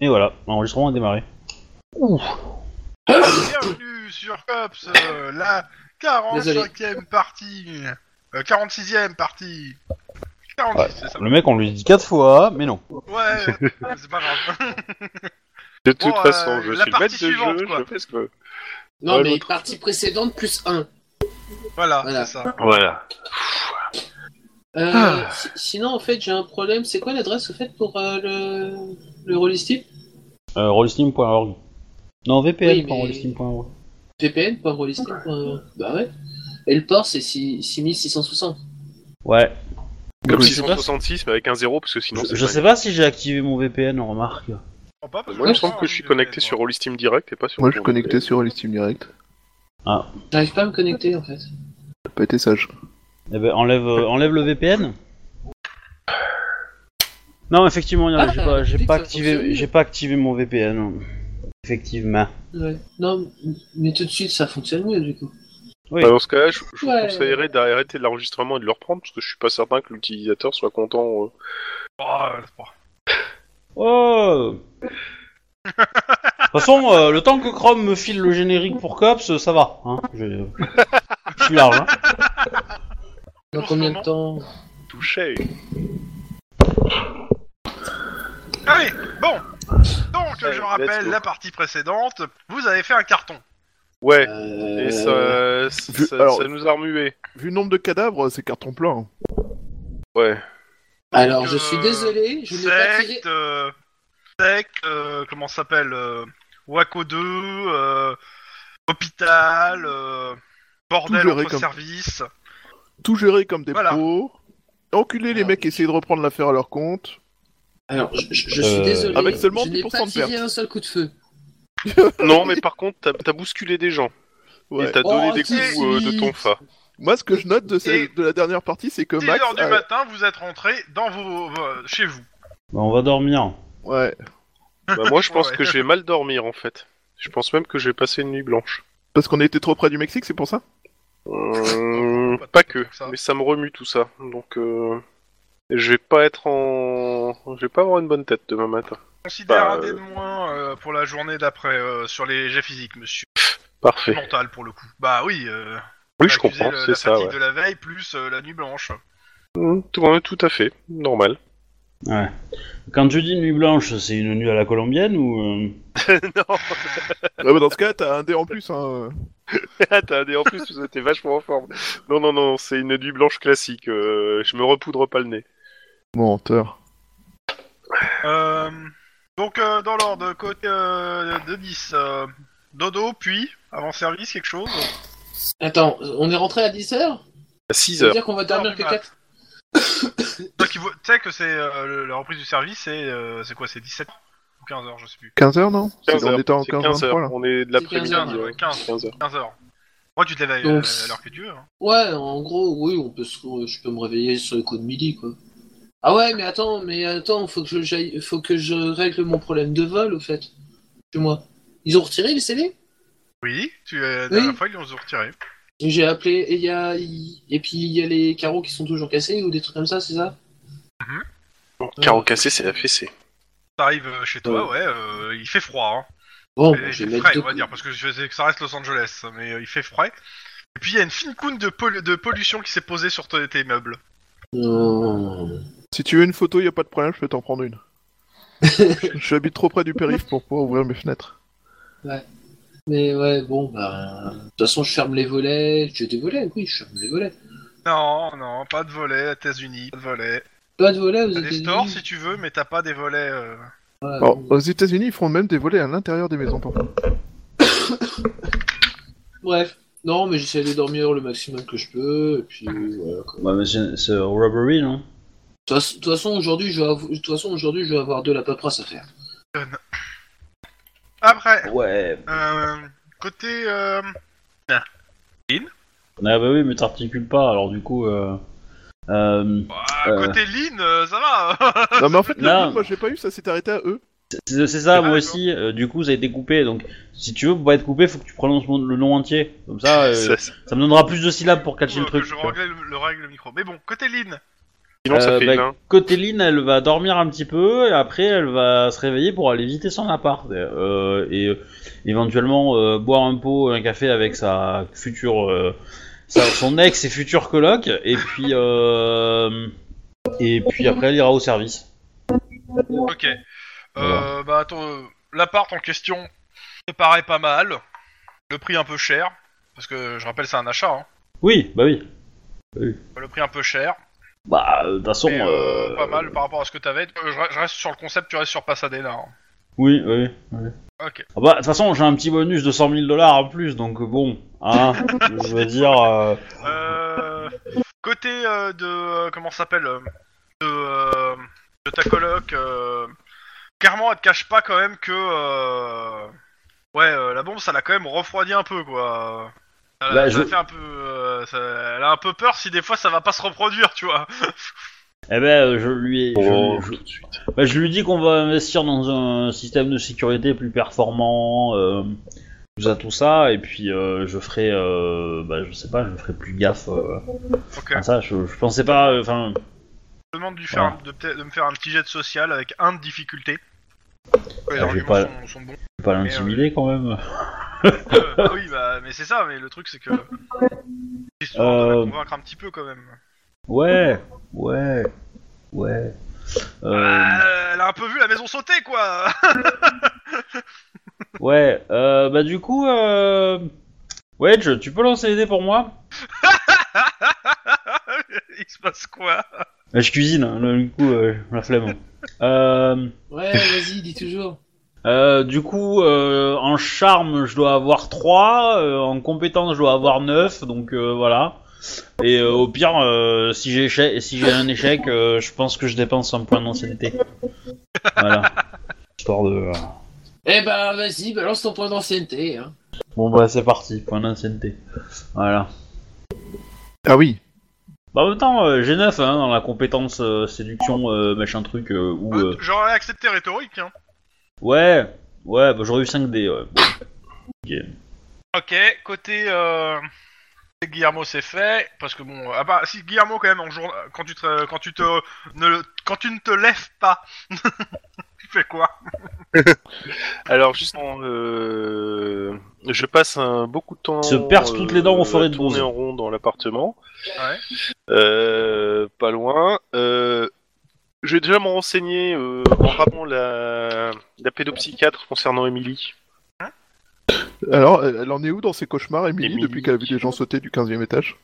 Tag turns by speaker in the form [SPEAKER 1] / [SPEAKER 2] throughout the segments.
[SPEAKER 1] Et voilà, l'enregistrement a démarré. Ouh
[SPEAKER 2] Bienvenue sur Cops, euh, la 45e partie. Euh, 46e partie. 46,
[SPEAKER 1] Ouais.
[SPEAKER 2] c'est ça.
[SPEAKER 1] Le mec, on lui dit quatre fois, mais non.
[SPEAKER 2] Ouais, ouais, c'est pas grave.
[SPEAKER 3] De toute
[SPEAKER 2] Bon, euh,
[SPEAKER 3] façon, je
[SPEAKER 2] la
[SPEAKER 3] suis le
[SPEAKER 2] partie
[SPEAKER 3] maître de
[SPEAKER 2] suivante,
[SPEAKER 3] jeu,
[SPEAKER 2] quoi.
[SPEAKER 3] je fais ce que...
[SPEAKER 4] Non,
[SPEAKER 3] Ouais,
[SPEAKER 4] mais partie précédente plus 1.
[SPEAKER 2] voilà,
[SPEAKER 4] Voilà.
[SPEAKER 2] c'est ça.
[SPEAKER 3] Voilà.
[SPEAKER 4] Euh,
[SPEAKER 3] Ah.
[SPEAKER 4] si- sinon, en fait, j'ai un problème. C'est quoi l'adresse, au fait, pour euh, le, le Rollisteam
[SPEAKER 1] Euh, rollsteam.org. Non, VPN,
[SPEAKER 4] Oui, mais-
[SPEAKER 1] pas rollsteam.org.
[SPEAKER 4] VPN, pas Rollisteam point- Bah ouais. Et le port, c'est six- 6660.
[SPEAKER 1] Ouais.
[SPEAKER 5] Bah,
[SPEAKER 3] Comme
[SPEAKER 1] je sais pas,
[SPEAKER 3] 666, mais avec un zéro, parce que sinon...
[SPEAKER 1] je,
[SPEAKER 3] c'est
[SPEAKER 1] je
[SPEAKER 3] pas-
[SPEAKER 1] sais pas si j'ai activé mon VPN, on remarque.
[SPEAKER 2] Oh, pas parce
[SPEAKER 3] Moi, il me
[SPEAKER 2] j'ai
[SPEAKER 3] semble
[SPEAKER 2] pas
[SPEAKER 3] que je suis
[SPEAKER 2] envie de
[SPEAKER 3] connecté
[SPEAKER 2] faire,
[SPEAKER 3] sur
[SPEAKER 2] moi.
[SPEAKER 3] Rollisteam Direct et pas sur...
[SPEAKER 5] Moi, je suis
[SPEAKER 3] ton-
[SPEAKER 5] connecté sur les Steam Direct.
[SPEAKER 4] J'arrive pas à me connecter, en fait.
[SPEAKER 5] J'ai pas été sage.
[SPEAKER 1] Eh ben, enlève, euh, enlève le VPN. Non, effectivement,
[SPEAKER 4] Ah,
[SPEAKER 1] j'ai pas, j'ai
[SPEAKER 4] vite,
[SPEAKER 1] pas
[SPEAKER 4] ça fonctionne.
[SPEAKER 1] activé, j'ai pas activé mon VPN. Effectivement.
[SPEAKER 4] Ouais. Non, m- mais tout de suite, ça fonctionne mieux, du coup.
[SPEAKER 3] Bah, dans ce cas-là, je, je
[SPEAKER 4] Ouais.
[SPEAKER 3] vous conseillerais d'arrêter l'enregistrement et de le reprendre, parce que je suis pas certain que l'utilisateur soit content... euh.
[SPEAKER 2] Oh, c'est pas-
[SPEAKER 1] Oh De toute façon, euh, le temps que Chrome me file le générique pour Cops, ça va. Hein. Je... je suis large. Hein.
[SPEAKER 4] Dans
[SPEAKER 2] Pour
[SPEAKER 4] combien
[SPEAKER 2] ce
[SPEAKER 4] de temps
[SPEAKER 3] Touché
[SPEAKER 2] Allez, bon.
[SPEAKER 3] Allez,
[SPEAKER 2] Donc, je
[SPEAKER 3] let's
[SPEAKER 2] rappelle
[SPEAKER 3] go.
[SPEAKER 2] la partie précédente. Vous avez fait un carton.
[SPEAKER 3] Ouais,
[SPEAKER 4] Euh,
[SPEAKER 3] et ça, ça,
[SPEAKER 5] vu-
[SPEAKER 3] ça-
[SPEAKER 5] alors-
[SPEAKER 3] ça nous a remués.
[SPEAKER 5] Vu le nombre de cadavres, c'est carton plein.
[SPEAKER 3] Ouais.
[SPEAKER 4] Alors,
[SPEAKER 2] Donc,
[SPEAKER 4] je suis
[SPEAKER 2] euh,
[SPEAKER 4] désolé, je n'ai pas tiré.
[SPEAKER 2] Sect, euh, Sect, euh, comment ça s'appelle euh, Waco 2, euh, Hôpital, euh, Bordel
[SPEAKER 5] le
[SPEAKER 2] entre
[SPEAKER 5] récom-
[SPEAKER 2] services.
[SPEAKER 5] Tout géré comme des
[SPEAKER 2] Voilà.
[SPEAKER 5] pros. Enculer les
[SPEAKER 4] Alors,
[SPEAKER 5] mecs, essayer de reprendre l'affaire à leur compte.
[SPEAKER 4] Alors, je, je- je
[SPEAKER 1] Euh,
[SPEAKER 4] suis désolé.
[SPEAKER 5] avec seulement
[SPEAKER 4] je n'ai
[SPEAKER 5] 10%
[SPEAKER 4] pas
[SPEAKER 5] de
[SPEAKER 4] tiré
[SPEAKER 5] perte.
[SPEAKER 4] un seul coup de feu.
[SPEAKER 3] Non, mais par contre, t'as t'as bousculé des gens.
[SPEAKER 5] Ouais.
[SPEAKER 3] Et t'as donné
[SPEAKER 4] Oh,
[SPEAKER 3] des
[SPEAKER 4] si,
[SPEAKER 3] coups euh,
[SPEAKER 4] si.
[SPEAKER 3] de ton fa.
[SPEAKER 5] Moi, ce que je note de, ce-
[SPEAKER 2] Et-
[SPEAKER 5] de la dernière partie, c'est que
[SPEAKER 2] 10
[SPEAKER 5] Max.
[SPEAKER 2] heures du
[SPEAKER 5] a-
[SPEAKER 2] matin, vous êtes rentré dans vos, vos- chez vous.
[SPEAKER 1] Bah, on va dormir.
[SPEAKER 5] Ouais.
[SPEAKER 3] Bah, moi, je pense
[SPEAKER 2] Ouais.
[SPEAKER 3] que je vais mal dormir, en fait. Je pense même que j'ai passé une nuit blanche.
[SPEAKER 5] Parce qu'on était trop près du Mexique, c'est pour ça
[SPEAKER 3] Euh,
[SPEAKER 2] Pas
[SPEAKER 3] pas que,
[SPEAKER 2] ça.
[SPEAKER 3] mais ça me remue tout ça. Donc, euh, je vais pas être en, je vais pas avoir une bonne tête demain matin.
[SPEAKER 2] Considère
[SPEAKER 3] Bah,
[SPEAKER 2] un dé
[SPEAKER 3] euh.
[SPEAKER 2] de moins euh, pour la journée d'après euh, sur les jets physiques, monsieur.
[SPEAKER 3] Parfait.
[SPEAKER 2] Mental pour le coup. Bah oui. euh,
[SPEAKER 3] Oui, je
[SPEAKER 2] accuser
[SPEAKER 3] comprends,
[SPEAKER 2] le-
[SPEAKER 3] c'est
[SPEAKER 2] la
[SPEAKER 3] ça.
[SPEAKER 2] fatigue
[SPEAKER 3] Ouais.
[SPEAKER 2] de la veille plus euh, la nuit blanche.
[SPEAKER 3] Mm, Tout, ouais, tout à fait, normal.
[SPEAKER 1] Ouais. Quand tu dis nuit blanche, c'est une nuit à la colombienne ou... euh,
[SPEAKER 3] non,
[SPEAKER 5] Ouais, bah, dans ce cas, t'as un dé en plus. Hein.
[SPEAKER 3] attendez, Ah, en plus vous étiez vachement en forme. Non, non, non, c'est une nuit blanche classique. euh, je me repoudre pas le nez.
[SPEAKER 5] Menteur.
[SPEAKER 2] Euh, donc euh, dans l'ordre, côté euh, de 10, euh, dodo, puis avant-service, quelque chose.
[SPEAKER 4] Attends, on est rentré à 10h
[SPEAKER 3] À
[SPEAKER 4] Ça
[SPEAKER 3] 6
[SPEAKER 4] veut
[SPEAKER 3] heures.
[SPEAKER 4] dire qu'on va dormir que
[SPEAKER 2] Heures du
[SPEAKER 4] 4
[SPEAKER 2] Toi qui vois- Tu sais que c'est euh, le- la reprise du service, c'est euh, c'est quoi C'est 17 ou 15 heures, je sais plus.
[SPEAKER 5] 15h, non
[SPEAKER 3] 15
[SPEAKER 5] On
[SPEAKER 3] heures,
[SPEAKER 5] était en
[SPEAKER 3] c'est
[SPEAKER 5] 15
[SPEAKER 3] heures.
[SPEAKER 5] 23 là.
[SPEAKER 3] On est de l'après-midi.
[SPEAKER 4] 15 heures,
[SPEAKER 3] ouais,
[SPEAKER 2] 15.
[SPEAKER 3] 15 heures.
[SPEAKER 2] 15 heures. Moi, tu te lèves à-
[SPEAKER 4] Donc,
[SPEAKER 2] euh, à l'heure que tu veux. hein.
[SPEAKER 4] Ouais, en gros, oui, on peut se... je peux me réveiller sur les coups de midi, quoi. Ah ouais, mais attends, mais attends, faut que je, j'aille- faut que je règle mon problème de vol, au fait. Chez moi. Ils ont retiré les CD
[SPEAKER 2] Oui, tu, euh, la dernière
[SPEAKER 4] Oui.
[SPEAKER 2] fois, ils ont retiré.
[SPEAKER 4] Et J'ai appelé, et, il y a... il- et puis il y a les carreaux qui sont toujours cassés ou des trucs comme ça, c'est ça
[SPEAKER 2] Mm-hmm.
[SPEAKER 3] Caro cassé, c'est la fessée.
[SPEAKER 2] T'arrives euh, chez toi, ouais, euh, il fait froid. Hein.
[SPEAKER 4] Bon, bah,
[SPEAKER 2] Et
[SPEAKER 4] je
[SPEAKER 2] il
[SPEAKER 4] vais
[SPEAKER 2] fait
[SPEAKER 4] mettre
[SPEAKER 2] frais,
[SPEAKER 4] deux
[SPEAKER 2] on va
[SPEAKER 4] coups.
[SPEAKER 2] dire, parce que je sais que ça reste Los Angeles, mais euh, il fait frais. Et puis, il y a une fine coune de, pollu- de pollution qui s'est posée sur tes, tes meubles.
[SPEAKER 4] Non.
[SPEAKER 5] Si tu veux une photo, y a pas de problème, je peux t'en prendre une. J'habite trop près du périph' pour pouvoir ouvrir mes fenêtres.
[SPEAKER 4] Mais ouais, bon, bah... De toute façon, je ferme les volets. J'ai des volets, oui, je ferme les volets.
[SPEAKER 2] Non, non, pas de volet, États-Unis, pas de volet.
[SPEAKER 4] Pas de volets, vous
[SPEAKER 2] T'as
[SPEAKER 4] êtes
[SPEAKER 2] des stores si tu veux, mais t'as pas des volets. euh,
[SPEAKER 4] Ouais,
[SPEAKER 5] Alors,
[SPEAKER 4] bon.
[SPEAKER 5] aux États-Unis, ils font même des volets à l'intérieur des maisons, par contre.
[SPEAKER 4] Bref. Non, mais j'essaie de dormir le maximum que je peux, et puis voilà, quoi.
[SPEAKER 1] Bah, mais c'est c'est robbery, non
[SPEAKER 4] De toute façon- de toute façon, aujourd'hui, je vais avou- de toute façon, aujourd'hui, je vais avoir de la paperasse à faire.
[SPEAKER 2] Après,
[SPEAKER 1] Ouais.
[SPEAKER 2] euh, côté. euh,
[SPEAKER 1] Ah bah oui, mais t'articules pas, alors du coup... Euh... euh,
[SPEAKER 2] bah,
[SPEAKER 1] Euh.
[SPEAKER 2] Côté Lynn, euh, ça va
[SPEAKER 5] Non, mais en fait,
[SPEAKER 1] Non.
[SPEAKER 5] la ville, moi, j'ai pas eu, ça s'est arrêté à E. eux.
[SPEAKER 1] C'est c'est ça,
[SPEAKER 2] Ah,
[SPEAKER 1] moi
[SPEAKER 2] d'accord.
[SPEAKER 1] aussi, euh, du coup ça a été coupé, donc si tu veux pour pas être coupé, faut que tu prononces mon- le nom entier, comme ça euh,
[SPEAKER 3] Ça,
[SPEAKER 1] ça me donnera plus de syllabes pour catcher
[SPEAKER 2] Euh,
[SPEAKER 1] le
[SPEAKER 2] que
[SPEAKER 1] truc.
[SPEAKER 2] Je
[SPEAKER 1] tu vois.
[SPEAKER 2] règle le, le règle le micro. Mais bon, côté Lynn,
[SPEAKER 3] Sinon, ça
[SPEAKER 1] Euh,
[SPEAKER 3] fait
[SPEAKER 1] bah,
[SPEAKER 3] 20.
[SPEAKER 1] Cotéline, elle va dormir un petit peu et après elle va se réveiller pour aller visiter son appart euh, et euh, éventuellement euh, boire un pot, un café avec sa future, euh, sa- son ex et future coloc et puis euh, et puis après elle ira au service.
[SPEAKER 2] Ok. Euh, Bah attends, euh, l'appart en question me paraît pas mal. Le prix un peu cher, parce que je rappelle c'est un achat. Hein.
[SPEAKER 1] Oui, bah oui.
[SPEAKER 2] Le prix un peu cher,
[SPEAKER 1] Bah euh, de toute façon.
[SPEAKER 2] mais euh,
[SPEAKER 1] euh,
[SPEAKER 2] pas mal par rapport à ce que t'avais. Euh, Je, re- je reste sur le concept, tu restes sur Pasadena. hein.
[SPEAKER 1] Oui, oui. oui.
[SPEAKER 2] Ok.
[SPEAKER 1] Ah bah de toute façon j'ai un petit bonus de 100 000 dollars en plus donc bon. Hein, je veux dire. euh,
[SPEAKER 2] Euh, côté euh, de euh, comment ça s'appelle euh, de, euh, de ta coloc, euh, clairement elle te cache pas quand même que euh, ouais euh, la bombe ça l'a quand même refroidi un peu quoi. Elle, a-
[SPEAKER 1] Bah,
[SPEAKER 2] ça
[SPEAKER 1] je-
[SPEAKER 2] fait un peu, euh, ça- elle a un peu peur si des fois ça va pas se reproduire tu vois.
[SPEAKER 1] Eh ben, euh, je lui ai. je-
[SPEAKER 3] Oh,
[SPEAKER 1] je,
[SPEAKER 3] tout de suite.
[SPEAKER 1] bah, je lui dis qu'on va investir dans un système de sécurité plus performant, euh, tout ça, tout ça, et puis euh, je ferai. euh, bah, je sais pas, je ferai plus gaffe euh,
[SPEAKER 2] Ok.
[SPEAKER 1] à ça. Je, je pensais pas. euh, Enfin,
[SPEAKER 2] Je demande de, lui faire un- de, peut-être- de me faire un petit jet de social avec un de difficulté. Les
[SPEAKER 1] Ah, j'ai
[SPEAKER 2] arguments
[SPEAKER 1] pas-
[SPEAKER 2] sont, sont bons.
[SPEAKER 1] pas l'intimider quand même.
[SPEAKER 2] Euh, oui, bah, mais c'est ça, mais le truc c'est que. L'histoire de
[SPEAKER 1] Euh.
[SPEAKER 2] la convaincre un petit peu quand même.
[SPEAKER 1] Ouais, ouais, ouais. Euh,
[SPEAKER 2] Euh, elle a un peu vu la maison sauter, quoi
[SPEAKER 1] ouais. euh, bah du coup, euh... Wedge, tu peux lancer les dés pour moi
[SPEAKER 2] Il se passe quoi
[SPEAKER 1] Euh, Je cuisine, hein, du coup, euh, la flemme. Euh...
[SPEAKER 4] Ouais, vas-y, dis toujours.
[SPEAKER 1] Euh, du coup, euh, en charme, je dois avoir 3, euh, en compétence, je dois avoir 9, donc euh, voilà. Et euh, au pire, euh, si j'ai éche- si j'ai un échec, euh, je pense que je dépense un point d'ancienneté. Voilà. Histoire de... euh,
[SPEAKER 4] Eh ben, vas-y, balance ton point d'ancienneté. Hein.
[SPEAKER 1] Bon bah c'est parti, point d'ancienneté. Voilà.
[SPEAKER 5] Ah oui.
[SPEAKER 1] Bah, en même temps, euh, j'ai 9 hein, dans la compétence euh, séduction, euh, machin truc, euh, ou... euh,
[SPEAKER 2] J'aurais accepté rhétorique, hein.
[SPEAKER 1] Ouais, ouais, bah, j'aurais eu 5 dés, ouais. Ok.
[SPEAKER 2] Ok, côté... Euh... Guillermo, c'est fait, parce que bon... Ah bah, si, Guillermo, quand même, en jour... euh, quand, tu te... quand tu te... Ne... le- Quand tu ne te lèves pas, tu fais quoi
[SPEAKER 3] Alors, justement, euh, je passe un, beaucoup de temps.
[SPEAKER 1] Se perce toutes les dents en forêt de
[SPEAKER 3] à tourner
[SPEAKER 1] Bonze.
[SPEAKER 3] en rond dans l'appartement.
[SPEAKER 2] Ouais.
[SPEAKER 3] Euh, pas loin. Euh, je vais déjà me renseigner euh, en rappelant la, la pédopsychiatre concernant Émilie.
[SPEAKER 5] Alors, elle elle en est où dans ses cauchemars, Emily,
[SPEAKER 3] Emily.
[SPEAKER 5] depuis qu'elle a vu des gens sauter du 15 e étage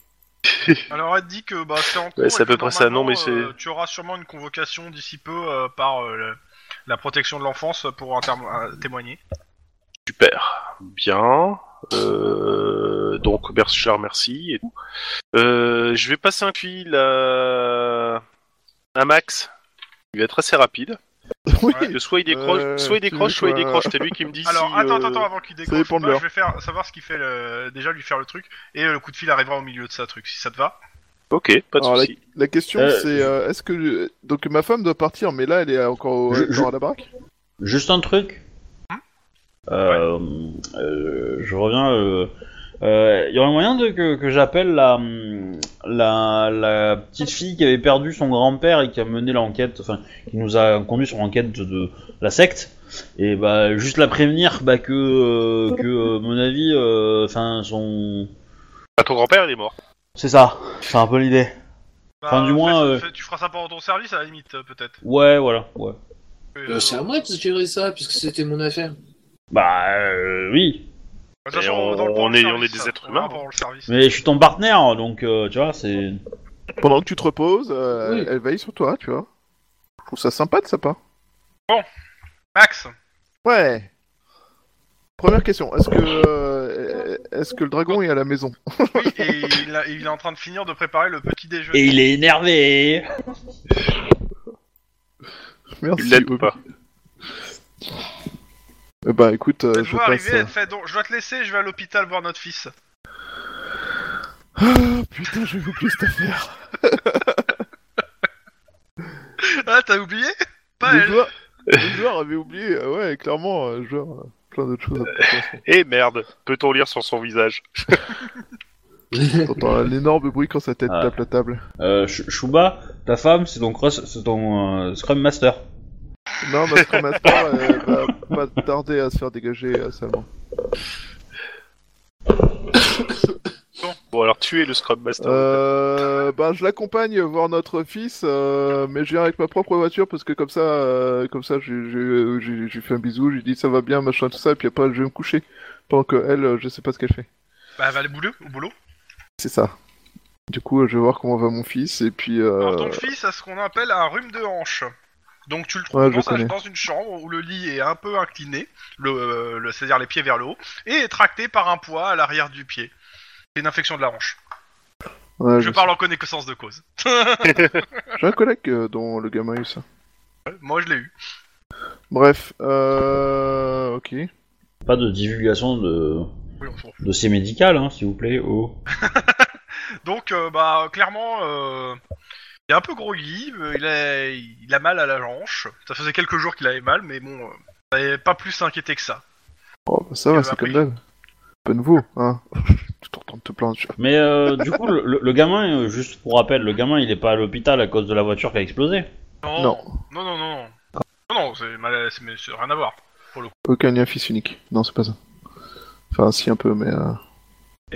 [SPEAKER 2] Alors, elle dit que bah, c'est en cours...
[SPEAKER 3] Ouais, c'est à
[SPEAKER 2] et que
[SPEAKER 3] peu près ça, non, mais
[SPEAKER 2] normalement,
[SPEAKER 3] c'est-
[SPEAKER 2] euh, tu auras sûrement une convocation d'ici peu euh, par euh, le- la protection de l'enfance pour intermo- euh, témoigner.
[SPEAKER 3] Super. Bien. Euh, donc, merci, je la remercie. Et tout. Euh, je vais passer un fil à, à Max. Il va être assez rapide.
[SPEAKER 5] Oui,
[SPEAKER 2] Ouais.
[SPEAKER 3] Que soit il décroche,
[SPEAKER 5] Euh,
[SPEAKER 3] soit il
[SPEAKER 5] tu
[SPEAKER 3] décroche,
[SPEAKER 5] veux
[SPEAKER 3] soit il
[SPEAKER 5] quoi
[SPEAKER 3] décroche. C'est lui qui me dit
[SPEAKER 2] Alors,
[SPEAKER 3] si.
[SPEAKER 2] attends,
[SPEAKER 3] euh,
[SPEAKER 2] attends, attends, avant qu'il décroche,
[SPEAKER 5] dépend de
[SPEAKER 2] pas,
[SPEAKER 5] l'heure.
[SPEAKER 2] je vais faire savoir ce qu'il fait, le... déjà lui faire le truc, et euh, le coup de fil arrivera au milieu de ça, truc, si ça te va.
[SPEAKER 3] Ok, pas de
[SPEAKER 5] Alors,
[SPEAKER 3] souci.
[SPEAKER 5] la question
[SPEAKER 1] Euh,
[SPEAKER 5] c'est euh, est-ce que. Donc, ma femme doit partir, mais là, elle est encore au-
[SPEAKER 1] Je-
[SPEAKER 5] genre
[SPEAKER 1] je-
[SPEAKER 5] à la baraque
[SPEAKER 1] Juste un truc. Euh, euh, je reviens. euh, euh, Il y aurait moyen de, que, que j'appelle la, hum, la, la petite fille qui avait perdu son grand-père et qui a mené l'enquête, enfin, qui nous a conduit sur l'enquête de, de la secte. Et bah, juste la prévenir bah, que, euh, que, euh, à mon avis, euh, enfin, son.
[SPEAKER 3] Ah, ton grand-père, il est mort.
[SPEAKER 1] C'est ça, c'est un peu l'idée. Enfin, du
[SPEAKER 2] fais-
[SPEAKER 1] moins, euh,
[SPEAKER 2] fais- Bah, Tu feras ça pendant ton service, à la limite, euh, peut-être.
[SPEAKER 1] Ouais, voilà, ouais.
[SPEAKER 2] Euh,
[SPEAKER 4] Euh, c'est à moi de gérer ça, puisque c'était mon affaire.
[SPEAKER 1] Bah, euh, oui,
[SPEAKER 2] de toute
[SPEAKER 3] Et
[SPEAKER 2] façon,
[SPEAKER 3] on-
[SPEAKER 2] dans le plan
[SPEAKER 3] on
[SPEAKER 2] de
[SPEAKER 3] est-
[SPEAKER 2] service,
[SPEAKER 3] on est des
[SPEAKER 2] ça,
[SPEAKER 3] êtres
[SPEAKER 2] on
[SPEAKER 3] humains. hein.
[SPEAKER 2] verra pendant le service.
[SPEAKER 1] mais je suis ton partenaire, donc euh, tu vois, c'est.
[SPEAKER 5] Pendant que tu te reposes, euh,
[SPEAKER 4] Oui.
[SPEAKER 5] elle- elle veille sur toi, tu vois. Je trouve ça sympa de sa part.
[SPEAKER 2] Max,
[SPEAKER 5] Ouais. Première question, est-ce que euh, est-ce que le dragon est à la maison
[SPEAKER 2] oui, et il, a- il est en train de finir de préparer le petit déjeuner.
[SPEAKER 1] Et il est énervé!
[SPEAKER 5] Merci.
[SPEAKER 3] Il l'aide ou pas
[SPEAKER 5] Euh, Bah écoute, euh,
[SPEAKER 2] Elle
[SPEAKER 5] je
[SPEAKER 2] doit
[SPEAKER 5] passe.
[SPEAKER 2] arriver, elle fait donc, je dois te laisser, je vais à l'hôpital voir notre fils.
[SPEAKER 5] euh, Putain, j'ai oublié cette affaire.
[SPEAKER 2] Ah, t'as oublié Pas
[SPEAKER 5] le,
[SPEAKER 2] elle.
[SPEAKER 5] joueur, le joueur avait oublié, euh, ouais, clairement, euh, le joueur, euh, plein d'autres choses. à penser.
[SPEAKER 3] Eh merde, peut-on lire sur son visage
[SPEAKER 4] Euh,
[SPEAKER 5] T'entends un énorme bruit quand sa tête
[SPEAKER 1] Ah.
[SPEAKER 5] tape la table.
[SPEAKER 1] Euh, Ch- Chouba, ta femme, c'est ton, cross- c'est ton euh, Scrum Master.
[SPEAKER 5] Non, ma Scrum Master euh, va pas tarder à se faire dégager euh, salement.
[SPEAKER 3] Bon, alors tuez le Scrum Master.
[SPEAKER 5] Euh, ben, je l'accompagne voir notre fils, euh, mais je viens avec ma propre voiture parce que comme ça, euh, comme ça, j'ai- j'ai j'ai- j'ai fait un bisou, j'ai dit ça va bien, machin, tout ça, et puis après je vais me coucher. Pendant que elle, euh, je sais pas ce qu'elle fait.
[SPEAKER 2] Bah, elle va aller bouler- au boulot.
[SPEAKER 5] C'est ça. Du coup, euh, je vais voir comment va mon fils, et puis.
[SPEAKER 2] Alors,
[SPEAKER 5] Euh...
[SPEAKER 2] ton fils a ce qu'on appelle un rhume de hanche. Donc tu le
[SPEAKER 5] Ouais,
[SPEAKER 2] trouves
[SPEAKER 5] je
[SPEAKER 2] dans, sa-
[SPEAKER 5] connais.
[SPEAKER 2] dans une chambre où le lit est un peu incliné, le, euh, le- c'est-à-dire les pieds vers le haut, et est tracté par un poids à l'arrière du pied. C'est une infection de la hanche.
[SPEAKER 5] ouais,
[SPEAKER 2] Je
[SPEAKER 5] je-
[SPEAKER 2] parle en connaissance de cause.
[SPEAKER 5] J'ai un collègue euh, dont le gamin a eu ça.
[SPEAKER 2] Moi je l'ai eu.
[SPEAKER 5] Bref, euh... Ok.
[SPEAKER 1] Pas de divulgation de
[SPEAKER 2] Oui, on s'en fout.
[SPEAKER 1] dossier médical, hein, s'il vous plaît. Oh.
[SPEAKER 2] Donc euh, bah clairement, euh, il est un peu groggy, euh, il a, il a mal à la hanche. Ça faisait quelques jours qu'il avait mal, mais bon, euh, ça n'est pas plus inquiété que ça.
[SPEAKER 5] Oh, bah ça va,
[SPEAKER 2] Elle
[SPEAKER 5] c'est
[SPEAKER 2] m'a
[SPEAKER 5] comme
[SPEAKER 2] pris.
[SPEAKER 5] d'hab. Pas nouveau, hein. Je suis en train de te plaindre. tu vois.
[SPEAKER 1] Mais euh, du coup, le, le gamin, euh, juste pour rappel, le gamin, il est pas à l'hôpital à cause de la voiture qui a explosé.
[SPEAKER 2] Non,
[SPEAKER 5] Non.
[SPEAKER 2] non, non, non, non, non, non, c'est mal- c'est- mais c'est rien à voir.
[SPEAKER 5] Aucun lien fils unique. Non, c'est pas ça. Enfin, si, un peu, mais... euh,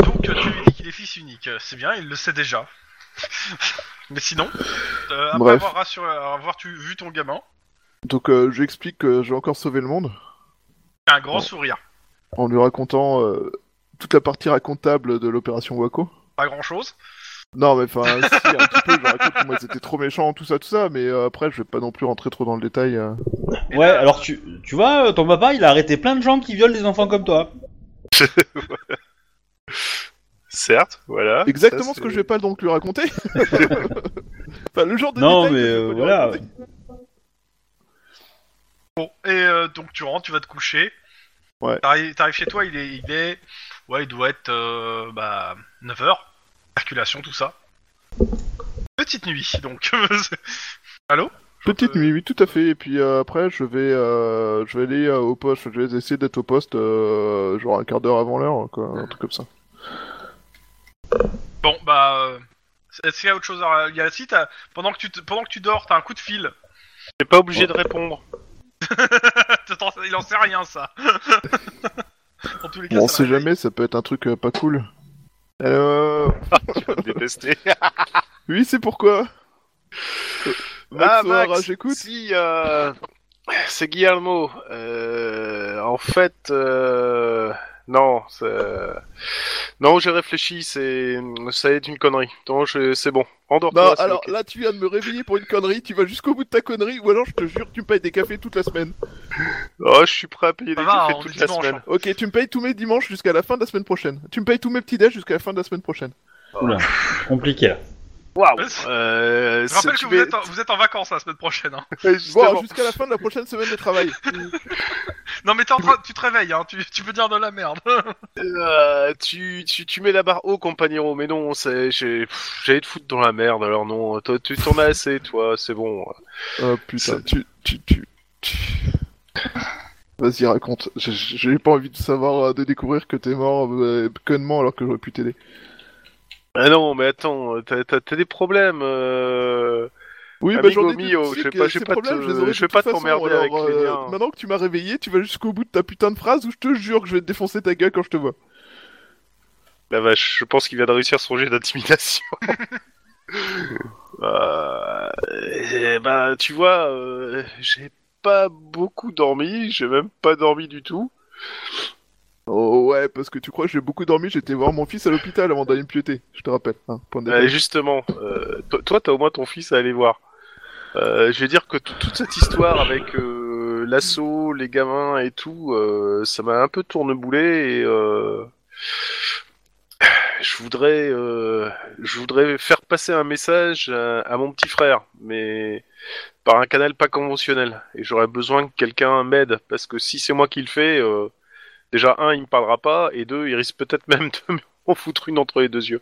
[SPEAKER 2] Et donc, euh, tu lui dis qu'il est fils unique. Euh, C'est bien, il le sait déjà. Mais sinon, euh, après
[SPEAKER 5] Bref.
[SPEAKER 2] avoir, rassuré, avoir tu, vu ton gamin,
[SPEAKER 5] Donc, euh, je lui explique que j'ai encore sauvé le monde,
[SPEAKER 2] il a un grand sourire.
[SPEAKER 5] en lui racontant euh, toute la partie racontable de l'opération Waco.
[SPEAKER 2] Pas grand chose.
[SPEAKER 5] Non, mais enfin, si, un petit peu, je raconte comment ils étaient trop méchants, tout ça, tout ça, mais euh, après, je vais pas non plus rentrer trop dans le détail. euh.
[SPEAKER 2] Et
[SPEAKER 1] Ouais,
[SPEAKER 2] là,
[SPEAKER 1] alors tu, tu vois, euh, ton papa, il a arrêté plein de gens qui violent des enfants comme toi.
[SPEAKER 3] Certes, voilà.
[SPEAKER 1] Ah,
[SPEAKER 5] Exactement
[SPEAKER 3] Ça,
[SPEAKER 5] ce que
[SPEAKER 3] c'est-
[SPEAKER 5] je vais pas donc lui raconter Enfin, le genre de
[SPEAKER 1] Non,
[SPEAKER 5] détail que
[SPEAKER 1] mais,
[SPEAKER 5] je vais pas
[SPEAKER 1] euh,
[SPEAKER 5] lui
[SPEAKER 1] voilà.
[SPEAKER 5] raconter.
[SPEAKER 2] Bon, et euh, donc tu rentres, tu vas te coucher.
[SPEAKER 5] Ouais.
[SPEAKER 2] T'arrives t'arrives chez toi, il est, il est. Ouais, il doit être. euh, bah. 9h. Circulation, tout ça. Petite nuit, donc.
[SPEAKER 5] Petite
[SPEAKER 2] Euh,
[SPEAKER 5] nuit, oui, tout à fait. Et puis euh, après, je vais, euh, je vais aller euh, au poste. Je vais essayer d'être au poste, euh, genre un quart d'heure avant l'heure, quoi, un truc comme ça.
[SPEAKER 2] Bon, bah. euh, Est-ce qu'il y a autre chose à. Il y a, si, t'as- pendant, que tu te- pendant que tu dors, t'as un coup de fil.
[SPEAKER 3] T'es pas obligé de répondre.
[SPEAKER 2] T'entends- il en sait rien, ça. en tous les cas,
[SPEAKER 5] Bon, on
[SPEAKER 2] ça
[SPEAKER 5] sait
[SPEAKER 2] réveille.
[SPEAKER 5] jamais, ça peut être un truc euh, pas cool. Euh...
[SPEAKER 3] Tu vas me détester.
[SPEAKER 5] Oui, c'est pourquoi. Euh, Max
[SPEAKER 3] ah,
[SPEAKER 5] O'Hara,
[SPEAKER 3] Max,
[SPEAKER 5] j'écoute.
[SPEAKER 3] Si, euh, c'est Guillermo. Euh, en fait, euh, non, c'est- non, j'ai réfléchi, c'est, ça est une connerie. Non, je- c'est bon.
[SPEAKER 5] Non,
[SPEAKER 3] Endors-toi. c'est
[SPEAKER 5] alors
[SPEAKER 3] ok.
[SPEAKER 5] là, tu viens de me réveiller pour une connerie. Tu vas jusqu'au bout de ta connerie, ou alors je te jure, tu me payes des cafés toute la semaine.
[SPEAKER 3] Oh, je suis prêt à payer
[SPEAKER 2] Ça
[SPEAKER 3] des
[SPEAKER 2] va,
[SPEAKER 3] cafés
[SPEAKER 2] on
[SPEAKER 3] toute
[SPEAKER 2] est
[SPEAKER 3] la
[SPEAKER 2] dimanche,
[SPEAKER 3] semaine.
[SPEAKER 5] Ok, tu me payes tous mes dimanches jusqu'à la fin de la semaine prochaine. Tu me payes tous mes petits déj jusqu'à la fin de la semaine prochaine.
[SPEAKER 1] Oula, compliqué là.
[SPEAKER 3] Waouh.
[SPEAKER 2] Je
[SPEAKER 3] Euh,
[SPEAKER 2] Je rappelle
[SPEAKER 3] c'est-
[SPEAKER 2] que
[SPEAKER 3] tu
[SPEAKER 2] vous,
[SPEAKER 3] mets-
[SPEAKER 2] êtes en, vous êtes en vacances la semaine prochaine. hein.
[SPEAKER 5] Bon,
[SPEAKER 3] Justement.
[SPEAKER 5] jusqu'à la fin de la prochaine semaine de travail.
[SPEAKER 2] Non mais t'es en train, tu te réveilles, hein, tu, tu peux dire de la merde.
[SPEAKER 3] Euh, tu, tu, tu mets la barre haut, compagnon, mais non, c'est- j'ai- pff, j'allais te foutre dans la merde, alors non, toi, tu t'en as assez, toi, c'est bon.
[SPEAKER 5] Oh putain,
[SPEAKER 3] C'est-
[SPEAKER 5] tu, tu, tu, tu- Vas-y, raconte. J'ai- J'ai pas envie de savoir, euh, de découvrir que t'es mort euh, connement alors que j'aurais pu t'aider.
[SPEAKER 3] Ah non, mais attends, t'as t'as- t'as des problèmes. euh,
[SPEAKER 5] Oui, bah,
[SPEAKER 3] Amigo
[SPEAKER 5] j'en ai deux,
[SPEAKER 3] mio,
[SPEAKER 5] tu sais
[SPEAKER 3] oh, je vais
[SPEAKER 5] que
[SPEAKER 3] pas- je
[SPEAKER 5] ces
[SPEAKER 3] vais pas te-
[SPEAKER 5] problèmes, je les aurais
[SPEAKER 3] je
[SPEAKER 5] de
[SPEAKER 3] vais pas
[SPEAKER 5] toute façon,
[SPEAKER 3] t'emmerder
[SPEAKER 5] alors,
[SPEAKER 3] avec les
[SPEAKER 5] euh,
[SPEAKER 3] liens.
[SPEAKER 5] Maintenant que tu m'as réveillé, tu vas jusqu'au bout de ta putain de phrase où je te jure que je vais te défoncer ta gueule quand je te vois.
[SPEAKER 3] La vache, je pense qu'il vient de réussir son jet d'intimidation. Euh, eh ben, tu vois, euh, j'ai pas beaucoup dormi, j'ai même pas dormi du tout.
[SPEAKER 5] Oh ouais, parce que tu crois que j'ai beaucoup dormi, j'étais voir mon fils à l'hôpital avant d'aller me piéter, je te rappelle. hein, point de
[SPEAKER 3] Euh,
[SPEAKER 5] détail.
[SPEAKER 3] justement, euh, to- toi, t'as au moins ton fils à aller voir. Euh, je vais dire que tout- toute cette histoire avec euh, l'assaut, les gamins et tout, euh, ça m'a un peu tourneboulé et euh, je voudrais, euh, je voudrais faire passer un message à, à mon petit frère, mais par un canal pas conventionnel. Et j'aurais besoin que quelqu'un m'aide parce que si c'est moi qui le fais, euh, déjà un, il me parlera pas et deux, il risque peut-être même de m'en foutre une entre les deux yeux.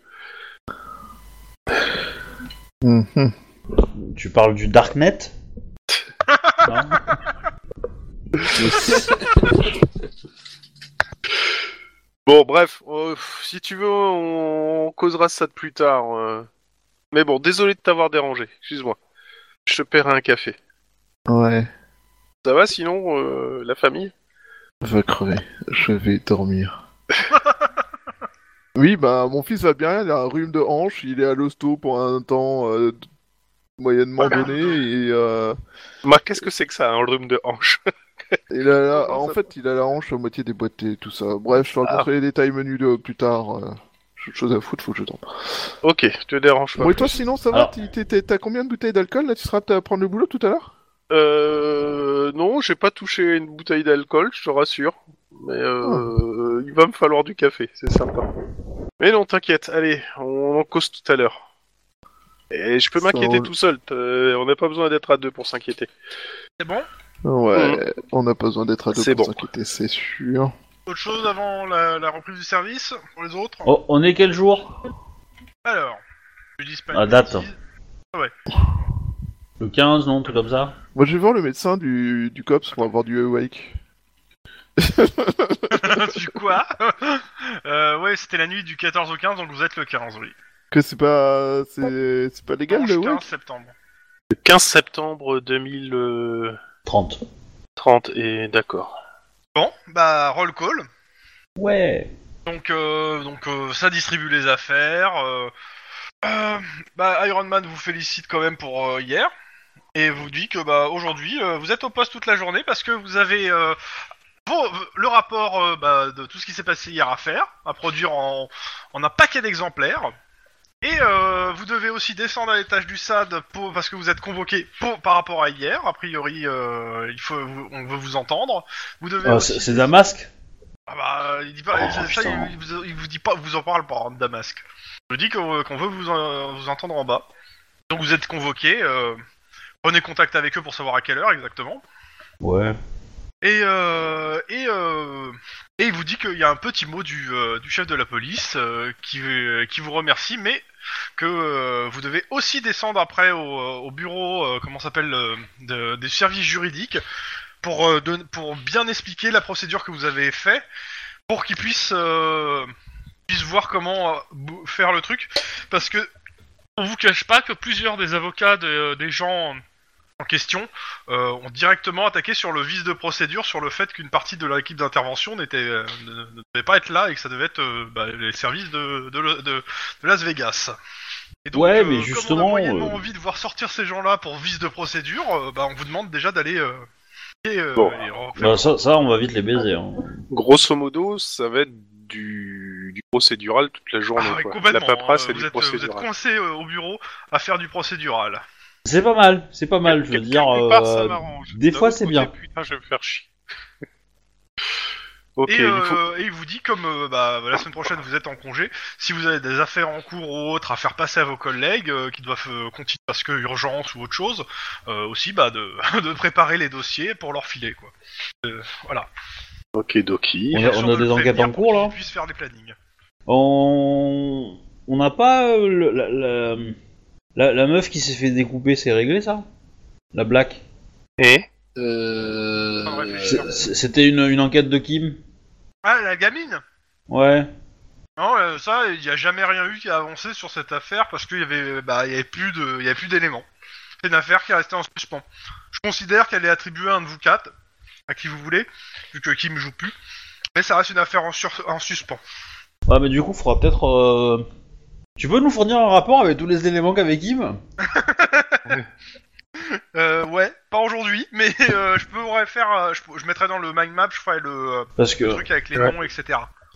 [SPEAKER 5] Mhm.
[SPEAKER 1] Tu parles du Darknet Non
[SPEAKER 3] Bon, bref, euh, pff, si tu veux, on, on causera ça de plus tard. euh. Mais bon, désolé de t'avoir dérangé, excuse-moi. Je te paierai un café.
[SPEAKER 5] Ouais.
[SPEAKER 3] Ça va sinon, euh, la famille
[SPEAKER 5] Va crever. Je vais dormir. oui, bah, mon fils va bien. Il a un rhume de hanche. Il est à l'hosto pour un temps euh, moyennement donné. Et, euh,
[SPEAKER 3] Ma, qu'est-ce que c'est que ça, un rhume de hanche
[SPEAKER 5] il a la-
[SPEAKER 3] Comment
[SPEAKER 5] En
[SPEAKER 3] ça-
[SPEAKER 5] fait, il a la hanche à moitié déboîtée et tout ça. Bref, je te
[SPEAKER 3] Ah.
[SPEAKER 5] raconterai les détails menus de... plus tard. euh, J'ai autre chose à foutre, faut que je dorme.
[SPEAKER 3] Ok, te dérange pas. Ah.
[SPEAKER 5] Bon, et toi, sinon, ça va
[SPEAKER 1] Alors-
[SPEAKER 5] t'es- t'es- t'es- T'as combien de bouteilles d'alcool Là, tu seras apte à prendre le boulot tout à l'heure
[SPEAKER 3] Euh, non, j'ai pas touché une bouteille d'alcool, je te rassure. Mais
[SPEAKER 5] Ah.
[SPEAKER 3] euh, il va me falloir du café, c'est sympa. Mais non, t'inquiète, allez, on en cause tout à l'heure. Et je peux
[SPEAKER 5] Ça
[SPEAKER 3] m'inquiéter
[SPEAKER 5] roule.
[SPEAKER 3] tout seul, t'as- on n'a pas besoin d'être à deux pour s'inquiéter.
[SPEAKER 2] C'est bon
[SPEAKER 5] Ouais, on n'a pas besoin d'être à deux
[SPEAKER 3] C'est
[SPEAKER 5] pour
[SPEAKER 3] bon.
[SPEAKER 5] s'inquiéter, c'est sûr.
[SPEAKER 2] Autre chose avant la, la reprise du service pour les autres
[SPEAKER 1] Oh, on est quel jour
[SPEAKER 2] Alors, je dis pas
[SPEAKER 1] À
[SPEAKER 2] une
[SPEAKER 1] date.
[SPEAKER 2] bêtise.
[SPEAKER 1] Le 15, non, tout comme ça
[SPEAKER 5] Moi, je vais voir le médecin du, du COPS pour avoir du awake.
[SPEAKER 2] du quoi euh, Ouais, c'était la nuit du 14 au 15, donc vous êtes le 15, oui.
[SPEAKER 5] Que c'est pas... C'est c'est pas légal, le
[SPEAKER 2] Dimanche
[SPEAKER 5] awake
[SPEAKER 2] 15 septembre.
[SPEAKER 3] Le 15 septembre 2030,
[SPEAKER 1] 30.
[SPEAKER 3] et d'accord.
[SPEAKER 2] Bon, bah, roll call.
[SPEAKER 1] Ouais.
[SPEAKER 2] Donc, euh, donc euh, ça distribue les affaires. euh, euh, bah, Iron Man vous félicite quand même pour euh, hier et vous dit que bah aujourd'hui euh, vous êtes au poste toute la journée parce que vous avez euh, vos- le rapport euh, bah, de tout ce qui s'est passé hier à faire, à produire en, en un paquet d'exemplaires. Et euh, vous devez aussi descendre à l'étage du SAD pour, parce que vous êtes convoqué pour, par rapport à hier. A priori, euh, il faut, on veut vous entendre. Vous devez
[SPEAKER 1] Oh,
[SPEAKER 2] aussi-
[SPEAKER 1] c'est c'est Damasque
[SPEAKER 2] ah bah, il dit pas,
[SPEAKER 1] Oh,
[SPEAKER 2] ça, ça,
[SPEAKER 1] putain.
[SPEAKER 2] il, vous, il vous dit pas, vous en parle pas, hein, de Damasque. Il vous dit qu'on qu'on veut vous, en- vous entendre en bas. Donc vous êtes convoqué, prenez contact avec eux pour savoir à quelle heure exactement.
[SPEAKER 1] Ouais.
[SPEAKER 2] Et euh, et euh, et il vous dit qu'il y a un petit mot du, euh, du chef de la police euh, qui euh, qui vous remercie, mais que euh, vous devez aussi descendre après au, euh, au bureau, euh, comment ça s'appelle, euh, de- des services juridiques pour euh, don- pour bien expliquer la procédure que vous avez fait pour qu'ils puissent euh, puissent voir comment euh, bou- faire le truc, parce que on vous cache pas que plusieurs des avocats de- euh, des gens en question euh, ont directement attaqué sur le vice de procédure, sur le fait qu'une partie de l'équipe d'intervention n'était, euh, ne, ne devait pas être là et que ça devait être euh, bah, les services de, de, le- de- de Las Vegas. Et euh,
[SPEAKER 1] Ouais, mais
[SPEAKER 2] comme on a
[SPEAKER 1] justement,
[SPEAKER 2] moyennement
[SPEAKER 1] euh,
[SPEAKER 2] envie de voir sortir ces gens-là pour vice de procédure, euh, bah, on vous demande déjà d'aller. euh, et, euh,
[SPEAKER 3] Bon.
[SPEAKER 2] et refaire-
[SPEAKER 1] Bah, ça, ça, on va vite les baiser. Hein.
[SPEAKER 3] Grosso modo, ça va être du, du procédural toute la journée.
[SPEAKER 2] Ah ouais,
[SPEAKER 3] quoi. La
[SPEAKER 2] complètement,
[SPEAKER 3] paperasse,
[SPEAKER 2] euh,
[SPEAKER 3] c'est
[SPEAKER 2] vous
[SPEAKER 3] du
[SPEAKER 2] êtes- Vous êtes
[SPEAKER 3] procédural.
[SPEAKER 2] coincé euh, au bureau à faire du procédural.
[SPEAKER 1] C'est pas mal, c'est pas mal, je veux
[SPEAKER 3] Quelque
[SPEAKER 1] dire.
[SPEAKER 3] part, ça
[SPEAKER 1] euh,
[SPEAKER 3] m'arrange.
[SPEAKER 1] des
[SPEAKER 3] D'un
[SPEAKER 1] fois,
[SPEAKER 3] autre
[SPEAKER 1] c'est
[SPEAKER 3] côté,
[SPEAKER 1] bien.
[SPEAKER 3] Putain, je vais me faire chier. ok,
[SPEAKER 2] et,
[SPEAKER 3] il faut...
[SPEAKER 2] euh, et il vous dit, comme euh, bah, la semaine prochaine vous êtes en congé, si vous avez des affaires en cours ou autres à faire passer à vos collègues euh, qui doivent euh, continuer parce que urgence ou autre chose, euh, aussi bah, de, de préparer les dossiers pour leur filer. Quoi.
[SPEAKER 3] ok, Doki.
[SPEAKER 1] On a-
[SPEAKER 2] Bien
[SPEAKER 1] on
[SPEAKER 2] sûr,
[SPEAKER 1] a
[SPEAKER 2] de le
[SPEAKER 1] des enquêtes
[SPEAKER 2] prévenir
[SPEAKER 1] en
[SPEAKER 2] pour
[SPEAKER 1] cours,
[SPEAKER 2] qu'ils
[SPEAKER 1] là
[SPEAKER 2] puissent faire des plannings.
[SPEAKER 1] On on n'a pas euh, le- la, la- la- la meuf qui s'est fait découper, c'est réglé ça La black
[SPEAKER 3] Et
[SPEAKER 4] Euh...
[SPEAKER 2] Ah, ouais,
[SPEAKER 1] C'est- c'est- C'était une, une enquête de Kim
[SPEAKER 2] Ah, la gamine
[SPEAKER 1] Ouais.
[SPEAKER 2] Non, euh, ça, il n'y a jamais rien eu qui a avancé sur cette affaire parce qu'il y avait, bah, il y avait plus de, il y avait plus d'éléments. C'est une affaire qui est restée en suspens. Je considère qu'elle est attribuée à un de vous quatre, à qui vous voulez, vu que Kim joue plus. Mais ça reste une affaire en, sur- en suspens.
[SPEAKER 1] Ouais, Ah, mais du coup, faudra peut-être. euh, Tu peux nous fournir un rapport avec tous les éléments qu'avait Kim
[SPEAKER 2] Euh, ouais, pas aujourd'hui, mais euh, je pourrais faire, euh, je, pour- je mettrai dans le mind map, je ferai le, euh,
[SPEAKER 1] Parce que.
[SPEAKER 2] le truc avec les
[SPEAKER 3] Ouais.
[SPEAKER 2] noms, etc.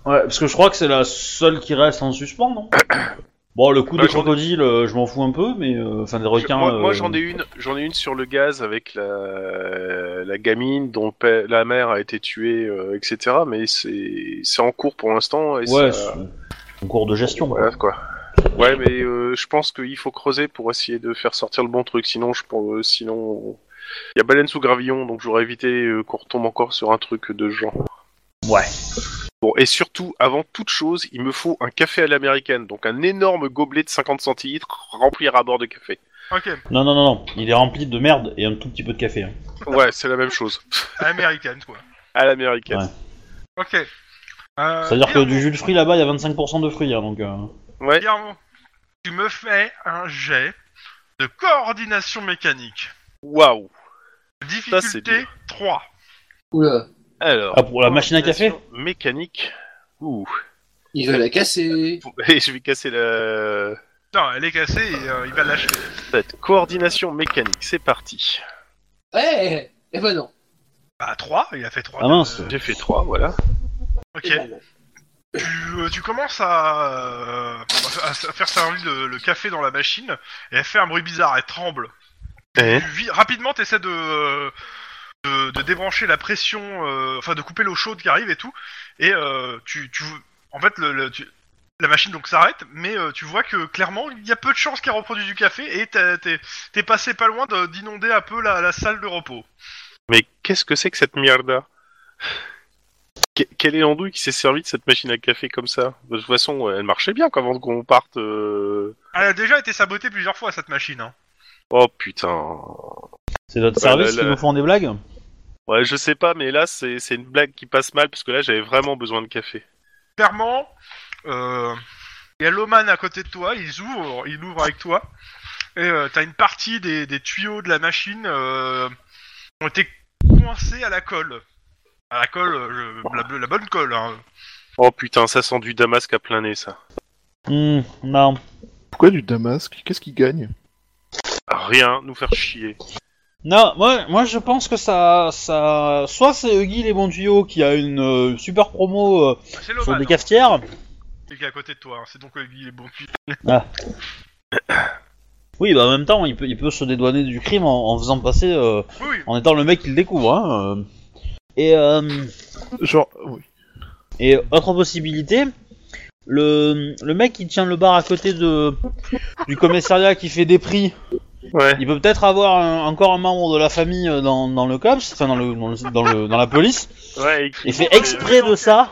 [SPEAKER 1] Ouais, parce que je crois que c'est la seule qui reste en suspens, non Bon, le coup
[SPEAKER 3] Bah,
[SPEAKER 1] des
[SPEAKER 3] j'en ai-
[SPEAKER 1] crocodiles, euh, je m'en fous un peu, mais. euh, Enfin, des requins.
[SPEAKER 3] moi, moi,
[SPEAKER 1] euh,
[SPEAKER 3] j'en ai une, j'en ai une sur le gaz avec la, la gamine dont pa- la mère a été tuée, euh, etc. Mais c'est, c'est en cours pour l'instant. Et
[SPEAKER 1] Ouais,
[SPEAKER 3] ça-
[SPEAKER 1] c'est- en cours de gestion. quoi.
[SPEAKER 3] voilà, quoi. Ouais, mais euh, je pense qu'il faut creuser pour essayer de faire sortir le bon truc. Sinon, je pense, euh, sinon, il y a baleine sous gravillon, donc j'aurais évité euh, qu'on retombe encore sur un truc de ce genre.
[SPEAKER 1] Ouais.
[SPEAKER 3] Bon, et surtout, avant toute chose, il me faut un café à l'américaine, donc un énorme gobelet de 50 centilitres rempli à bord de café.
[SPEAKER 2] Ok,
[SPEAKER 1] Non, non, non, non, il est rempli de merde et un tout petit peu de café. hein.
[SPEAKER 3] Ouais, c'est la même chose.
[SPEAKER 2] américaine, quoi.
[SPEAKER 3] À l'américaine.
[SPEAKER 1] Ouais.
[SPEAKER 2] Ok. Euh,
[SPEAKER 1] C'est-à-dire que
[SPEAKER 2] Guillermo,
[SPEAKER 1] du jus de fruits là-bas, il y a 25% de fruits, hein, donc. euh,
[SPEAKER 3] Ouais.
[SPEAKER 2] Guillermo, tu me fais un jet de coordination mécanique.
[SPEAKER 3] Waouh c'est
[SPEAKER 2] Difficulté
[SPEAKER 3] dur.
[SPEAKER 2] 3.
[SPEAKER 4] Oula,
[SPEAKER 3] Alors.
[SPEAKER 1] Ah, pour la machine à café
[SPEAKER 3] coordination Mécanique. Ouh.
[SPEAKER 4] il va la casser.
[SPEAKER 3] Et je vais casser la.
[SPEAKER 2] Non, elle est cassée et euh, il va l'achever.
[SPEAKER 3] Cette coordination mécanique, c'est parti.
[SPEAKER 4] Eh eh, Eh ben non.
[SPEAKER 2] Bah 3, il a fait 3.
[SPEAKER 1] Ah mince
[SPEAKER 3] J'ai fait 3, voilà.
[SPEAKER 2] Ok.
[SPEAKER 4] Eh ben non.
[SPEAKER 2] Tu, euh, tu commences à, euh, à- à faire servir le, le café dans la machine et elle fait un bruit bizarre, elle tremble.
[SPEAKER 3] Eh.
[SPEAKER 2] Tu vis- rapidement, tu essaies de, euh, de, de débrancher la pression, euh, enfin de couper l'eau chaude qui arrive et tout. Et euh, tu, tu, en fait, le, le- tu- la machine donc s'arrête, mais euh, tu vois que clairement, il y a peu de chances qu'elle reproduise du café et t'as- t'es t'es passé pas loin de- d'inonder un peu la, la salle de repos.
[SPEAKER 3] Mais qu'est-ce que c'est que cette merde-là Quel est l'andouille qui s'est servi de cette machine à café comme ça De toute façon, elle marchait bien quand- avant qu'on parte. euh.
[SPEAKER 2] Elle a déjà été sabotée plusieurs fois cette machine. hein.
[SPEAKER 3] Oh putain.
[SPEAKER 1] C'est notre
[SPEAKER 3] Ah là
[SPEAKER 1] service qui
[SPEAKER 3] là.
[SPEAKER 1] nous font des blagues
[SPEAKER 3] Ouais, je sais pas, mais là, c'est c'est une blague qui passe mal parce que là, j'avais vraiment besoin de café.
[SPEAKER 2] clairement, euh, il y a Loman à côté de toi, ils ouvrent, ils ouvrent avec toi, et euh, t'as une partie des, des tuyaux de la machine euh, qui ont été coincés à la colle. À la colle, euh, je- la, la bonne colle. hein.
[SPEAKER 3] Oh putain, ça sent du Damasque à plein nez, ça.
[SPEAKER 1] Hmm, non.
[SPEAKER 5] Pourquoi du Damasque Qu'est-ce qu'il gagne
[SPEAKER 3] Rien, nous faire chier.
[SPEAKER 1] Non, moi, moi je pense que ça, ça, soit c'est Huggy les bons tuyaux qui a une euh, super promo euh,
[SPEAKER 2] Ah, C'est
[SPEAKER 1] sur
[SPEAKER 2] Loman,
[SPEAKER 1] des cafetières.
[SPEAKER 2] hein, qui est à côté de toi, hein. c'est donc euh, il est bon.
[SPEAKER 1] Oui, bah en même temps, il peut, il peut se dédouaner du crime en, en faisant passer, euh,
[SPEAKER 2] Oui, oui,
[SPEAKER 1] en étant le mec qui le découvre. Hein, euh. Et euh,
[SPEAKER 5] Genre, oui.
[SPEAKER 1] Et autre possibilité, le, le mec qui tient le bar à côté de, du commissariat qui fait des prix,
[SPEAKER 3] Ouais.
[SPEAKER 1] il peut peut-être avoir un- encore un membre de la famille euh, dans, dans le cops, enfin dans, le, dans, le- dans, le- dans la police,
[SPEAKER 3] Ouais, écrit-
[SPEAKER 1] et fait exprès de ça.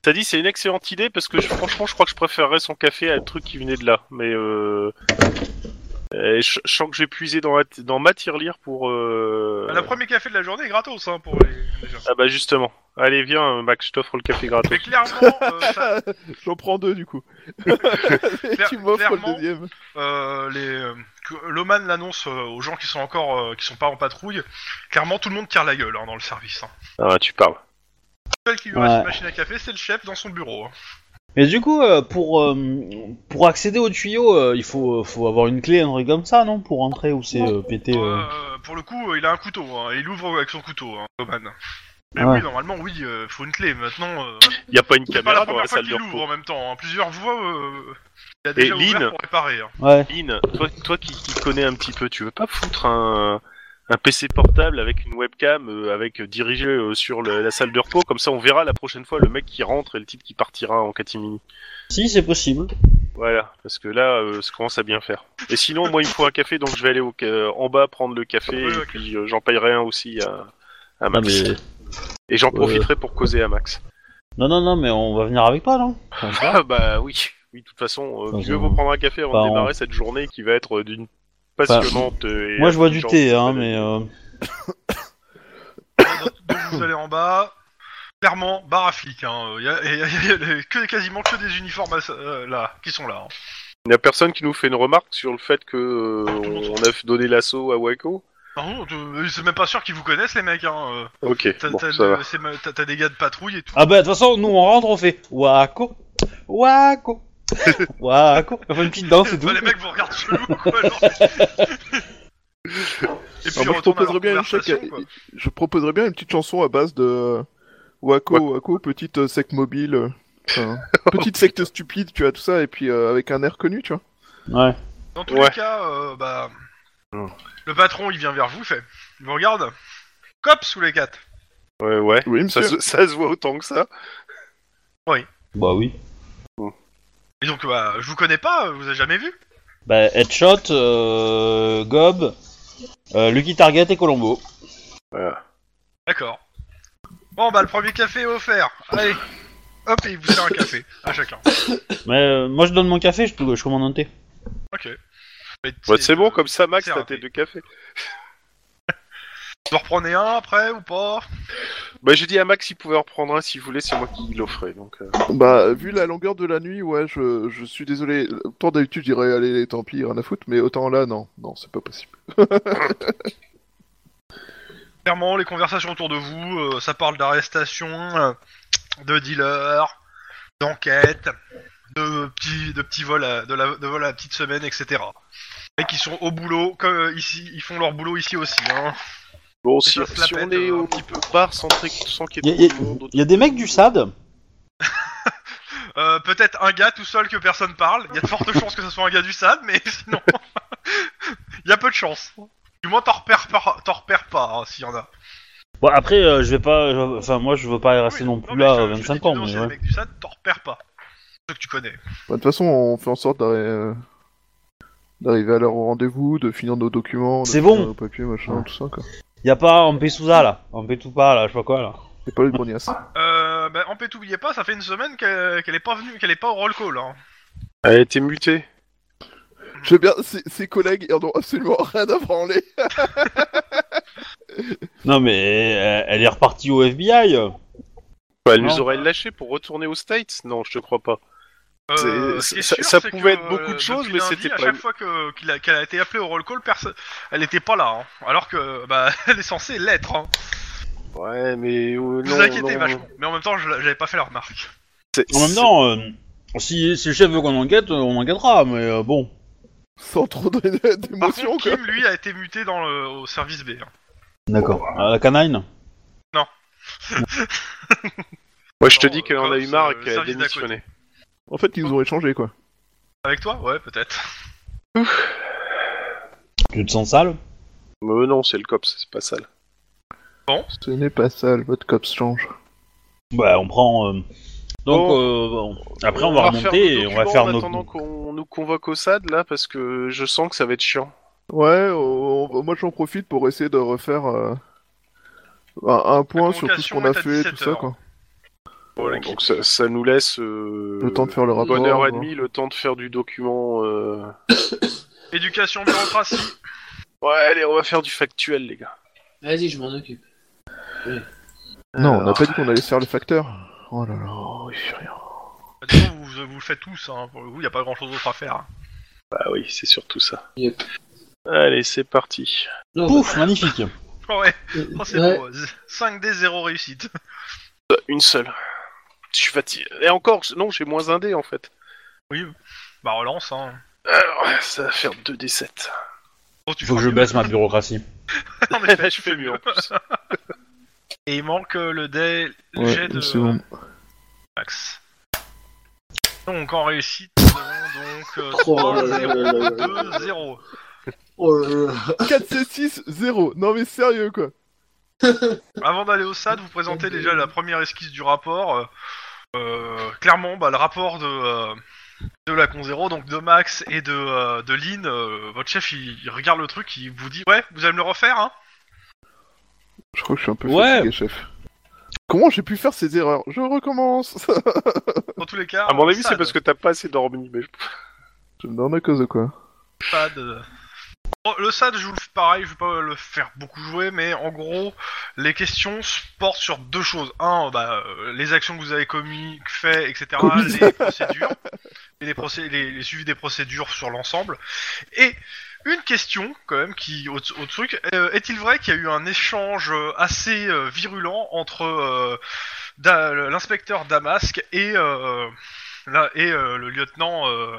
[SPEAKER 3] T'as dit, c'est une excellente idée parce que je- franchement, je crois que je préférerais son café à le truc qui venait de là. Mais euh. euh, je, je sens que j'ai puisé dans, la- dans ma tirelire pour. Euh...
[SPEAKER 2] le premier café de Bah, la journée est gratos hein, pour les, les gens.
[SPEAKER 3] Ah bah justement. Allez, viens, euh, Max, je t'offre le café gratos.
[SPEAKER 2] Mais clairement, euh, ça-
[SPEAKER 5] J'en prends deux du coup. Et tu m'offres
[SPEAKER 2] clairement,
[SPEAKER 5] le deuxième.
[SPEAKER 2] euh, les, euh, que Loman l'annonce euh, aux gens qui sont encore, euh, qui sont pas en patrouille. Clairement, tout le monde tire la gueule hein, dans le service. hein.
[SPEAKER 3] Ah, tu parles.
[SPEAKER 2] seul qui lui reste
[SPEAKER 1] Ouais.
[SPEAKER 2] une machine à café, c'est le chef dans son bureau. hein.
[SPEAKER 1] Mais du coup, euh, pour, euh, pour accéder au tuyau, euh, il faut, euh, faut avoir une clé, un truc comme ça, non Pour entrer ou c'est euh, pété. euh.
[SPEAKER 2] Euh, pour le coup, euh, il a un couteau, hein, et il ouvre avec son couteau, hein, Loman. Mais
[SPEAKER 1] Ah ouais.
[SPEAKER 2] oui, normalement, oui, euh, faut une clé. Maintenant, euh,
[SPEAKER 3] Y a pas une
[SPEAKER 2] c'est pas
[SPEAKER 3] caméra dans
[SPEAKER 2] la première
[SPEAKER 3] la
[SPEAKER 2] fois
[SPEAKER 3] salle de
[SPEAKER 2] qu'il ouvre
[SPEAKER 3] repos.
[SPEAKER 2] en même temps. hein. Plusieurs fois, euh, il a déjà
[SPEAKER 3] Lynn
[SPEAKER 2] ouvert pour réparer. hein.
[SPEAKER 1] Ouais.
[SPEAKER 3] Lynn, toi, toi qui, qui connais un petit peu, tu veux pas foutre un, un PC portable avec une webcam, euh, avec euh, dirigé euh, sur le- la salle de repos, comme ça on verra la prochaine fois le mec qui rentre et le type qui partira en catimini.
[SPEAKER 1] Si, c'est possible.
[SPEAKER 3] Voilà, parce que là, euh, ça commence à bien faire. Et sinon, moi, il me faut un café, donc je vais aller au, ca- en bas prendre le café,
[SPEAKER 2] Oui,
[SPEAKER 3] et
[SPEAKER 2] ok.
[SPEAKER 3] puis euh, j'en payerai un aussi à, à
[SPEAKER 1] Ah,
[SPEAKER 3] Max.
[SPEAKER 1] mais- euh,
[SPEAKER 3] Et j'en
[SPEAKER 1] Ouais.
[SPEAKER 3] profiterai pour causer à Max.
[SPEAKER 1] Non, non, non, mais on va venir avec toi, non
[SPEAKER 3] Ah bah oui, oui, de toute façon,
[SPEAKER 1] Enfin,
[SPEAKER 3] euh, mieux
[SPEAKER 1] on-
[SPEAKER 3] vaut prendre un café avant
[SPEAKER 1] enfin,
[SPEAKER 3] de
[SPEAKER 1] on-
[SPEAKER 3] démarrer cette journée qui va être euh, d'une passionnante et
[SPEAKER 1] Moi, je vois du
[SPEAKER 3] affligeante
[SPEAKER 1] thé, hein,
[SPEAKER 3] semaine.
[SPEAKER 1] mais... euh,
[SPEAKER 2] Donc, donc, vous allez en bas. Clairement, bar à flic. Hein. Il y a, et- et- et- et- que, quasiment que des uniformes à ça- euh, là, qui sont là. hein.
[SPEAKER 3] Il n'y a personne qui nous fait une remarque sur le fait que euh, on on a donné l'assaut à Waco
[SPEAKER 2] Par contre, euh, c'est même pas sûr qu'ils vous connaissent, les mecs. Hein. euh.
[SPEAKER 3] Ok,
[SPEAKER 2] T'as
[SPEAKER 3] bon,
[SPEAKER 2] t'as-
[SPEAKER 3] ça va.
[SPEAKER 2] c'est ma- t'as- t'as des gars de patrouille et tout.
[SPEAKER 1] Ah bah de toute façon, nous on rentre, on fait Wako, Wako, Wako. On fait une petite danse et tout.
[SPEAKER 2] Bah, les mecs vous regardent chelou, quoi. genre. et puis,
[SPEAKER 5] Alors,
[SPEAKER 2] on
[SPEAKER 5] Ah, moi,
[SPEAKER 2] retourne
[SPEAKER 5] je
[SPEAKER 2] à
[SPEAKER 5] proposerais
[SPEAKER 2] leur
[SPEAKER 5] bien une
[SPEAKER 2] conversation,
[SPEAKER 5] chaque-
[SPEAKER 2] quoi.
[SPEAKER 5] Je proposerais bien une petite chanson à base de euh, Wako,
[SPEAKER 3] Wako.
[SPEAKER 5] Wako, petite euh, secte mobile, euh, enfin, petite secte stupide, tu vois tout ça, et puis euh, avec un air connu, tu vois.
[SPEAKER 1] Ouais.
[SPEAKER 2] Dans tous
[SPEAKER 3] Ouais.
[SPEAKER 2] les cas, euh, bah,
[SPEAKER 5] Oh.
[SPEAKER 3] Hmm.
[SPEAKER 2] le patron il vient vers vous, il fait, il vous regarde, cop sous les quatre.
[SPEAKER 3] Ouais, ouais.
[SPEAKER 5] Oui,
[SPEAKER 3] Ça
[SPEAKER 5] monsieur.
[SPEAKER 3] se, ça se voit autant que ça.
[SPEAKER 1] Bah oui.
[SPEAKER 2] Et donc bah, je vous connais pas, euh, je vous ai jamais vu.
[SPEAKER 1] Bah Headshot, euh, Gob, euh, Lucky Target et Colombo.
[SPEAKER 2] D'accord. Bon bah le premier café est offert. Allez, hop et il vous sert un café à chacun.
[SPEAKER 1] Mais euh, moi je donne mon café, je, peux- je commande un thé.
[SPEAKER 2] Ok. Mais
[SPEAKER 3] Ouais,
[SPEAKER 2] c'est-
[SPEAKER 3] c'est bon, comme ça, Max,
[SPEAKER 2] c'est
[SPEAKER 3] t'as
[SPEAKER 2] raté.
[SPEAKER 3] tes deux cafés.
[SPEAKER 2] Vous en reprenez un après ou pas
[SPEAKER 3] Bah, j'ai dit à Max s'il pouvait en prendre un s'il voulait, c'est moi qui l'offrais. Donc, euh,
[SPEAKER 5] Bah, vu la longueur de la nuit, ouais, je, je suis désolé. Tant d'habitude, je dirais, allez, tant pis, rien à foutre, mais autant là, non, non, c'est pas possible.
[SPEAKER 2] Clairement, les conversations autour de vous, euh, ça parle d'arrestation, euh, de dealers, d'enquête, de petits, de petits vols, à, de, la, de vols à la petite semaine, etc. Et qui sont au boulot, comme euh, ici, ils font leur boulot ici aussi. Hein.
[SPEAKER 3] Bon, si,
[SPEAKER 2] ça se la
[SPEAKER 3] si on
[SPEAKER 2] pète,
[SPEAKER 3] est
[SPEAKER 2] euh,
[SPEAKER 3] au
[SPEAKER 2] un petit peu.
[SPEAKER 3] bar sans, très- sans qu'il y
[SPEAKER 1] Il y,
[SPEAKER 3] ait
[SPEAKER 1] a-
[SPEAKER 3] trop de monde autour-
[SPEAKER 1] y a des mecs du SAD.
[SPEAKER 2] Euh, Peut-être un gars tout seul que personne parle. Il y a de fortes chances que ce soit un gars du SAD, mais sinon, il y a peu de chances. Du moins, t'en repères, pas- t'en repères pas hein, s'il y en a.
[SPEAKER 1] Bon, après, euh, je vais pas. je- Enfin, moi, je veux pas rester
[SPEAKER 2] Oui,
[SPEAKER 1] non plus
[SPEAKER 2] mais
[SPEAKER 1] là,
[SPEAKER 2] je-
[SPEAKER 1] euh,
[SPEAKER 2] je te
[SPEAKER 1] 25
[SPEAKER 2] dis,
[SPEAKER 1] ans,
[SPEAKER 2] non,
[SPEAKER 1] mais
[SPEAKER 2] c'est
[SPEAKER 1] ouais.
[SPEAKER 2] le mec du SAD, t'en repères pas. Ceux que tu connais.
[SPEAKER 5] Bah, de toute façon, on fait en sorte d'arri- euh, d'arriver à l'heure au rendez-vous, de finir nos documents, de
[SPEAKER 1] C'est
[SPEAKER 5] finir
[SPEAKER 1] bon.
[SPEAKER 5] nos papiers, machin, tout ça, quoi.
[SPEAKER 1] Y a pas un Pesouza là, un Petoupa là, je sais pas quoi là.
[SPEAKER 5] C'est pas le grognasse.
[SPEAKER 2] Euh, bah, en fait, oubliez pas, ça fait une semaine qu'elle qu'elle est pas venue, qu'elle est pas au roll call. Hein.
[SPEAKER 3] Elle a été mutée.
[SPEAKER 5] J'aime bien, ses, ses collègues, ils en ont absolument rien à branler.
[SPEAKER 1] Non, mais euh, elle est repartie au FBI. euh.
[SPEAKER 3] Bah, elle
[SPEAKER 1] Non.
[SPEAKER 3] nous aurait lâché pour retourner aux States Non, je te crois pas.
[SPEAKER 2] Euh,
[SPEAKER 3] C'est-
[SPEAKER 2] ce qui est
[SPEAKER 3] ça-
[SPEAKER 2] sûr,
[SPEAKER 3] ça
[SPEAKER 2] c'est
[SPEAKER 3] pouvait
[SPEAKER 2] que,
[SPEAKER 3] être beaucoup de
[SPEAKER 2] euh,
[SPEAKER 3] choses,
[SPEAKER 2] depuis
[SPEAKER 3] mais
[SPEAKER 2] lundi,
[SPEAKER 3] c'était
[SPEAKER 2] à
[SPEAKER 3] pas
[SPEAKER 2] chaque
[SPEAKER 3] une-
[SPEAKER 2] fois que- qu'il a- qu'elle a été appelée au roll call, perso- elle n'était pas là. hein. Alors que, bah, elle est censée l'être. Hein.
[SPEAKER 3] Ouais, mais. euh,
[SPEAKER 2] Vous
[SPEAKER 3] non,
[SPEAKER 2] vous inquiétez
[SPEAKER 3] non.
[SPEAKER 2] vachement. Mais en même temps, je l'a- j'avais pas fait la remarque.
[SPEAKER 3] C'est-
[SPEAKER 1] En même
[SPEAKER 3] c'est-
[SPEAKER 1] temps, euh, si, si le chef veut qu'on enquête, euh, on enquêtera, mais euh, bon.
[SPEAKER 5] Sans trop de-
[SPEAKER 2] Par
[SPEAKER 5] d'émotion,
[SPEAKER 2] contre,
[SPEAKER 5] quoi.
[SPEAKER 2] Kim, lui, a été muté dans le, au service B. hein.
[SPEAKER 1] D'accord. À la canine
[SPEAKER 3] Moi, je te
[SPEAKER 2] Non,
[SPEAKER 3] dis qu'elle
[SPEAKER 2] euh,
[SPEAKER 3] en a eu
[SPEAKER 2] Cops,
[SPEAKER 3] marre
[SPEAKER 2] euh,
[SPEAKER 3] et qu'elle a
[SPEAKER 2] service d'à côté.
[SPEAKER 3] démissionné.
[SPEAKER 5] En fait, ils nous ont échangé, quoi.
[SPEAKER 2] Avec toi Ouais, peut-être.
[SPEAKER 1] Tu te sens sale
[SPEAKER 3] Mais non, c'est le COPS, c'est pas sale.
[SPEAKER 5] Ce n'est pas ça, le mode cops change.
[SPEAKER 1] Bah, on prend. euh, Donc,
[SPEAKER 3] Bon.
[SPEAKER 1] euh, bon. après, on va
[SPEAKER 3] refaire
[SPEAKER 1] remonter
[SPEAKER 3] nos
[SPEAKER 1] et on va
[SPEAKER 3] documents
[SPEAKER 1] faire
[SPEAKER 3] En
[SPEAKER 1] nos.
[SPEAKER 3] attendant qu'on nous convoque au SAD, là, parce que je sens que ça va être chiant.
[SPEAKER 5] Ouais, on- on- moi j'en profite pour essayer de refaire euh, un, un point
[SPEAKER 2] La
[SPEAKER 5] sur tout ce
[SPEAKER 2] convocation
[SPEAKER 5] qu'on a
[SPEAKER 2] est à
[SPEAKER 5] fait,
[SPEAKER 2] 17
[SPEAKER 5] tout ça,
[SPEAKER 2] heures.
[SPEAKER 5] quoi.
[SPEAKER 3] Bon, donc ça, ça nous laisse euh,
[SPEAKER 5] Le temps de faire le
[SPEAKER 3] une
[SPEAKER 5] rapport.
[SPEAKER 3] bonne heure et
[SPEAKER 5] quoi.
[SPEAKER 3] demie, le temps de faire du document. euh.
[SPEAKER 2] Éducation, bureaucratie.
[SPEAKER 3] Ouais, allez, on va faire du factuel, les gars.
[SPEAKER 4] Vas-y, je m'en occupe.
[SPEAKER 5] Non, on n'a
[SPEAKER 3] Alors.
[SPEAKER 5] pas dit qu'on allait faire le facteur. Oh là là, il fait rien.
[SPEAKER 2] Bah, de toute façon, vous, vous le faites tous, hein. pour le coup, il a pas grand chose d'autre à faire.
[SPEAKER 3] Bah oui, c'est surtout ça.
[SPEAKER 4] Yep.
[SPEAKER 3] Allez, c'est parti.
[SPEAKER 4] Non,
[SPEAKER 1] Pouf, magnifique.
[SPEAKER 2] Ouais,
[SPEAKER 4] bah, euh,
[SPEAKER 2] oh, c'est
[SPEAKER 4] ouais.
[SPEAKER 2] beau. 5D, 0 réussite.
[SPEAKER 3] Euh, Une seule. Je suis fatigué. Et encore, je- non, j'ai moins un dé en fait.
[SPEAKER 2] Oui, bah relance, hein.
[SPEAKER 3] Alors, ça va faire 2d7.
[SPEAKER 2] Bon, Oh, tu
[SPEAKER 1] Faut que
[SPEAKER 2] feras
[SPEAKER 1] je
[SPEAKER 2] mieux.
[SPEAKER 1] baisse ma bureaucratie.
[SPEAKER 2] En effet,
[SPEAKER 3] Là,
[SPEAKER 2] tu
[SPEAKER 3] je
[SPEAKER 2] fais
[SPEAKER 3] fais mieux en plus.
[SPEAKER 2] Et il manque euh, le dé, le jet de
[SPEAKER 5] Ouais, c'est bon.
[SPEAKER 2] Max. Donc en réussite, nous avons donc euh,
[SPEAKER 4] Oh,
[SPEAKER 2] 3,
[SPEAKER 4] là, là, là, là,
[SPEAKER 2] 0,
[SPEAKER 4] là, là.
[SPEAKER 2] 2, 0.
[SPEAKER 4] Oh là là.
[SPEAKER 5] 4, 7, 6, 0. Non mais sérieux, quoi.
[SPEAKER 2] Avant d'aller au SAD, vous présentez déjà la première esquisse du rapport. euh, euh, clairement, bah, le rapport de, euh, de la Con Zero, donc de Max et de, euh, de Lynn, euh, votre chef il, il regarde le truc, il vous dit Ouais, vous allez me le refaire, hein
[SPEAKER 5] Je crois que je suis un peu
[SPEAKER 1] Ouais.
[SPEAKER 5] fatigué, chef. Comment j'ai pu faire ces erreurs Je recommence.
[SPEAKER 2] Dans tous les cas.
[SPEAKER 3] À mon avis, c'est
[SPEAKER 2] SAD,
[SPEAKER 3] parce que t'as pas assez dormi. Mais... je-
[SPEAKER 5] je me donne à cause de quoi
[SPEAKER 2] SAD, euh. Bon, le SAD, je vous le fais pareil, je vais pas le faire beaucoup jouer, mais en gros, les questions se portent sur deux choses. Un, bah, euh, les actions que vous avez commis, fait, etc.,
[SPEAKER 5] Commises.
[SPEAKER 2] les procédures, et les, procé- les, les suivis des procédures sur l'ensemble. Et une question, quand même, qui au, au truc, euh, est-il vrai qu'il y a eu un échange euh, assez euh, virulent entre euh, Da- l'inspecteur Damasque et, euh, la- et euh, le lieutenant... euh,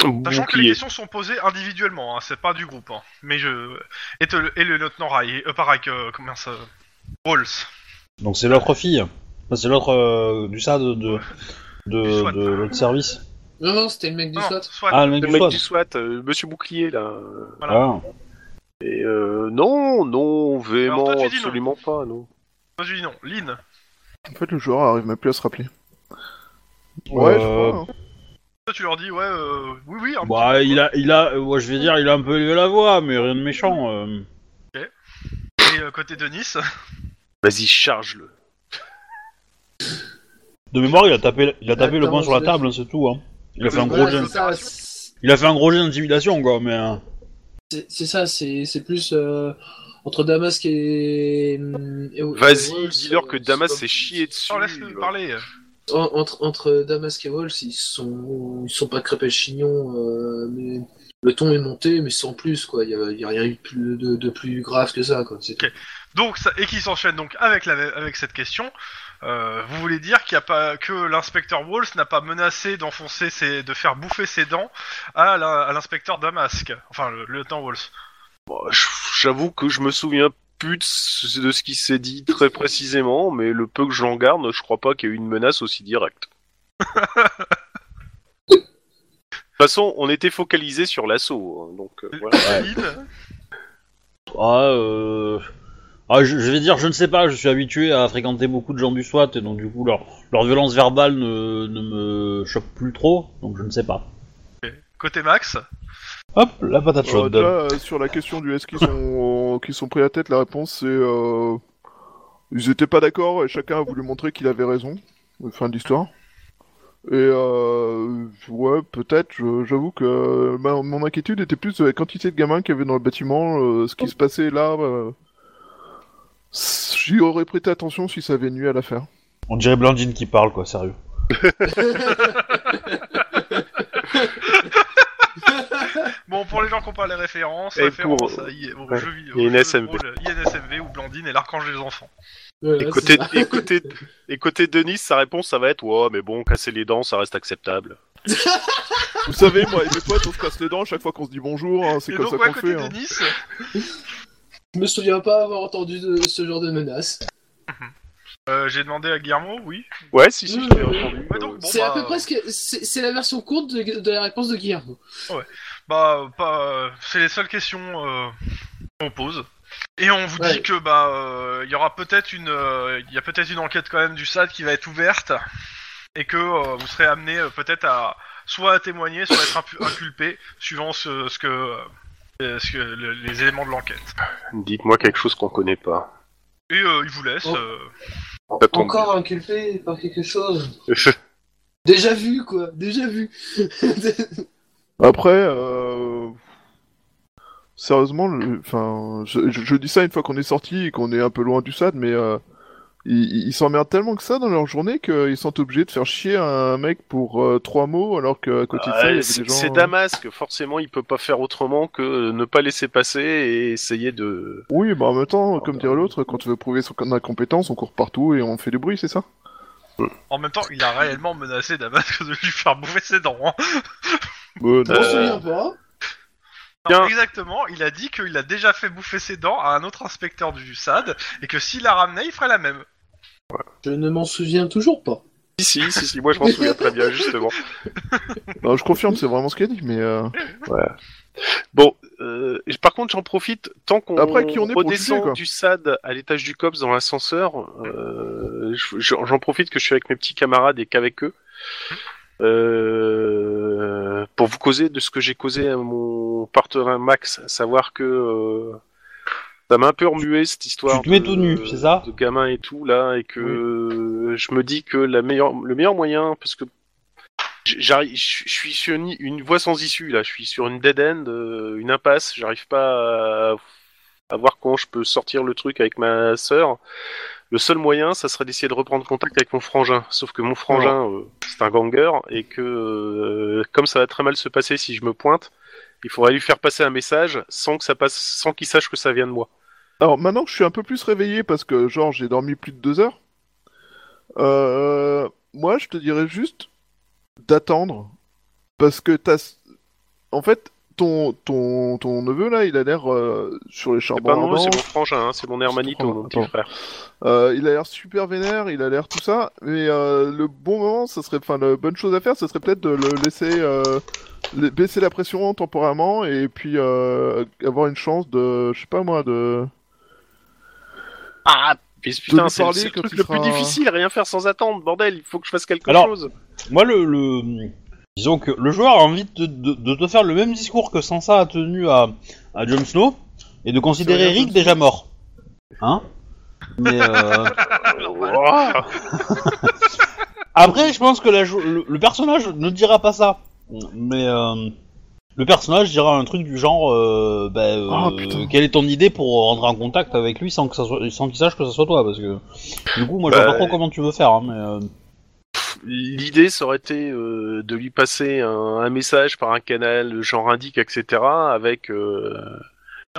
[SPEAKER 2] Sachant que les
[SPEAKER 3] Bouclier.
[SPEAKER 2] questions sont posées individuellement, hein, c'est pas du groupe. hein. Mais je et, te- et le lieutenant Ray, euh, pas Ray, euh, comment ça Walls.
[SPEAKER 1] Donc, c'est l'autre fille. Enfin, c'est l'autre euh, du SAD de, de,
[SPEAKER 2] Du SWAT.
[SPEAKER 1] de, de l'autre service.
[SPEAKER 4] Non, non, c'était le mec du
[SPEAKER 2] Non,
[SPEAKER 4] SWAT.
[SPEAKER 2] SWAT.
[SPEAKER 1] Ah, le mec
[SPEAKER 3] Le
[SPEAKER 1] du
[SPEAKER 3] mec
[SPEAKER 1] SWAT.
[SPEAKER 3] du SWAT, euh, Monsieur Bouclier, là.
[SPEAKER 1] Ah.
[SPEAKER 3] Et euh, non, non,
[SPEAKER 2] Alors,
[SPEAKER 3] véhément,
[SPEAKER 2] toi, tu dis non.
[SPEAKER 3] absolument pas, non.
[SPEAKER 2] Moi, je dis non, Lynn.
[SPEAKER 5] En fait, le joueur arrive même plus à se rappeler. Ouais, je
[SPEAKER 1] Euh,
[SPEAKER 5] crois. hein.
[SPEAKER 2] Toi, tu leur dis ouais, euh, oui, oui. un petit
[SPEAKER 1] Bah,
[SPEAKER 2] peu.
[SPEAKER 1] il a, il a, euh, ouais, je vais dire, il a un peu élevé la voix, mais rien de méchant. euh.
[SPEAKER 2] Et euh, côté de Nice,
[SPEAKER 3] Vas-y, charge-le.
[SPEAKER 1] De mémoire, il a tapé, il a tapé le
[SPEAKER 4] Attends,
[SPEAKER 1] poing sur la
[SPEAKER 4] je-
[SPEAKER 1] table, hein, c'est tout. Hein. Il
[SPEAKER 4] Ah
[SPEAKER 1] a fait un
[SPEAKER 2] Ouais,
[SPEAKER 1] gros
[SPEAKER 2] c'est
[SPEAKER 1] jet.
[SPEAKER 4] ça, c'est-
[SPEAKER 1] Il a fait un gros jet d'intimidation, quoi, mais. euh,
[SPEAKER 4] c'est ça, c'est c'est plus euh, entre Damasque et, hum, et-
[SPEAKER 3] Vas-y,
[SPEAKER 4] Walls,
[SPEAKER 3] dis-leur que
[SPEAKER 4] euh,
[SPEAKER 3] Damas
[SPEAKER 4] c'est pas-
[SPEAKER 3] s'est chié dessus.
[SPEAKER 2] Oh, laisse-le parler.
[SPEAKER 4] En- entre, entre Damas et Walls, ils sont, ils sont pas crêpes à chignon, euh, mais le ton est monté, mais sans plus, quoi. Il y a, il y a rien eu de plus, de, de plus grave que ça, quoi. C'est tout.
[SPEAKER 2] Donc ça, et qui s'enchaîne donc avec la, avec cette question. euh, vous voulez dire qu'il y a pas que l'inspecteur Walls n'a pas menacé d'enfoncer ses, de faire bouffer ses dents à la- à l'inspecteur Damask, enfin le, le lieutenant Walls.
[SPEAKER 3] Bah, j- J'avoue que je me souviens plus de ce de ce qui s'est dit très précisément, mais le peu que j'en garde, je crois pas qu'il y ait eu une menace aussi directe. De toute façon, on était focalisé sur l'assaut, hein, donc euh, voilà.
[SPEAKER 2] Lynn,
[SPEAKER 1] Ah, euh... ah, je, je vais dire, je ne sais pas, je suis habitué à fréquenter beaucoup de gens du SWAT, et donc du coup, leur, leur violence verbale ne, ne me choque plus trop, donc je ne sais pas.
[SPEAKER 2] côté Max.
[SPEAKER 1] Hop, la patate
[SPEAKER 5] Euh,
[SPEAKER 1] chaude.
[SPEAKER 5] déjà, euh, sur la question du est-ce qu'ils sont, euh, qu'ils sont pris à tête, la réponse c'est. euh, Ils étaient pas d'accord et chacun a voulu montrer qu'il avait raison. Fin de l'histoire. Et euh, ouais, peut-être, je- j'avoue que ma- mon inquiétude était plus de la quantité de gamins qu'il y avait dans le bâtiment, euh, ce qui se passait là. euh, J'y aurais prêté attention si ça avait nuit à l'affaire.
[SPEAKER 1] On dirait Blandine qui parle, quoi, sérieux.
[SPEAKER 2] Bon pour les gens qui ont pas les références, hein,
[SPEAKER 3] Et
[SPEAKER 2] références
[SPEAKER 3] pour-
[SPEAKER 2] à I- aux
[SPEAKER 3] ouais,
[SPEAKER 2] jeux vidéo,
[SPEAKER 3] il y a une
[SPEAKER 2] jeux de
[SPEAKER 3] SMV.
[SPEAKER 2] rôle, INSMV ou Blandine et l'archange des enfants.
[SPEAKER 4] Voilà,
[SPEAKER 3] Et
[SPEAKER 4] c'est
[SPEAKER 3] côté,
[SPEAKER 4] ça.
[SPEAKER 3] et côté, et côté Denis, sa réponse, ça va être Ouais, mais bon, casser les dents, ça reste acceptable.
[SPEAKER 5] Vous savez, moi et mes potes, on se casse les dents à chaque fois qu'on se dit bonjour, hein, c'est
[SPEAKER 2] Et
[SPEAKER 5] comme
[SPEAKER 2] donc
[SPEAKER 5] ça
[SPEAKER 2] ouais
[SPEAKER 5] qu'on
[SPEAKER 2] côté
[SPEAKER 5] fait. hein.
[SPEAKER 2] Denis,
[SPEAKER 4] Je me souviens pas avoir entendu de, ce genre de menace.
[SPEAKER 2] euh, j'ai demandé à Guillermo, oui.
[SPEAKER 3] Ouais, si, si, je t'ai
[SPEAKER 4] Ouais,
[SPEAKER 3] répondu.
[SPEAKER 2] ouais, donc,
[SPEAKER 3] euh,
[SPEAKER 2] Bon,
[SPEAKER 4] c'est à
[SPEAKER 2] bah,
[SPEAKER 4] peu près ce que. C'est c'est la version courte de, de la réponse de Guillermo.
[SPEAKER 2] Bah, euh, pas. euh, c'est les seules questions euh, qu'on pose. Et on vous dit
[SPEAKER 4] Ouais.
[SPEAKER 2] que bah, euh, il y aura peut-être une, euh, il y a peut-être une enquête quand même du SAD qui va être ouverte et que euh, vous serez amené euh, peut-être à soit à témoigner, soit à être impu- inculpé, suivant ce, ce que, euh, ce que le- les éléments de l'enquête.
[SPEAKER 3] Dites-moi quelque chose qu'on connaît pas.
[SPEAKER 2] Et euh, ils vous laissent.
[SPEAKER 4] Oh.
[SPEAKER 2] euh,
[SPEAKER 3] Ça tombe
[SPEAKER 4] Encore inculpé par quelque chose.
[SPEAKER 3] bien.
[SPEAKER 4] Déjà vu, quoi. Déjà vu.
[SPEAKER 5] Après, euh... sérieusement, le- enfin, je, je- je dis ça une fois qu'on est sorti et qu'on est un peu loin du SAD, mais euh, ils ils s'emmerdent tellement que ça dans leur journée qu'ils sont obligés de faire chier un mec pour euh, trois mots, alors qu'à côté de ça, il y
[SPEAKER 3] Ouais,
[SPEAKER 5] avait
[SPEAKER 3] Ah, C'est
[SPEAKER 5] des gens. euh,
[SPEAKER 3] c'est Damasque, forcément, il peut pas faire autrement que ne pas laisser passer et essayer de.
[SPEAKER 5] Oui, bah en même temps,
[SPEAKER 3] Ah,
[SPEAKER 5] comme
[SPEAKER 3] bah,
[SPEAKER 5] dirait
[SPEAKER 3] oui.
[SPEAKER 5] l'autre, quand tu veux prouver son incompétence, on court partout et on fait du bruit, c'est ça
[SPEAKER 2] en même temps, il a réellement menacé Damasque de lui faire bouffer ses dents. hein.
[SPEAKER 5] Bon,
[SPEAKER 3] Euh.
[SPEAKER 4] Je me souviens pas.
[SPEAKER 2] Non,
[SPEAKER 3] Bien.
[SPEAKER 2] exactement, il a dit qu'il a déjà fait bouffer ses dents à un autre inspecteur du SAD et que s'il la ramenait, il ferait la même.
[SPEAKER 4] Je ne m'en souviens toujours pas.
[SPEAKER 3] Si, si, si, si, moi je m'en souviens très bien, justement.
[SPEAKER 5] non, je confirme, c'est vraiment ce qu'il a dit, mais euh,
[SPEAKER 3] Bon, euh, et par contre, j'en profite, tant qu'on
[SPEAKER 5] Après, qui on est pour juger,
[SPEAKER 3] redescend
[SPEAKER 5] quoi.
[SPEAKER 3] du SAD à l'étage du COPS dans l'ascenseur, euh, je- j'en j'en profite que je suis avec mes petits camarades et qu'avec eux, euh, pour vous causer de ce que j'ai causé à mon partenaire Max, à savoir que euh, ça m'a un peu remué cette histoire.
[SPEAKER 1] Tu te mets
[SPEAKER 3] de-
[SPEAKER 1] tout nu, c'est ça
[SPEAKER 3] De gamin et tout, là, et que euh, je me dis que la meilleure, le meilleur moyen, parce que J- J'arrive, je je suis sur une, une voie sans issue là. Je suis sur une dead end, euh, une impasse. J'arrive pas à, à voir comment je peux sortir le truc avec ma sœur. Le seul moyen, ça serait d'essayer de reprendre contact avec mon frangin. Sauf que mon frangin, euh, c'est un ganger et que euh, comme ça va très mal se passer si je me pointe, il faudrait lui faire passer un message sans que ça passe, sans qu'il sache que ça vient de moi.
[SPEAKER 5] Alors maintenant que je suis un peu plus réveillé parce que genre j'ai dormi plus de deux heures, euh, moi je te dirais juste d'attendre parce que t'as, en fait ton ton ton neveu là il a l'air euh, sur les
[SPEAKER 3] C'est
[SPEAKER 5] charbons
[SPEAKER 3] pas non,
[SPEAKER 5] ardents,
[SPEAKER 3] c'est mon frangin, hein, c'est mon hermanito,
[SPEAKER 5] Attends,
[SPEAKER 3] mon petit
[SPEAKER 5] attends.
[SPEAKER 3] frère.
[SPEAKER 5] euh, il a l'air super vénère, il a l'air tout ça, mais euh, le bon moment, ça serait, enfin, la bonne chose à faire, ça serait peut-être de le laisser euh, la- baisser la pression temporairement et puis euh, avoir une chance de, je sais pas moi, de
[SPEAKER 3] Ah mais putain,
[SPEAKER 5] lui
[SPEAKER 3] c'est le,
[SPEAKER 5] parler
[SPEAKER 3] c'est le
[SPEAKER 5] quand
[SPEAKER 3] truc
[SPEAKER 5] il
[SPEAKER 3] le plus
[SPEAKER 5] sera-
[SPEAKER 3] difficile, rien faire sans attendre, bordel, il faut que je fasse quelque
[SPEAKER 1] Alors,
[SPEAKER 3] chose.
[SPEAKER 1] Moi, le, le- Disons que le joueur a envie de, de- de te faire le même discours que Sansa a tenu à, à Jon Snow, et de considérer
[SPEAKER 5] regardes Jon
[SPEAKER 1] Rick déjà mort. Hein Mais... euh,
[SPEAKER 3] Ouah.
[SPEAKER 1] Après, je pense que la jo- le, le personnage ne dira pas ça. Mais euh, le personnage dira un truc du genre euh, bah, euh,
[SPEAKER 5] Oh, putain.
[SPEAKER 1] quelle est ton idée pour rentrer en contact avec lui sans que ça soit, sans qu'il sache que ça soit toi parce que du coup moi je vois
[SPEAKER 3] Bah,
[SPEAKER 1] pas trop comment tu veux faire hein, mais euh,
[SPEAKER 3] L'idée, ça aurait été euh, de lui passer un, un message par un canal genre indique, etc., avec euh,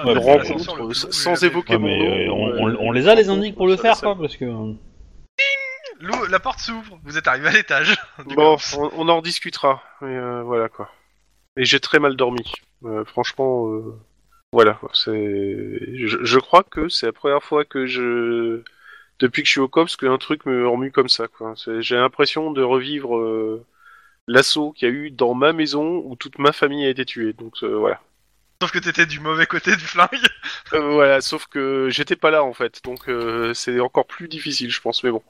[SPEAKER 1] Ouais, mais
[SPEAKER 3] une
[SPEAKER 2] l'ascenseur
[SPEAKER 3] rencontre
[SPEAKER 2] le plus long
[SPEAKER 3] s-
[SPEAKER 2] que
[SPEAKER 3] sans
[SPEAKER 2] j'ai jamais
[SPEAKER 3] évoquer
[SPEAKER 1] ouais, mais,
[SPEAKER 3] mon
[SPEAKER 1] euh,
[SPEAKER 3] nom.
[SPEAKER 1] on,
[SPEAKER 3] euh,
[SPEAKER 1] on- on les a les indices pour le
[SPEAKER 3] ça,
[SPEAKER 1] faire
[SPEAKER 3] ça-
[SPEAKER 1] quoi parce que euh,
[SPEAKER 2] Lou, la porte s'ouvre, vous êtes arrivé à l'étage. du
[SPEAKER 3] Bon,
[SPEAKER 2] corps.
[SPEAKER 3] on, on en discutera. Mais euh, voilà quoi. Et j'ai très mal dormi. Euh, franchement, euh, voilà. quoi, C'est. Je, je crois que c'est la première fois que je, depuis que je suis au cops, qu'un truc me remue comme ça. Quoi. C'est- J'ai l'impression de revivre euh, l'assaut qu'il y a eu dans ma maison où toute ma famille a été tuée. Donc euh, voilà.
[SPEAKER 2] Sauf que t'étais du mauvais côté du flingue.
[SPEAKER 3] Euh, voilà. Sauf que j'étais pas là en fait. Donc euh, c'est encore plus difficile, je pense. Mais bon.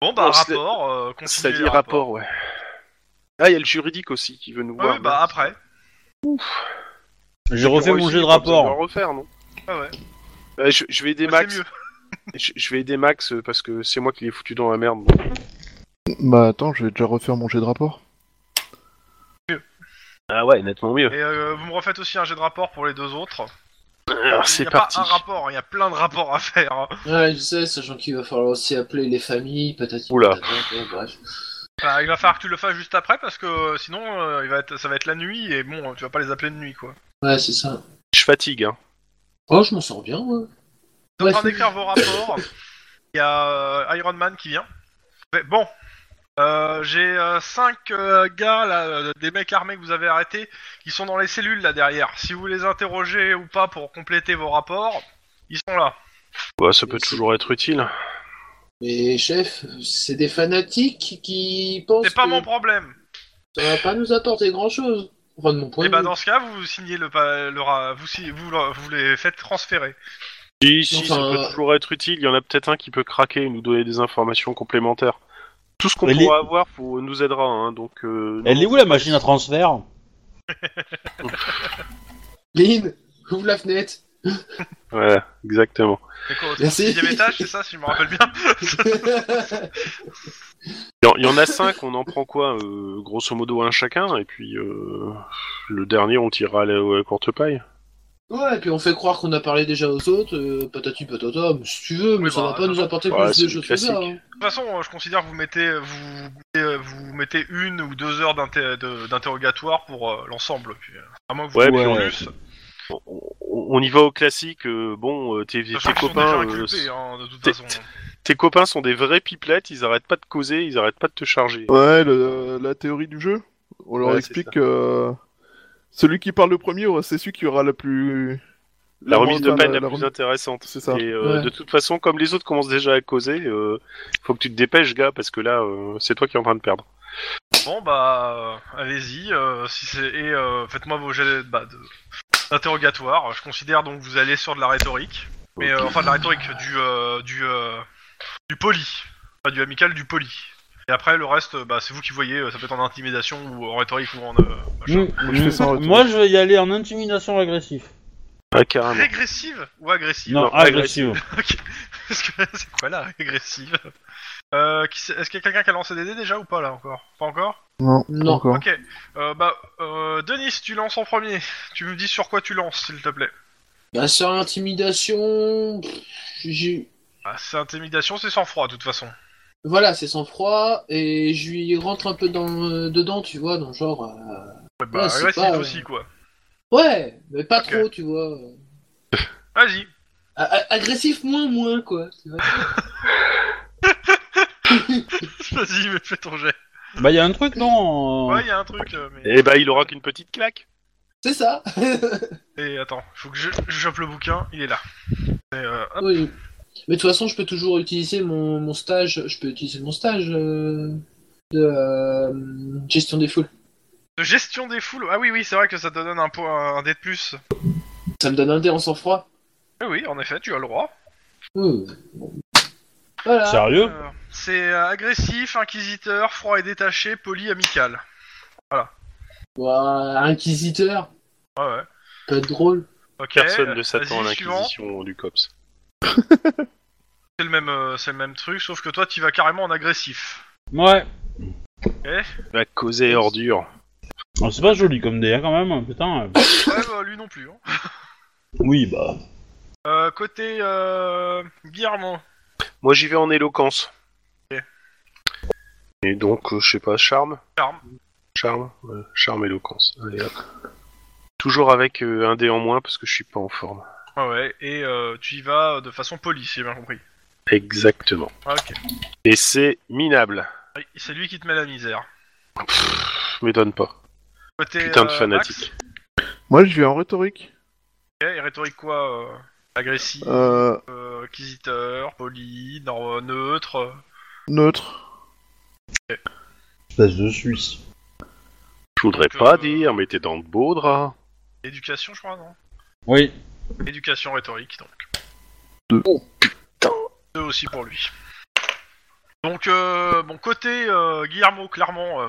[SPEAKER 2] Bon bah
[SPEAKER 3] Bon, c'est-
[SPEAKER 2] rapport, euh,
[SPEAKER 3] Ça
[SPEAKER 2] continuez
[SPEAKER 3] dit
[SPEAKER 2] les rapports.
[SPEAKER 3] rapport, ouais. Ah, il y a le juridique aussi qui veut nous
[SPEAKER 2] Ah
[SPEAKER 3] voir.
[SPEAKER 2] oui, bah après.
[SPEAKER 1] j'ai refait mon
[SPEAKER 3] jeu
[SPEAKER 1] jet de
[SPEAKER 3] On va
[SPEAKER 1] rapport
[SPEAKER 3] le refaire, non
[SPEAKER 2] Ah ouais.
[SPEAKER 3] Euh, je, je vais aider
[SPEAKER 2] Bah,
[SPEAKER 3] Max.
[SPEAKER 2] c'est mieux.
[SPEAKER 3] Je, je vais aider Max euh, parce que c'est moi qui l'ai foutu dans la merde.
[SPEAKER 2] Euh,
[SPEAKER 3] donc.
[SPEAKER 5] Bah attends, je vais déjà refaire mon jet de rapport.
[SPEAKER 3] Ah ouais, nettement mieux.
[SPEAKER 2] Et euh, vous me refaites aussi un jet de rapport pour les deux autres.
[SPEAKER 3] Alors
[SPEAKER 2] Il
[SPEAKER 3] Ah, c'est
[SPEAKER 2] n'y a pas
[SPEAKER 3] parti.
[SPEAKER 2] un rapport, hein, il y a plein de rapports à faire. hein.
[SPEAKER 4] Ouais, je sais, sachant qu'il va falloir aussi appeler les familles, patati.
[SPEAKER 3] Oula.
[SPEAKER 4] patata, ouais, bref.
[SPEAKER 2] Enfin, Bah, il va falloir que tu le fasses juste après parce que euh, sinon euh, il va être, ça va être la nuit et bon, tu vas pas les appeler de nuit quoi.
[SPEAKER 4] Ouais, c'est ça.
[SPEAKER 3] Je fatigue. Hein.
[SPEAKER 4] Oh, je m'en sors bien, ouais.
[SPEAKER 2] Vous êtes en
[SPEAKER 4] Ouais,
[SPEAKER 2] train d'écrire vos rapports. Il y a euh, Iron Man qui vient. Mais bon, euh, j'ai 5 gars, là, euh, des mecs armés que vous avez arrêtés, qui sont dans les cellules là derrière. Si vous les interrogez ou pas pour compléter vos rapports, ils sont là.
[SPEAKER 3] Bah, ça peut
[SPEAKER 4] C'est-
[SPEAKER 3] toujours être utile.
[SPEAKER 4] Mais chef, c'est des fanatiques qui pensent
[SPEAKER 2] C'est pas
[SPEAKER 4] que
[SPEAKER 2] mon problème.
[SPEAKER 4] ça va pas nous apporter grand chose. Enfin, de mon point
[SPEAKER 2] Et
[SPEAKER 4] de
[SPEAKER 2] bah
[SPEAKER 4] vue.
[SPEAKER 2] dans ce cas, vous signez le, pa- le ra- vous, si- vous, le- vous les faites transférer.
[SPEAKER 3] Si, si,
[SPEAKER 4] Enfin,
[SPEAKER 3] ça peut
[SPEAKER 4] euh,
[SPEAKER 3] toujours être utile. Il y en a peut-être un qui peut craquer et nous donner des informations complémentaires. Tout ce qu'on
[SPEAKER 1] Mais les-
[SPEAKER 3] pourra avoir pour... nous aidera. Hein, donc, euh,
[SPEAKER 1] elle
[SPEAKER 3] non,
[SPEAKER 1] est où
[SPEAKER 3] faut
[SPEAKER 1] la
[SPEAKER 3] pas-
[SPEAKER 1] machine à transfert
[SPEAKER 4] Lynn, ouvre la fenêtre.
[SPEAKER 3] Ouais, exactement.
[SPEAKER 2] C'est quoi, au
[SPEAKER 4] Merci.
[SPEAKER 2] sixième étage, c'est ça, si je me rappelle bien
[SPEAKER 3] Il y en- il y, en a cinq, on en prend quoi euh, Grosso modo un chacun, et puis euh, le dernier on tirera à la, à la courte paille.
[SPEAKER 4] Ouais, et puis on fait croire qu'on a parlé déjà aux autres, euh, patati patata, mais si tu veux, mais
[SPEAKER 2] Oui,
[SPEAKER 4] ça
[SPEAKER 2] bah,
[SPEAKER 4] va pas
[SPEAKER 2] non.
[SPEAKER 4] nous apporter
[SPEAKER 3] Ouais,
[SPEAKER 4] plus de
[SPEAKER 3] c'est
[SPEAKER 4] choses que ça.
[SPEAKER 3] classique.
[SPEAKER 4] hein.
[SPEAKER 2] De toute façon, euh, je considère que vous mettez, vous, vous- vous mettez une ou deux heures d'inter- de- d'interrogatoire pour euh, l'ensemble. Puis, euh, à moins que vous
[SPEAKER 3] Ouais,
[SPEAKER 2] ayez
[SPEAKER 1] ouais.
[SPEAKER 2] plus.
[SPEAKER 3] On, on- on y va au classique, euh, bon, euh, tes, tes
[SPEAKER 2] Sachant qu'ils sont déjà
[SPEAKER 3] copains... euh,
[SPEAKER 2] inculpés, hein, de toute
[SPEAKER 3] t'es-
[SPEAKER 2] façon.
[SPEAKER 3] Tes copains sont des vrais pipelettes, ils arrêtent pas de causer, ils arrêtent pas de te charger.
[SPEAKER 5] Ouais, le- la théorie du jeu. On leur
[SPEAKER 3] Ouais, c'est
[SPEAKER 5] explique que euh, celui qui parle le premier, ouais, c'est celui qui aura la plus.
[SPEAKER 3] La remise de
[SPEAKER 5] enfin,
[SPEAKER 3] peine la,
[SPEAKER 5] la
[SPEAKER 3] plus
[SPEAKER 5] remise-
[SPEAKER 3] intéressante.
[SPEAKER 5] C'est ça.
[SPEAKER 3] Et euh,
[SPEAKER 4] Ouais.
[SPEAKER 3] de toute façon, comme les autres commencent déjà à causer, euh, faut que tu te dépêches, gars, parce que là, euh, c'est toi qui es en train de perdre.
[SPEAKER 2] Bon, bah, euh, allez-y. euh, si c'est- et euh, faites-moi vos jets bah, de- d'interrogatoire. Je considère donc que vous allez sur de la rhétorique. Mais euh, enfin, de la rhétorique, du, euh, du, euh, du poli. Pas du amical, du poli. Et après, le reste, euh, bah, c'est vous qui voyez. euh, Ça peut être en intimidation ou en rhétorique ou en. euh, machin.
[SPEAKER 1] Mm.
[SPEAKER 5] je fais ça en retour.
[SPEAKER 1] Mmh, moi je vais y aller en intimidation agressive
[SPEAKER 3] Ah, carrément.
[SPEAKER 2] Régressive ou agressive
[SPEAKER 1] non,
[SPEAKER 3] non,
[SPEAKER 1] agressive
[SPEAKER 2] Parce que c'est quoi la régressive euh, qui c'est- Est-ce qu'il y a quelqu'un qui a lancé des dés déjà ou pas là encore Pas encore
[SPEAKER 5] Non,
[SPEAKER 4] hein. Non.
[SPEAKER 5] encore.
[SPEAKER 2] Ok. Euh, bah, euh, Denis, tu lances en premier. Tu me dis sur quoi tu lances, s'il te plaît.
[SPEAKER 4] Bah, sur l'intimidation, pff, j'ai-
[SPEAKER 2] Ah, c'est intimidation, c'est sang-froid de toute façon.
[SPEAKER 4] voilà, c'est sans froid, et je lui rentre un peu dans, euh, dedans, tu vois, dans le genre. euh,
[SPEAKER 2] Ouais, bah,
[SPEAKER 4] Ouais, c'est
[SPEAKER 2] agressive
[SPEAKER 4] pas, euh,
[SPEAKER 2] aussi quoi.
[SPEAKER 4] Ouais, mais pas
[SPEAKER 2] Ok.
[SPEAKER 4] trop, tu vois. euh,
[SPEAKER 2] Vas-y.
[SPEAKER 4] A- a- agressif moins, moins, quoi. tu vois.
[SPEAKER 2] Vas-y, mais fais ton jet.
[SPEAKER 1] bah y a un truc non euh,
[SPEAKER 2] Ouais, il y a un truc, euh, mais.
[SPEAKER 3] Et bah, il aura qu'une petite claque.
[SPEAKER 4] C'est ça.
[SPEAKER 2] Et attends, faut que je, je chope le bouquin, il est là. Et, euh, hop.
[SPEAKER 4] Oui. Mais de toute façon, je peux toujours utiliser mon, mon stage, je peux utiliser mon stage euh, de euh, gestion des foules.
[SPEAKER 2] De gestion des foules. Ah oui, oui, c'est vrai que ça te donne un, point, un dé de plus.
[SPEAKER 4] Ça me donne un dé en sang-froid.
[SPEAKER 2] Oui, oui, en effet, tu as le droit.
[SPEAKER 4] Ouh. Voilà.
[SPEAKER 1] sérieux
[SPEAKER 2] Euh, C'est euh, agressif, inquisiteur, froid et détaché, poli, amical.
[SPEAKER 4] Ouah, inquisiteur,
[SPEAKER 2] Ouais, ouais.
[SPEAKER 4] pas de drôle.
[SPEAKER 2] Ok.
[SPEAKER 3] Personne
[SPEAKER 2] euh,
[SPEAKER 3] ne s'attend à
[SPEAKER 2] vas-y, suivant.
[SPEAKER 3] l'inquisition du COPS.
[SPEAKER 2] C'est le même, euh, c'est le même truc, sauf que toi, tu vas carrément en agressif.
[SPEAKER 1] ouais
[SPEAKER 3] Va causer ordure.
[SPEAKER 1] Ah, c'est pas joli comme DA quand même, putain. euh.
[SPEAKER 2] Ouais, bah, lui non plus. hein.
[SPEAKER 1] Oui, bah.
[SPEAKER 2] Euh, côté euh, Guillermo.
[SPEAKER 3] Moi, j'y vais en éloquence.
[SPEAKER 2] Ok.
[SPEAKER 3] Et donc, euh, je sais pas, charme
[SPEAKER 2] Charme.
[SPEAKER 3] Charme ouais, Charme, éloquence. Allez, hop. Toujours avec euh, un dé en moins parce que je suis pas en forme.
[SPEAKER 2] Ouais, ouais, et euh, tu y vas de façon polie, si j'ai bien compris.
[SPEAKER 3] Exactement.
[SPEAKER 2] Ah, ok.
[SPEAKER 3] Et c'est minable.
[SPEAKER 2] Oui, C'est lui qui te met la misère.
[SPEAKER 3] Pff, m'étonne pas.
[SPEAKER 2] Côté,
[SPEAKER 3] Putain de
[SPEAKER 2] euh,
[SPEAKER 3] fanatique.
[SPEAKER 5] Moi, je vais en rhétorique.
[SPEAKER 2] Max, ok, et rhétorique quoi euh, Agressif,
[SPEAKER 5] Euh,
[SPEAKER 2] euh, inquisiteur, poli, nor- neutre. euh.
[SPEAKER 5] neutre.
[SPEAKER 1] Espèce de Suisse.
[SPEAKER 3] Je voudrais
[SPEAKER 2] Donc,
[SPEAKER 3] pas
[SPEAKER 2] euh,
[SPEAKER 3] dire, mais t'es dans de beaux draps.
[SPEAKER 2] Éducation, je crois, non
[SPEAKER 1] Oui.
[SPEAKER 2] Éducation rhétorique, donc.
[SPEAKER 5] Deux.
[SPEAKER 2] Oh putain Deux aussi pour lui. Donc, euh, bon, côté euh, Guillermo, clairement, euh,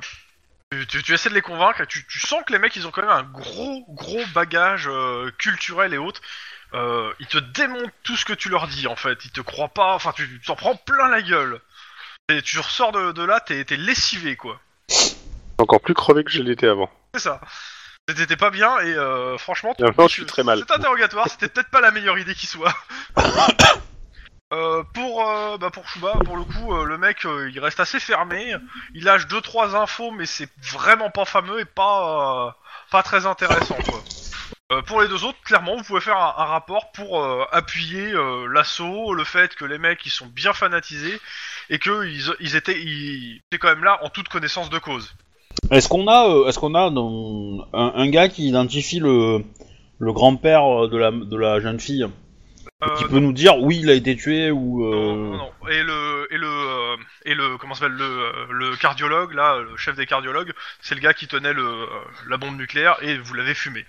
[SPEAKER 2] tu, tu- tu essaies de les convaincre et tu, tu sens que les mecs, ils ont quand même un gros, gros bagage euh, culturel et autres. Euh, ils te démontent tout ce que tu leur dis, en fait. Ils te croient pas, enfin, tu tu t'en prends plein la gueule. Et tu ressors de, de là, t'es t'es lessivé, quoi.
[SPEAKER 3] Encore plus crevé que je l'étais avant.
[SPEAKER 2] C'est ça. T'étais pas bien et euh, franchement,
[SPEAKER 3] Et Maintenant, je suis très mal.
[SPEAKER 2] cet interrogatoire, c'était peut-être pas la meilleure idée qui soit. Euh, pour euh, bah pour Shuba, pour le coup, euh, le mec, euh, il reste assez fermé. Il lâche deux trois infos, mais c'est vraiment pas fameux et pas euh, pas très intéressant. Quoi. Euh, pour les deux autres, clairement, vous pouvez faire un, un rapport pour euh, appuyer euh, l'assaut, le fait que les mecs ils sont bien fanatisés et que ils, ils étaient ils étaient quand même là en toute connaissance de cause.
[SPEAKER 1] Est-ce qu'on a, euh, est-ce qu'on a dans- un, un gars qui identifie le, le grand-père euh, de la, de la jeune fille
[SPEAKER 2] Euh,
[SPEAKER 1] Qui peut nous dire oui, il a été tué ou.
[SPEAKER 2] Non,
[SPEAKER 1] euh,
[SPEAKER 2] non, non. Et le et le euh, et le comment s'appelle le euh, le cardiologue là, le chef des cardiologues, c'est le gars qui tenait le euh, la bombe nucléaire et vous l'avez fumé.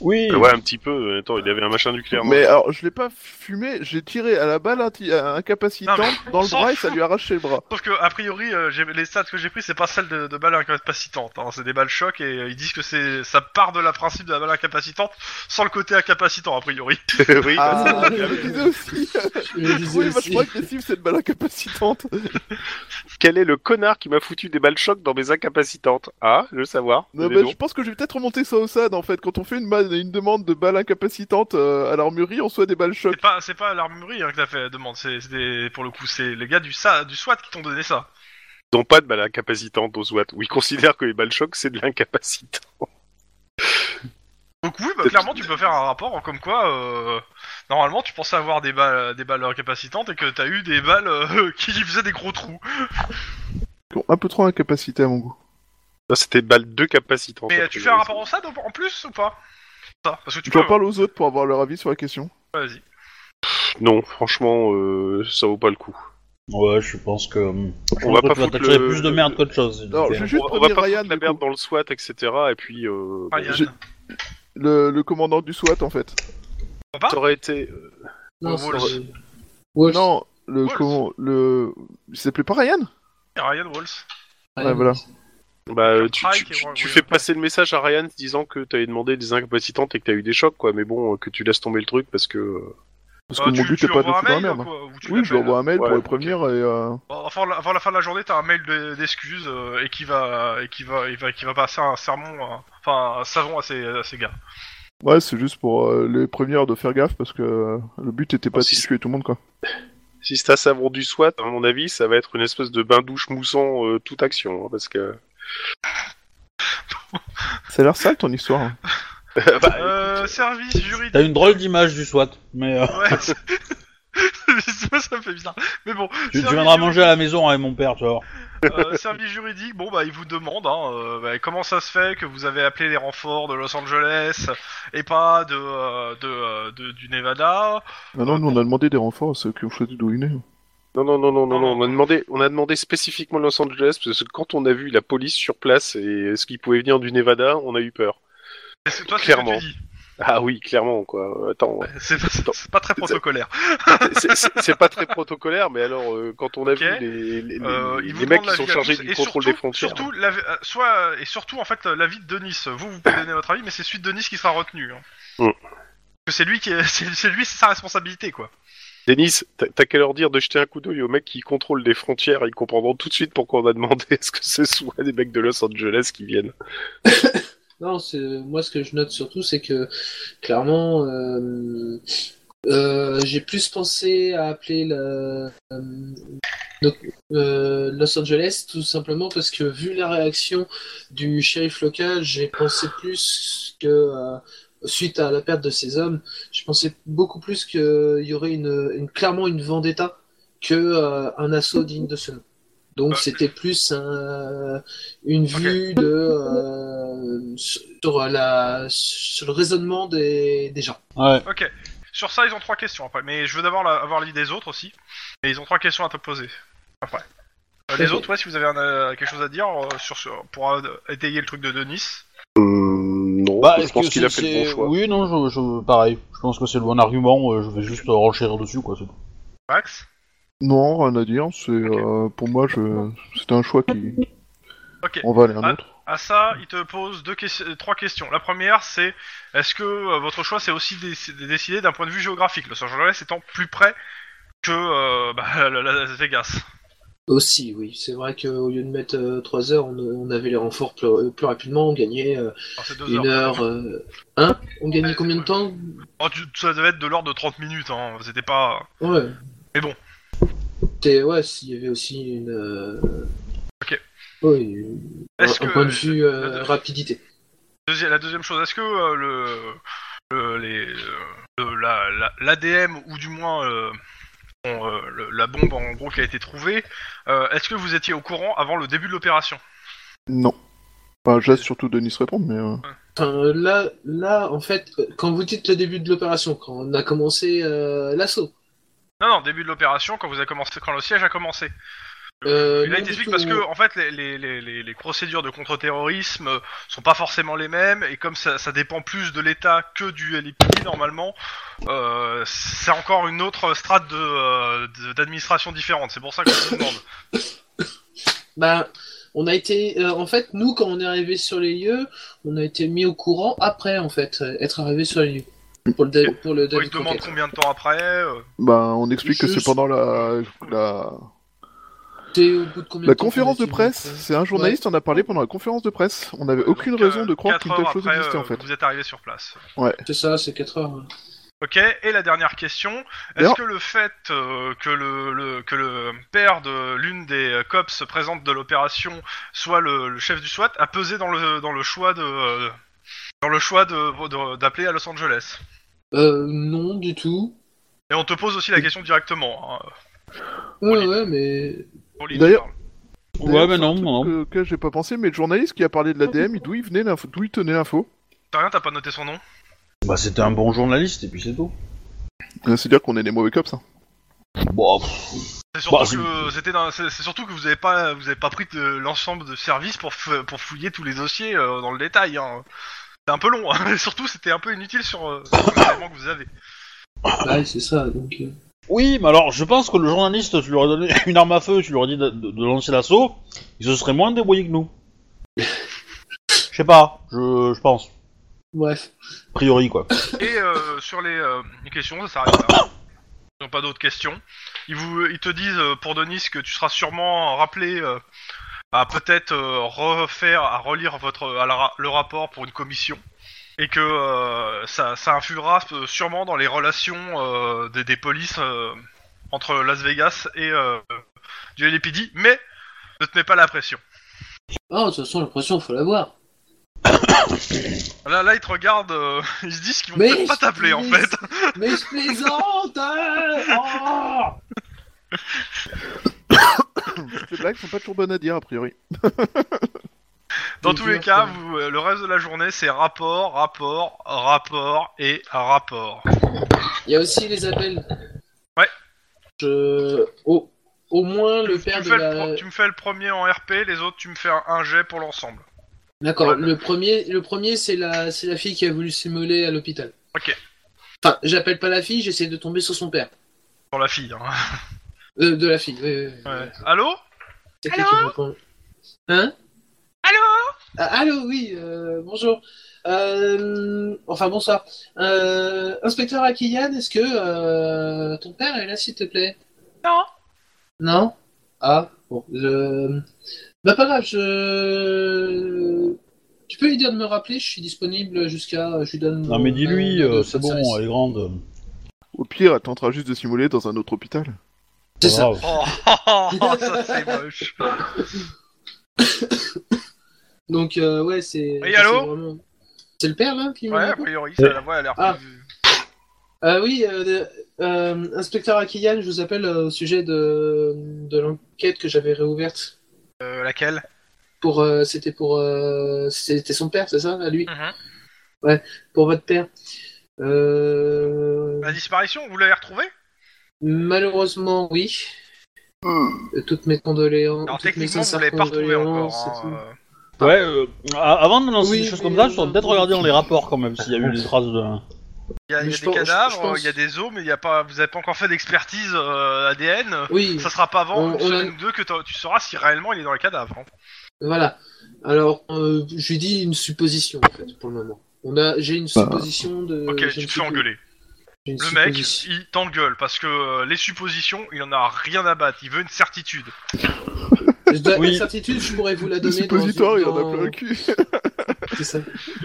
[SPEAKER 1] Oui.
[SPEAKER 3] Ah Ouais, un petit peu. euh, Attends, il avait un machin nucléaire. moi.
[SPEAKER 5] Mais alors, je l'ai pas fumé, j'ai tiré à la balle inti- à- incapacitante
[SPEAKER 2] Non, mais on
[SPEAKER 5] dans le
[SPEAKER 2] s'en
[SPEAKER 5] bras et ça
[SPEAKER 2] fout.
[SPEAKER 5] lui a arraché le bras.
[SPEAKER 2] Sauf que a priori, euh, j'ai- les stats que j'ai pris, c'est pas celles de, de balles incapacitantes. hein. C'est des balles choc et euh, ils disent que c'est ça part de la principe de la balle incapacitante sans le côté incapacitant a priori.
[SPEAKER 3] oui, bah,
[SPEAKER 5] Ah,
[SPEAKER 4] c'est-
[SPEAKER 5] je me disais aussi bah,
[SPEAKER 4] Je
[SPEAKER 5] Je
[SPEAKER 4] le
[SPEAKER 5] l'ai
[SPEAKER 4] disais
[SPEAKER 5] trouvé
[SPEAKER 4] aussi.
[SPEAKER 5] vachement agressive cette balle incapacitante.
[SPEAKER 3] Quel est le connard qui m'a foutu des balles choc dans mes incapacitantes Ah, je veux savoir.
[SPEAKER 5] Non,
[SPEAKER 3] Donnez
[SPEAKER 5] mais
[SPEAKER 3] donc.
[SPEAKER 5] je pense que je vais peut-être remonter ça au SAD en fait. Quand on fait une, ma- une demande de balle incapacitante euh, à l'armurerie, on soit des balles choc.
[SPEAKER 2] C'est pas c'est pas à l'armurerie hein, que t'as fait la demande. C'est c'est des- pour le coup, c'est les gars du SA, du SWAT qui t'ont donné ça.
[SPEAKER 3] Ils n'ont pas de balles incapacitantes aux SWAT. Ou ils considèrent que les balles choc, c'est de l'incapacitant.
[SPEAKER 2] Donc oui, bah, clairement, tu peux faire un rapport en comme quoi, euh, normalement, tu pensais avoir des balles, euh, des balles incapacitantes et que t'as eu des balles euh, qui faisaient des gros
[SPEAKER 1] Oh,
[SPEAKER 2] trous.
[SPEAKER 5] Qui ont Un peu trop incapacité à mon goût.
[SPEAKER 3] Non, c'était des balles de capacitante.
[SPEAKER 1] bah,
[SPEAKER 2] Mais
[SPEAKER 3] a
[SPEAKER 2] tu
[SPEAKER 3] priori.
[SPEAKER 2] fais un rapport au SAD en plus ou pas Ça, parce que tu
[SPEAKER 3] Hum.
[SPEAKER 2] peux.
[SPEAKER 5] J'en parle aux autres pour avoir leur avis sur la question.
[SPEAKER 2] Vas-y.
[SPEAKER 3] Non, franchement, euh, ça vaut pas le coup.
[SPEAKER 1] Ouais, je pense que. hum, Je
[SPEAKER 3] On
[SPEAKER 1] pense
[SPEAKER 3] va
[SPEAKER 1] que
[SPEAKER 3] pas
[SPEAKER 1] tu vas
[SPEAKER 3] foutre
[SPEAKER 1] t'attirer
[SPEAKER 3] le-
[SPEAKER 1] plus de merde qu'autre chose.
[SPEAKER 5] Alors,
[SPEAKER 1] Ok.
[SPEAKER 5] je vais juste
[SPEAKER 3] on va
[SPEAKER 5] prévenir
[SPEAKER 3] pas
[SPEAKER 5] Ryan.
[SPEAKER 3] foutre la
[SPEAKER 5] du
[SPEAKER 3] merde
[SPEAKER 5] coup.
[SPEAKER 3] dans le SWAT, etc. Et puis, euh,
[SPEAKER 2] Ryan.
[SPEAKER 5] j'ai- le, le commandant du SWAT en fait.
[SPEAKER 2] Papa
[SPEAKER 3] ça aurait été... euh,
[SPEAKER 4] Non,
[SPEAKER 2] Wolf.
[SPEAKER 4] c'est- Wolf.
[SPEAKER 5] Non, le
[SPEAKER 2] Wolf.
[SPEAKER 5] comment le il s'appelait pas Ryan
[SPEAKER 2] Ryan Walls.
[SPEAKER 5] ouais, voilà.
[SPEAKER 3] Bah, euh, tu,
[SPEAKER 2] Strike
[SPEAKER 3] tu-
[SPEAKER 2] et
[SPEAKER 3] tu-
[SPEAKER 2] Roy
[SPEAKER 3] tu
[SPEAKER 2] Williams.
[SPEAKER 3] fais passer le message à Ryan disant que t'avais demandé des incapacitantes et que t'as eu des chocs, quoi. Mais bon, euh, que tu laisses tomber le truc parce que... euh,
[SPEAKER 5] Parce
[SPEAKER 2] Euh,
[SPEAKER 5] que mon
[SPEAKER 2] tu,
[SPEAKER 5] but
[SPEAKER 2] tu
[SPEAKER 5] est
[SPEAKER 2] lui
[SPEAKER 5] pas de
[SPEAKER 2] envoies un
[SPEAKER 5] foutre la
[SPEAKER 2] mail
[SPEAKER 3] hein,
[SPEAKER 5] merde.
[SPEAKER 2] quoi, ou tu
[SPEAKER 5] Oui, je lui
[SPEAKER 2] l'appelles.
[SPEAKER 5] envoie un mail
[SPEAKER 3] Ouais,
[SPEAKER 5] pour le
[SPEAKER 3] ok.
[SPEAKER 5] prévenir et euh,
[SPEAKER 2] bah, Avant la, avant la fin de la journée, t'as un mail de- d'excuses euh, et qui va, et qui va, il va, qui va passer un sermon, hein, enfin un savon à ses, à ses gars.
[SPEAKER 5] ouais, c'est juste pour euh, les prévenir de faire gaffe parce que euh, le but était
[SPEAKER 3] Ah,
[SPEAKER 5] pas de
[SPEAKER 3] si c'est-
[SPEAKER 5] tuer tout le monde quoi.
[SPEAKER 3] Si c'est un savon du SWAT, à mon avis, ça va être une espèce de bain-douche moussant euh, toute action, hein, parce que...
[SPEAKER 5] Ça a l'air sale ton histoire. hein.
[SPEAKER 1] Bah,
[SPEAKER 3] bah,
[SPEAKER 2] Euh, service juridique.
[SPEAKER 1] T'as une drôle d'image du SWAT, mais euh,
[SPEAKER 2] Ouais. c'est- ça me fait bizarre. Mais bon.
[SPEAKER 1] tu, tu
[SPEAKER 2] service
[SPEAKER 1] viendras
[SPEAKER 2] juridique.
[SPEAKER 1] manger à la maison avec mon père, tu vois.
[SPEAKER 2] Euh, service juridique, bon bah ils vous demandent hein, euh, bah, comment ça se fait que vous avez appelé les renforts de Los Angeles et pas de, euh, de, euh, de- du Nevada.
[SPEAKER 5] Maintenant, nous on a demandé des renforts à ceux qui ont choisi d'où ils venaient.
[SPEAKER 3] Non, non, non, non, non,
[SPEAKER 2] Non,
[SPEAKER 3] non, on a demandé, on a demandé spécifiquement Los Angeles, parce que quand on a vu la police sur place et ce qui pouvait venir du Nevada, on a eu peur.
[SPEAKER 2] Et c'est- toi, c'est
[SPEAKER 3] Clairement.
[SPEAKER 2] ce que tu dis.
[SPEAKER 3] Ah oui, clairement, quoi. Attends,
[SPEAKER 2] C'est pas, c'est pas très protocolaire.
[SPEAKER 3] c'est- c'est c'est pas très protocolaire, mais alors, euh, quand on a
[SPEAKER 2] Ok.
[SPEAKER 3] vu les, les- les-
[SPEAKER 2] Euh,
[SPEAKER 3] les
[SPEAKER 2] ils vous
[SPEAKER 3] mecs
[SPEAKER 2] demandent
[SPEAKER 3] qui sont
[SPEAKER 2] l'avis à
[SPEAKER 3] chargés
[SPEAKER 2] tous,
[SPEAKER 3] du
[SPEAKER 2] et
[SPEAKER 3] contrôle
[SPEAKER 2] surtout-
[SPEAKER 3] des frontières,
[SPEAKER 2] Surtout, l'avi- euh, soit, et surtout en fait l'avis de Denis. Vous, vous pouvez donner votre avis, mais c'est celui de Denis qui sera retenu. hein.
[SPEAKER 3] Mm.
[SPEAKER 2] Parce que C'est lui qui, est- c'est c'est lui, c'est sa responsabilité quoi.
[SPEAKER 3] Denis, t'as- t'as qu'à leur dire de jeter un coup d'œil aux mecs qui contrôlent les frontières, ils comprendront tout de suite pourquoi on a demandé est ce que ce soit des mecs de Los Angeles qui viennent.
[SPEAKER 4] Non, c'est moi ce que je note surtout, c'est que clairement, euh, euh, j'ai plus pensé à appeler la, euh, donc, euh, Los Angeles tout simplement parce que vu la réaction du shérif local, j'ai pensé plus que euh, suite à la perte de ces hommes, je pensais beaucoup plus qu'il y aurait une, une- clairement une vendetta que euh, un assaut digne de ce nom. Donc
[SPEAKER 2] Bah,
[SPEAKER 4] c'était plus un- une vue de euh, sur la sur le raisonnement des, des gens.
[SPEAKER 1] Ouais.
[SPEAKER 2] Ok. Sur ça, ils ont trois questions après. Mais je veux d'abord la- avoir l'avis des autres aussi. Et ils ont trois questions à te poser après. Euh, les autres, ouais, si vous avez un, euh, quelque chose à dire euh, sur, sur- pour euh, étayer le truc de Denis.
[SPEAKER 3] Hum, non,
[SPEAKER 1] Bah,
[SPEAKER 3] je
[SPEAKER 1] est-ce
[SPEAKER 3] pense
[SPEAKER 1] que
[SPEAKER 3] qu'il a
[SPEAKER 1] c'est-
[SPEAKER 3] fait le bon
[SPEAKER 1] c'est-
[SPEAKER 3] choix.
[SPEAKER 1] Oui, non, je, je- pareil. Je pense que c'est le bon argument. euh, Je vais juste euh, renchérir dessus, quoi. c'est tout.
[SPEAKER 2] Max
[SPEAKER 5] Non, rien à dire. C'est euh, pour moi, je... c'est un choix qui.
[SPEAKER 2] Ok.
[SPEAKER 5] On va aller à un
[SPEAKER 2] Ah.
[SPEAKER 5] autre.
[SPEAKER 2] À ça, il te pose deux ques- euh, trois questions. La première, c'est est-ce que euh, votre choix, c'est aussi dé- dé- décidé d'un point de vue géographique Los Angeles étant plus près que euh, bah, la- la- Las Vegas.
[SPEAKER 4] Aussi, oui. C'est vrai qu'au lieu de mettre 3 heures, on, on avait les renforts plus, euh, plus rapidement, on gagnait euh,
[SPEAKER 2] Enfin, c'est deux
[SPEAKER 4] une
[SPEAKER 2] heures.
[SPEAKER 4] heure. euh, hein On gagnait combien de temps
[SPEAKER 2] Oh, tu- ça devait être de l'ordre de 30 minutes, hein. C'était pas.
[SPEAKER 4] Ouais.
[SPEAKER 2] Mais bon.
[SPEAKER 4] C'était- ouais, s'il y avait aussi une. euh,
[SPEAKER 2] Ok.
[SPEAKER 4] ouais, une- un,
[SPEAKER 2] Est-ce
[SPEAKER 4] un
[SPEAKER 2] que-
[SPEAKER 4] point de vue euh,
[SPEAKER 2] la- la-
[SPEAKER 4] rapidité.
[SPEAKER 2] Deuxi- la deuxième chose, est-ce que euh, le, le- les, euh, le- la- la- l'ADM ou du moins euh, bon, euh, le- la bombe en gros qui a été trouvée, euh, est-ce que vous étiez au courant avant le début de l'opération
[SPEAKER 5] Non. Enfin, je laisse surtout Denis répondre, mais. euh,
[SPEAKER 4] Enfin, euh, là, là, en fait, euh, quand vous dites le début de l'opération, quand on a commencé euh, l'assaut.
[SPEAKER 2] Non, non, début de l'opération quand vous avez commencé, quand le siège a commencé.
[SPEAKER 4] Euh,
[SPEAKER 2] Et là,
[SPEAKER 4] non,
[SPEAKER 2] il
[SPEAKER 4] du
[SPEAKER 2] t'explique
[SPEAKER 4] tout.
[SPEAKER 2] parce que en fait, les, les- les- les- les procédures de contre-terrorisme euh, sont pas forcément les mêmes, et comme ça, ça dépend plus de l'État que du LPI normalement, euh, c'est encore une autre strate de, euh, de- d'administration différente. C'est pour ça que je vous demande.
[SPEAKER 4] Bah, on a été, euh, en fait, nous, quand on est arrivé sur les lieux, on a été mis au courant après, en fait, euh, être arrivé sur les lieux. Pour le, dé- pour le
[SPEAKER 2] Ouais,
[SPEAKER 4] début
[SPEAKER 2] il
[SPEAKER 4] de
[SPEAKER 2] te demande
[SPEAKER 4] l'enquête.
[SPEAKER 2] combien de temps après. euh,
[SPEAKER 5] Bah, on explique que c'est
[SPEAKER 4] Juste-
[SPEAKER 5] pendant la, la...
[SPEAKER 4] T'es au bout de combien
[SPEAKER 5] la
[SPEAKER 4] de temps
[SPEAKER 5] conférence
[SPEAKER 4] qu'on
[SPEAKER 5] de
[SPEAKER 4] a été
[SPEAKER 5] presse.
[SPEAKER 4] mis
[SPEAKER 5] C'est un journaliste en a parlé pendant la conférence de presse. On n'avait aucune
[SPEAKER 2] donc,
[SPEAKER 5] raison
[SPEAKER 2] euh,
[SPEAKER 5] de croire
[SPEAKER 2] quatre
[SPEAKER 5] qu'une telle
[SPEAKER 2] heures
[SPEAKER 5] chose
[SPEAKER 2] après,
[SPEAKER 5] existait
[SPEAKER 2] euh,
[SPEAKER 5] en fait.
[SPEAKER 2] Vous êtes arrivé sur place.
[SPEAKER 4] au courant C'est ça, c'est 4 heures. hein.
[SPEAKER 2] Ok, et la dernière question. Est-ce
[SPEAKER 5] D'ailleurs-
[SPEAKER 2] que le fait euh, que, le, le- que le père de l'une des euh, cops se présente de l'opération soit le, le chef du SWAT a pesé dans le, dans le choix de. euh, dans le choix de- de- d'appeler à Los Angeles.
[SPEAKER 4] Euh, non, du tout.
[SPEAKER 2] Et on te pose aussi la question directement. hein,
[SPEAKER 4] Ouais,
[SPEAKER 2] Oui.
[SPEAKER 4] ouais, mais.
[SPEAKER 2] pour les-
[SPEAKER 5] D'ailleurs-
[SPEAKER 1] Ouais,
[SPEAKER 5] D'ailleurs,
[SPEAKER 1] mais
[SPEAKER 5] c'est un
[SPEAKER 1] non,
[SPEAKER 5] truc
[SPEAKER 1] non.
[SPEAKER 5] que- auquel j'ai pas pensé, mais le journaliste qui a parlé de l'ADM, d'où il venait l'info, d'où il tenait l'info.
[SPEAKER 2] T'as rien, t'as pas noté son nom
[SPEAKER 1] Bah, c'était un bon journaliste, et puis c'est tout.
[SPEAKER 5] Euh, C'est dire qu'on est des mauvais cops, ça.
[SPEAKER 1] Bon, pff,
[SPEAKER 2] C'est surtout,
[SPEAKER 1] Bah,
[SPEAKER 2] que c'était dans- c'est- c'est surtout que vous avez pas, vous avez pas pris de- l'ensemble de services pour, f- pour fouiller tous les dossiers euh, dans le détail. Hein. C'était un peu long, hein. et surtout c'était un peu inutile sur, euh, sur les éléments que vous avez.
[SPEAKER 4] Ouais, c'est ça, donc. euh,
[SPEAKER 1] Oui, mais alors, je pense que le journaliste, tu lui aurais donné une arme à feu, tu lui aurais dit de, de- de lancer l'assaut, il se serait moins débrouillé que nous. Je sais pas, je, je pense.
[SPEAKER 4] Bref.
[SPEAKER 1] A priori, quoi.
[SPEAKER 2] Et euh, sur les, euh, les questions, ça s'arrête là. Ils n'ont pas d'autres questions. Ils, vous, ils te disent euh, pour Denis que tu seras sûrement rappelé euh, à peut-être euh, refaire, à relire votre, à la ra- le rapport pour une commission. Et que euh, ça, ça influera euh, sûrement dans les relations euh, des, des polices euh, entre Las Vegas et euh, du LAPD, mais ne te mets pas la pression.
[SPEAKER 4] Ah, de toute façon, la pression, faut l'avoir.
[SPEAKER 2] Là, là ils te regardent, euh, ils se disent qu'ils vont
[SPEAKER 4] Mais
[SPEAKER 2] peut-être pas t'appeler en
[SPEAKER 4] mais-
[SPEAKER 2] fait.
[SPEAKER 4] Mais je plaisante hein Oh
[SPEAKER 5] Les blagues sont pas toujours bonnes à dire, a priori.
[SPEAKER 2] Dans
[SPEAKER 4] Des
[SPEAKER 2] tous les
[SPEAKER 4] heures,
[SPEAKER 2] cas,
[SPEAKER 4] quoi.
[SPEAKER 2] vous, euh, le reste de la journée, c'est rapport, rapport, rapport et rapport.
[SPEAKER 4] Ah, Il y a aussi les appels.
[SPEAKER 2] Ouais.
[SPEAKER 4] Je... Au... Au moins, le
[SPEAKER 2] Tu
[SPEAKER 4] père
[SPEAKER 2] me,
[SPEAKER 4] de
[SPEAKER 2] fais le
[SPEAKER 4] la...
[SPEAKER 2] pro- tu me fais le premier en RP, les autres, tu me fais un, un jet pour l'ensemble.
[SPEAKER 4] D'accord,
[SPEAKER 2] Ouais.
[SPEAKER 4] le premier, le premier c'est la, c'est la fille qui a voulu s'immoler à l'hôpital.
[SPEAKER 2] Ok.
[SPEAKER 4] Enfin, j'appelle pas la fille, j'essaie de tomber sur son père.
[SPEAKER 2] Pour la fille. Hein.
[SPEAKER 4] Euh, de la fille, oui, oui, oui.
[SPEAKER 2] Ouais. Allô
[SPEAKER 4] C'était qui me répond. Hein
[SPEAKER 2] Allô
[SPEAKER 4] Ah, Allô, oui, euh, bonjour. Euh, enfin, bonsoir. Euh, inspecteur Akiyan, est-ce que euh, ton père est là, s'il te plaît
[SPEAKER 2] Non.
[SPEAKER 4] Non Ah, bon. je- Bah, pas grave, je... Tu peux lui dire de me rappeler, je suis disponible jusqu'à. Je lui donne.
[SPEAKER 1] Non, mais
[SPEAKER 4] mon-
[SPEAKER 1] dis-lui,
[SPEAKER 4] mon-
[SPEAKER 1] euh,
[SPEAKER 4] mon-
[SPEAKER 1] c'est
[SPEAKER 4] mon
[SPEAKER 1] bon,
[SPEAKER 4] service.
[SPEAKER 1] elle est grande. euh,
[SPEAKER 5] Au pire, elle tentera juste de simuler dans un autre hôpital.
[SPEAKER 4] C'est
[SPEAKER 1] pas
[SPEAKER 4] ça.
[SPEAKER 1] grave.
[SPEAKER 2] Oh, ça c'est moche.
[SPEAKER 4] Donc, euh, ouais, c'est.
[SPEAKER 2] Oui,
[SPEAKER 4] c'est
[SPEAKER 2] allô
[SPEAKER 4] vraiment- C'est le père, là, qui m'a
[SPEAKER 2] Ouais, a
[SPEAKER 4] rappelé
[SPEAKER 2] priori, ça, la voix a l'air
[SPEAKER 4] Ah.
[SPEAKER 2] plus...
[SPEAKER 4] Euh, oui, euh, de- euh, inspecteur Akiyan, je vous appelle euh, au sujet de, de l'enquête que j'avais réouverte.
[SPEAKER 2] Euh, laquelle
[SPEAKER 4] Pour, euh, c'était pour, euh, c'était son père, c'est ça, à lui,
[SPEAKER 2] Mhm.
[SPEAKER 4] pour votre père. Euh,
[SPEAKER 2] La disparition, vous l'avez retrouvée
[SPEAKER 4] malheureusement, oui. Euh, Toutes mes condoléances.
[SPEAKER 2] Alors
[SPEAKER 4] toutes mes
[SPEAKER 2] techniquement, vous
[SPEAKER 4] sincères
[SPEAKER 2] l'avez pas retrouvée encore.
[SPEAKER 4] condoléances et
[SPEAKER 2] hein,
[SPEAKER 4] tout.
[SPEAKER 2] euh.
[SPEAKER 1] Ouais, euh, a- avant de lancer
[SPEAKER 4] Oui,
[SPEAKER 1] des choses
[SPEAKER 4] mais euh,
[SPEAKER 1] comme ça,
[SPEAKER 4] on
[SPEAKER 1] je dois
[SPEAKER 4] a-
[SPEAKER 1] peut-être regarder dans les rapports quand même s'il y a eu des traces de.
[SPEAKER 2] Il y a, il y
[SPEAKER 4] Mais
[SPEAKER 2] a
[SPEAKER 4] je
[SPEAKER 2] des
[SPEAKER 4] pense- je- je
[SPEAKER 2] cadavres,
[SPEAKER 4] pense-
[SPEAKER 2] il y a des os, mais il y a pas, vous avez pas encore fait d'expertise euh, ADN.
[SPEAKER 4] Oui,
[SPEAKER 2] Ça sera pas avant
[SPEAKER 4] On-
[SPEAKER 2] une
[SPEAKER 4] on a-
[SPEAKER 2] semaine ou deux que t'en- tu sauras si réellement il est dans les cadavres. hein.
[SPEAKER 4] voilà. Alors, euh, je lui dis une supposition, en fait, pour le moment. On a, j'ai une
[SPEAKER 5] Bah.
[SPEAKER 4] supposition de.
[SPEAKER 2] ok,
[SPEAKER 4] j'ai
[SPEAKER 2] tu
[SPEAKER 4] une
[SPEAKER 2] te fais
[SPEAKER 4] suppo-
[SPEAKER 2] engueuler.
[SPEAKER 4] j'ai une
[SPEAKER 2] Le mec,
[SPEAKER 4] supposition.
[SPEAKER 2] il t'engueule parce que euh, les suppositions, il en a rien à battre. Il veut une certitude.
[SPEAKER 4] Je dois-
[SPEAKER 1] Oui.
[SPEAKER 4] La certitude, je pourrais vous la
[SPEAKER 5] Le
[SPEAKER 4] donner. dans-
[SPEAKER 5] suppositoire, il en
[SPEAKER 4] dans-
[SPEAKER 5] a plein le cul.
[SPEAKER 4] C'est ça.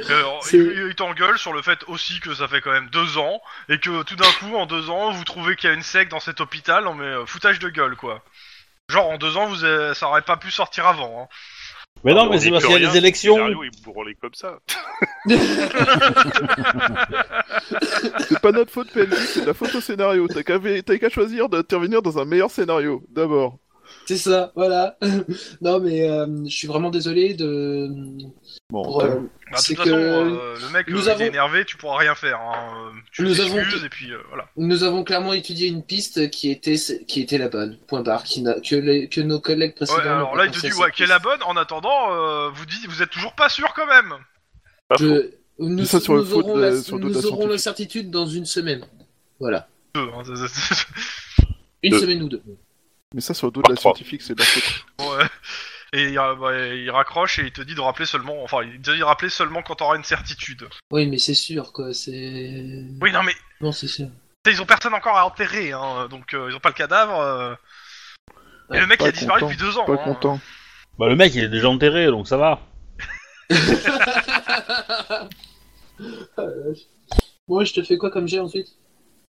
[SPEAKER 2] Alors,
[SPEAKER 4] C'est-
[SPEAKER 2] il Euh, il t'engueule sur le fait aussi que ça fait quand même deux ans et que tout d'un coup, en deux ans, vous trouvez qu'il y a une sec dans cet hôpital. Non mais euh, foutage de gueule quoi. Genre en deux ans, vous avez- ça aurait pas pu sortir avant. hein.
[SPEAKER 1] Mais
[SPEAKER 3] Ah,
[SPEAKER 1] non,
[SPEAKER 3] mais
[SPEAKER 1] mais
[SPEAKER 3] on
[SPEAKER 1] c'est
[SPEAKER 3] dit
[SPEAKER 1] parce
[SPEAKER 3] plus
[SPEAKER 1] qu'il y a
[SPEAKER 3] rien,
[SPEAKER 1] des élections.
[SPEAKER 3] Dario, il bourrelait comme ça.
[SPEAKER 5] C'est pas notre faute, PNJ, c'est de la faute au scénario. T'as qu'à t'as qu'à choisir d'intervenir dans un meilleur scénario, d'abord.
[SPEAKER 4] C'est ça, voilà. non, mais euh, je suis vraiment désolé de.
[SPEAKER 5] Bon,
[SPEAKER 4] pour,
[SPEAKER 5] t'as-
[SPEAKER 4] euh,
[SPEAKER 2] Bah, de
[SPEAKER 4] C'est
[SPEAKER 2] toute façon,
[SPEAKER 4] que
[SPEAKER 2] euh, le mec,
[SPEAKER 4] nous
[SPEAKER 2] euh, il
[SPEAKER 4] avons-
[SPEAKER 2] est énervé, tu pourras rien faire. hein. Euh, Tu
[SPEAKER 4] Nous avons-
[SPEAKER 2] t'excuses et puis euh, voilà.
[SPEAKER 4] nous avons clairement étudié une piste qui était qui était la bonne. Point barre. Qui n'a- que, les- que nos collègues précédents.
[SPEAKER 2] Ouais, alors
[SPEAKER 4] n'ont
[SPEAKER 2] là,
[SPEAKER 4] pas
[SPEAKER 2] il te
[SPEAKER 4] pensé à
[SPEAKER 2] dit
[SPEAKER 4] cette
[SPEAKER 2] ouais, qui est la
[SPEAKER 4] piste.
[SPEAKER 2] bonne. En attendant, euh, vous dites, vous êtes toujours pas sûr quand même.
[SPEAKER 3] Pas faux.
[SPEAKER 4] Je- Nous,
[SPEAKER 5] Dis Bah, ça sur le
[SPEAKER 4] nous
[SPEAKER 5] faute
[SPEAKER 4] aurons
[SPEAKER 5] de-
[SPEAKER 4] la,
[SPEAKER 5] sur
[SPEAKER 4] nous
[SPEAKER 5] d'autres
[SPEAKER 4] aurons la
[SPEAKER 5] scientifiques.
[SPEAKER 4] certitude dans une semaine. Voilà.
[SPEAKER 2] Deux, hein, c'est- c'est- c'est-
[SPEAKER 4] Une
[SPEAKER 5] Euh,
[SPEAKER 3] Deux.
[SPEAKER 4] semaine ou deux.
[SPEAKER 5] Mais ça, sur le dos
[SPEAKER 3] Par
[SPEAKER 5] de la
[SPEAKER 3] trois.
[SPEAKER 5] scientifique, c'est de la faute.
[SPEAKER 2] bon, euh, Et il, euh, bah, il raccroche et il te dit de rappeler seulement. Enfin, il te dit de rappeler seulement quand t'auras une certitude.
[SPEAKER 4] Oui, mais c'est sûr, quoi. C'est.
[SPEAKER 2] Oui, non mais
[SPEAKER 4] Non, c'est sûr.
[SPEAKER 2] tu sais, ils ont personne encore à enterrer, hein, donc euh, ils ont pas le cadavre. euh. Et
[SPEAKER 4] Ouais,
[SPEAKER 2] le mec il
[SPEAKER 5] pas
[SPEAKER 2] a disparu
[SPEAKER 5] content,
[SPEAKER 2] depuis deux ans.
[SPEAKER 5] Pas
[SPEAKER 2] hein.
[SPEAKER 5] content.
[SPEAKER 1] Bah, le mec, il est déjà enterré, donc ça va.
[SPEAKER 4] Moi, je te fais quoi comme jet ensuite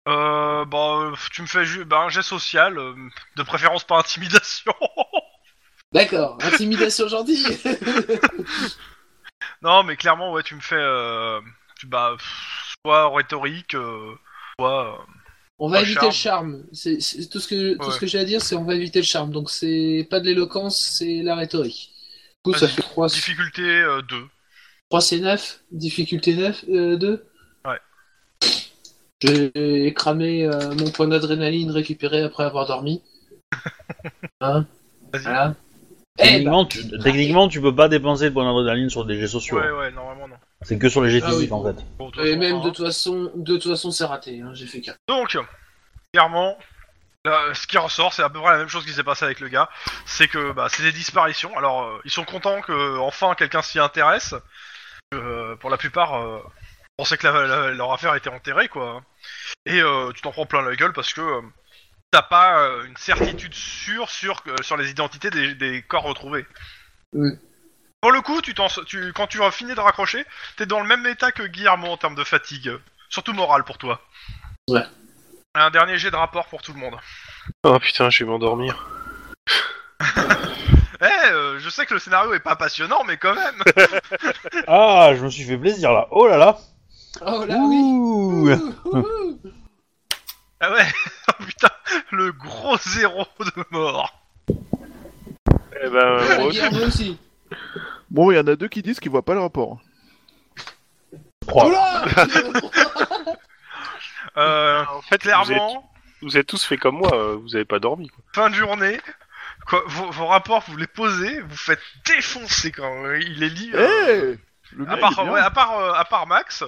[SPEAKER 2] Euh, bah, euh, tu me fais ju- bah, un jet social, euh, de préférence par intimidation.
[SPEAKER 4] D'accord, intimidation gentille
[SPEAKER 2] Non, mais clairement, ouais, tu me fais. Euh, tu, bah, pff, soit rhétorique, euh, soit. euh,
[SPEAKER 4] On va
[SPEAKER 2] Un
[SPEAKER 4] éviter le charme. C'est c'est tout ce que tout
[SPEAKER 2] Ouais.
[SPEAKER 4] ce que j'ai à dire, c'est on va éviter le charme. Donc c'est pas de l'éloquence, c'est la rhétorique. Du coup, ça
[SPEAKER 2] Vas-y.
[SPEAKER 4] fait 3,
[SPEAKER 2] difficulté euh, 2.
[SPEAKER 4] 3 c'est 9, difficulté 9, euh, 2.
[SPEAKER 2] Ouais.
[SPEAKER 4] J'ai cramé euh, mon point d'adrénaline récupéré après avoir dormi. Hein
[SPEAKER 2] Vas-y.
[SPEAKER 4] Voilà. Eh ben,
[SPEAKER 1] Techniquement, tu, techniquement, tu peux pas dépenser de points d'adrénaline sur des jets sociaux.
[SPEAKER 2] Ouais, ouais, normalement non.
[SPEAKER 1] C'est que sur les jets
[SPEAKER 4] Ah
[SPEAKER 1] physiques
[SPEAKER 4] oui.
[SPEAKER 1] en fait.
[SPEAKER 2] Bon, de toute
[SPEAKER 4] et
[SPEAKER 2] façon,
[SPEAKER 4] même
[SPEAKER 2] hein.
[SPEAKER 4] de toute façon, de toute façon, c'est raté. hein, J'ai fait 4.
[SPEAKER 2] Donc, clairement, là, ce qui ressort, c'est à peu près la même chose qui s'est passé avec le gars. C'est que bah, c'est des disparitions. Alors, euh, ils sont contents que enfin quelqu'un s'y intéresse. Euh, pour la plupart, euh, on sait que la- la- leur affaire était enterrée, quoi. Et euh, tu t'en prends plein la gueule parce que euh, t'as pas euh, une certitude sûre sur, euh, sur les identités des, des corps retrouvés.
[SPEAKER 4] Oui.
[SPEAKER 2] Pour le coup, tu t'en- tu- quand tu as fini de raccrocher, t'es dans le même état que Guillermo en termes de fatigue. Surtout morale pour toi.
[SPEAKER 4] Ouais.
[SPEAKER 2] Un dernier jet de rapport pour tout le monde.
[SPEAKER 3] Oh putain, je vais m'endormir.
[SPEAKER 2] Eh, euh, je sais que le scénario est pas passionnant, mais quand même
[SPEAKER 1] Ah, je me suis fait plaisir là. Oh là là.
[SPEAKER 4] Oh là oui.
[SPEAKER 1] Ouh. Euh,
[SPEAKER 4] Ouh, ouh, ouh.
[SPEAKER 2] Ah ouais Oh, Putain, le gros zéro de mort
[SPEAKER 3] Eh ben, moi aussi.
[SPEAKER 4] Guillermo aussi.
[SPEAKER 5] Bon, il y en a deux qui disent qu'ils voient pas le rapport.
[SPEAKER 1] Trois.
[SPEAKER 2] euh,
[SPEAKER 5] Ah,
[SPEAKER 3] en fait, clairement,
[SPEAKER 2] Clairement,
[SPEAKER 3] vous êtes, vous êtes tous fait comme moi, euh, vous avez pas dormi. Quoi.
[SPEAKER 2] fin de journée, quoi, vos, vos rapports, vous les posez, vous faites défoncer quand il les lit.
[SPEAKER 5] Eh
[SPEAKER 2] euh,
[SPEAKER 5] Le
[SPEAKER 2] à,
[SPEAKER 5] mec, Eh, il est
[SPEAKER 2] part,
[SPEAKER 5] bien.
[SPEAKER 2] ouais, à, part, euh, à part Max.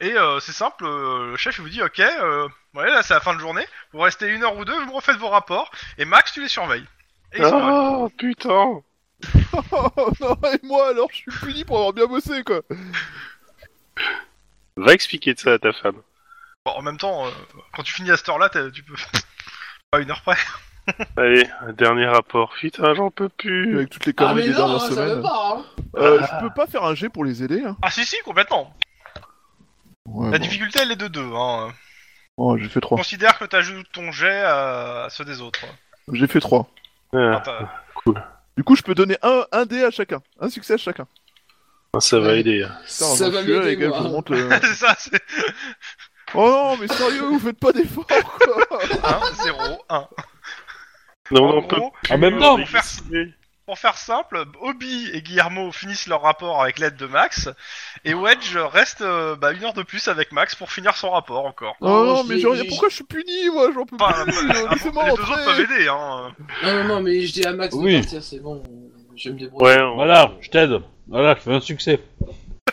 [SPEAKER 2] Et euh, c'est simple, euh, le chef il vous dit ok, euh, ouais, là c'est la fin de journée, vous restez une heure ou deux, vous me refaites vos rapports, et Max tu les surveilles. Et
[SPEAKER 5] Ah.
[SPEAKER 2] ils sont là.
[SPEAKER 3] Oh putain
[SPEAKER 5] Oh, non, et moi alors, je suis puni pour avoir bien bossé, quoi.
[SPEAKER 3] Va expliquer de ça à ta femme.
[SPEAKER 2] Bon, en même temps, euh, quand tu finis à cette heure-là, t'as- tu peux. à une heure près.
[SPEAKER 3] Allez, un dernier rapport. Putain, j'en peux plus.
[SPEAKER 5] Avec toutes les
[SPEAKER 4] Ah
[SPEAKER 5] conneries
[SPEAKER 3] Hmm.
[SPEAKER 4] mais
[SPEAKER 5] des
[SPEAKER 4] non,
[SPEAKER 5] dernières
[SPEAKER 4] ça veut
[SPEAKER 5] semaines.
[SPEAKER 4] pas. hein.
[SPEAKER 5] Euh, je peux pas faire un jet pour les aider. Hein.
[SPEAKER 2] Ah si si, complètement.
[SPEAKER 5] Ouais,
[SPEAKER 2] La
[SPEAKER 5] Ah bon.
[SPEAKER 2] difficulté, elle est de deux. Hein.
[SPEAKER 5] Oh, j'ai fait 3.
[SPEAKER 2] Considère que t'ajoutes ton jet à ceux des autres.
[SPEAKER 5] J'ai fait 3.
[SPEAKER 2] Enfin,
[SPEAKER 3] Ah,
[SPEAKER 2] t'as-
[SPEAKER 5] Du coup, je peux donner un, un dé à chacun. Un succès à chacun.
[SPEAKER 3] ah, ça va aider. hein.
[SPEAKER 5] Putain,
[SPEAKER 4] Ça
[SPEAKER 5] je
[SPEAKER 4] va
[SPEAKER 5] suis là, les
[SPEAKER 4] m'aider,
[SPEAKER 5] gars,
[SPEAKER 4] moi.
[SPEAKER 5] je vous montre le-
[SPEAKER 2] c'est ça, c'est
[SPEAKER 5] Oh non, mais sérieux, vous faites pas d'efforts, quoi
[SPEAKER 2] 1, 0, 1.
[SPEAKER 3] Non,
[SPEAKER 2] En
[SPEAKER 3] on peut
[SPEAKER 2] gros,
[SPEAKER 1] En Ah, même
[SPEAKER 2] euh,
[SPEAKER 1] temps,
[SPEAKER 2] pour faire, pour faire simple, Obi et Guillermo finissent leur rapport avec l'aide de Max, et Wedge reste euh, bah, une heure de plus avec Max pour finir son rapport encore.
[SPEAKER 5] Oh, non,
[SPEAKER 4] je
[SPEAKER 5] mais
[SPEAKER 4] l'ai-
[SPEAKER 5] genre,
[SPEAKER 4] je-
[SPEAKER 5] pourquoi je suis puni, moi J'en peux
[SPEAKER 2] Enfin,
[SPEAKER 5] plus hein,
[SPEAKER 2] bah,
[SPEAKER 5] Laissez-moi
[SPEAKER 2] les deux autres peuvent
[SPEAKER 5] rentrer
[SPEAKER 2] aider, hein.
[SPEAKER 4] Non, non, non, mais je dis à Max
[SPEAKER 1] Oui.
[SPEAKER 4] de partir, c'est bon. Je vais me débrouiller.
[SPEAKER 3] Ouais, on-
[SPEAKER 1] Voilà, je t'aide. Voilà, je fais un succès.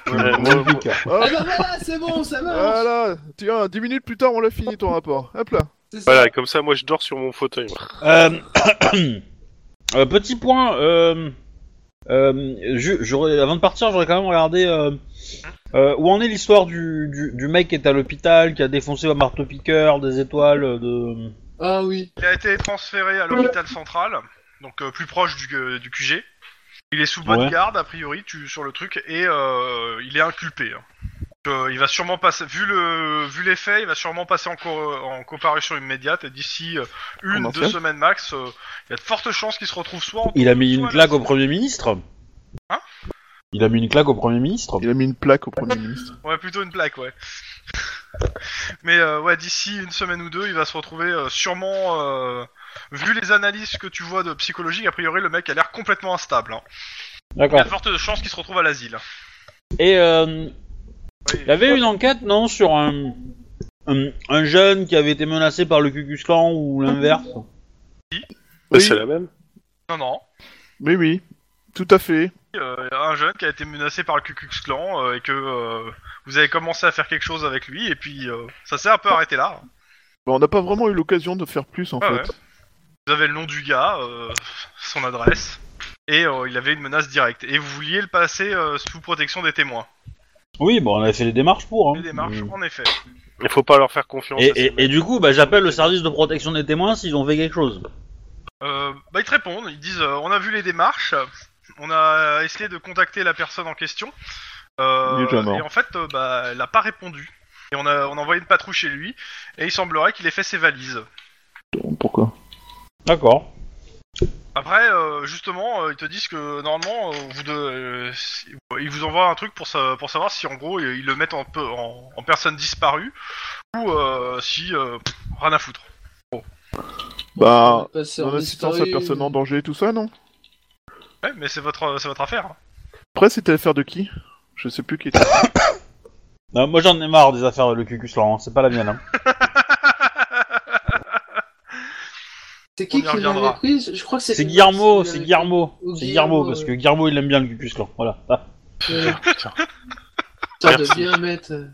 [SPEAKER 3] Ouais,
[SPEAKER 1] Magnifique.
[SPEAKER 5] Hop.
[SPEAKER 4] Ah bah voilà, c'est bon, ça marche
[SPEAKER 5] Voilà, Ah tiens, 10 minutes plus tard, on l'a fini ton rapport. Hop là
[SPEAKER 4] C'est ça.
[SPEAKER 3] voilà, comme ça, moi je dors sur mon fauteuil.
[SPEAKER 1] Euh, euh, petit point. Euh, euh, je- j'aurais- avant de partir, j'aurais quand même regardé euh, euh, où en est l'histoire du, du, du mec qui est à l'hôpital, qui a défoncé un marteau-piqueur, des étoiles, euh, de...
[SPEAKER 4] Ah oui.
[SPEAKER 2] Il a été transféré à l'hôpital central, donc euh, plus proche du, euh, du QG. Il est sous bonne
[SPEAKER 1] Ouais.
[SPEAKER 2] garde, a priori, tu, sur le truc, et euh, il est inculpé. hein. Donc, euh, il va sûrement passer, vu, le, vu les faits, il va sûrement passer en, co- en comparution immédiate, et d'ici euh, une,
[SPEAKER 5] Comment
[SPEAKER 2] deux
[SPEAKER 5] ça
[SPEAKER 2] semaines max, euh, il y a de fortes chances qu'il se retrouve soit en
[SPEAKER 1] Il a mis
[SPEAKER 2] soit
[SPEAKER 1] une
[SPEAKER 2] à la-
[SPEAKER 1] claque au Premier ministre.
[SPEAKER 2] Hein
[SPEAKER 1] Il a mis une claque au Premier ministre.
[SPEAKER 5] Il a mis une plaque au Premier ministre.
[SPEAKER 2] Ouais, plutôt une plaque, ouais. Mais euh, ouais, d'ici une semaine ou deux, il va se retrouver euh, sûrement. euh, vu les analyses que tu vois de psychologie, a priori, le mec a l'air complètement instable. hein. Il y a
[SPEAKER 1] D'accord.
[SPEAKER 2] de fortes chances qu'il se retrouve à l'asile.
[SPEAKER 1] Et euh,
[SPEAKER 2] Ouais,
[SPEAKER 1] il y avait une enquête, non, sur un, un, un jeune qui avait été menacé par le Cucus Clan ou l'inverse.
[SPEAKER 3] Bah,
[SPEAKER 5] Oui.
[SPEAKER 3] C'est la même.
[SPEAKER 2] Non, non.
[SPEAKER 5] Mais oui, tout à fait.
[SPEAKER 2] Euh, un jeune qui a été menacé par le Ku Klux Klan euh, et que euh, vous avez commencé à faire quelque chose avec lui, et puis euh, ça s'est un peu arrêté là.
[SPEAKER 5] Bon, Bah, on n'a pas vraiment eu l'occasion de faire plus, en
[SPEAKER 2] Ah
[SPEAKER 5] fait.
[SPEAKER 2] ouais. Vous avez le nom du gars, euh, son adresse, et euh, il avait une menace directe. Et vous vouliez le passer euh, sous protection des témoins.
[SPEAKER 1] Oui, bon, on avait fait les démarches pour. Hein.
[SPEAKER 2] Les démarches,
[SPEAKER 1] Euh,
[SPEAKER 2] en effet.
[SPEAKER 3] Il faut pas leur faire confiance. à
[SPEAKER 1] Et,
[SPEAKER 3] ces
[SPEAKER 1] et- et du coup, bah, j'appelle le service de protection des témoins s'ils ont fait quelque chose.
[SPEAKER 2] Euh, bah, ils te répondent, ils disent euh, on a vu les démarches, on a essayé de contacter la personne en question, euh,
[SPEAKER 5] Il est déjà mort.
[SPEAKER 2] et en fait euh, bah, elle a pas répondu. Et on a, on a envoyé une patrouille chez lui, et il semblerait qu'il ait fait ses valises.
[SPEAKER 5] Donc, Pourquoi
[SPEAKER 1] D'accord.
[SPEAKER 2] Après, euh, justement, euh, ils te disent que normalement, euh, vous de- euh, si- ils vous envoient un truc pour, sa- pour savoir si en gros ils ils le mettent en, peu- en, en personne disparue, ou euh, si euh, pff, rien à foutre.
[SPEAKER 5] Bah,
[SPEAKER 4] Passer
[SPEAKER 5] en assistance à
[SPEAKER 4] disparu.
[SPEAKER 5] personne en danger, tout ça, non
[SPEAKER 2] Ouais, mais c'est votre, c'est votre affaire. hein.
[SPEAKER 5] Après, c'était l'affaire de qui Je sais plus qui était.
[SPEAKER 1] Non, moi j'en ai marre des affaires de le cucus là, hein, c'est pas la mienne. Hein.
[SPEAKER 4] C'est
[SPEAKER 2] On
[SPEAKER 4] qui
[SPEAKER 2] y
[SPEAKER 4] qui l'avait
[SPEAKER 2] reviendra.
[SPEAKER 4] pris je, je crois que
[SPEAKER 1] C'est Guillermo,
[SPEAKER 4] qui
[SPEAKER 1] c'est
[SPEAKER 4] l'avait
[SPEAKER 1] Guillermo,
[SPEAKER 4] Ou
[SPEAKER 1] c'est
[SPEAKER 4] Guillermo,
[SPEAKER 1] Guillermo parce que Guillermo il aime bien le cucus là, voilà. Ah.
[SPEAKER 4] pris. Euh,
[SPEAKER 3] Putain.
[SPEAKER 4] Putain, de bien mettre. euh,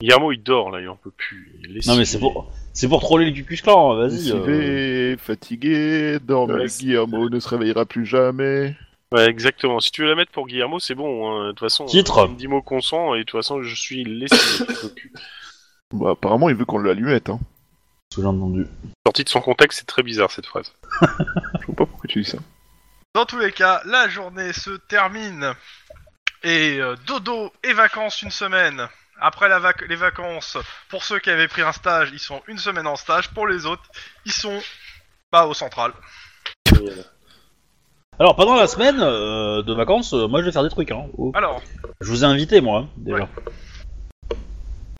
[SPEAKER 3] Guillermo, il dort là, il en peut plus. Il est
[SPEAKER 1] Non mais c'est
[SPEAKER 3] lessivé.
[SPEAKER 1] pour, c'est pour troller le cucus clan, hein, vas-y. euh.
[SPEAKER 5] Lessivé, fatigué, dormi,
[SPEAKER 3] Ouais, c'est-
[SPEAKER 5] Guillermo ne se réveillera plus jamais.
[SPEAKER 3] Ouais, exactement. Si tu veux la mettre pour Guillermo, c'est bon. hein. De toute façon,
[SPEAKER 1] Titre.
[SPEAKER 3] euh, il me dit mot consent et de toute façon, je suis lessivé. je peux plus.
[SPEAKER 5] Bah, apparemment, il veut qu'on l'allumette, hein.
[SPEAKER 1] Ce que j'ai entendu.
[SPEAKER 3] Sorti de son contexte, c'est très bizarre cette phrase.
[SPEAKER 5] Je vois pas pourquoi tu dis ça.
[SPEAKER 2] Dans tous les cas, la journée se termine. Et euh, dodo et vacances une semaine. Après la vac- les vacances, pour ceux qui avaient pris un stage, ils sont une semaine en stage. Pour les autres, ils sont pas au central.
[SPEAKER 3] euh,
[SPEAKER 1] Alors pendant la semaine euh, de vacances, euh, moi je vais faire des trucs. Hein. Oh.
[SPEAKER 2] Alors,
[SPEAKER 1] Je vous ai invité moi hein, déjà.
[SPEAKER 2] Ouais.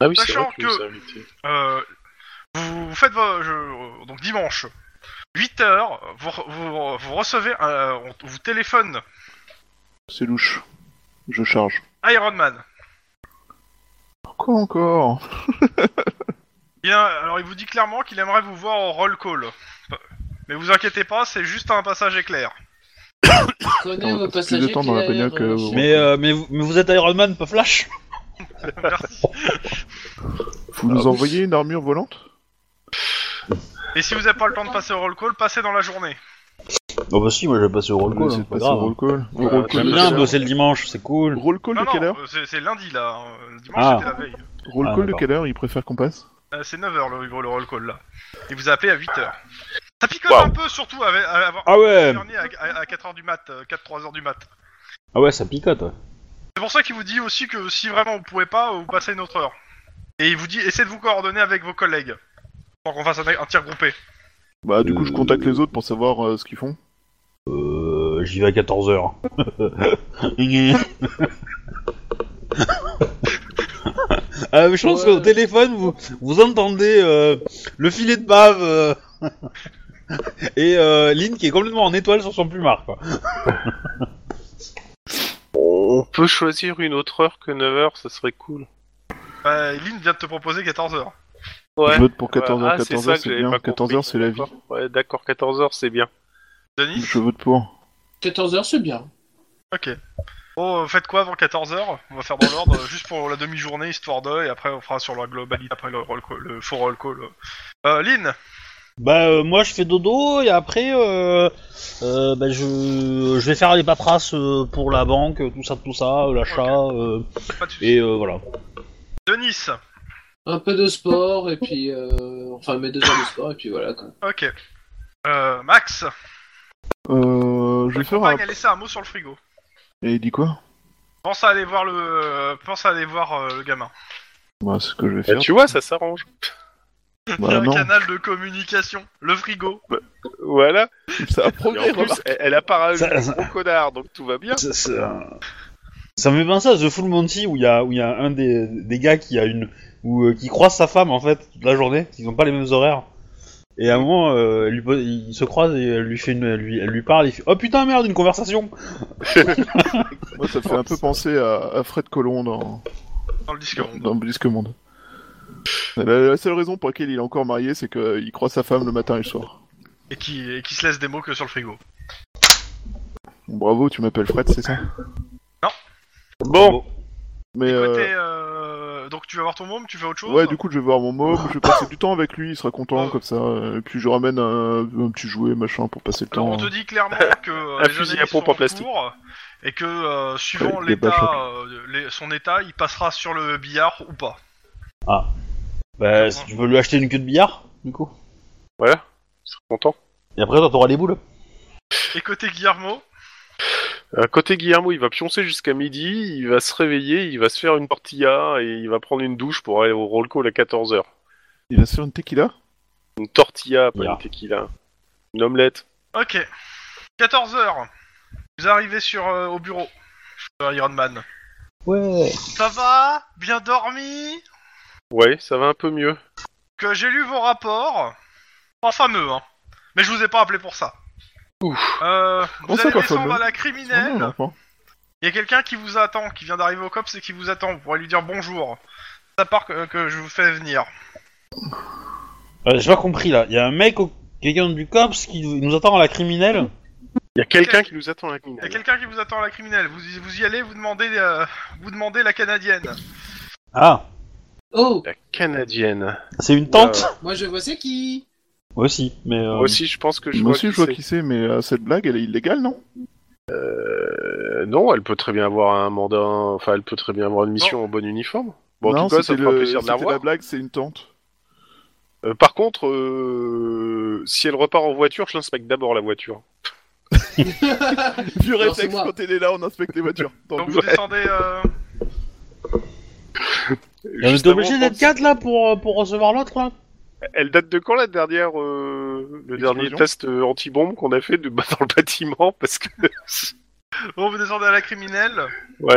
[SPEAKER 3] Ah oui, c'est
[SPEAKER 2] Sachant
[SPEAKER 3] vrai que... tu
[SPEAKER 2] que-
[SPEAKER 3] nous as invités.
[SPEAKER 2] euh, vous, vous faites vos, je- donc dimanche, 8 h vous, re- vous, vous recevez, un- euh, on vous téléphone
[SPEAKER 5] C'est louche. Je charge.
[SPEAKER 2] Iron Man.
[SPEAKER 5] Pourquoi encore
[SPEAKER 2] Il a- alors il vous dit clairement qu'il aimerait vous voir au roll call. Mais vous inquiétez pas, c'est juste un passage éclair.
[SPEAKER 4] Prenez
[SPEAKER 5] Attends,
[SPEAKER 4] vos
[SPEAKER 5] plus
[SPEAKER 4] passagers.
[SPEAKER 5] de temps dans la
[SPEAKER 4] clairs,
[SPEAKER 5] cognac,
[SPEAKER 4] euh,
[SPEAKER 5] euh,
[SPEAKER 4] je-
[SPEAKER 1] Mais, euh, mais, vous- mais vous êtes Iron Man, pas Flash
[SPEAKER 2] Merci.
[SPEAKER 1] Ah,
[SPEAKER 5] Vous nous envoyez une armure volante
[SPEAKER 2] Et si vous n'avez pas le temps de passer au roll call, passez dans la journée.
[SPEAKER 1] Oh bah si, moi je vais passer au roll
[SPEAKER 5] Ouais,
[SPEAKER 1] call.
[SPEAKER 5] c'est
[SPEAKER 1] hein,
[SPEAKER 5] de
[SPEAKER 1] pas
[SPEAKER 5] passer au
[SPEAKER 1] grave.
[SPEAKER 5] roll call. Au
[SPEAKER 3] Ouais,
[SPEAKER 5] roll
[SPEAKER 1] J'aime
[SPEAKER 5] call de
[SPEAKER 1] bien
[SPEAKER 5] quelle heure
[SPEAKER 1] bosser le dimanche, c'est cool.
[SPEAKER 5] Roll call
[SPEAKER 2] Non,
[SPEAKER 5] de quelle
[SPEAKER 2] non,
[SPEAKER 5] heure
[SPEAKER 2] euh, c'est c'est lundi là. euh, Dimanche
[SPEAKER 1] Ah.
[SPEAKER 2] c'était la veille.
[SPEAKER 5] Roll
[SPEAKER 1] Ah,
[SPEAKER 5] call de
[SPEAKER 1] d'accord.
[SPEAKER 5] quelle heure il préfère qu'on passe
[SPEAKER 2] Euh, c'est 9h le, le roll call là. Il vous a appelé à 8h. Ça picote
[SPEAKER 3] Wow.
[SPEAKER 2] un peu surtout avec, à avoir
[SPEAKER 1] Ah ouais
[SPEAKER 2] euh, dernier à, à, 4h du mat, 4-3h du mat.
[SPEAKER 1] Ah ouais, ça picote. ouais.
[SPEAKER 2] C'est pour ça qu'il vous dit aussi que si vraiment vous pouvez pas, vous passez une autre heure. Et il vous dit, essayez de vous coordonner avec vos collègues. Pour qu'on fasse un, un tir groupé.
[SPEAKER 5] Bah, du coup, je
[SPEAKER 1] Euh.
[SPEAKER 5] contacte les autres pour savoir euh, ce qu'ils font.
[SPEAKER 1] Euh, j'y vais à 14h. euh, je pense
[SPEAKER 4] Ouais.
[SPEAKER 1] qu'au téléphone, vous, vous entendez euh, le filet de bave euh, et euh, Lynn qui est complètement en étoile sur son plumard. Quoi.
[SPEAKER 3] On peut choisir une autre heure que 9h, ça serait cool.
[SPEAKER 2] Bah, Lynn vient de te proposer 14 heures.
[SPEAKER 3] Ouais.
[SPEAKER 5] Je vote pour 14h.
[SPEAKER 3] Ah, c'est ça
[SPEAKER 5] 14h,
[SPEAKER 3] que
[SPEAKER 5] c'est
[SPEAKER 3] j'avais
[SPEAKER 5] bien.
[SPEAKER 3] pas
[SPEAKER 5] 14h,
[SPEAKER 3] compris.
[SPEAKER 5] c'est la vie.
[SPEAKER 3] D'accord. Ouais, d'accord, 14h, c'est bien.
[SPEAKER 2] Denis
[SPEAKER 5] Je vote pour.
[SPEAKER 4] 14h, c'est bien.
[SPEAKER 2] Ok. Bon, euh, faites quoi avant 14h On va faire dans l'ordre, euh, juste pour la demi-journée, histoire de, et après on fera sur la globalité, après le, roll call- le faux roll call. euh. Euh, Lynn
[SPEAKER 1] Bah, euh, moi je fais dodo et après, euh, euh, bah, je, je vais faire les paperasses euh, pour la banque, tout ça, tout ça, euh, l'achat. euh,
[SPEAKER 2] Pas de soucis.
[SPEAKER 1] et euh, voilà.
[SPEAKER 2] Denis
[SPEAKER 4] Un peu de sport, et puis. euh, Enfin, mes deux heures de sport, et puis voilà. Quoi.
[SPEAKER 2] Ok. Euh, Max
[SPEAKER 5] Euh, je
[SPEAKER 2] La
[SPEAKER 5] vais faire un.
[SPEAKER 2] compagne a laissé un mot sur le frigo.
[SPEAKER 5] Et il dit quoi
[SPEAKER 2] Pense à aller voir le, euh, pense à aller voir euh, le gamin.
[SPEAKER 5] Bah, c'est ce que je vais
[SPEAKER 3] Eh,
[SPEAKER 5] faire.
[SPEAKER 3] tu vois, ça s'arrange.
[SPEAKER 2] Il y a
[SPEAKER 5] Bah,
[SPEAKER 2] un
[SPEAKER 5] non.
[SPEAKER 2] canal de communication, le frigo.
[SPEAKER 3] Voilà.
[SPEAKER 5] Ça a
[SPEAKER 3] Et en
[SPEAKER 5] progrès,
[SPEAKER 3] plus, elle, elle a pas rajouté
[SPEAKER 1] Ça-
[SPEAKER 3] un gros connard, donc tout va bien.
[SPEAKER 1] Ça, ça- ça me fait penser à The Full Monty où il y a, où il y a un des, des gars qui a une où, euh, qui croise sa femme en fait toute la journée, ils n'ont pas les mêmes horaires. Et à un moment, euh, elle lui pose- il se croise et elle lui fait une, elle lui, elle lui parle, il fait oh putain merde une conversation.
[SPEAKER 5] Moi, ça me fait un peu penser à, à Fred Colomb dans,
[SPEAKER 2] Dans le disque.
[SPEAKER 5] dans, dans Disque Monde. La, la seule raison pour laquelle il est encore marié, c'est qu'il croit sa femme le matin et le soir.
[SPEAKER 2] Et qui, et qui se laisse des mots que sur le frigo.
[SPEAKER 5] Bravo, tu m'appelles Fred, c'est ça
[SPEAKER 3] Bon,
[SPEAKER 5] Mais
[SPEAKER 2] Et
[SPEAKER 5] euh,
[SPEAKER 2] côté, euh, donc tu vas voir ton môme, tu fais autre chose
[SPEAKER 5] ouais, du coup, je vais voir mon môme, je vais passer du temps avec lui, il sera content comme ça. euh, Et puis je ramène un, un petit jouet, machin, pour passer le
[SPEAKER 2] Alors
[SPEAKER 5] temps.
[SPEAKER 2] on te dit clairement que euh,
[SPEAKER 3] Un
[SPEAKER 2] les
[SPEAKER 3] fusil à
[SPEAKER 2] analyses
[SPEAKER 3] pompe
[SPEAKER 2] sont
[SPEAKER 3] en plastique.
[SPEAKER 2] cours, et que euh, suivant
[SPEAKER 5] Ouais, des
[SPEAKER 2] l'état,
[SPEAKER 5] bas
[SPEAKER 2] euh, les- son état, il passera sur le billard ou pas.
[SPEAKER 1] Bah si tu veux lui acheter une queue de billard du coup.
[SPEAKER 3] voilà. Je suis content.
[SPEAKER 1] Et après toi t'auras les boules.
[SPEAKER 2] Et côté Guillermo,
[SPEAKER 3] Euh, côté Guillermo, il va pioncer jusqu'à midi, il va se réveiller, il va se faire une tortilla et il va prendre une douche pour aller au roll call à 14h.
[SPEAKER 5] Il a sur une tequila
[SPEAKER 3] Une tortilla, pas
[SPEAKER 1] Yeah.
[SPEAKER 3] une tequila. Une omelette.
[SPEAKER 2] ok. 14h, vous arrivez sur, euh, au bureau de Iron Man.
[SPEAKER 1] Ouais.
[SPEAKER 2] Ça va Bien dormi
[SPEAKER 3] Ouais, ça va un peu mieux.
[SPEAKER 2] Que j'ai lu vos rapports. Pas fameux, hein. Mais je vous ai pas appelé pour ça.
[SPEAKER 3] Ouf.
[SPEAKER 2] Euh,
[SPEAKER 5] Comment
[SPEAKER 2] vous
[SPEAKER 5] ça,
[SPEAKER 2] allez
[SPEAKER 5] pas
[SPEAKER 2] descendre
[SPEAKER 5] fameux
[SPEAKER 2] à la
[SPEAKER 5] C'est
[SPEAKER 3] Oh
[SPEAKER 5] vraiment un
[SPEAKER 2] criminelle.
[SPEAKER 5] enfant.
[SPEAKER 2] Il y a quelqu'un qui vous attend, qui vient d'arriver au COPS et qui vous attend. Vous pourrez lui dire bonjour. Ça part que, que je vous fais venir.
[SPEAKER 1] Euh, J'ai pas compris là. Il y a un mec au quelqu'un du cops qui nous attend à la criminelle.
[SPEAKER 3] Il y a quelqu'un qui nous attend à la
[SPEAKER 2] Il y a
[SPEAKER 3] criminelle.
[SPEAKER 2] quelqu'un qui vous attend à la criminelle. Vous, y- vous y allez, vous demandez, euh, vous demandez la canadienne.
[SPEAKER 1] Ah
[SPEAKER 4] Oh
[SPEAKER 3] La canadienne.
[SPEAKER 1] c'est une tante.
[SPEAKER 3] Ouais,
[SPEAKER 4] Moi, je vois c'est qui
[SPEAKER 1] Moi aussi mais. euh,
[SPEAKER 3] Moi aussi, je pense que je
[SPEAKER 5] Euh, Moi
[SPEAKER 3] vois
[SPEAKER 5] aussi,
[SPEAKER 3] qui
[SPEAKER 5] je vois
[SPEAKER 3] c'est.
[SPEAKER 5] qui c'est, mais euh, cette blague, elle est illégale, non
[SPEAKER 3] Euh, non, elle peut très bien avoir un mandat, enfin, elle peut très bien avoir une mission en bon uniforme. Bon, en
[SPEAKER 5] Non,
[SPEAKER 3] tout cas, ça me
[SPEAKER 5] c'était
[SPEAKER 3] fera
[SPEAKER 5] le-
[SPEAKER 3] plaisir de la
[SPEAKER 5] c'était la
[SPEAKER 3] voir.
[SPEAKER 5] blague, c'est une tante.
[SPEAKER 3] Euh, par contre, euh, si elle repart en voiture, je l'inspecte d'abord la voiture.
[SPEAKER 5] Vieux
[SPEAKER 4] c'est
[SPEAKER 5] réflexe,
[SPEAKER 4] moi.
[SPEAKER 5] quand elle est là, on inspecte les voitures. Dans
[SPEAKER 2] Donc
[SPEAKER 5] le-
[SPEAKER 2] vous descendez. euh,
[SPEAKER 1] et on
[SPEAKER 3] Juste
[SPEAKER 1] était obligé
[SPEAKER 3] avant,
[SPEAKER 1] d'être quatre là pour, euh, pour recevoir l'autre là.
[SPEAKER 3] Elle date de quand la dernière, euh, le
[SPEAKER 5] Explosion
[SPEAKER 3] dernier test euh, anti-bombe qu'on a fait de, bah, dans le bâtiment Parce que
[SPEAKER 2] Bon, oh, vous descendez à la criminelle.
[SPEAKER 3] Ouais.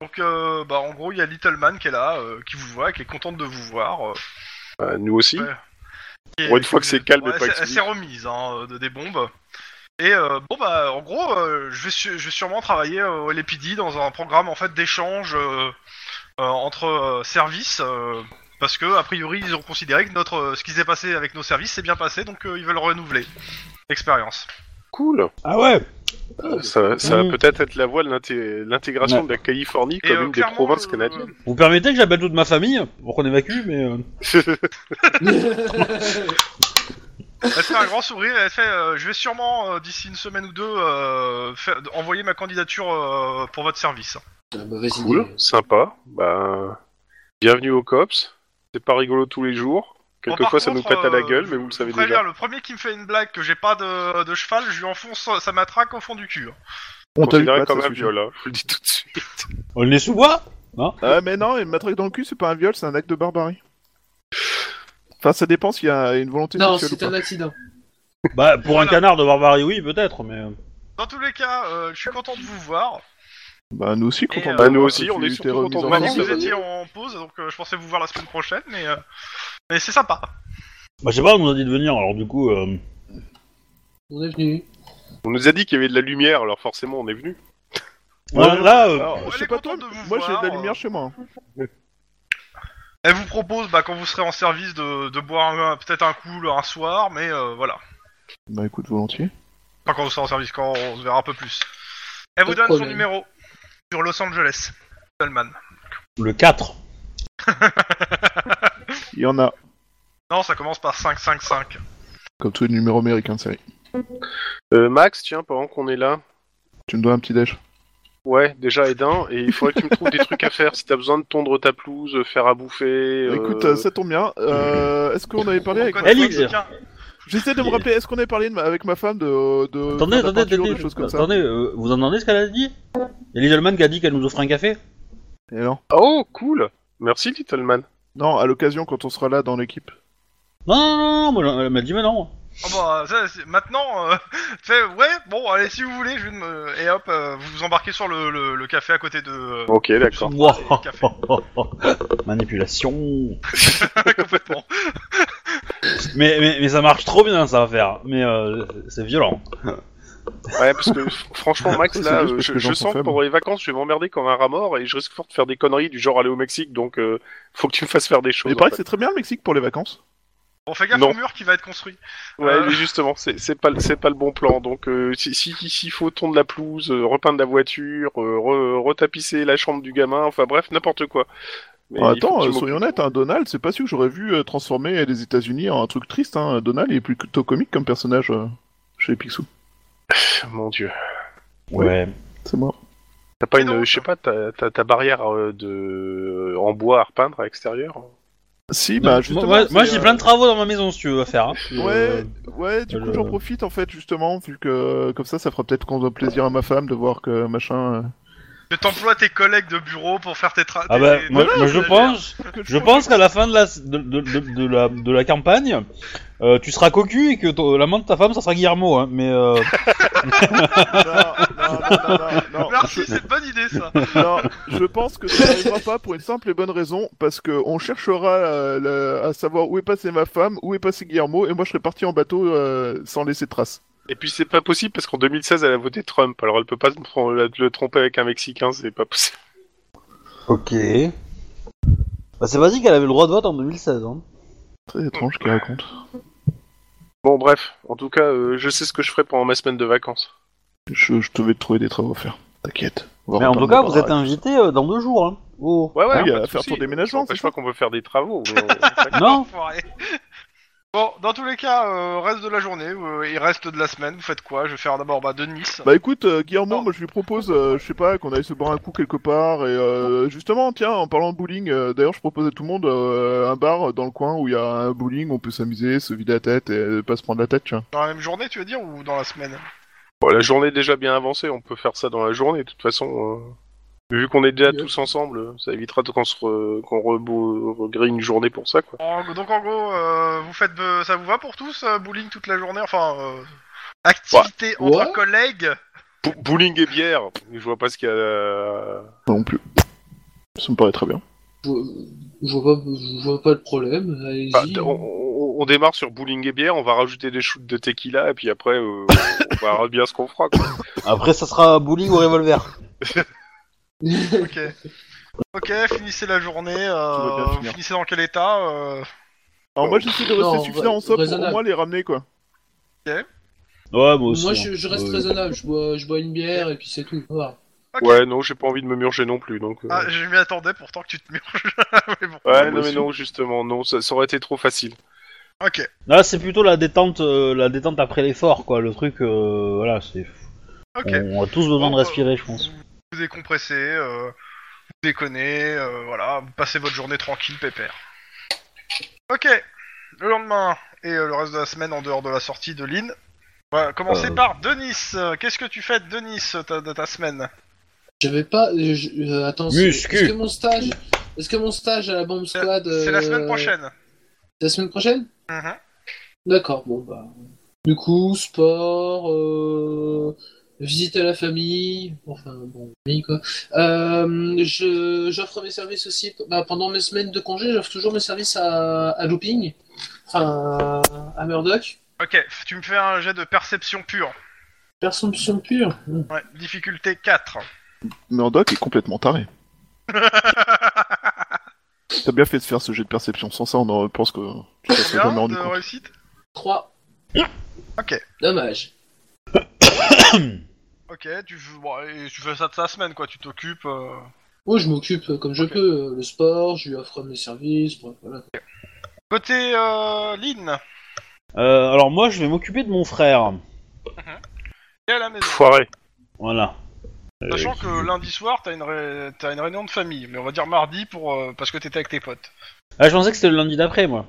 [SPEAKER 2] Donc, euh, bah, en gros, il y a Little Man qui est là, euh, qui vous voit, qui est contente de vous voir. euh,
[SPEAKER 3] Euh, nous aussi.
[SPEAKER 2] Ouais. Et-
[SPEAKER 3] Pour une fois que c'est calme et pas
[SPEAKER 2] elle s'est-
[SPEAKER 3] explosif.
[SPEAKER 2] Elle s'est remise hein, euh, de des bombes. Et euh, bon bah en gros, euh, je, vais su- je vais sûrement travailler euh, au LPD dans un programme en fait d'échange euh, euh, entre euh, services euh, parce que a priori ils ont considéré que notre euh, ce qui s'est passé avec nos services s'est bien passé donc euh, ils veulent renouveler l'expérience.
[SPEAKER 3] Cool. Euh,
[SPEAKER 1] Ah ouais.
[SPEAKER 4] Oh,
[SPEAKER 3] Ça, ça
[SPEAKER 1] Mm.
[SPEAKER 3] va peut-être être la voie de l'inté- l'intégration
[SPEAKER 1] Ouais.
[SPEAKER 3] de la Californie
[SPEAKER 2] Et,
[SPEAKER 3] comme
[SPEAKER 2] euh,
[SPEAKER 3] une des
[SPEAKER 2] clairement,
[SPEAKER 3] provinces
[SPEAKER 2] euh,
[SPEAKER 3] canadiennes.
[SPEAKER 1] Vous permettez que j'appelle toute ma famille pour qu'on évacue, mais. euh,
[SPEAKER 2] Elle fait un grand sourire et elle fait euh, je vais sûrement euh, d'ici une semaine ou deux euh, faire- envoyer ma candidature euh, pour votre service.
[SPEAKER 4] C'est la mauvaise
[SPEAKER 3] Cool,
[SPEAKER 4] idée.
[SPEAKER 3] sympa. Bah, bienvenue au COPS. C'est pas rigolo tous les jours.
[SPEAKER 2] Bon,
[SPEAKER 3] Quelquefois,
[SPEAKER 2] par
[SPEAKER 3] ça nous
[SPEAKER 2] contre,
[SPEAKER 3] pète à la
[SPEAKER 2] euh,
[SPEAKER 3] gueule,
[SPEAKER 2] je-
[SPEAKER 3] mais vous le
[SPEAKER 2] je
[SPEAKER 3] savez
[SPEAKER 2] préviens,
[SPEAKER 3] déjà.
[SPEAKER 2] le premier qui me fait une blague que j'ai pas de, de cheval, je lui enfonce sa matraque au fond du cul. hein.
[SPEAKER 5] On t'a eu
[SPEAKER 3] Considéré
[SPEAKER 5] pas,
[SPEAKER 3] comme
[SPEAKER 5] ça
[SPEAKER 3] un
[SPEAKER 5] suffit.
[SPEAKER 3] viol, hein, je vous le dis tout de suite.
[SPEAKER 1] On est sous bois
[SPEAKER 5] Ah mais non, une matraque dans le cul, c'est pas un viol, c'est un acte de barbarie. Enfin, ça dépend s'il y a une volonté
[SPEAKER 4] Non,
[SPEAKER 5] sexuelle
[SPEAKER 4] c'est
[SPEAKER 5] ou
[SPEAKER 4] un
[SPEAKER 5] pas.
[SPEAKER 4] accident.
[SPEAKER 1] Bah, pour un
[SPEAKER 2] Voilà.
[SPEAKER 1] canard de barbarie, oui, peut-être, mais. euh,
[SPEAKER 2] Dans tous les cas, euh, je suis content de vous voir.
[SPEAKER 5] Bah nous aussi,
[SPEAKER 2] Et,
[SPEAKER 5] content.
[SPEAKER 2] euh,
[SPEAKER 5] de
[SPEAKER 2] bah,
[SPEAKER 3] nous
[SPEAKER 5] voir
[SPEAKER 3] aussi,
[SPEAKER 5] que
[SPEAKER 3] on
[SPEAKER 5] tu
[SPEAKER 3] est
[SPEAKER 5] t'es
[SPEAKER 3] surtout
[SPEAKER 5] remise
[SPEAKER 3] content de
[SPEAKER 5] en
[SPEAKER 2] On
[SPEAKER 3] On
[SPEAKER 2] m'a
[SPEAKER 3] voir
[SPEAKER 4] Ah
[SPEAKER 2] dit
[SPEAKER 5] forme.
[SPEAKER 2] que vous
[SPEAKER 3] va.
[SPEAKER 2] étiez en pause, donc euh, je pensais vous voir la semaine prochaine, mais, euh, mais c'est sympa.
[SPEAKER 1] Bah, je sais pas, on nous a dit de venir, alors du coup. euh,
[SPEAKER 4] On est venu.
[SPEAKER 3] On nous a dit qu'il y avait de la lumière, alors forcément on est venu.
[SPEAKER 1] voilà, là, euh,
[SPEAKER 5] Alors,
[SPEAKER 2] On
[SPEAKER 5] je sais
[SPEAKER 2] est
[SPEAKER 5] pas toi,
[SPEAKER 2] content de vous
[SPEAKER 5] moi j'ai de la
[SPEAKER 2] voir, euh.
[SPEAKER 5] lumière chez moi. hein.
[SPEAKER 2] Elle vous propose, bah, quand vous serez en service, de, de boire un- peut-être un coup le- un soir, mais euh, voilà.
[SPEAKER 5] Bah écoute, volontiers.
[SPEAKER 2] Pas quand vous serez en service, quand on se verra un peu plus. Elle
[SPEAKER 4] Pas
[SPEAKER 2] vous
[SPEAKER 4] de
[SPEAKER 2] donne son
[SPEAKER 4] problème.
[SPEAKER 2] numéro sur Los Angeles. Salman.
[SPEAKER 1] le 4.
[SPEAKER 5] Il y en a,
[SPEAKER 2] Non, ça commence par 555.
[SPEAKER 5] comme tous les numéros américains de série.
[SPEAKER 3] Euh, Max, tiens, pendant qu'on est là,
[SPEAKER 5] Tu me dois un petit déj.
[SPEAKER 3] ouais, déjà Edin, et il faudrait que tu me trouves des trucs à faire. Si t'as besoin de tondre ta pelouse, euh, faire à bouffer. euh,
[SPEAKER 5] Écoute, euh, ça tombe bien. Euh, est-ce qu'on avait parlé avec
[SPEAKER 2] On
[SPEAKER 5] ma
[SPEAKER 2] connaît
[SPEAKER 1] Elle, il
[SPEAKER 2] pas
[SPEAKER 5] femme
[SPEAKER 1] sait.
[SPEAKER 2] quelqu'un.
[SPEAKER 5] J'essaie de me rappeler, est-ce qu'on avait parlé de ma- avec ma femme de. de
[SPEAKER 1] Attendez,
[SPEAKER 5] faire de la
[SPEAKER 1] attendez,
[SPEAKER 5] peinture,
[SPEAKER 1] attendez,
[SPEAKER 5] des choses comme ça
[SPEAKER 1] attendez, euh, vous entendez ce qu'elle a dit Il y a Lieselman qui a dit qu'elle nous offrait un café
[SPEAKER 5] Et non.
[SPEAKER 3] Oh, cool Merci, Littleman.
[SPEAKER 5] Non, à l'occasion quand on sera là dans l'équipe.
[SPEAKER 1] Non, non, non, non, moi, elle m'a dit mais non.
[SPEAKER 2] Ah bah, ça, c'est- maintenant, euh, tu fais, ouais, bon, allez, si vous voulez, je vais me... Et hop, euh, vous vous embarquez sur le, le- le café à côté de... euh,
[SPEAKER 3] Ok, d'accord.
[SPEAKER 1] Wow.
[SPEAKER 2] et le café.
[SPEAKER 1] Manipulation.
[SPEAKER 2] Complètement.
[SPEAKER 1] Mais, mais, mais ça marche trop bien, ça va faire. Mais euh, c'est violent.
[SPEAKER 3] Ouais, parce que f- franchement, Max,
[SPEAKER 5] C'est
[SPEAKER 3] là,
[SPEAKER 5] juste
[SPEAKER 3] euh,
[SPEAKER 5] parce
[SPEAKER 3] je,
[SPEAKER 5] que les
[SPEAKER 3] je
[SPEAKER 5] gens sont
[SPEAKER 3] sens que
[SPEAKER 5] faibles.
[SPEAKER 3] pendant les vacances, je vais m'emmerder comme un rat mort et je risque fort de faire des conneries du genre aller au Mexique, donc euh, faut que tu me fasses faire des choses.
[SPEAKER 5] Mais il
[SPEAKER 3] en
[SPEAKER 5] paraît que
[SPEAKER 3] fait.
[SPEAKER 5] c'est très bien le Mexique pour les vacances.
[SPEAKER 2] Bon, fais gaffe
[SPEAKER 3] Non.
[SPEAKER 2] au mur qui va être construit.
[SPEAKER 3] Ouais,
[SPEAKER 2] Euh.
[SPEAKER 3] mais justement, c'est c'est pas, le- c'est pas le bon plan. Donc, euh, si si, si, s'il faut tondre la pelouse, euh, repeindre la voiture, euh, re- retapisser la chambre du gamin, enfin bref, n'importe quoi. Mais
[SPEAKER 5] Ah,
[SPEAKER 3] il faut
[SPEAKER 5] attends,
[SPEAKER 3] que tu
[SPEAKER 5] euh,
[SPEAKER 3] m'occupes.
[SPEAKER 5] soyons honnêtes, hein, Donald, c'est pas sûr que j'aurais vu euh, transformer les États-Unis en un truc triste. Hein. Donald est plutôt comique comme personnage euh, chez Picsou.
[SPEAKER 3] Mon dieu.
[SPEAKER 5] Ouais. C'est moi.
[SPEAKER 3] T'as pas
[SPEAKER 2] Et
[SPEAKER 3] une,
[SPEAKER 2] donc
[SPEAKER 3] je sais pas, t'as t'as- ta barrière euh, de euh, en bois à repeindre à l'extérieur hein.
[SPEAKER 5] Si,
[SPEAKER 1] Non,
[SPEAKER 5] bah justement.
[SPEAKER 1] moi, moi,
[SPEAKER 5] c'est,
[SPEAKER 1] j'ai
[SPEAKER 5] euh,
[SPEAKER 1] plein de travaux dans ma maison si tu veux faire. hein. Puis, euh,
[SPEAKER 5] Ouais, ouais, du coup
[SPEAKER 1] le-
[SPEAKER 5] j'en profite en fait justement, vu que euh, comme ça ça fera peut-être qu'on donne plaisir à ma femme de voir que machin. euh,
[SPEAKER 2] Que t'emploies tes collègues de bureau pour faire tes... tra-
[SPEAKER 1] Ah
[SPEAKER 2] tes-
[SPEAKER 1] bah,
[SPEAKER 2] tes-
[SPEAKER 1] moi,
[SPEAKER 2] tes-
[SPEAKER 1] moi, je
[SPEAKER 2] tes-
[SPEAKER 1] pense,
[SPEAKER 5] que
[SPEAKER 1] je pense qu'à la fin de la, de, de- de- de la, de la campagne, euh, tu seras cocu et que ton- l'amant de ta femme, ça sera Guillermo. hein, mais euh,
[SPEAKER 5] Non, non, non, non, non, non, je-
[SPEAKER 2] Ah, Merci, c'est une bonne idée, ça.
[SPEAKER 5] Non, je pense que ça n'arrivera pas pour une simple et bonne raison, parce que on cherchera euh, le- à savoir où est passée ma femme, où est passé Guillermo, et moi je serais parti en bateau euh, sans laisser de traces.
[SPEAKER 3] Et puis c'est pas possible parce qu'en 2016 elle a voté Trump, alors elle peut pas se trom- la- le tromper avec un Mexicain, c'est pas possible.
[SPEAKER 1] Ok. Bah, c'est pas dit qu'elle avait le droit de vote en 2016. Hein.
[SPEAKER 5] Très étrange ce qu'il raconte.
[SPEAKER 3] Bon bref, en tout cas euh, je sais ce que je ferai pendant ma semaine de vacances.
[SPEAKER 5] Je, je devais te trouver des travaux à faire, t'inquiète. On va
[SPEAKER 1] Mais en tout
[SPEAKER 5] reprendre
[SPEAKER 1] cas,
[SPEAKER 5] le
[SPEAKER 1] vous êtes
[SPEAKER 5] baraque.
[SPEAKER 1] invité euh, dans deux jours. Hein. Oh.
[SPEAKER 3] Ouais ouais,
[SPEAKER 5] Oui,
[SPEAKER 3] pas
[SPEAKER 5] à
[SPEAKER 3] de
[SPEAKER 5] faire
[SPEAKER 3] souci.
[SPEAKER 5] ton déménagement,
[SPEAKER 3] Ça empêche
[SPEAKER 5] c'est
[SPEAKER 3] pas
[SPEAKER 5] ça
[SPEAKER 3] qu'on peut faire des travaux. mais euh, on-
[SPEAKER 1] Non
[SPEAKER 2] Enfoiré. Bon, dans tous les cas, euh, reste de la journée, euh, il reste de la semaine, vous faites quoi Je vais faire d'abord bah, de Nice.
[SPEAKER 5] Bah écoute, euh, Guillermo,
[SPEAKER 2] Oh.
[SPEAKER 5] moi je lui propose, euh, je sais pas, qu'on aille se boire un coup quelque part, et euh, justement, tiens, en parlant de bowling, euh, d'ailleurs je propose à tout le monde euh, un bar dans le coin où il y a un bowling, on peut s'amuser, se vider la tête, et euh, pas se prendre la tête, tu vois.
[SPEAKER 2] Dans la même journée, tu veux dire, ou dans la semaine
[SPEAKER 3] Bon, la journée est déjà bien avancée, on peut faire ça dans la journée, de toute façon. euh, Vu qu'on est déjà
[SPEAKER 4] Oui.
[SPEAKER 3] tous ensemble, euh, ça évitera de- qu'on se re- qu'on rebo- regrille une journée pour ça, quoi.
[SPEAKER 2] En- Donc en gros, euh, vous faites, euh, ça vous va pour tous, euh, bowling toute la journée Enfin, euh, activité
[SPEAKER 1] Bah,
[SPEAKER 2] entre
[SPEAKER 4] Ouais.
[SPEAKER 2] collègues
[SPEAKER 3] Bou- bowling et bière, je vois pas ce qu'il y a... euh,
[SPEAKER 5] Non plus. Ça me paraît très bien.
[SPEAKER 4] Je, je vois pas, je vois pas le problème. Allez-y.
[SPEAKER 3] Bah, on, on- on démarre sur bowling et bière, on va rajouter des shoots de tequila, et puis après, euh, on verra bien ce qu'on fera. Quoi.
[SPEAKER 1] Après, ça sera bowling ou revolver.
[SPEAKER 2] Ok. Ok, finissez la journée.
[SPEAKER 5] Tout va
[SPEAKER 2] Euh,
[SPEAKER 5] bien
[SPEAKER 2] vous
[SPEAKER 5] finir.
[SPEAKER 2] finissez dans quel état euh,
[SPEAKER 5] Alors moi j'essaie de rester
[SPEAKER 4] Non,
[SPEAKER 5] suffisamment en
[SPEAKER 4] ra-
[SPEAKER 5] somme pour au
[SPEAKER 4] raisonnable.
[SPEAKER 5] moins les ramener quoi.
[SPEAKER 1] Ouais, moi aussi.
[SPEAKER 4] Moi,
[SPEAKER 1] hein.
[SPEAKER 4] je, je reste
[SPEAKER 1] Ouais.
[SPEAKER 4] raisonnable. Je bois, je bois une bière et puis c'est tout. Voilà.
[SPEAKER 2] Ok.
[SPEAKER 3] Ouais, non, j'ai pas envie de me murger non plus, donc... euh,
[SPEAKER 2] Ah, je m'y attendais pourtant que tu te murges. mais bon.
[SPEAKER 3] ouais,
[SPEAKER 5] moi
[SPEAKER 3] non, mais
[SPEAKER 5] aussi.
[SPEAKER 3] non, justement, non, ça, ça aurait été trop facile.
[SPEAKER 2] Ok.
[SPEAKER 1] Là, c'est plutôt la détente, euh, la détente après l'effort, quoi. Le truc, euh, voilà, c'est.
[SPEAKER 2] Ok.
[SPEAKER 1] On a tous besoin de
[SPEAKER 2] Bon,
[SPEAKER 1] respirer, je pense.
[SPEAKER 2] Vous décompressez, euh, vous déconnez, euh, voilà, vous passez votre journée tranquille, pépère. Ok. Le lendemain et euh, le reste de la semaine en dehors de la sortie de l'île, Ouais, commencer
[SPEAKER 1] Euh.
[SPEAKER 2] par Denis. Euh, Qu'est-ce que tu fais de Denis euh, ta- de ta semaine
[SPEAKER 4] Je vais pas. euh, je- euh, attends, c'est-
[SPEAKER 1] Muscu.
[SPEAKER 4] est-ce que mon stage. Est-ce que mon stage à la bombe squad.
[SPEAKER 2] C'est la
[SPEAKER 4] euh,
[SPEAKER 2] semaine prochaine.
[SPEAKER 4] C'est la semaine prochaine
[SPEAKER 2] Mhm.
[SPEAKER 4] D'accord, bon bah. Du coup, sport, euh, visite à la famille, enfin bon, famille quoi. Euh, je- J'offre mes services aussi, bah, pendant mes semaines de congé, j'offre toujours mes services à, à Looping, enfin à Murdoch.
[SPEAKER 2] Ok, f- tu me fais un jet de perception pure.
[SPEAKER 4] Perception pure. Hmm.
[SPEAKER 2] Ouais, difficulté 4.
[SPEAKER 5] Murdoch est complètement taré. T'as bien fait de faire ce jet de perception. Sans ça, on en pense que tu t'en serais jamais
[SPEAKER 2] Combien
[SPEAKER 5] rendu
[SPEAKER 2] de
[SPEAKER 5] compte.
[SPEAKER 2] réussite
[SPEAKER 4] 3.
[SPEAKER 2] Ok.
[SPEAKER 4] Dommage.
[SPEAKER 2] Ok, tu, f- bon, et tu fais ça de ta semaine, quoi. Tu t'occupes. euh.
[SPEAKER 4] Moi, je m'occupe euh, comme je
[SPEAKER 2] Ok.
[SPEAKER 4] peux, euh, le sport, je lui offre mes services, bref, voilà.
[SPEAKER 2] Côté euh, Lynn,
[SPEAKER 1] Euh, alors moi, je vais m'occuper de mon frère.
[SPEAKER 2] t'es à la maison.
[SPEAKER 3] Foiré.
[SPEAKER 1] Voilà.
[SPEAKER 2] Sachant
[SPEAKER 1] Euh,
[SPEAKER 2] que lundi soir, t'as une, ré- t'as une réunion de famille, mais on va dire mardi pour euh, parce que t'étais avec tes potes.
[SPEAKER 1] Ah, je pensais que c'était le lundi d'après, moi.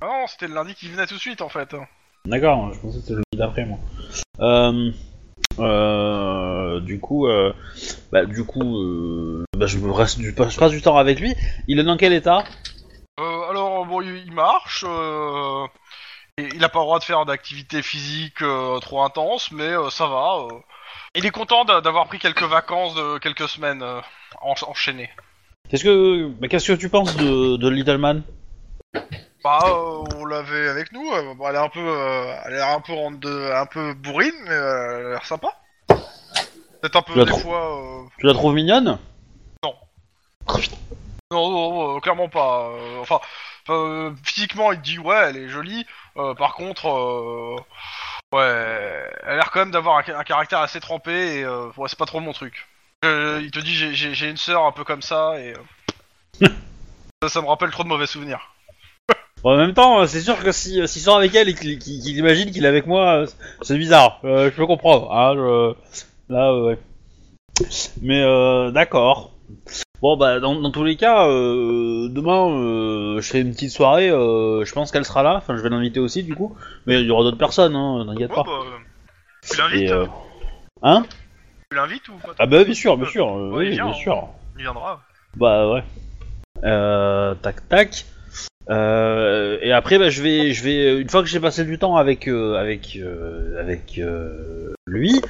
[SPEAKER 2] Ah non, c'était le lundi qui venait tout de suite en fait.
[SPEAKER 1] D'accord, je pensais que c'était le lundi d'après, moi. Euh, euh, du coup, euh, bah, du coup, euh, bah, je, me reste du, je passe du temps avec lui. Il est dans quel état
[SPEAKER 2] Euh, alors bon, il il marche. euh, et il a pas le droit de faire d'activité physique euh, trop intense, mais euh, ça va. euh. Il est content d'a- d'avoir pris quelques vacances de quelques semaines euh, encha- enchaînées.
[SPEAKER 1] Qu'est-ce que, bah, qu'est-ce que tu penses de, de Little Man
[SPEAKER 2] Bah, euh, on l'avait avec nous. euh, bon, elle est un peu, euh, elle a l'air un peu rentre de- un peu bourrine, mais euh, elle a l'air sympa. Peut-être un peu
[SPEAKER 1] Je la
[SPEAKER 2] des
[SPEAKER 1] trouve.
[SPEAKER 2] fois. euh,
[SPEAKER 1] Tu la trouves mignonne
[SPEAKER 2] Non.
[SPEAKER 1] Oh, putain.
[SPEAKER 2] Non, non, euh, clairement pas. euh, enfin, euh, physiquement, il te dit ouais, elle est jolie. euh, par contre, euh, ouais, elle a l'air quand même d'avoir un, ca- un caractère assez trempé. Et euh, ouais, c'est pas trop mon truc. Euh, il te dit j'ai- j'ai j'ai une sœur un peu comme ça et euh, ça, ça me rappelle trop de mauvais souvenirs.
[SPEAKER 1] Bon, en même temps, euh, c'est sûr que si euh, s'il sort avec elle et qu'il qu'il- qu'il imagine qu'il est avec moi, euh, c'est bizarre. Euh, je peux comprendre. Hein, je- Là, euh, ouais. Mais euh, d'accord. Bon, bah, dans, dans tous les cas, euh, demain, euh, je fais une petite soirée. euh, je pense qu'elle sera là. Enfin, je vais l'inviter aussi, du coup. Mais il y aura d'autres personnes, hein, t'inquiète
[SPEAKER 2] Ouais,
[SPEAKER 1] pas.
[SPEAKER 2] bah, euh, tu
[SPEAKER 1] Et,
[SPEAKER 2] l'invites
[SPEAKER 1] euh,
[SPEAKER 2] euh,
[SPEAKER 1] Hein
[SPEAKER 2] Tu l'invites ou pas
[SPEAKER 1] Ah, bah, bien sûr, bien sûr. euh,
[SPEAKER 2] Ouais,
[SPEAKER 1] oui,
[SPEAKER 2] viens,
[SPEAKER 1] bien
[SPEAKER 2] hein.
[SPEAKER 1] sûr.
[SPEAKER 2] Il viendra.
[SPEAKER 1] Bah ouais. Euh, tac tac. Euh, et après bah, je vais je vais une fois que j'ai passé du temps avec euh, avec euh, avec euh, lui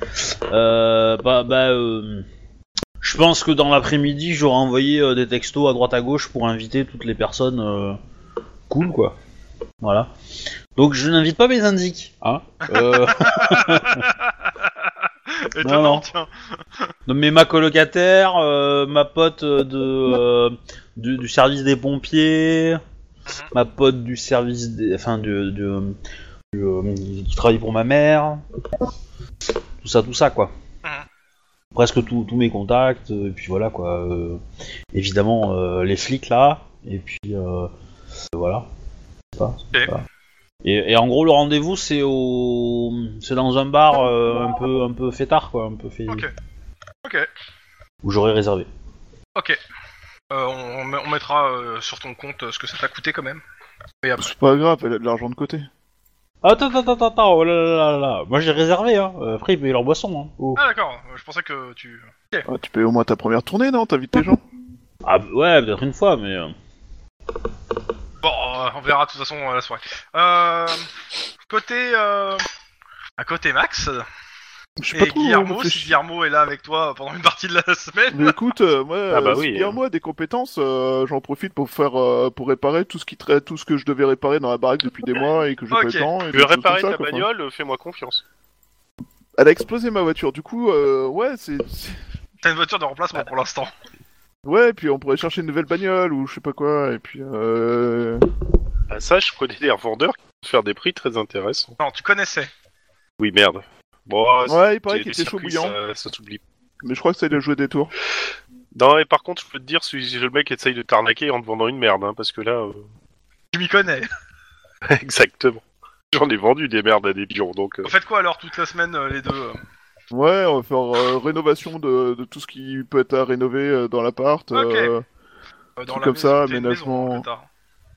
[SPEAKER 1] euh, bah, bah euh, je pense que dans l'après-midi j'aurai envoyé euh, des textos à droite à gauche pour inviter toutes les personnes euh, cool quoi voilà donc je n'invite pas mes indiques hein euh,
[SPEAKER 2] Étonnant,
[SPEAKER 1] non.
[SPEAKER 2] tiens.
[SPEAKER 1] Non, mais ma colocataire, euh, ma pote euh, de, euh, du, du service des pompiers,
[SPEAKER 2] Mhm.
[SPEAKER 1] ma pote du service des. Enfin, du. du, du, euh, qui travaille pour ma mère. Tout ça, tout ça, quoi.
[SPEAKER 2] Mhm.
[SPEAKER 1] Presque tout- tous mes contacts, euh, et puis voilà, quoi. euh, évidemment, euh, les flics, là, et puis. euh, voilà. Je sais pas, je sais
[SPEAKER 2] Ok.
[SPEAKER 1] pas. Et, et en gros, le rendez-vous, c'est au, c'est dans un bar euh, un peu, un peu fêtard, quoi, un peu fait
[SPEAKER 2] Ok.
[SPEAKER 1] où j'aurais réservé.
[SPEAKER 2] Ok. Euh, on, on met- on mettra euh, sur ton compte euh, ce que ça t'a coûté quand même. Et après.
[SPEAKER 5] C'est pas grave, elle a de l'argent de côté.
[SPEAKER 1] Ah, Attends, attends, attends, attends, oh là là là là là. Moi j'ai réservé, hein. Euh, Après, ils payent leur boisson, hein. Oh.
[SPEAKER 2] Ah d'accord, euh, je pensais que tu...
[SPEAKER 5] Ah, tu payes au moins ta première tournée, non T'invites les gens
[SPEAKER 1] Ah, ouais, peut-être une fois, mais. euh,
[SPEAKER 2] Bon, euh, on verra de toute façon à la soirée. Euh, côté... euh, À côté Max,
[SPEAKER 5] Je sais
[SPEAKER 2] et
[SPEAKER 5] pas trop.
[SPEAKER 2] Guillermo,
[SPEAKER 5] réfléchir.
[SPEAKER 2] si Guillermo est là avec toi pendant une partie de la semaine...
[SPEAKER 5] Mais écoute, euh, moi,
[SPEAKER 3] Ah bah
[SPEAKER 5] euh,
[SPEAKER 3] oui,
[SPEAKER 5] si Guillermo a des compétences, euh, j'en profite pour faire, euh, pour réparer tout ce qui tra- tout ce que je devais réparer dans la baraque depuis des mois et que j'ai
[SPEAKER 2] Ok.
[SPEAKER 5] pas le temps.
[SPEAKER 3] Tu
[SPEAKER 5] Et des
[SPEAKER 3] veux
[SPEAKER 5] choses comme
[SPEAKER 3] réparer
[SPEAKER 5] ça,
[SPEAKER 3] ta
[SPEAKER 5] quoi. Enfin,
[SPEAKER 3] bagnole, euh, fais-moi confiance.
[SPEAKER 5] Elle a explosé ma voiture. Du coup, euh, ouais, c'est, c'est-
[SPEAKER 2] T'as une voiture de remplacement pour l'instant.
[SPEAKER 5] ouais, et puis on pourrait chercher une nouvelle bagnole ou je sais pas quoi. Et puis, euh...
[SPEAKER 3] Ah, ça, je connais des revendeurs qui peuvent faire des prix très intéressants.
[SPEAKER 2] Non, tu connaissais.
[SPEAKER 3] Oui, merde. Bon, c'est-
[SPEAKER 5] ouais, il paraît
[SPEAKER 3] les
[SPEAKER 5] qu'il était chaud
[SPEAKER 3] circuits,
[SPEAKER 5] bouillant.
[SPEAKER 3] Ça, ça s'oublie.
[SPEAKER 5] Mais je crois que ça il a joué des tours.
[SPEAKER 3] Non, et par contre, je peux te dire si le mec essaye de t'arnaquer en te vendant une merde, hein, parce que là, euh,
[SPEAKER 2] Tu m'y connais.
[SPEAKER 3] exactement. J'en ai vendu des merdes à des pigeons, donc. euh,
[SPEAKER 2] Vous faites quoi alors toute la semaine euh, les deux euh
[SPEAKER 5] Ouais, on va faire euh, rénovation de, de tout ce qui peut être à rénover euh, dans l'appart.
[SPEAKER 2] Ok.
[SPEAKER 5] euh,
[SPEAKER 2] euh,
[SPEAKER 5] Truc
[SPEAKER 2] la
[SPEAKER 5] comme ça,
[SPEAKER 2] t'es une
[SPEAKER 5] aménagement.
[SPEAKER 2] maison, plus tard.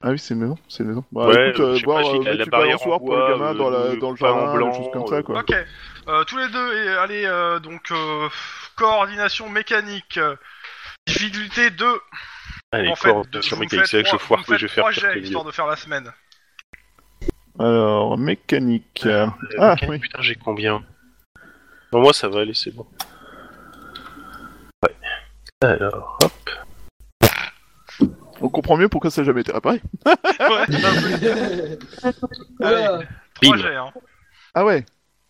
[SPEAKER 5] Ah oui, c'est maison, c'est maison. Bah,
[SPEAKER 3] Ouais,
[SPEAKER 5] écoute, euh,
[SPEAKER 3] je sais pas,
[SPEAKER 5] voir,
[SPEAKER 3] j'ai la-
[SPEAKER 5] euh, mettre
[SPEAKER 3] la
[SPEAKER 5] du
[SPEAKER 3] barrière en
[SPEAKER 5] balançoire pour le
[SPEAKER 3] bois,
[SPEAKER 5] gamin dans, la,
[SPEAKER 3] le
[SPEAKER 5] dans le
[SPEAKER 3] pain en
[SPEAKER 5] jardin,
[SPEAKER 3] blanc,
[SPEAKER 5] des choses comme ça, quoi.
[SPEAKER 2] Ok, Euh, tous les deux, et allez, euh, donc euh, coordination mécanique, euh, difficulté 2.
[SPEAKER 3] Allez,
[SPEAKER 2] en fait, de-
[SPEAKER 3] sur
[SPEAKER 2] vous me
[SPEAKER 3] mes cahiers,
[SPEAKER 2] faites
[SPEAKER 3] je
[SPEAKER 2] trois-
[SPEAKER 3] foire
[SPEAKER 2] vous me
[SPEAKER 3] que je vais
[SPEAKER 2] faites
[SPEAKER 3] faire
[SPEAKER 2] trois
[SPEAKER 3] pire
[SPEAKER 2] jets,
[SPEAKER 3] que les
[SPEAKER 2] histoire de faire la semaine.
[SPEAKER 3] euh,
[SPEAKER 5] Alors, mécanique. euh,
[SPEAKER 3] vieux.
[SPEAKER 5] Ah,
[SPEAKER 3] Ok,
[SPEAKER 5] oui.
[SPEAKER 3] Putain, j'ai combien Non, moi ça va aller, c'est bon. Ouais. Alors, hop.
[SPEAKER 5] On comprend mieux pourquoi ça n'a jamais été réparé.
[SPEAKER 3] Ah
[SPEAKER 2] Ouais, c'est un peu- Ah
[SPEAKER 4] Voilà.
[SPEAKER 2] trois
[SPEAKER 3] Bim.
[SPEAKER 2] jets, hein.
[SPEAKER 5] Ah ouais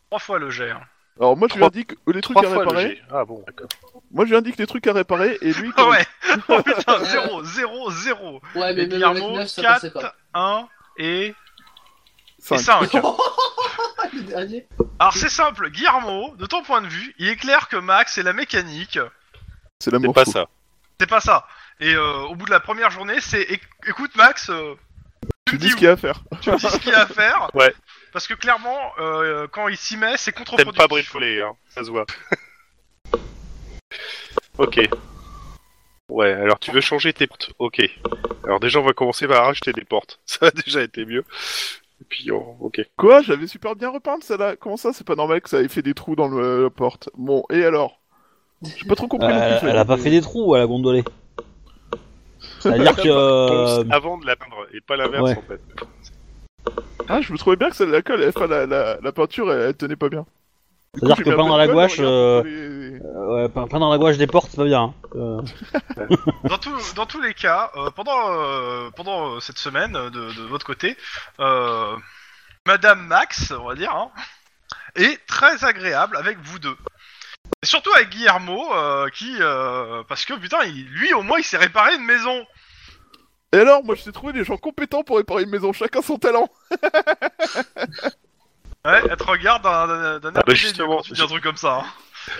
[SPEAKER 2] Trois fois le jet. hein.
[SPEAKER 5] Alors, moi, je lui
[SPEAKER 3] Trois-
[SPEAKER 5] indique les trucs
[SPEAKER 3] Trois
[SPEAKER 5] à
[SPEAKER 3] fois le
[SPEAKER 5] réparer.
[SPEAKER 3] G. Ah bon, d'accord.
[SPEAKER 5] Moi, je lui indique les trucs à réparer, et lui...
[SPEAKER 2] Ah
[SPEAKER 5] quand-
[SPEAKER 2] ouais Oh putain, 0, 0, 0
[SPEAKER 4] Ouais,
[SPEAKER 2] Et
[SPEAKER 4] mais même avec
[SPEAKER 2] Guillermo,
[SPEAKER 4] 9, ça passait pas.
[SPEAKER 2] 4, 1 et... et
[SPEAKER 5] Cinq.
[SPEAKER 2] 5.
[SPEAKER 4] Ah, le dernier
[SPEAKER 2] Alors c'est simple, Guillermo, de ton point de vue, il est clair que Max c'est la mécanique,
[SPEAKER 5] C'est l'amour
[SPEAKER 3] C'est pas
[SPEAKER 5] fou.
[SPEAKER 3] ça.
[SPEAKER 2] c'est pas ça. Et euh, au bout de la première journée, c'est éc- écoute Max, euh,
[SPEAKER 5] Tu dis ce qu'il y a à faire.
[SPEAKER 2] tu me dis ce qu'il y a à faire.
[SPEAKER 3] Ouais.
[SPEAKER 2] Parce que clairement, euh, quand il s'y met, c'est
[SPEAKER 3] T'aimes pas
[SPEAKER 2] contre-productif.
[SPEAKER 3] bricoler, hein, ça se voit. ok. Ouais, alors tu veux changer tes portes. Ok. Alors déjà, on va commencer par racheter des portes. Ça a déjà été mieux. Et puis, on- ok.
[SPEAKER 5] Quoi J'avais super bien repeinte celle-là. Comment ça C'est pas normal que ça ait fait des trous dans le, la porte. Bon, et alors J'ai pas trop compris. non plus,
[SPEAKER 1] Euh,
[SPEAKER 5] ça.
[SPEAKER 1] elle a pas fait des trous, elle a gondolé. C'est-à-dire que. euh,
[SPEAKER 3] Ponce avant de la peindre, et pas l'inverse
[SPEAKER 1] ouais.
[SPEAKER 3] en fait.
[SPEAKER 5] Ah, je me trouvais bien que celle de la colle, elle, enfin, la, la, la peinture, elle, elle tenait pas bien. Du coup,
[SPEAKER 1] C'est-à-dire
[SPEAKER 5] j'ai
[SPEAKER 1] que
[SPEAKER 5] mis un
[SPEAKER 1] peindre
[SPEAKER 5] peu de
[SPEAKER 1] la
[SPEAKER 5] colle,
[SPEAKER 1] gouache,
[SPEAKER 5] regarde, les-
[SPEAKER 1] euh, ouais, peindre dans la gouache des portes, c'est pas bien. hein. Euh,
[SPEAKER 2] Dans, tout- dans tous les cas, euh, pendant, euh, pendant euh, cette semaine euh, de, de votre côté, euh, Madame Max, on va dire, hein, est très agréable avec vous deux. Et surtout avec Guillermo, euh, qui... euh, parce que putain, il- lui au moins il s'est réparé une maison.
[SPEAKER 5] Et alors, moi, je t'ai trouvé des gens compétents pour réparer une maison, chacun son talent.
[SPEAKER 2] Ouais, elle te regarde d'un- d'un d'un air
[SPEAKER 3] bah
[SPEAKER 2] dédaigneux
[SPEAKER 3] justement,
[SPEAKER 2] quand tu dis un
[SPEAKER 3] j'ai-
[SPEAKER 2] truc comme ça. hein.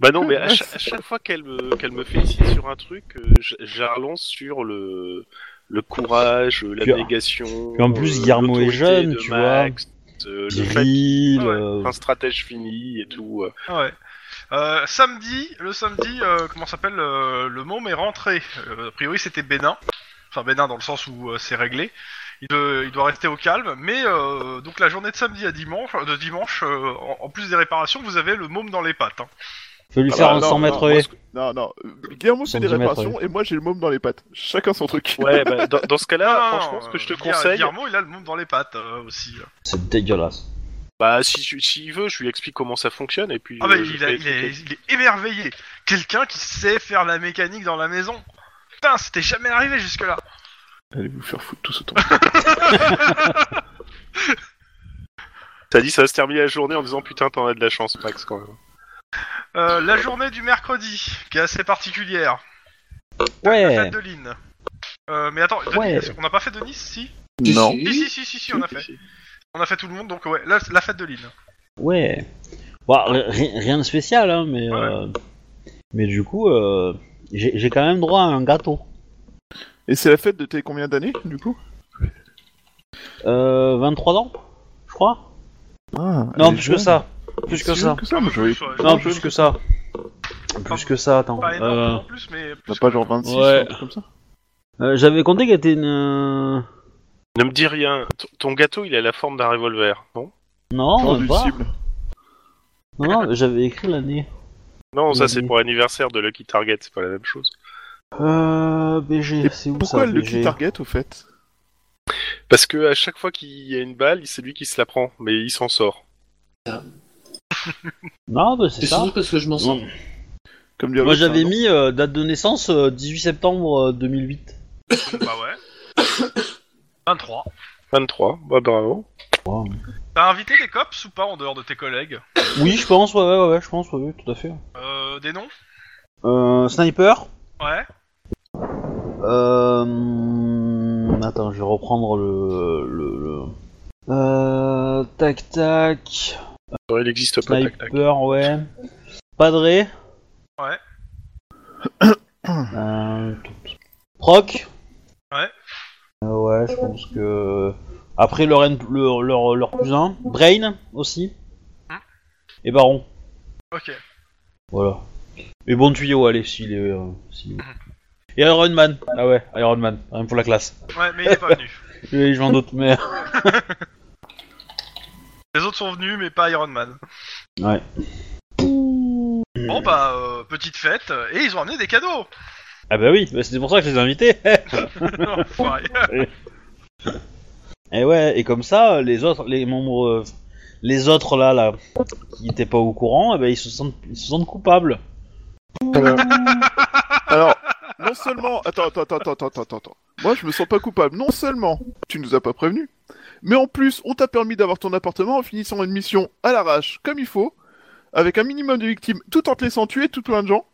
[SPEAKER 3] Bah non, mais à, cha- à chaque fois qu'elle me, qu'elle me félicite sur un truc, euh, je, je la relance sur le, le courage, euh,
[SPEAKER 1] Puis en-
[SPEAKER 3] l'abnégation.
[SPEAKER 1] puis en plus,
[SPEAKER 3] euh,
[SPEAKER 1] Guillermo est
[SPEAKER 3] l'autorité
[SPEAKER 1] jeune,
[SPEAKER 3] de
[SPEAKER 1] tu
[SPEAKER 3] Max, euh,
[SPEAKER 1] il
[SPEAKER 3] le fait
[SPEAKER 1] rit,
[SPEAKER 2] ouais,
[SPEAKER 1] le-
[SPEAKER 3] un stratège fini et tout. euh.
[SPEAKER 2] Ah Ouais. Euh, samedi, le samedi, euh, comment s'appelle euh, Le môme est rentré. Euh, a priori, c'était Bénin. Enfin, Bénin dans le sens où euh, c'est réglé. Il, euh, il doit rester au calme. Mais euh, donc, la journée de samedi à dimanche, de dimanche euh, en, en plus des réparations, vous avez le môme dans les pattes. hein.
[SPEAKER 1] Je vais lui
[SPEAKER 5] Ah
[SPEAKER 1] faire
[SPEAKER 5] bah,
[SPEAKER 1] un
[SPEAKER 5] non,
[SPEAKER 1] 100
[SPEAKER 5] non,
[SPEAKER 1] mètres
[SPEAKER 5] moi,
[SPEAKER 1] haies.
[SPEAKER 5] ce que- Non, non. euh, Guillermo fait des
[SPEAKER 1] 110 mètres,
[SPEAKER 5] réparations, et moi, j'ai le môme dans les pattes. Chacun son truc.
[SPEAKER 3] Ouais, bah, dans, dans ce cas-là,
[SPEAKER 2] Non,
[SPEAKER 3] franchement, ce que je te
[SPEAKER 2] euh,
[SPEAKER 3] conseille,
[SPEAKER 2] Guillermo, il a le môme dans les pattes euh, aussi.
[SPEAKER 1] C'est dégueulasse.
[SPEAKER 3] bah, si tu- s'il veut, je lui explique comment ça fonctionne et puis.
[SPEAKER 2] Ah, bah,
[SPEAKER 3] euh, je
[SPEAKER 2] il, a-
[SPEAKER 3] fais
[SPEAKER 2] il est,
[SPEAKER 3] expliquer.
[SPEAKER 2] il est émerveillé. Quelqu'un qui sait faire la mécanique dans la maison. Putain, c'était jamais arrivé jusque-là.
[SPEAKER 5] Allez vous faire foutre tout ce temps.
[SPEAKER 3] T'as dit, ça va se terminer la journée en disant putain, t'en as de la chance, Max, quand même.
[SPEAKER 2] Euh, la journée du mercredi, qui est assez particulière. La
[SPEAKER 1] Ouais
[SPEAKER 2] fête de Lynn. Euh, mais attends, Denis,
[SPEAKER 1] Ouais.
[SPEAKER 2] est-ce qu'on n'a pas fait de Nice si
[SPEAKER 5] Non.
[SPEAKER 2] si, si, si, si, si, on a fait. On a fait tout le monde, donc ouais, la, la fête de Lynn.
[SPEAKER 1] Ouais. Bon, ri- rien de spécial, hein, mais. euh, Mais du coup, euh, j'ai j'ai quand même droit à un gâteau.
[SPEAKER 5] Et c'est la fête de tes combien d'années, du coup
[SPEAKER 1] Euh, 23 ans Je crois
[SPEAKER 5] ah,
[SPEAKER 1] Non,
[SPEAKER 5] elle est
[SPEAKER 1] plus
[SPEAKER 5] jeune.
[SPEAKER 1] que ça. Plus que
[SPEAKER 5] Si
[SPEAKER 1] ça.
[SPEAKER 5] jeune moi, je voyais-
[SPEAKER 2] Plus, ouais,
[SPEAKER 1] Non,
[SPEAKER 2] je-
[SPEAKER 1] plus que ça. Plus que ça, attends.
[SPEAKER 2] Pas
[SPEAKER 1] Euh,
[SPEAKER 2] énormément plus, mais.
[SPEAKER 5] T'as
[SPEAKER 2] Plus
[SPEAKER 5] pas genre 26
[SPEAKER 1] Ouais.
[SPEAKER 5] un truc comme ça
[SPEAKER 1] euh, J'avais compté qu'elle était une. euh,
[SPEAKER 3] Ne me dis rien. Ton- ton gâteau, il a la forme d'un revolver, non
[SPEAKER 1] Non,
[SPEAKER 5] Genre
[SPEAKER 1] même
[SPEAKER 5] du
[SPEAKER 1] pas.
[SPEAKER 5] cible.
[SPEAKER 1] Non, non, j'avais écrit l'année.
[SPEAKER 3] Non, ça, c'est
[SPEAKER 1] Oui.
[SPEAKER 3] pour l'anniversaire de Lucky Target, c'est pas la même chose.
[SPEAKER 1] Euh. BG,
[SPEAKER 5] Et
[SPEAKER 1] c'est où
[SPEAKER 5] Pourquoi
[SPEAKER 1] ça
[SPEAKER 5] le
[SPEAKER 1] BG
[SPEAKER 5] target au fait
[SPEAKER 3] Parce que à chaque fois qu'il y a une balle, c'est lui qui se la prend, mais il s'en sort.
[SPEAKER 1] Non, bah c'est
[SPEAKER 4] C'est
[SPEAKER 1] ça.
[SPEAKER 4] surtout parce que je m'en sors.
[SPEAKER 1] Non.
[SPEAKER 5] Comme dirait
[SPEAKER 1] Moi
[SPEAKER 5] l'autre,
[SPEAKER 1] j'avais
[SPEAKER 5] hein,
[SPEAKER 1] mis euh, date de naissance euh, 18 septembre euh, 2008.
[SPEAKER 2] que- Bah ouais. 23.
[SPEAKER 3] 23, bah bravo.
[SPEAKER 2] T'as invité des cops ou pas en dehors de tes collègues
[SPEAKER 1] Oui, je pense, ouais, ouais, ouais, je pense, ouais, ouais, tout à fait.
[SPEAKER 2] Euh, des noms
[SPEAKER 1] Euh, sniper.
[SPEAKER 2] Ouais.
[SPEAKER 1] Euh... Attends, je vais reprendre le. le, le... Euh... Tac tac.
[SPEAKER 3] Non, il existe pas. tac, tac.
[SPEAKER 1] Sniper, ouais. Padré.
[SPEAKER 2] Ouais.
[SPEAKER 1] Euh, Proc.
[SPEAKER 2] Ouais.
[SPEAKER 1] Euh, ouais, je pense que. Après leur, N- leur, leur, leur plus 1. Brain aussi.
[SPEAKER 2] Hein
[SPEAKER 1] Et Baron.
[SPEAKER 2] Ok.
[SPEAKER 1] Voilà. Et bon tuyau, allez, s'il est. euh, s'il- Et Iron Man. Ah ouais, Iron Man, rien pour la classe.
[SPEAKER 2] Ouais, mais il est pas venu.
[SPEAKER 1] Et je m'en doute, mais.
[SPEAKER 2] Les autres sont venus, mais pas Iron Man.
[SPEAKER 1] Ouais.
[SPEAKER 2] Bon bah, euh, petite fête, et ils ont amené des cadeaux.
[SPEAKER 1] Ah bah oui, bah c'était pour ça que je les ai invités.
[SPEAKER 2] Enfoiré.
[SPEAKER 1] et ouais, et comme ça, les autres, les membres, euh, les autres là, là, qui n'étaient pas au courant, eh ben ils se sentent, ils se sentent coupables.
[SPEAKER 5] Alors, non seulement. Attends, attends, attends, attends, attends, attends, attends. Moi, je me sens pas coupable. Non seulement tu nous as pas prévenus, mais en plus, on t'a permis d'avoir ton appartement en finissant une mission à l'arrache, comme il faut, avec un minimum de victimes, tout en te laissant tuer tout plein de gens.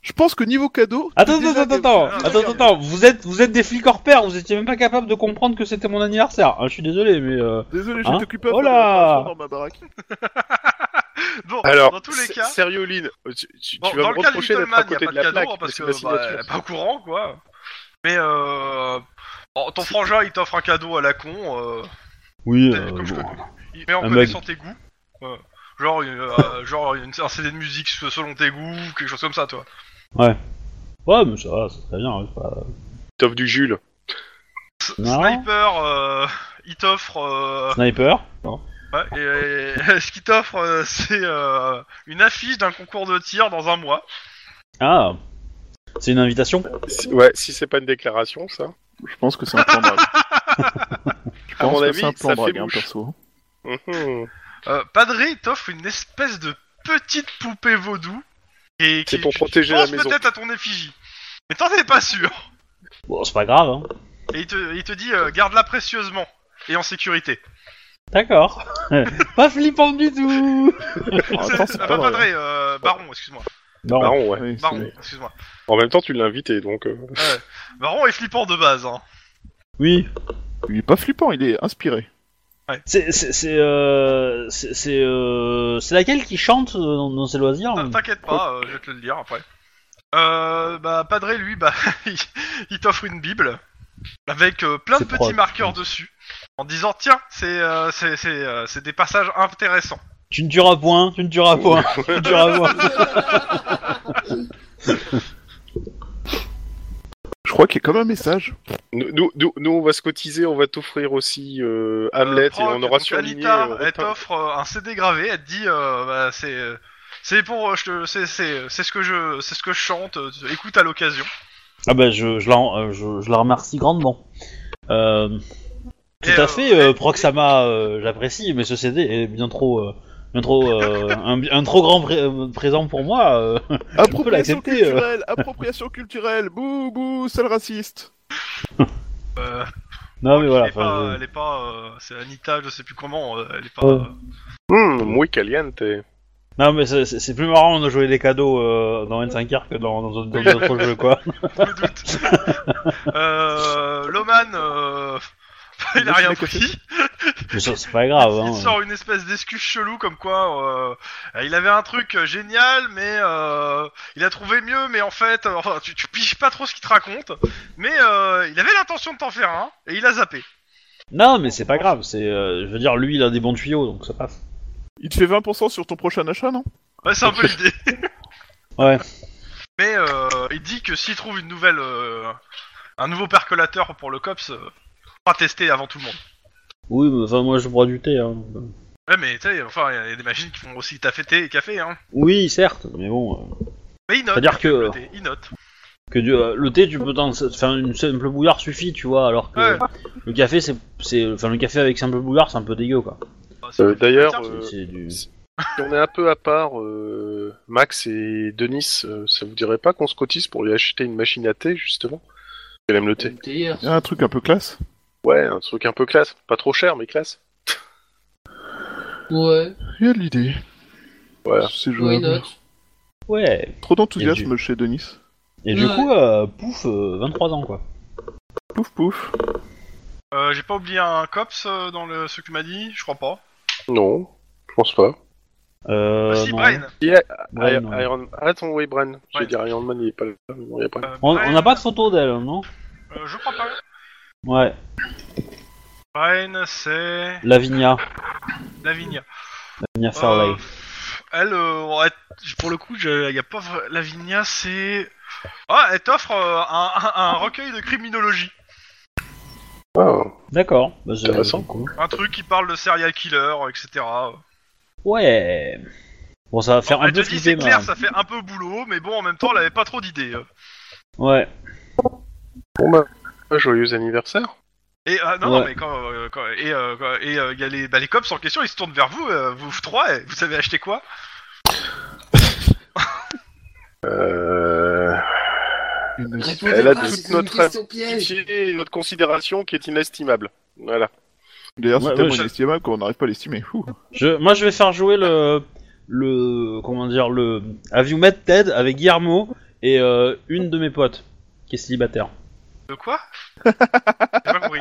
[SPEAKER 5] Je pense que niveau cadeau. t'es
[SPEAKER 1] Attends,
[SPEAKER 5] déjà
[SPEAKER 1] attends,
[SPEAKER 5] dé-
[SPEAKER 1] attends,
[SPEAKER 2] Ah,
[SPEAKER 1] attends,
[SPEAKER 2] regarde.
[SPEAKER 1] attends, vous êtes, vous êtes des flics hors pair, vous étiez même pas capable de comprendre que c'était mon anniversaire. Ah, je suis désolé, mais. euh,
[SPEAKER 5] Désolé,
[SPEAKER 1] Hein
[SPEAKER 5] j'étais occupé à
[SPEAKER 1] Oh
[SPEAKER 5] faire
[SPEAKER 1] là
[SPEAKER 5] des réparations dans ma baraque.
[SPEAKER 2] Bon,
[SPEAKER 3] Alors,
[SPEAKER 2] dans tous les
[SPEAKER 3] s-
[SPEAKER 2] cas,
[SPEAKER 3] sérieux, Lynn, tu, tu-
[SPEAKER 2] bon,
[SPEAKER 3] tu vas
[SPEAKER 2] dans
[SPEAKER 3] me
[SPEAKER 2] le cas de
[SPEAKER 3] reprocher
[SPEAKER 2] Little
[SPEAKER 3] d'être à
[SPEAKER 2] Man, y a
[SPEAKER 3] côté
[SPEAKER 2] pas
[SPEAKER 3] de
[SPEAKER 2] de
[SPEAKER 3] la
[SPEAKER 2] cadeau,
[SPEAKER 3] plaque
[SPEAKER 2] hein, parce
[SPEAKER 3] parce
[SPEAKER 2] que
[SPEAKER 3] que
[SPEAKER 2] bah, elle est pas au courant, quoi. Mais euh... bon, ton frangin, il t'offre un cadeau à la con, euh...
[SPEAKER 1] Oui.
[SPEAKER 2] t'es-
[SPEAKER 1] euh,
[SPEAKER 2] comme je
[SPEAKER 1] bon.
[SPEAKER 2] connais- il met en
[SPEAKER 1] Un
[SPEAKER 2] connaissant tes goûts. euh, Genre, une- euh, genre une- un CD de musique selon tes goûts, quelque chose comme ça, toi.
[SPEAKER 1] Ouais, mais ça va, c'est très bien. ouais, c'est pas-
[SPEAKER 3] Top du Jules.
[SPEAKER 1] Non.
[SPEAKER 2] Sniper, euh, il t'offre euh,
[SPEAKER 1] Sniper. Non.
[SPEAKER 2] Ouais, et, et ce qu'il t'offre, euh, c'est euh, une affiche d'un concours de tir dans un mois.
[SPEAKER 1] Ah. C'est une invitation.
[SPEAKER 3] Si- Ouais, si c'est pas une déclaration, ça.
[SPEAKER 5] Je pense que c'est un plan drague. Je
[SPEAKER 3] À mon
[SPEAKER 5] pense que
[SPEAKER 3] avis,
[SPEAKER 5] c'est un plan
[SPEAKER 3] ça fait
[SPEAKER 5] drague, hein,
[SPEAKER 3] mouche.
[SPEAKER 5] perso.
[SPEAKER 3] Mhm.
[SPEAKER 2] Euh, Padré t'offre une espèce de petite poupée vaudou. Et,
[SPEAKER 3] C'est
[SPEAKER 2] qui-
[SPEAKER 3] pour
[SPEAKER 2] tu
[SPEAKER 3] protéger la
[SPEAKER 2] penses
[SPEAKER 3] maison.
[SPEAKER 2] peut-être à ton effigie. Mais t'en es pas sûr.
[SPEAKER 1] Bon, c'est pas grave. Hein.
[SPEAKER 2] Et il te, il te dit, euh, garde-la précieusement et en sécurité.
[SPEAKER 1] D'accord. pas flippant du tout.
[SPEAKER 5] En même temps, Oh, c'est
[SPEAKER 2] Ah,
[SPEAKER 5] pas
[SPEAKER 2] pas
[SPEAKER 5] vrai.
[SPEAKER 2] Padré, euh, Baron, excuse-moi.
[SPEAKER 1] Non.
[SPEAKER 3] Baron, ouais.
[SPEAKER 5] Oui, c'est-
[SPEAKER 2] Baron, excuse-moi.
[SPEAKER 3] En même temps, tu l'as invité, donc. euh,
[SPEAKER 2] Baron est flippant de base. Hein.
[SPEAKER 1] Oui.
[SPEAKER 5] Il est pas flippant, il est inspiré.
[SPEAKER 1] C'est c'est c'est euh, c'est c'est, euh, c'est laquelle qui chante euh, dans, dans ses loisirs
[SPEAKER 2] T'in- T'inquiète pas, euh, je vais te le dire après. Euh, bah, Padré, lui, bah, il, il t'offre une Bible avec euh, plein de
[SPEAKER 1] C'est
[SPEAKER 2] petits
[SPEAKER 1] propre,
[SPEAKER 2] marqueurs
[SPEAKER 1] ouais.
[SPEAKER 2] dessus en disant Tiens, c'est euh, c'est- c'est, euh, c'est des passages intéressants.
[SPEAKER 1] Tu ne tueras point, tu ne tueras point, tu ne tueras point.
[SPEAKER 5] Je crois qu'il y a comme un message.
[SPEAKER 3] Nous, nous, nous- nous, on va se cotiser, on va t'offrir aussi euh,
[SPEAKER 2] Euh,
[SPEAKER 3] Hamlet
[SPEAKER 2] Proc,
[SPEAKER 3] et on aura
[SPEAKER 2] donc
[SPEAKER 3] surligné.
[SPEAKER 2] Anita,
[SPEAKER 3] euh,
[SPEAKER 2] elle
[SPEAKER 3] repeint-
[SPEAKER 2] t'offre euh, un CD gravé, elle te dit euh, bah, C'est euh, c'est pour. euh, je te- c'est- C'est c'est ce, que je- c'est ce que je chante, euh, écoute à l'occasion.
[SPEAKER 1] Ah bah je, je, la, euh, je, je la remercie grandement. Euh, tout
[SPEAKER 2] Et,
[SPEAKER 1] à
[SPEAKER 2] euh,
[SPEAKER 1] fait, euh,
[SPEAKER 2] et-
[SPEAKER 1] Proxama, euh, j'apprécie, mais ce CD est bien trop, euh, bien trop, euh, un, un trop grand pré- euh, présent pour moi. euh.
[SPEAKER 5] Appropriation
[SPEAKER 1] l'accepter, euh.
[SPEAKER 5] culturelle, appropriation culturelle, bouh bouh, sale raciste.
[SPEAKER 2] euh,
[SPEAKER 1] Non mais
[SPEAKER 2] elle
[SPEAKER 1] Ah voilà.
[SPEAKER 2] est pas-
[SPEAKER 1] enfin, je- Oh.
[SPEAKER 2] Elle est pas. euh, C'est Anita, je sais plus comment, euh, elle est pas.
[SPEAKER 1] Ouais.
[SPEAKER 2] euh,
[SPEAKER 3] Hmm, muy caliente.
[SPEAKER 1] Non mais c'est- c'est c'est plus marrant de jouer des cadeaux euh, dans N5R que dans dans d'autres dans d'autres jeux quoi.
[SPEAKER 2] le doute. euh, Loman, euh, il
[SPEAKER 5] Le
[SPEAKER 2] a rien
[SPEAKER 5] mec au
[SPEAKER 2] pris.
[SPEAKER 1] Mais ça, c'est pas grave.
[SPEAKER 2] il
[SPEAKER 1] Hein.
[SPEAKER 2] te sort une espèce d'excuse chelou comme quoi euh, il avait un truc euh, génial, mais euh, il a trouvé mieux, mais en fait, euh, enfin, tu, tu piges pas trop ce qu'il te raconte. Mais euh, il avait l'intention de t'en faire un et il a zappé.
[SPEAKER 1] Non mais c'est pas grave. C'est, euh, je veux dire, lui il a des bons tuyaux donc ça passe.
[SPEAKER 5] Il te fait 20% sur ton prochain achat, non
[SPEAKER 2] Ouais, c'est un peu l'idée.
[SPEAKER 1] Ouais.
[SPEAKER 2] Mais euh, il dit que s'il trouve une nouvelle, euh, un nouveau percolateur pour le cops, euh, pas tester avant tout le monde.
[SPEAKER 1] Oui, mais enfin, moi je bois du thé. Hein.
[SPEAKER 2] Ouais, mais tu sais, enfin, il y a des machines qui font aussi tafeter et café, hein.
[SPEAKER 1] Oui, certes, mais bon. euh,
[SPEAKER 2] Mais il note.
[SPEAKER 1] C'est-à-dire que-
[SPEAKER 2] le thé, il note.
[SPEAKER 1] Que du- euh, le thé, tu peux t'en faire une simple bouillarde suffit, tu vois, alors que
[SPEAKER 2] Ouais.
[SPEAKER 1] le café, c'est, c'est, enfin, le café avec simple bouillarde, c'est un peu dégueu, quoi.
[SPEAKER 2] Bah, c'est-
[SPEAKER 3] Euh, D'ailleurs,
[SPEAKER 1] C'est-
[SPEAKER 3] euh,
[SPEAKER 1] c'est du-
[SPEAKER 3] si on est un peu à part, euh, Max et Denis, euh, ça vous dirait pas qu'on se cotise pour lui acheter une machine à thé, justement Elle aime le thé.
[SPEAKER 5] Il y a un truc un peu classe.
[SPEAKER 3] Ouais, un truc un peu classe. Pas trop cher, mais classe.
[SPEAKER 4] Ouais,
[SPEAKER 5] Il y a de l'idée.
[SPEAKER 3] Ouais.
[SPEAKER 5] C'est
[SPEAKER 4] why
[SPEAKER 5] jouable.
[SPEAKER 4] not
[SPEAKER 1] Ouais. Il
[SPEAKER 5] Trop
[SPEAKER 1] y
[SPEAKER 5] d'enthousiasme
[SPEAKER 1] a
[SPEAKER 5] chez Denis.
[SPEAKER 1] Et du
[SPEAKER 4] Ouais.
[SPEAKER 1] coup, euh, pouf, euh, 23 ans, quoi.
[SPEAKER 5] Pouf pouf.
[SPEAKER 2] euh, j'ai pas oublié un cops euh, dans le... ce que tu m'as dit, je crois pas.
[SPEAKER 3] Non, je pense pas.
[SPEAKER 1] Euh,
[SPEAKER 2] Ah, si,
[SPEAKER 1] non.
[SPEAKER 2] Brain.
[SPEAKER 1] Brain,
[SPEAKER 3] I-
[SPEAKER 1] ouais.
[SPEAKER 3] Iron... Attends, oui, Bran. J'ai
[SPEAKER 2] Ouais.
[SPEAKER 3] dit Iron Man, il est pas là. mais bon, il y a pas...
[SPEAKER 2] Euh,
[SPEAKER 1] On
[SPEAKER 2] Brain,
[SPEAKER 1] on n'a pas de photo d'elle, hein, non
[SPEAKER 2] euh, je crois pas.
[SPEAKER 1] Ouais,
[SPEAKER 2] Brain, c'est
[SPEAKER 1] Lavinia.
[SPEAKER 2] Lavinia.
[SPEAKER 1] Lavinia
[SPEAKER 2] Euh,
[SPEAKER 1] Fairley.
[SPEAKER 2] elle, euh, ouais, pour le coup, je... y a pas. Lavinia, c'est. Ah, elle t'offre euh, un, un- un recueil de criminologie.
[SPEAKER 3] Ah,
[SPEAKER 1] D'accord. Bah, c'est-
[SPEAKER 3] Intéressant.
[SPEAKER 1] c'est cool.
[SPEAKER 2] Un truc qui parle de serial killer, etc.
[SPEAKER 1] Ouais. Bon, ça va faire un
[SPEAKER 2] elle
[SPEAKER 1] peu
[SPEAKER 2] te dit, c'est
[SPEAKER 1] flipper,
[SPEAKER 2] clair,
[SPEAKER 1] mais-
[SPEAKER 2] ça fait un peu boulot, mais bon, en même temps, elle avait pas trop d'idées. euh.
[SPEAKER 1] Ouais.
[SPEAKER 3] bon bah, joyeux anniversaire.
[SPEAKER 2] Et euh, non, non,
[SPEAKER 1] Ouais.
[SPEAKER 2] mais quand, euh, quand- et euh, quand- et euh, il y a les, bah, les cops en question, ils se tournent vers vous, euh, vous trois, et vous savez acheter quoi
[SPEAKER 3] Euh...
[SPEAKER 4] Répondez
[SPEAKER 3] Elle a
[SPEAKER 4] pas,
[SPEAKER 3] toute
[SPEAKER 4] c'est
[SPEAKER 3] notre-
[SPEAKER 4] une question piège.
[SPEAKER 3] Pitié, notre considération qui est inestimable. Voilà.
[SPEAKER 5] D'ailleurs, c'est
[SPEAKER 1] Ouais,
[SPEAKER 5] tellement
[SPEAKER 1] ouais, je-
[SPEAKER 5] inestimable qu'on n'arrive pas à l'estimer. Ouh.
[SPEAKER 1] Je, moi, je vais faire jouer le, le, comment dire, le Have You Met Ted avec Guillermo et euh, une de mes potes qui est célibataire.
[SPEAKER 2] De quoi J'ai pas compris.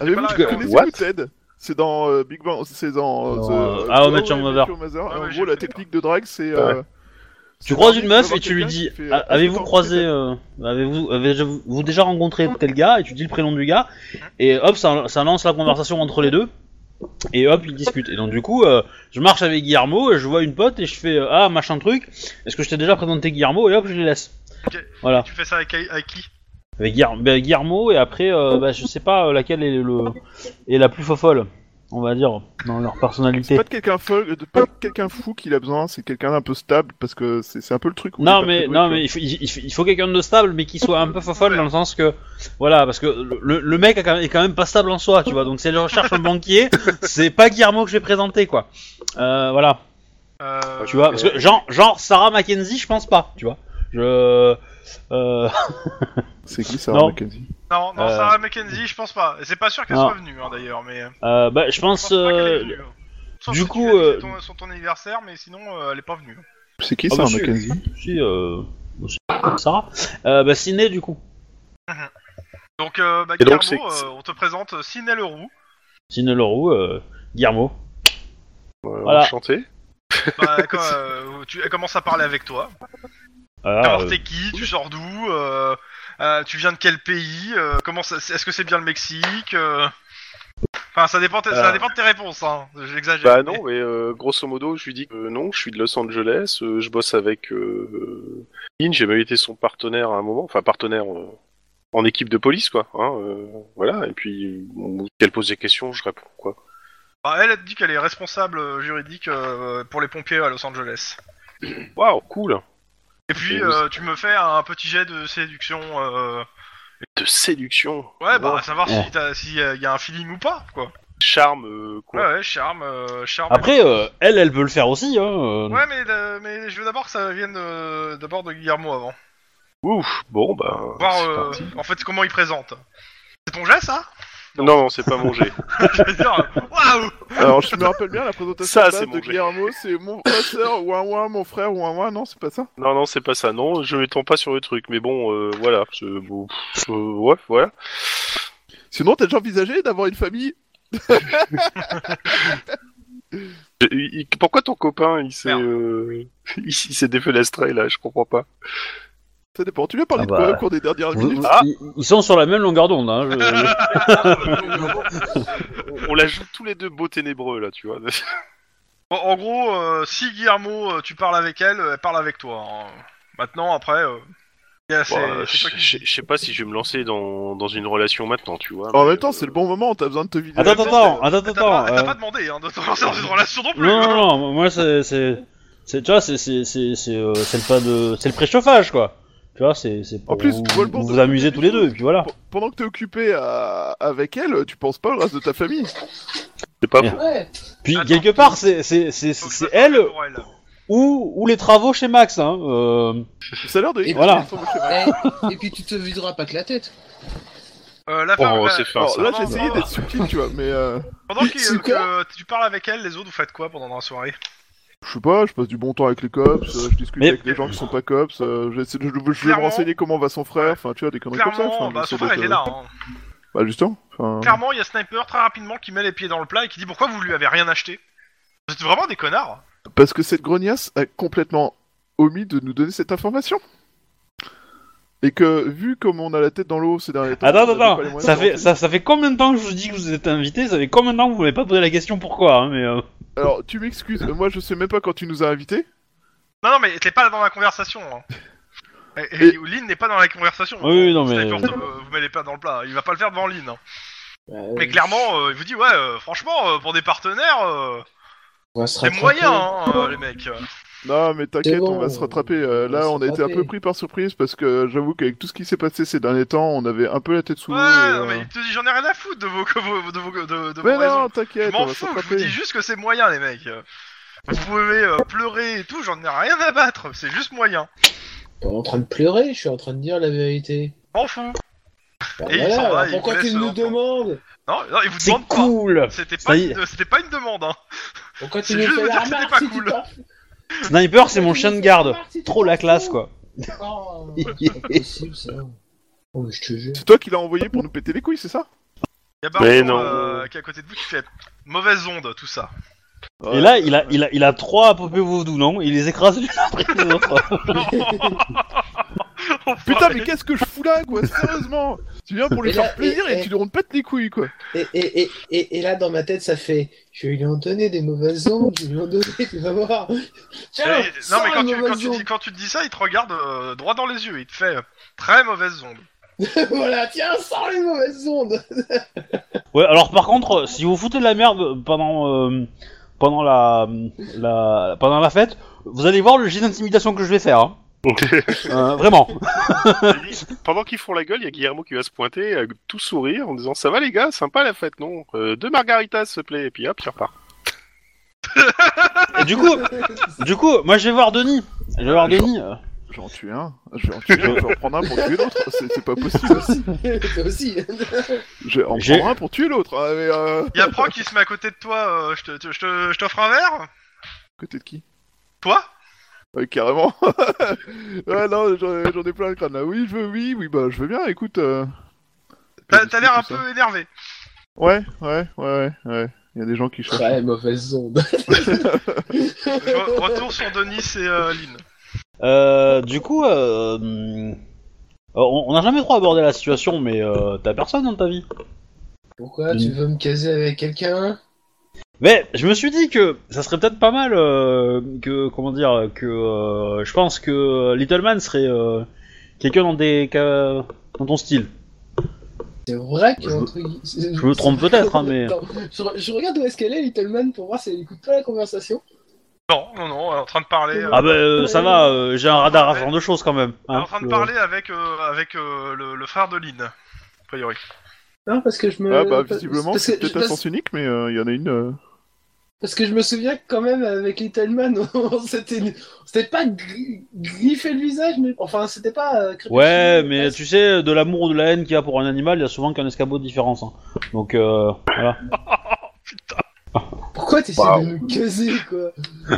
[SPEAKER 5] Avez-vous
[SPEAKER 2] pas
[SPEAKER 5] vous
[SPEAKER 2] la
[SPEAKER 5] connaissez
[SPEAKER 3] réponse.
[SPEAKER 5] vous, Ted C'est dans euh, Big Bang, c'est dans
[SPEAKER 1] Dans,
[SPEAKER 5] euh,
[SPEAKER 1] euh, How I Met Your
[SPEAKER 5] How I Met
[SPEAKER 1] Mother.
[SPEAKER 5] Your Mother.
[SPEAKER 2] Ah ouais,
[SPEAKER 5] en
[SPEAKER 2] j'ai
[SPEAKER 5] gros, la
[SPEAKER 2] compris.
[SPEAKER 5] technique de drague, c'est.
[SPEAKER 1] Tu
[SPEAKER 5] euh, c'est
[SPEAKER 1] croises une
[SPEAKER 5] vraiment
[SPEAKER 1] meuf
[SPEAKER 5] d'avoir
[SPEAKER 1] et tu lui
[SPEAKER 5] quelqu'un
[SPEAKER 1] dis
[SPEAKER 5] qui fait,
[SPEAKER 1] a-
[SPEAKER 5] euh,
[SPEAKER 1] Avez-vous
[SPEAKER 5] Est-ce que t'as
[SPEAKER 1] croisé.
[SPEAKER 5] rencontré
[SPEAKER 1] euh, Avez-vous avez vous déjà rencontré tel gars Et tu dis le prénom du gars. Et hop, ça, ça lance la conversation entre les deux. Et hop, ils discutent. Et donc, du coup, euh, je marche avec Guillermo et je vois une pote et je fais euh, Ah, machin truc. Est-ce que je t'ai déjà présenté Guillermo Et hop, je les laisse.
[SPEAKER 2] Ok.
[SPEAKER 1] Voilà.
[SPEAKER 2] Tu fais ça avec, avec qui
[SPEAKER 1] Avec Guillermo, bah, Guillermo, et après, euh, bah, je sais pas euh, laquelle est, le, est la plus fofolle, on va dire, dans leur
[SPEAKER 5] C'est
[SPEAKER 1] personnalité.
[SPEAKER 5] pas de quelqu'un fol- de pas de quelqu'un fou qu'il a besoin, c'est quelqu'un d'un peu stable parce que c'est c'est un peu le truc. où il
[SPEAKER 1] Non
[SPEAKER 5] est pas
[SPEAKER 1] mais
[SPEAKER 5] très doué,
[SPEAKER 1] non
[SPEAKER 5] tu
[SPEAKER 1] mais il faut, il- il faut- il faut quelqu'un de stable mais qui soit un peu fofolle dans le sens que voilà parce que le, le mec a quand même- est quand même pas stable en soi tu vois donc si elle recherche un banquier c'est pas Guillermo que je vais présenter quoi euh, voilà
[SPEAKER 2] Euh,
[SPEAKER 1] tu vois parce que genre genre Sarah Mackenzie je pense pas tu vois je euh,
[SPEAKER 5] vois. C'est qui Sarah
[SPEAKER 1] Non.
[SPEAKER 5] Mackenzie
[SPEAKER 2] Non, non,
[SPEAKER 1] Euh.
[SPEAKER 2] Sarah McKenzie, je pense pas. Et C'est pas sûr qu'elle
[SPEAKER 1] Non.
[SPEAKER 2] soit venue, hein, d'ailleurs, mais... euh,
[SPEAKER 1] euh, bah, je
[SPEAKER 2] Je
[SPEAKER 1] pense
[SPEAKER 2] pense pas qu'elle est
[SPEAKER 1] euh,
[SPEAKER 2] venue. hein. Sauf
[SPEAKER 1] du
[SPEAKER 2] si tu
[SPEAKER 1] coup,
[SPEAKER 2] as dit
[SPEAKER 1] euh,
[SPEAKER 2] ton- son ton anniversaire, mais sinon, euh, elle est pas venue.
[SPEAKER 5] C'est qui
[SPEAKER 1] Ah,
[SPEAKER 5] Sarah
[SPEAKER 1] monsieur.
[SPEAKER 5] Mackenzie
[SPEAKER 1] si euh, aussi, Sarah euh, bah Ciné du coup
[SPEAKER 2] Donc, euh, bah,
[SPEAKER 3] Et donc,
[SPEAKER 2] Guillermo,
[SPEAKER 3] c'est-
[SPEAKER 2] euh, on te présente Ciné Leroux.
[SPEAKER 1] Ciné Leroux euh, Guillermo
[SPEAKER 3] Euh,
[SPEAKER 1] Voilà.
[SPEAKER 3] Enchanté.
[SPEAKER 2] Bah, quand, euh, tu- elle commence à parler avec toi.
[SPEAKER 1] Ah,
[SPEAKER 2] Alors,
[SPEAKER 1] euh,
[SPEAKER 2] t'es qui Tu sors d'où euh, euh, Tu viens de quel pays euh, Comment ça- Est-ce que c'est bien le Mexique Euh, Enfin, ça dépend, ça
[SPEAKER 3] Euh.
[SPEAKER 2] dépend de tes réponses, hein. J'exagère.
[SPEAKER 3] Bah non, mais euh, grosso modo, je lui dis que euh, non, je suis de Los Angeles, euh, je bosse avec euh, euh, Lynn, j'ai même été son partenaire à un moment, enfin partenaire euh, en équipe de police, quoi. Hein, euh, voilà, et puis on- qu'elle pose des questions, je réponds, quoi.
[SPEAKER 2] Bah, elle, elle te dit qu'elle est responsable euh, juridique euh, pour les pompiers à Los Angeles.
[SPEAKER 3] Waouh, cool
[SPEAKER 2] Et puis,
[SPEAKER 3] Et vous-
[SPEAKER 2] euh, tu me fais un petit jet de séduction. euh,
[SPEAKER 3] De séduction
[SPEAKER 2] Ouais, bah,
[SPEAKER 3] Wow.
[SPEAKER 2] à savoir
[SPEAKER 1] Ouais.
[SPEAKER 2] si t'as- s'il euh, y a un feeling ou pas, quoi.
[SPEAKER 3] Charme, euh, quoi.
[SPEAKER 2] Ouais, ouais, charme, euh, charme.
[SPEAKER 1] après euh, elle elle peut le faire aussi hein euh,
[SPEAKER 2] Ouais, mais, euh, mais je veux d'abord que ça vienne euh, d'abord de Guillermo avant.
[SPEAKER 3] Ouf, bon, bah...
[SPEAKER 2] Voir
[SPEAKER 3] c'est
[SPEAKER 2] euh,
[SPEAKER 3] parti.
[SPEAKER 2] en fait comment il présente. C'est ton geste, ça
[SPEAKER 3] Non, non, c'est pas mon jet.
[SPEAKER 2] Je veux dire, waouh
[SPEAKER 5] Alors je me rappelle bien la présentation
[SPEAKER 3] Ça,
[SPEAKER 5] de
[SPEAKER 3] c'est
[SPEAKER 5] base de
[SPEAKER 3] mon jeu.
[SPEAKER 5] Guillermo, c'est mon ma soeur, ouin ouin, mon frère, ouin ouin, non c'est pas ça
[SPEAKER 3] Non, non, c'est pas ça. Non, je m'étends pas sur le truc, mais bon, euh, voilà. c'est- bon, pff, euh, ouais, voilà.
[SPEAKER 5] Sinon t'as déjà envisagé d'avoir une famille
[SPEAKER 3] Je- il- il- pourquoi ton copain, il s'est,
[SPEAKER 2] Merde.
[SPEAKER 3] euh, il s'est défenestré, là Je comprends pas.
[SPEAKER 5] Ça dépend, tu lui as parlé
[SPEAKER 1] Ah
[SPEAKER 5] de quoi
[SPEAKER 1] bah.
[SPEAKER 5] au cours des dernières
[SPEAKER 1] Vous-
[SPEAKER 5] minutes
[SPEAKER 1] vous- ils, ils sont sur la même longueur d'onde. Hein, je- je-
[SPEAKER 3] On la joue tous les deux beaux ténébreux, là, tu vois.
[SPEAKER 2] Bon, En gros, euh, si Guillermo, euh, tu parles avec elle, euh, elle parle avec toi. hein. Maintenant, après, euh, il y a- c'est
[SPEAKER 3] Bon, euh,
[SPEAKER 2] c'est
[SPEAKER 3] je
[SPEAKER 2] toi qui-
[SPEAKER 3] je- je sais pas si je vais me lancer dans, dans une relation maintenant, tu vois.
[SPEAKER 5] En
[SPEAKER 3] mais,
[SPEAKER 5] même temps
[SPEAKER 3] euh,
[SPEAKER 5] c'est le bon moment, t'as besoin de te vider.
[SPEAKER 1] Attends,
[SPEAKER 5] la tête.
[SPEAKER 1] attends, attends,
[SPEAKER 2] T'as
[SPEAKER 1] attends.
[SPEAKER 2] pas,
[SPEAKER 1] euh,
[SPEAKER 2] t'as pas demandé hein, de te lancer dans une relation non plus.
[SPEAKER 1] Non,
[SPEAKER 2] hein.
[SPEAKER 1] non, non, moi c'est. c'est- c'est- Tu vois, c'est c'est- c'est- c'est, euh, c'est le pas de. C'est le préchauffage, quoi. Tu vois, c'est c'est pour
[SPEAKER 5] En plus,
[SPEAKER 1] vous
[SPEAKER 5] tu vois le bon
[SPEAKER 1] vous,
[SPEAKER 5] de-
[SPEAKER 1] vous amuser tous les deux, et puis voilà.
[SPEAKER 5] P- Pendant que t'es occupé à- avec elle, tu penses pas au reste de ta famille.
[SPEAKER 3] C'est pas
[SPEAKER 1] Merde.
[SPEAKER 3] faux.
[SPEAKER 4] Ouais.
[SPEAKER 1] Puis
[SPEAKER 2] Attends.
[SPEAKER 1] quelque part, c'est c'est- c'est-
[SPEAKER 2] Faut que
[SPEAKER 1] c'est
[SPEAKER 2] je fasse
[SPEAKER 1] elle
[SPEAKER 2] un truc pour elle.
[SPEAKER 1] ou, ou les travaux chez Max, hein. euh,
[SPEAKER 5] Ça a l'air de.
[SPEAKER 4] Et
[SPEAKER 1] voilà.
[SPEAKER 5] Ils sont chez moi.
[SPEAKER 4] Eh, et puis tu te videras pas que la tête.
[SPEAKER 2] Euh, la femme,
[SPEAKER 3] Oh,
[SPEAKER 2] la-
[SPEAKER 3] c'est fin,
[SPEAKER 5] Alors
[SPEAKER 3] ça.
[SPEAKER 5] là
[SPEAKER 2] va,
[SPEAKER 5] j'ai
[SPEAKER 2] ça
[SPEAKER 5] essayé
[SPEAKER 2] va.
[SPEAKER 5] d'être subtil, tu vois, mais euh,
[SPEAKER 2] Pendant qu'il-
[SPEAKER 4] C'est
[SPEAKER 2] que, tu parles avec elle, les autres, vous faites quoi pendant la soirée
[SPEAKER 5] je sais pas, je passe du bon temps avec les cops, euh, je discute
[SPEAKER 1] Mais-
[SPEAKER 5] avec les gens qui sont pas cops, euh, j'essaie de- je, je, vais me
[SPEAKER 2] Clairement.
[SPEAKER 5] renseigner comment va son frère, enfin tu vois des conneries comme ça.
[SPEAKER 2] Clairement,
[SPEAKER 5] enfin,
[SPEAKER 2] bah, son
[SPEAKER 5] j'essaie
[SPEAKER 2] frère,
[SPEAKER 5] d'être,
[SPEAKER 2] il est
[SPEAKER 5] euh,
[SPEAKER 2] là. hein.
[SPEAKER 5] Bah justement. enfin,
[SPEAKER 2] Clairement, il y a Sniper très rapidement qui met les pieds dans le plat et qui dit pourquoi vous lui avez rien acheté Vous êtes vraiment des connards
[SPEAKER 5] Parce que cette grognasse a complètement omis de nous donner cette information. Et que, vu comme on a la tête dans l'eau ces derniers temps...
[SPEAKER 1] Attends,
[SPEAKER 5] on avait
[SPEAKER 1] attends,
[SPEAKER 5] pas les moyens
[SPEAKER 1] bah, ça
[SPEAKER 5] de
[SPEAKER 1] fait,
[SPEAKER 5] rentrer.
[SPEAKER 1] ça, ça fait combien de temps que je vous dis que vous êtes invité Ça fait combien de temps que vous m'avez pas posé la question pourquoi hein, mais, euh,
[SPEAKER 5] Alors, tu m'excuses, mais moi je sais même pas quand tu nous as invités.
[SPEAKER 2] Non, non, mais t'es pas dans la conversation. hein. Et, et Lynn n'est pas dans la conversation.
[SPEAKER 1] Oui, oui, non, mais-
[SPEAKER 2] Sniper, euh, vous mêlez pas dans le plat. Il va pas le faire devant Lynn. hein.
[SPEAKER 4] Euh,
[SPEAKER 2] Mais clairement, euh, il vous dit, ouais, euh, franchement, euh, pour des partenaires, euh,
[SPEAKER 4] on va se
[SPEAKER 2] c'est
[SPEAKER 4] rattraper.
[SPEAKER 2] moyen, hein, euh, les mecs.
[SPEAKER 5] Non, mais t'inquiète,
[SPEAKER 4] C'est bon,
[SPEAKER 5] on va se rattraper.
[SPEAKER 4] on
[SPEAKER 5] Euh,
[SPEAKER 4] va se
[SPEAKER 5] là, on a été un
[SPEAKER 4] rattraper.
[SPEAKER 5] peu pris par surprise parce que j'avoue qu'avec tout ce qui s'est passé ces derniers temps, on avait un peu la tête sous
[SPEAKER 2] Ouais,
[SPEAKER 5] l'eau. et,
[SPEAKER 2] non,
[SPEAKER 5] euh,
[SPEAKER 2] mais il te dit, j'en ai rien à foutre de vos, de vos, de, de vos
[SPEAKER 5] Mais
[SPEAKER 2] raisons.
[SPEAKER 5] non,
[SPEAKER 2] Je
[SPEAKER 5] t'inquiète, on
[SPEAKER 2] m'en
[SPEAKER 5] va se
[SPEAKER 2] fous, je vous
[SPEAKER 5] rattraper.
[SPEAKER 2] dis juste que c'est moyen, les mecs. Vous pouvez euh, pleurer et tout, j'en ai rien à battre, c'est juste moyen.
[SPEAKER 4] Pas en train de pleurer, je suis en train de dire la vérité.
[SPEAKER 2] M'en fous.
[SPEAKER 4] Bah
[SPEAKER 2] Et il s'en
[SPEAKER 4] voilà,
[SPEAKER 2] va,
[SPEAKER 4] alors
[SPEAKER 2] il vous
[SPEAKER 4] pourquoi
[SPEAKER 2] laisse
[SPEAKER 4] tu nous
[SPEAKER 2] l'enfant.
[SPEAKER 4] demandes
[SPEAKER 2] Non, non, il vous
[SPEAKER 1] C'est
[SPEAKER 2] demande pas.
[SPEAKER 1] cool
[SPEAKER 2] C'était
[SPEAKER 1] Ça
[SPEAKER 2] pas,
[SPEAKER 1] y est.
[SPEAKER 2] une, c'était pas une demande, hein.
[SPEAKER 4] Pourquoi tu
[SPEAKER 2] C'est
[SPEAKER 4] nous
[SPEAKER 2] juste
[SPEAKER 4] fais
[SPEAKER 2] de
[SPEAKER 4] la
[SPEAKER 2] dire que c'était
[SPEAKER 4] remarque
[SPEAKER 2] pas
[SPEAKER 4] si tu
[SPEAKER 2] cool.
[SPEAKER 4] t'en-
[SPEAKER 1] Sniper, c'est mon
[SPEAKER 4] Pourquoi tu
[SPEAKER 1] chien
[SPEAKER 4] nous
[SPEAKER 1] de
[SPEAKER 4] fais la
[SPEAKER 1] garde.
[SPEAKER 4] remarque si tu
[SPEAKER 1] Trop la
[SPEAKER 4] t'en
[SPEAKER 1] classe,
[SPEAKER 4] fous
[SPEAKER 1] quoi.
[SPEAKER 4] Oh, c'est pas possible, ça. Oh, mais je te jure.
[SPEAKER 5] C'est toi qui l'as envoyé pour nous péter les couilles, c'est ça
[SPEAKER 2] Il y a
[SPEAKER 3] Mais
[SPEAKER 2] Baron
[SPEAKER 3] non.
[SPEAKER 2] euh, qui est à côté de vous qui fait mauvaise onde, tout ça.
[SPEAKER 1] Et là, il a, il a, il a trois apopés vaudou, non Il les écrase les uns après les autres.
[SPEAKER 5] Putain, mais qu'est-ce que je fous là, quoi Sérieusement Tu viens pour
[SPEAKER 4] Et
[SPEAKER 5] lui
[SPEAKER 4] là,
[SPEAKER 5] faire plaisir
[SPEAKER 4] et-
[SPEAKER 5] et tu lui pète les couilles, quoi.
[SPEAKER 4] Et, et, et, et, et là, dans ma tête, ça fait Je vais lui en donner des mauvaises ondes, je vais lui en donner, tu vas voir. Tiens,
[SPEAKER 2] Euh, non, mais
[SPEAKER 4] sors
[SPEAKER 2] quand
[SPEAKER 4] les
[SPEAKER 2] tu, quand,
[SPEAKER 4] mauvaises
[SPEAKER 2] tu
[SPEAKER 4] ondes.
[SPEAKER 2] dis, quand tu te dis ça, il te regarde euh, droit dans les yeux, il te fait euh, très mauvaise onde.
[SPEAKER 4] voilà, tiens, sors les mauvaises ondes
[SPEAKER 1] Ouais, alors par contre, euh, si vous foutez de la merde pendant, euh, pendant la, la, pendant la fête, vous allez voir le jet d'intimidation que je vais faire. hein. Euh, vraiment.
[SPEAKER 3] Pendant qu'ils font la gueule, il y a Guillermo qui va se pointer, euh, tout sourire, en disant Ça va les gars, sympa la fête, non Euh, Deux margaritas, s'il te plaît, et puis hop, il repart.
[SPEAKER 1] Et du coup, du coup, moi je vais voir Denis. Je vais voir Denis. euh.
[SPEAKER 5] J'en tue un, je vais en tuer un, je vais en prendre un pour tuer l'autre, c'est c'est pas possible.
[SPEAKER 4] Toi aussi
[SPEAKER 5] Je vais en
[SPEAKER 1] J'ai-
[SPEAKER 5] prendre un pour tuer l'autre, ah, mais euh...
[SPEAKER 2] Il y a Pro qui se met à côté de toi, euh, je te- te- je te- je t'offre un verre
[SPEAKER 5] Côté de qui
[SPEAKER 2] Toi
[SPEAKER 5] Ouais, carrément. ah non, j'en j'en ai plein le crâne là. Oui, je veux, oui, oui, bah je veux bien, écoute. euh,
[SPEAKER 2] T'as t'as l'air un
[SPEAKER 5] tout ça.
[SPEAKER 2] peu énervé.
[SPEAKER 5] Ouais, ouais, ouais, ouais, ouais. Il y a des gens qui cherchent.
[SPEAKER 4] Très mauvaise onde
[SPEAKER 2] Re- Retour sur Denis et euh, Lynn.
[SPEAKER 1] Euh, du coup, euh, hum, on on n'a jamais trop abordé la situation, mais euh, t'as personne dans ta vie.
[SPEAKER 4] Pourquoi
[SPEAKER 1] Mm.
[SPEAKER 4] tu veux me caser avec quelqu'un
[SPEAKER 1] Mais je me suis dit que ça serait peut-être pas mal euh, que comment dire que euh, je pense que Little Man serait euh, quelqu'un dans des ca- dans ton style.
[SPEAKER 4] C'est vrai que
[SPEAKER 1] Je me-
[SPEAKER 4] entre gui-
[SPEAKER 1] Je me trompe peut-être, hein, mais
[SPEAKER 4] Attends, je, re- je regarde où est-ce qu'elle est, Little Man, pour voir si elle écoute pas la conversation.
[SPEAKER 2] Non, non, non, elle est en train de parler. euh,
[SPEAKER 1] ah bah euh, ça va, euh, j'ai un radar à ce genre de choses quand même.
[SPEAKER 2] elle est
[SPEAKER 1] hein.
[SPEAKER 2] en train de
[SPEAKER 1] Euh,
[SPEAKER 2] parler avec, euh, avec euh, le, le frère de Lynn, a priori.
[SPEAKER 4] Non, parce que je me.
[SPEAKER 5] Ah bah
[SPEAKER 4] parce-
[SPEAKER 5] visiblement
[SPEAKER 4] Euh, parce
[SPEAKER 5] c'est
[SPEAKER 4] que-
[SPEAKER 5] peut-être à
[SPEAKER 4] parce-
[SPEAKER 5] sens unique mais euh, il y en a une... euh,
[SPEAKER 4] Parce que je me souviens que quand même avec Little Man, on s'était on s'était pas gri- griffé le visage, mais enfin c'était pas. euh, crépuscule,
[SPEAKER 1] Ouais, mais
[SPEAKER 4] presque.
[SPEAKER 1] tu sais, de l'amour ou de la haine qu'il y a pour un animal, il y a souvent qu'un escabeau de différence. hein. Donc euh, voilà.
[SPEAKER 4] Pourquoi t'essaies
[SPEAKER 3] Waouh.
[SPEAKER 4] de me caser quoi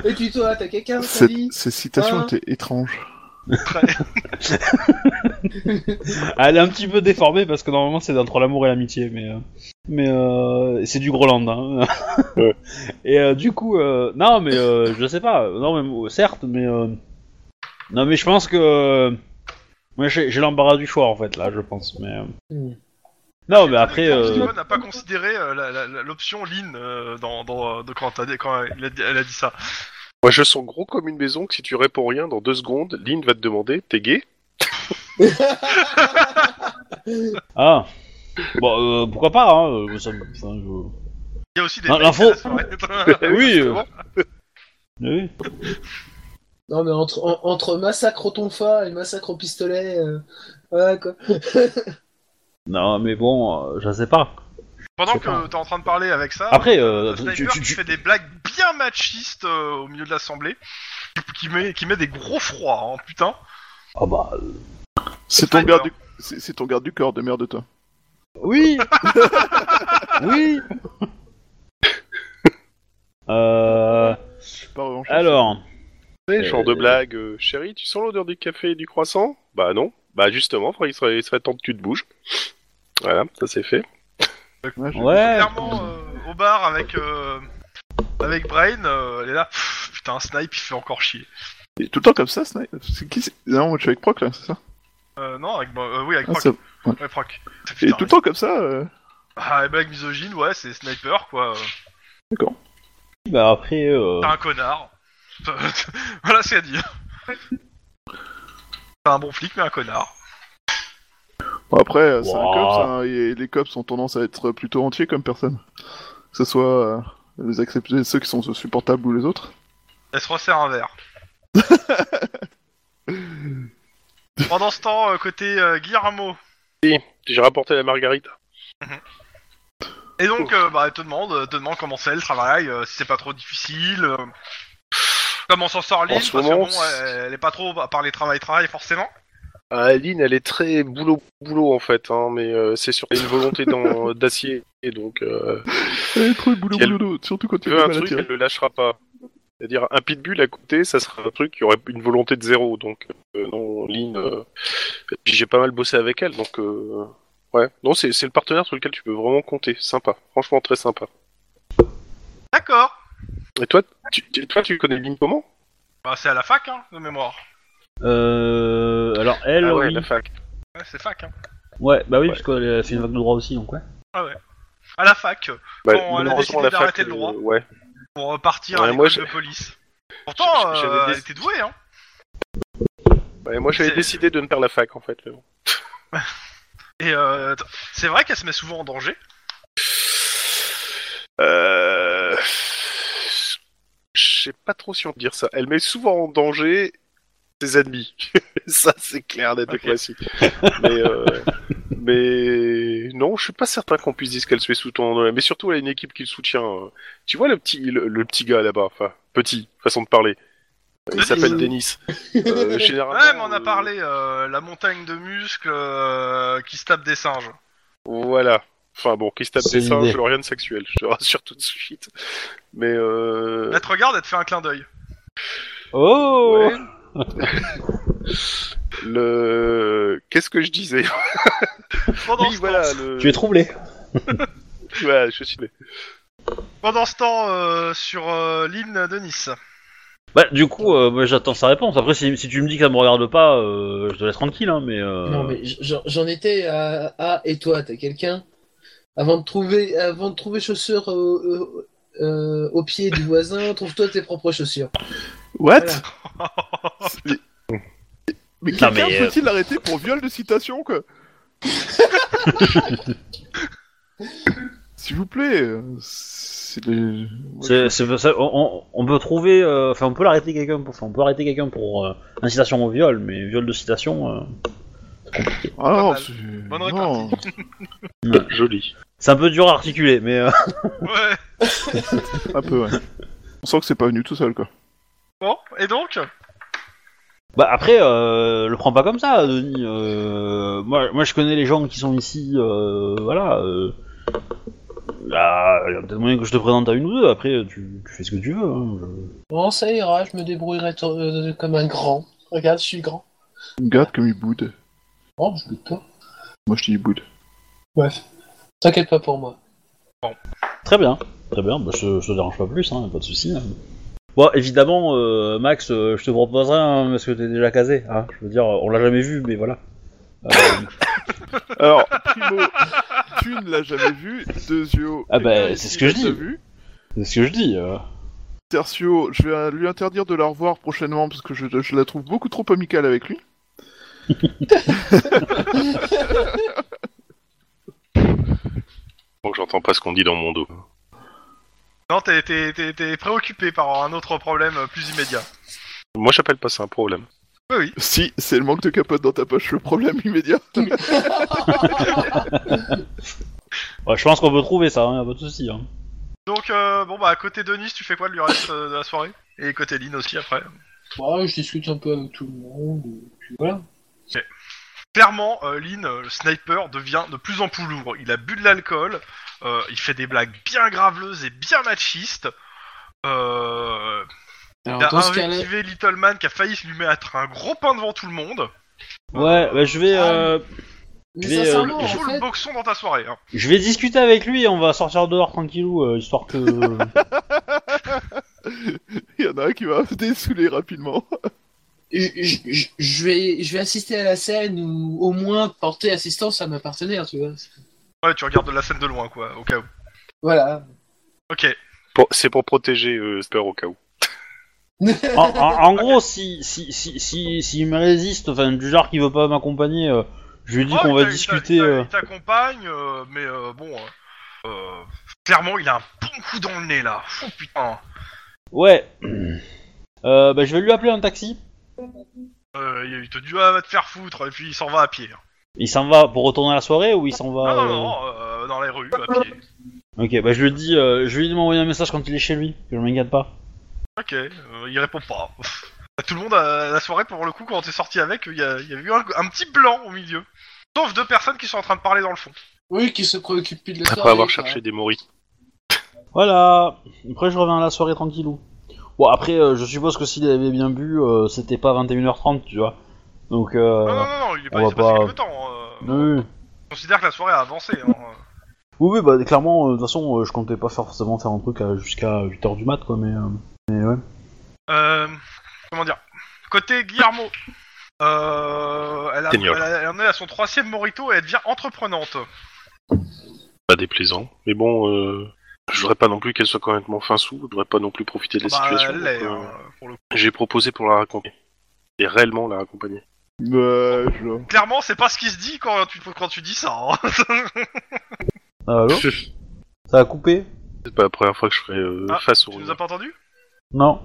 [SPEAKER 4] Et puis toi, t'as quelqu'un dans ta
[SPEAKER 5] Cette,
[SPEAKER 4] vie
[SPEAKER 5] cette citation
[SPEAKER 4] Hein
[SPEAKER 5] était étrange.
[SPEAKER 1] Elle est un petit peu déformée parce que normalement c'est entre l'amour et l'amitié, mais euh, mais euh, c'est du Groland. Hein.
[SPEAKER 3] Ouais.
[SPEAKER 1] et euh, du coup, euh, non, mais euh, je sais pas. Non, mais euh, certes, mais euh, non, mais je pense que euh, moi j'ai j'ai l'embarras du choix en fait là, je pense. Mais euh,
[SPEAKER 4] Hmm.
[SPEAKER 1] non, mais après,
[SPEAKER 2] Franck
[SPEAKER 1] euh,
[SPEAKER 2] Stevens n'a pas considéré euh, la- la- la- l'option Lynn euh, dans, dans, de- quand, t'as dit- quand elle, a dit, elle a dit ça.
[SPEAKER 3] Moi, je sens gros comme une maison que si tu réponds rien, dans deux secondes, Lynn va te demander T'es gay
[SPEAKER 1] ah bon, euh, pourquoi pas. Hein, euh, ça me- enfin, je-
[SPEAKER 2] Il y a aussi des.
[SPEAKER 1] Non,
[SPEAKER 2] mecs
[SPEAKER 1] Ah, l'info-
[SPEAKER 2] à la soirée.
[SPEAKER 1] Oui, euh,
[SPEAKER 3] Justement.
[SPEAKER 1] oui.
[SPEAKER 4] Non mais entre, en- entre massacre au tonfa et massacre au pistolet, euh, voilà quoi.
[SPEAKER 1] non, mais bon, euh, je sais pas.
[SPEAKER 2] Pendant
[SPEAKER 1] c'est pas-
[SPEAKER 2] que t'es en train de parler avec ça,
[SPEAKER 1] Après, euh,
[SPEAKER 2] le sniper
[SPEAKER 1] tu- tu-
[SPEAKER 2] qui
[SPEAKER 1] tu-
[SPEAKER 2] fait des blagues bien machistes euh, au milieu de l'assemblée, qui- qui met, qui met des gros froids, hein, putain.
[SPEAKER 1] ah bah euh,
[SPEAKER 5] C'est ton, garde du... c'est- c'est ton garde du corps de merde de toi.
[SPEAKER 1] Oui Oui Euh.
[SPEAKER 5] Pas revanche.
[SPEAKER 1] Alors.
[SPEAKER 3] Tu sais, genre de
[SPEAKER 1] Euh,
[SPEAKER 3] blague, euh, chérie, tu sens l'odeur du café et du croissant Bah non. Bah justement, faudrait- il serait, il serait temps que tu te bouges. Voilà, ça c'est fait.
[SPEAKER 5] Ouais, j'ai-
[SPEAKER 1] Ouais.
[SPEAKER 2] clairement euh, au bar avec euh, avec Brain, euh, elle est là. Pff, Putain, Snipe, il fait encore chier.
[SPEAKER 5] Et Tout le temps comme ça, Snipe C'est qui c'est- Non, je suis avec Proc là, c'est ça,
[SPEAKER 2] Euh, non, avec euh, oui, avec
[SPEAKER 5] Ah,
[SPEAKER 2] Proc.
[SPEAKER 5] ça-
[SPEAKER 2] Ouais, Proc.
[SPEAKER 5] Et
[SPEAKER 2] Putain,
[SPEAKER 5] tout le temps comme ça euh,
[SPEAKER 2] Ah, les blagues misogynes, ouais, c'est Sniper, quoi. euh,
[SPEAKER 1] Bah après. Euh...
[SPEAKER 2] T'es un connard. voilà ce qu'elle dit. Pas un bon flic, mais un connard.
[SPEAKER 5] Bon, Après, euh, c'est un
[SPEAKER 1] Ouah.
[SPEAKER 5] cops, hein, et les cops ont tendance à être plutôt entiers comme personne. Que ce soit euh, les acceptés, ceux qui sont supportables ou les autres.
[SPEAKER 2] Elle se resserre un verre. Pendant ce temps, euh, côté euh, Guillermo.
[SPEAKER 3] J'ai rapporté la margarita.
[SPEAKER 2] Et
[SPEAKER 5] Oh.
[SPEAKER 2] donc, euh, bah, elle te demande, euh, te demande comment c'est le travail, euh, si c'est pas trop difficile, euh, comment s'en sort l'île,
[SPEAKER 3] ce
[SPEAKER 2] parce que
[SPEAKER 3] moment,
[SPEAKER 2] bon, elle, elle est pas trop à parler travail-travail forcément.
[SPEAKER 3] Ah, Aline, elle est très boulot-boulot en fait, hein, mais euh, c'est sur une volonté d'en- d'acier, et donc euh,
[SPEAKER 5] Eh, trop boulot,
[SPEAKER 3] Quel-
[SPEAKER 5] boulot, boulot, surtout quand
[SPEAKER 3] tu
[SPEAKER 5] tu
[SPEAKER 3] veux
[SPEAKER 5] as
[SPEAKER 3] un
[SPEAKER 5] mal à
[SPEAKER 3] truc,
[SPEAKER 5] tirer.
[SPEAKER 3] elle le lâchera pas. C'est-à-dire un pitbull à côté, ça serait un truc qui aurait une volonté de zéro, donc euh, non, Aline. euh, et puis j'ai pas mal bossé avec elle, donc euh, ouais, non, c'est c'est le partenaire sur lequel tu peux vraiment compter, sympa, franchement très sympa.
[SPEAKER 2] D'accord.
[SPEAKER 3] Et toi, tu, tu- toi, tu connais Aline comment
[SPEAKER 2] Bah, c'est à la fac, hein, de mémoire.
[SPEAKER 1] Euh, alors elle,
[SPEAKER 3] Ah ouais,
[SPEAKER 1] oui.
[SPEAKER 3] la fac.
[SPEAKER 2] Ouais, c'est fac, hein.
[SPEAKER 1] Ouais, bah oui,
[SPEAKER 3] Ouais.
[SPEAKER 1] parce qu'elle a fait une vague de droit aussi, donc ouais.
[SPEAKER 2] À la fac, euh,
[SPEAKER 3] Bah,
[SPEAKER 2] Bon, elle a
[SPEAKER 3] malheureusement,
[SPEAKER 2] décidé
[SPEAKER 3] la
[SPEAKER 2] d'arrêter
[SPEAKER 3] fac,
[SPEAKER 2] le droit.
[SPEAKER 3] euh, ouais.
[SPEAKER 2] pour repartir à
[SPEAKER 3] Ouais, moi,
[SPEAKER 2] l'école de police. Pourtant,
[SPEAKER 3] J'avais
[SPEAKER 2] euh,
[SPEAKER 3] des-
[SPEAKER 2] elle était douée, hein.
[SPEAKER 3] Ouais, Bah, moi j'avais
[SPEAKER 2] C'est-
[SPEAKER 3] décidé de ne faire la fac en fait. mais bon.
[SPEAKER 2] Et euh, t- c'est vrai qu'elle se met souvent en danger.
[SPEAKER 3] Euh... Je sais pas trop si on peut dire ça. Elle met souvent en danger ses ennemis. ça, c'est clair, net et
[SPEAKER 2] Ok.
[SPEAKER 3] précis. Mais, euh, mais non, je suis pas certain qu'on puisse dire qu'elle se fait sous ton Mais surtout, elle a une équipe qui le soutient. euh. Tu vois le petit, le, le petit gars là-bas, enfin, petit, façon de parler. Il
[SPEAKER 2] Denis.
[SPEAKER 3] s'appelle Denis. Euh, généralement,
[SPEAKER 2] Ouais, mais on a
[SPEAKER 3] euh,
[SPEAKER 2] parlé, euh, la montagne de muscles euh, qui se tape des singes.
[SPEAKER 3] Voilà. Enfin bon, qui se tape
[SPEAKER 1] C'est
[SPEAKER 3] des singes,
[SPEAKER 1] l'idée.
[SPEAKER 3] alors rien de sexuel, je te rassure tout de suite. Mais euh...
[SPEAKER 2] Elle te regarde, elle te fait un clin d'œil.
[SPEAKER 1] Oh
[SPEAKER 3] Ouais. euh, le... Qu'est-ce que je disais
[SPEAKER 2] Pendant,
[SPEAKER 3] Oui,
[SPEAKER 2] ce,
[SPEAKER 3] voilà,
[SPEAKER 2] temps,
[SPEAKER 3] le...
[SPEAKER 1] Tu es troublé.
[SPEAKER 3] Ouais, je suis...
[SPEAKER 2] pendant ce temps, euh, sur euh, l'île de Nice.
[SPEAKER 1] Bah du coup, euh, bah, j'attends sa réponse. Après, si, si tu me dis que ça me regarde pas, euh, je te laisse tranquille, hein, mais... Euh...
[SPEAKER 4] Non, mais j- j'en j'en étais à, à- et toi, t'as quelqu'un avant de trouver avant de trouver chaussures au, au- euh, au pied du voisin, trouve-toi tes propres chaussures.
[SPEAKER 5] What
[SPEAKER 4] Voilà.
[SPEAKER 5] Mais quelqu'un
[SPEAKER 1] mais, euh,
[SPEAKER 5] peut-il l'arrêter pour viol de citation, quoi S'il vous plaît, euh, c'est des... moi,
[SPEAKER 1] c'est- c'est- ça- on, on- on peut trouver... euh, Enfin, on peut l'arrêter quelqu'un pour... Enfin, on peut arrêter quelqu'un pour euh, incitation au viol, mais viol de citation... euh,
[SPEAKER 5] je- Ah non,
[SPEAKER 2] Pas mal.
[SPEAKER 5] c'est-
[SPEAKER 2] Bonne
[SPEAKER 5] non.
[SPEAKER 3] Joli.
[SPEAKER 1] C'est un peu dur à articuler, mais... euh,
[SPEAKER 2] Ouais.
[SPEAKER 5] un peu, ouais. On sent que c'est pas venu tout seul, quoi.
[SPEAKER 2] Bon, et donc
[SPEAKER 1] Bah après, euh, le prends pas comme ça, Denis. Euh, moi, moi, je connais les gens qui sont ici, euh, voilà... Euh... Là, il y a peut-être moyen que je te présente à une ou deux, après tu, tu fais ce que tu veux. hein, je-
[SPEAKER 4] Bon, ça ira, je me débrouillerai to- euh, comme un grand. Regarde, je suis grand.
[SPEAKER 5] Regarde comme il boude.
[SPEAKER 4] Oh, je goûte pas.
[SPEAKER 5] Moi, je dis il boude.
[SPEAKER 4] Bref, t'inquiète pas pour moi.
[SPEAKER 1] Très bien, très bien, bah, je, je te dérange pas plus, hein, pas de soucis. hein. Bon, évidemment, euh, Max, euh, je te proposerai hein, parce que t'es déjà casé, hein, je veux dire, on l'a jamais vu, mais voilà. Euh,
[SPEAKER 5] Alors, primo, tu ne l'as jamais vu. Deuxio,
[SPEAKER 1] Ah bah,
[SPEAKER 5] quelqu'un
[SPEAKER 1] c'est
[SPEAKER 5] ici
[SPEAKER 1] ce que je
[SPEAKER 5] l'a déjà
[SPEAKER 1] dis.
[SPEAKER 5] vu.
[SPEAKER 1] c'est ce que je dis. euh.
[SPEAKER 5] Tertio, je vais lui interdire de la revoir prochainement parce que je, je la trouve beaucoup trop amicale avec lui.
[SPEAKER 3] Bon, j'entends pas ce qu'on dit dans mon dos.
[SPEAKER 2] Non, t'es- t'es t'es- t'es préoccupé par un autre problème euh, plus immédiat.
[SPEAKER 3] Moi, j'appelle pas ça un problème.
[SPEAKER 2] Oui, oui.
[SPEAKER 5] Si, c'est le manque de capote dans ta poche, le problème immédiat.
[SPEAKER 1] Ouais, je pense qu'on peut trouver ça, hein, pas de soucis. hein.
[SPEAKER 2] Donc, euh, bon, bah, à côté de Nice, tu fais quoi le reste euh, de la soirée Et côté Lynn aussi après.
[SPEAKER 4] Ouais, je discute un peu avec tout le monde, et puis voilà.
[SPEAKER 2] clairement, euh, Lynn, euh, le sniper, devient de plus en plus lourd. Il a bu de l'alcool, euh, il fait des blagues bien graveleuses et bien machistes. Euh, il
[SPEAKER 1] Ah,
[SPEAKER 4] Alors,
[SPEAKER 2] a
[SPEAKER 4] dans ce cas-là,
[SPEAKER 2] invectivé Little Man qui a failli lui mettre un gros pain devant tout le monde.
[SPEAKER 1] Ouais, bah, je vais, euh,
[SPEAKER 4] mais
[SPEAKER 1] vais, euh,
[SPEAKER 4] sincèrement,
[SPEAKER 1] Oh,
[SPEAKER 2] il
[SPEAKER 4] Ah en
[SPEAKER 2] joue le
[SPEAKER 4] fait,
[SPEAKER 2] boxon dans ta soirée. hein.
[SPEAKER 1] je vais discuter avec lui et on va sortir dehors tranquillou, euh, histoire que.
[SPEAKER 5] Il y en a un qui va dessouler rapidement.
[SPEAKER 4] je, je- je- je vais, je vais assister à la scène ou au moins porter assistance à ma partenaire, tu vois.
[SPEAKER 2] Ouais, tu regardes la scène de loin, quoi, au cas où.
[SPEAKER 4] Voilà.
[SPEAKER 2] Ok.
[SPEAKER 3] Pour- C'est pour protéger euh, Spur au cas où.
[SPEAKER 1] En, en- en gros, si si si si, si il me résiste, enfin du genre qui veut pas m'accompagner, euh, je lui dis
[SPEAKER 2] Oh,
[SPEAKER 1] qu'on va
[SPEAKER 2] il t'a- il t'a-
[SPEAKER 1] discuter.
[SPEAKER 2] il t'a-
[SPEAKER 1] euh,
[SPEAKER 2] Il t'accompagne, euh, mais euh, bon. euh, euh, clairement, il a un bon coup dans le nez là. Oh putain.
[SPEAKER 1] Ouais. Euh, bah, je vais lui appeler un taxi.
[SPEAKER 2] Euh, il te dit ah, va te faire foutre, et puis il s'en va à pied. hein.
[SPEAKER 1] Il s'en va pour retourner à la soirée ou il s'en va
[SPEAKER 2] Non, non,
[SPEAKER 1] euh,
[SPEAKER 2] non, non, euh, dans les rues,
[SPEAKER 4] Ah,
[SPEAKER 2] à pied.
[SPEAKER 1] Ok, bah je lui dis, euh, je lui dis de m'envoyer un message quand il est chez lui, que je m'inquiète pas.
[SPEAKER 2] Ok, euh, il répond pas. Tout le monde à la soirée, pour le coup, quand t'es sorti avec, il y, a il y a eu un, un petit blanc au milieu. Sauf deux personnes qui sont en train de parler dans le fond.
[SPEAKER 4] Oui, qui se préoccupe plus de la soirée.
[SPEAKER 3] Après avoir
[SPEAKER 4] quoi.
[SPEAKER 3] cherché des moris.
[SPEAKER 1] Voilà. Après, je reviens à la soirée tranquillou. Bon, après, euh, je suppose que s'il avait bien bu, euh, c'était pas 21h30, tu vois. Donc, euh...
[SPEAKER 2] non, non, non, non, il est pas,
[SPEAKER 1] on
[SPEAKER 2] il
[SPEAKER 1] va
[SPEAKER 2] s'est passé
[SPEAKER 1] pas-
[SPEAKER 2] quelque temps. euh,
[SPEAKER 1] oui, oui.
[SPEAKER 2] Je considère que la soirée a avancé. hein.
[SPEAKER 1] Oui, oui, bah clairement, euh, de toute façon, euh, je comptais pas forcément faire un truc à- jusqu'à 8h du mat, quoi, mais... euh, mais ouais.
[SPEAKER 2] Euh, comment dire Côté Guillermo, euh, elle, a-
[SPEAKER 3] Senior.
[SPEAKER 2] elle a- elle en est à son troisième morito et elle devient entreprenante.
[SPEAKER 3] Pas déplaisant. Mais bon, euh, je voudrais pas non plus qu'elle soit complètement fin sous. Je voudrais pas non plus profiter de la
[SPEAKER 2] Bah,
[SPEAKER 3] situation.
[SPEAKER 2] elle l'est,
[SPEAKER 3] donc, euh,
[SPEAKER 2] hein, pour le coup.
[SPEAKER 3] J'ai proposé pour la raccompagner. Et réellement la raccompagner.
[SPEAKER 5] Ouais, genre.
[SPEAKER 2] Clairement, c'est pas ce qui se dit quand tu, quand tu dis ça. hein.
[SPEAKER 1] Ah, allô
[SPEAKER 3] C'est
[SPEAKER 1] Ça a coupé
[SPEAKER 3] pas la première fois que je ferai euh,
[SPEAKER 2] Ah,
[SPEAKER 3] face au
[SPEAKER 2] tu nous as pas entendu
[SPEAKER 1] Non.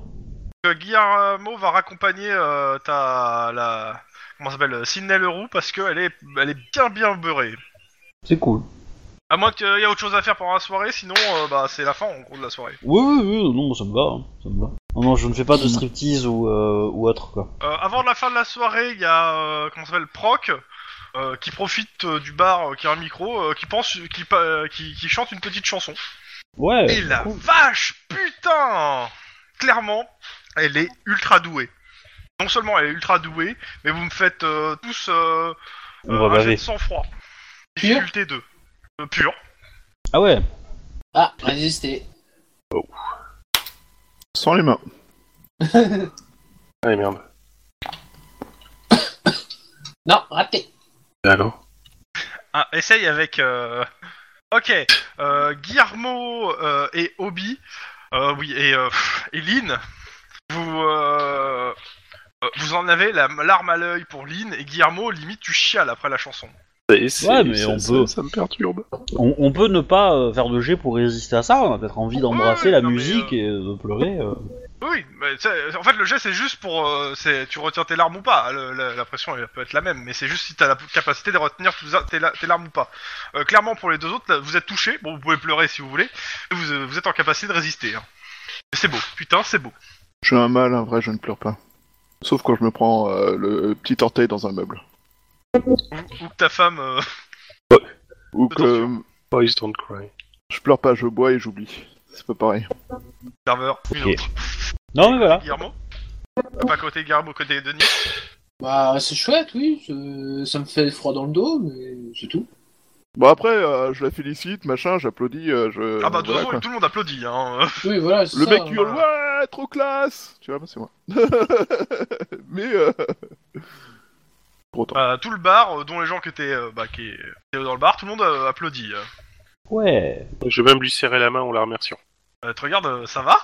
[SPEAKER 2] que Guillermo va raccompagner euh, ta la comment ça s'appelle Sydney Leroux parce qu'elle est elle est bien bien beurrée.
[SPEAKER 1] C'est cool.
[SPEAKER 2] À moins qu'il y ait autre chose à faire pendant la soirée, sinon euh, bah c'est la fin en gros de la soirée.
[SPEAKER 1] Oui, oui, oui, non, ça me va, hein, ça me va. Non, non, je ne fais pas de striptease ou, euh, ou autre, quoi.
[SPEAKER 2] Euh, avant la fin de la soirée, il y a euh, comment ça s'appelle Proc euh, qui profite euh, du bar euh, qui a un micro euh, qui pense qui, pa- euh, qui qui chante une petite chanson.
[SPEAKER 1] Ouais,
[SPEAKER 2] Et la
[SPEAKER 1] Eh, cool.
[SPEAKER 2] vache putain Clairement, elle est ultra douée. Non seulement elle est ultra douée, mais vous me faites euh, tous euh,
[SPEAKER 1] On va
[SPEAKER 2] un jet
[SPEAKER 1] baver.
[SPEAKER 2] de sang-froid.
[SPEAKER 4] Pur
[SPEAKER 2] Difficulté 2. Euh, pur.
[SPEAKER 1] Ah ouais
[SPEAKER 4] Ah, résisté.
[SPEAKER 5] Sans les mains.
[SPEAKER 3] Ah merde.
[SPEAKER 4] Non, raté.
[SPEAKER 3] Et alors
[SPEAKER 2] Ah, essaye avec. euh, Ok. euh, Guillermo euh, et Obi. euh, oui, et, euh, pff, et Lynn. Vous. euh, euh, Vous en avez la larme à l'œil pour Lynn et Guillermo, limite tu chiales après la chanson.
[SPEAKER 3] Et c'est-
[SPEAKER 1] Ouais, mais
[SPEAKER 3] ça-
[SPEAKER 1] on
[SPEAKER 3] ça-
[SPEAKER 5] Oh,
[SPEAKER 1] peut.
[SPEAKER 3] Ça me perturbe.
[SPEAKER 1] on, on peut ne pas euh, faire de jet pour résister à ça, on a peut-être envie d'embrasser
[SPEAKER 2] Ouais,
[SPEAKER 1] la
[SPEAKER 2] Ah, non, mais,
[SPEAKER 1] musique et euh, de pleurer. euh.
[SPEAKER 2] Oui, mais c'est- en fait le geste c'est juste pour, euh, c'est tu retiens tes larmes ou pas. Le- la, la pression elle peut être la même, mais c'est juste si t'as la capacité de retenir tous- tes, la- tes larmes ou pas. Euh, clairement pour les deux autres, là, vous êtes touchés. Bon, vous pouvez pleurer si vous voulez. mais Vous, euh, vous êtes en capacité de résister. hein. Mais C'est beau, putain, c'est beau.
[SPEAKER 5] J'ai un mal, un vrai, je ne pleure pas. Sauf quand je me prends euh, le petit orteil dans un meuble.
[SPEAKER 2] Ou, ou que ta femme. euh,
[SPEAKER 5] Ou que
[SPEAKER 2] Attention.
[SPEAKER 3] Boys don't cry.
[SPEAKER 5] je pleure pas, je bois et j'oublie. C'est pas pareil.
[SPEAKER 2] serveur, une
[SPEAKER 1] Ok.
[SPEAKER 2] autre.
[SPEAKER 1] Non, mais voilà.
[SPEAKER 2] Guillermo. Ah, Pas côté Guillermo, côté Denis.
[SPEAKER 4] Bah, c'est chouette, oui. c'est- Ça me fait froid dans le dos, mais c'est tout.
[SPEAKER 5] Bon après, euh, je la félicite, machin, j'applaudis, euh, je...
[SPEAKER 2] Ah bah de toute
[SPEAKER 5] voilà,
[SPEAKER 2] façon,
[SPEAKER 5] quoi.
[SPEAKER 2] tout le monde applaudit. Hein.
[SPEAKER 4] Oui, voilà, c'est
[SPEAKER 5] Le
[SPEAKER 4] ça.
[SPEAKER 5] mec qui hurle, ouais, trop classe Tu vois, bah, c'est moi. Mais... Euh... Pour autant.
[SPEAKER 2] Bah, tout le bar, euh, dont les gens qui étaient, euh, bah, qui étaient dans le bar, tout le monde euh, applaudit.
[SPEAKER 1] Ouais.
[SPEAKER 3] Je vais même lui serrer la main en la remerciant.
[SPEAKER 2] Euh, te regarde, euh, ça va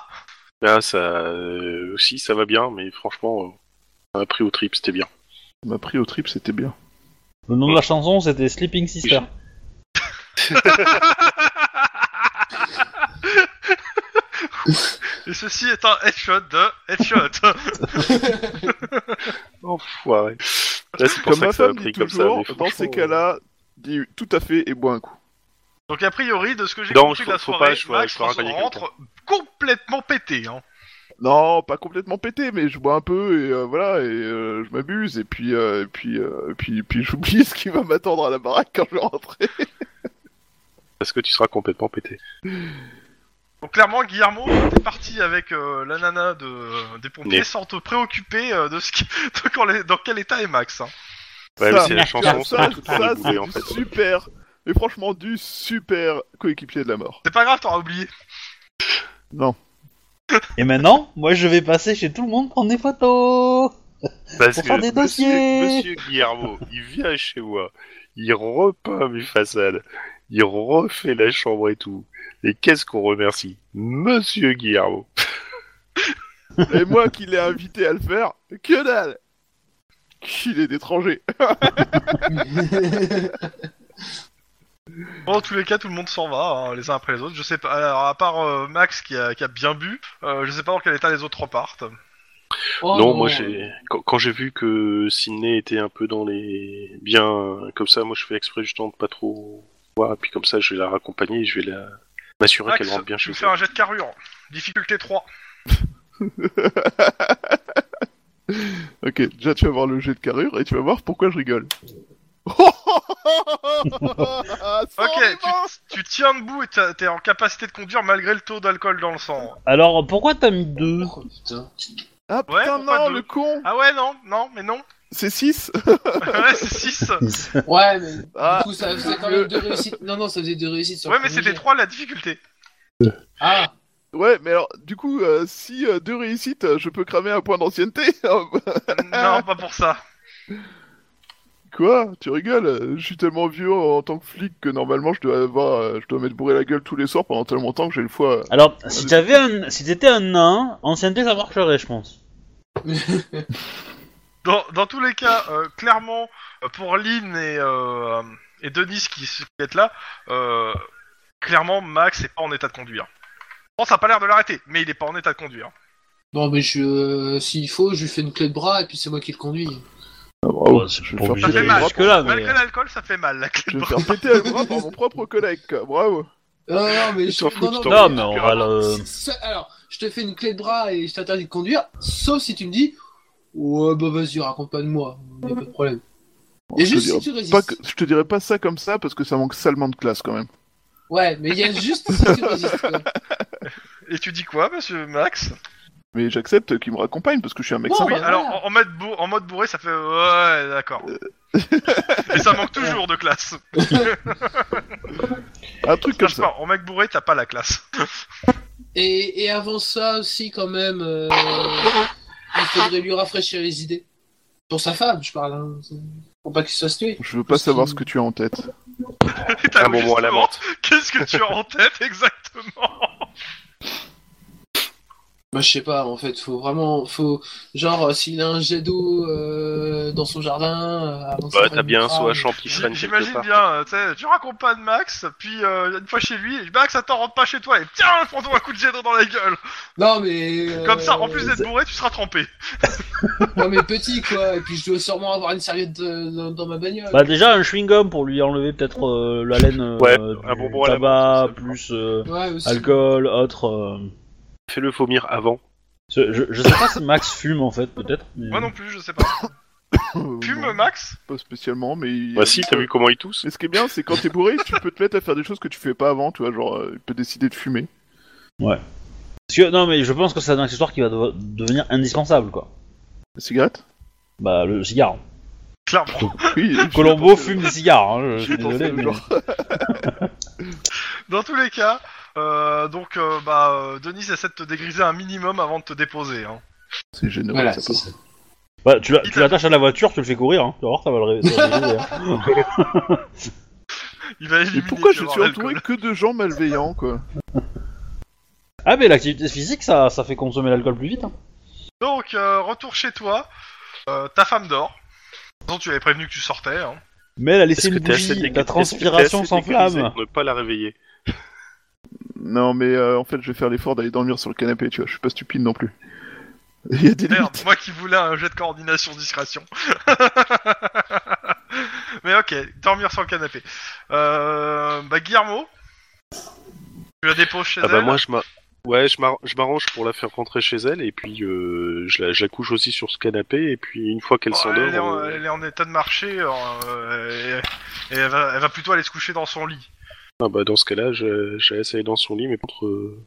[SPEAKER 3] Là, ça euh, aussi, ça va bien, mais franchement, euh, ça m'a pris au trip, c'était bien.
[SPEAKER 5] Ça m'a pris au trip, c'était bien.
[SPEAKER 1] Le nom de la chanson, c'était Sleeping Sister.
[SPEAKER 2] Et ceci est un headshot de headshot.
[SPEAKER 3] Enfoiré. Là, c'est pour
[SPEAKER 5] Comme
[SPEAKER 3] ça
[SPEAKER 5] ma
[SPEAKER 3] que ça m'a
[SPEAKER 5] femme dit
[SPEAKER 3] pris comme ça. mais
[SPEAKER 5] toujours, dans ces
[SPEAKER 3] franchement,
[SPEAKER 5] cas-là, dis tout à fait et bois un coup.
[SPEAKER 2] Donc a priori, de ce que j'ai
[SPEAKER 3] Non,
[SPEAKER 2] compris de
[SPEAKER 3] faut-
[SPEAKER 2] la
[SPEAKER 3] faut
[SPEAKER 2] soirée,
[SPEAKER 3] pas, je dois-
[SPEAKER 2] Max
[SPEAKER 3] je dois raccompagner
[SPEAKER 2] rentre complètement pété. Hein.
[SPEAKER 5] Non, pas complètement pété, mais je bois un peu et euh, voilà et euh, je m'abuse et puis euh, et puis euh, et puis et puis j'oublie ce qui va m'attendre à la baraque quand je vais rentrer.
[SPEAKER 3] Parce que tu seras complètement pété.
[SPEAKER 2] Donc clairement, Guillermo, t'es parti avec euh, la nana de, des pompiers
[SPEAKER 3] Mais-
[SPEAKER 2] sans te préoccuper euh, de ce qui- de quand les- dans quel état est Max. hein.
[SPEAKER 3] Ouais,
[SPEAKER 5] Ça,
[SPEAKER 3] mais c'est la
[SPEAKER 5] ça,
[SPEAKER 3] chanson, ça,
[SPEAKER 5] ça,
[SPEAKER 3] tout le temps
[SPEAKER 5] ça,
[SPEAKER 3] dégoulé,
[SPEAKER 5] c'est
[SPEAKER 3] en
[SPEAKER 5] du
[SPEAKER 3] fait.
[SPEAKER 5] super, mais franchement du super coéquipier de la mort.
[SPEAKER 2] C'est pas grave, t'auras oublié.
[SPEAKER 1] Et maintenant, moi, je vais passer chez tout le monde prendre des photos
[SPEAKER 3] Parce
[SPEAKER 1] Pour faire des dossiers.
[SPEAKER 3] Monsieur, monsieur Guillermo, il vient chez moi, il repeint mes façades, il refait la chambre et tout. Et qu'est-ce qu'on remercie Monsieur Guillermo
[SPEAKER 5] Et moi qui l'ai invité à le faire, que dalle Qu'il est d'étranger
[SPEAKER 2] Bon, dans tous les cas, tout le monde s'en va, hein, les uns après les autres. Je sais pas, alors, à part euh, Max qui a, qui a bien bu, euh, je sais pas dans quel état les autres repartent.
[SPEAKER 4] Oh
[SPEAKER 3] non, moi j'ai quand, quand j'ai vu que Sydney était un peu dans les bien euh, comme ça, moi je fais exprès justement de pas trop voir et puis comme ça je vais la raccompagner, et je vais la m'assurer
[SPEAKER 2] Max,
[SPEAKER 3] qu'elle rentre bien
[SPEAKER 2] tu
[SPEAKER 3] chez
[SPEAKER 2] me fais
[SPEAKER 3] elle.
[SPEAKER 2] un jet de carburant. Difficulté 3.
[SPEAKER 5] Ok, déjà tu vas voir le jet de carrure et tu vas voir pourquoi je rigole. Oh,
[SPEAKER 2] Ok, tu, tu tiens debout et t'as- t'es en capacité de conduire malgré le taux d'alcool dans le sang.
[SPEAKER 1] Alors, pourquoi t'as mis deux
[SPEAKER 4] Oh, putain.
[SPEAKER 5] Ah
[SPEAKER 2] Ouais,
[SPEAKER 5] putain,
[SPEAKER 2] pourquoi
[SPEAKER 5] non,
[SPEAKER 2] deux
[SPEAKER 5] le con
[SPEAKER 2] Ah ouais, non, non, mais non.
[SPEAKER 5] C'est 6
[SPEAKER 2] ouais, c'est 6.
[SPEAKER 4] Ouais, mais
[SPEAKER 5] Ah,
[SPEAKER 4] du coup, ça faisait quand même deux réussites. Non, non, ça faisait deux réussites sur
[SPEAKER 2] Ouais,
[SPEAKER 4] le
[SPEAKER 2] mais
[SPEAKER 4] premier
[SPEAKER 2] c'était
[SPEAKER 4] jet.
[SPEAKER 2] 3 la difficulté.
[SPEAKER 4] Ah,
[SPEAKER 5] Ouais, mais alors, du coup, euh, si euh, deux réussites, euh, je peux cramer un point d'ancienneté
[SPEAKER 2] non, pas pour ça.
[SPEAKER 5] Quoi Tu rigoles Je suis tellement vieux en tant que flic que normalement je dois avoir, euh, je dois m'être bourré la gueule tous les soirs pendant tellement de temps que j'ai le foie. euh.
[SPEAKER 1] Alors, si t'avais un, si t'étais un nain, ancienneté ça marcherait, je pense.
[SPEAKER 2] Dans, dans tous les cas, euh, clairement, euh, pour Lynn et, euh, et Denis qui, s- qui est là, euh, clairement, Max est pas en état de conduire. Bon, ça a pas l'air de l'arrêter, mais il est pas en état de conduire.
[SPEAKER 4] non, mais je, euh, s'il faut, je lui fais une clé de bras et puis c'est moi qui le conduis.
[SPEAKER 5] Ah, bravo,
[SPEAKER 3] Oh,
[SPEAKER 1] Bon, c'est
[SPEAKER 5] je vais
[SPEAKER 1] pas
[SPEAKER 5] faire
[SPEAKER 1] obligé
[SPEAKER 5] péter
[SPEAKER 2] d'aller
[SPEAKER 5] le bras-
[SPEAKER 1] jusque là, Ah, mais
[SPEAKER 2] Malgré l'alcool, ça fait mal, la clé
[SPEAKER 5] je
[SPEAKER 2] de
[SPEAKER 5] vais
[SPEAKER 2] bras.
[SPEAKER 5] faire péter le bras par mon propre collègue, quoi. bravo
[SPEAKER 4] Non, non, mais
[SPEAKER 3] Il
[SPEAKER 4] je.
[SPEAKER 3] s'en fout, tu t'en
[SPEAKER 1] non, mais on va
[SPEAKER 3] euh.
[SPEAKER 1] le.
[SPEAKER 4] C'est- c'est- Alors, je te fais une clé de bras et je t'interdis de conduire, sauf si tu me dis Ouais, bah vas-y, raconte-moi, y'a pas de problème.
[SPEAKER 5] je
[SPEAKER 4] Et
[SPEAKER 5] te
[SPEAKER 4] juste si
[SPEAKER 5] dirais
[SPEAKER 4] tu résistes.
[SPEAKER 5] Pas que- Je te dirais pas ça comme ça parce que ça manque salement de classe quand même.
[SPEAKER 4] Ouais, mais y a juste si tu résistes. quoi.
[SPEAKER 2] Et tu dis quoi, monsieur Max
[SPEAKER 5] Mais j'accepte qu'il me raccompagne parce que je suis un mec
[SPEAKER 4] Bon,
[SPEAKER 5] sympa.
[SPEAKER 2] Oui,
[SPEAKER 4] bah,
[SPEAKER 2] alors
[SPEAKER 4] voilà.
[SPEAKER 2] en, en mode bour- en mode bourré, ça fait ouais, d'accord. Et ça manque toujours de classe.
[SPEAKER 5] Un truc comme
[SPEAKER 2] Cherche
[SPEAKER 5] ça.
[SPEAKER 2] pas, en mec bourré, t'as pas la classe.
[SPEAKER 4] Et, et avant ça aussi, quand même, euh, il faudrait lui rafraîchir les idées. Pour sa femme, je parle, hein. c'est- pour pas qu'il se fasse tuer.
[SPEAKER 5] Je veux pas
[SPEAKER 4] Parce
[SPEAKER 5] savoir
[SPEAKER 4] qu'il-
[SPEAKER 5] ce que tu as en tête.
[SPEAKER 2] Et t'as
[SPEAKER 3] Un bonbon Ah, à la
[SPEAKER 2] justement,
[SPEAKER 3] menthe.
[SPEAKER 2] Qu'est-ce que tu as en tête exactement
[SPEAKER 4] Bah, je sais pas, en fait, faut vraiment. faut Genre, euh, s'il a un jet d'eau euh, dans son jardin. euh, avant que ça
[SPEAKER 3] Bah t'as
[SPEAKER 4] prenne
[SPEAKER 3] bien un
[SPEAKER 4] le
[SPEAKER 3] saut à
[SPEAKER 4] crâne.
[SPEAKER 3] champifrène quelque
[SPEAKER 2] J'imagine
[SPEAKER 3] part.
[SPEAKER 2] bien, euh, tu sais, tu raccompagnes Max, puis euh, une fois chez lui, et Max, attends, rentre pas chez toi, et tiens, prends-toi un coup de jet d'eau dans la gueule.
[SPEAKER 4] Non, mais. euh,
[SPEAKER 2] Comme ça, en plus d'être bourré, tu seras trempé.
[SPEAKER 4] Non mais petit quoi, et puis je dois sûrement avoir une serviette euh, dans, dans ma bagnole.
[SPEAKER 1] Bah déjà un chewing gum pour lui enlever peut-être euh, la laine, euh,
[SPEAKER 3] Ouais,
[SPEAKER 1] du
[SPEAKER 3] un bonbon à la
[SPEAKER 1] tabac,
[SPEAKER 3] menthe, ça, ça
[SPEAKER 1] plus euh,
[SPEAKER 4] ouais aussi.
[SPEAKER 1] alcool, autre. euh.
[SPEAKER 3] Fais-le vomir avant.
[SPEAKER 1] Je, je- je sais pas si Max fume en fait, peut-être. mais-
[SPEAKER 2] Moi Ah non plus, je sais pas.
[SPEAKER 5] Euh,
[SPEAKER 2] Fume
[SPEAKER 5] non,
[SPEAKER 2] Max
[SPEAKER 5] Pas spécialement, mais. il-
[SPEAKER 3] Bah si, t'as
[SPEAKER 2] euh,
[SPEAKER 3] vu comment il tousse
[SPEAKER 5] Mais ce qui est bien, c'est quand t'es bourré, tu peux te mettre à faire des choses que tu fais pas avant, tu vois, genre, euh, il peut décider de fumer.
[SPEAKER 1] Parce que- non, mais je pense que c'est un accessoire qui va devo- devenir indispensable, quoi.
[SPEAKER 5] La cigarette
[SPEAKER 1] Bah, le cigare.
[SPEAKER 2] Clairement.
[SPEAKER 5] Oui. je-
[SPEAKER 1] Colombo fume des cigares, hein, je
[SPEAKER 5] je
[SPEAKER 1] suis
[SPEAKER 5] pensais
[SPEAKER 1] désolé.
[SPEAKER 5] au
[SPEAKER 1] mais-
[SPEAKER 5] genre.
[SPEAKER 2] Dans tous les cas, euh, donc, euh, bah, euh, Denis essaie de te dégriser un minimum avant de te déposer. Hein.
[SPEAKER 5] C'est généreux,
[SPEAKER 4] Voilà,
[SPEAKER 5] ça,
[SPEAKER 4] c'est
[SPEAKER 5] par
[SPEAKER 4] ça.
[SPEAKER 1] Bah, tu l'as- tu l'attaches à la voiture, tu le fais courir, hein. tu vas voir, ça va le ré- ça va le réveiller. hein.
[SPEAKER 2] Il va
[SPEAKER 5] Mais
[SPEAKER 2] éliminer.
[SPEAKER 5] pourquoi
[SPEAKER 2] tu
[SPEAKER 5] je
[SPEAKER 2] vas
[SPEAKER 5] suis
[SPEAKER 2] voir
[SPEAKER 5] entouré
[SPEAKER 2] l'alcool.
[SPEAKER 5] que de gens malveillants, quoi
[SPEAKER 1] Ah, mais l'activité physique, ça, ça fait consommer l'alcool plus vite. hein.
[SPEAKER 2] Donc, euh, retour chez toi, euh, ta femme dort. De toute façon, tu avais prévenu que tu sortais. Hein.
[SPEAKER 1] Mais elle a
[SPEAKER 3] Est-ce
[SPEAKER 1] laissé
[SPEAKER 3] que
[SPEAKER 1] une
[SPEAKER 3] t'es assez
[SPEAKER 1] bougie,
[SPEAKER 3] dégueu-
[SPEAKER 1] la
[SPEAKER 3] est-ce que t'es assez
[SPEAKER 1] transpiration
[SPEAKER 3] dégueulisé
[SPEAKER 1] s'enflamme.
[SPEAKER 3] pour Ne pas la réveiller.
[SPEAKER 5] Non, mais euh, en fait, je vais faire l'effort d'aller dormir sur le canapé, tu vois, je suis pas stupide non plus. Il y a des
[SPEAKER 2] Merde,
[SPEAKER 5] limites.
[SPEAKER 2] moi qui voulais un jet de coordination discrétion. Mais ok, dormir sur le canapé. Euh, bah Guillermo, tu la déposes chez
[SPEAKER 3] Ah bah
[SPEAKER 2] elle.
[SPEAKER 3] moi je m'a- ouais, je m'arr- je m'arrange pour la faire rentrer chez elle et puis euh, je, la, je la couche aussi sur ce canapé et puis une fois qu'elle
[SPEAKER 2] Bon,
[SPEAKER 3] s'endort,
[SPEAKER 2] Oh, elle, est en,
[SPEAKER 3] euh,
[SPEAKER 2] elle est en état de marché euh, et, et elle, va, elle va plutôt aller se coucher dans son lit.
[SPEAKER 3] ah bah, dans ce cas-là, je, je la laisse aller dans son lit mais contre euh,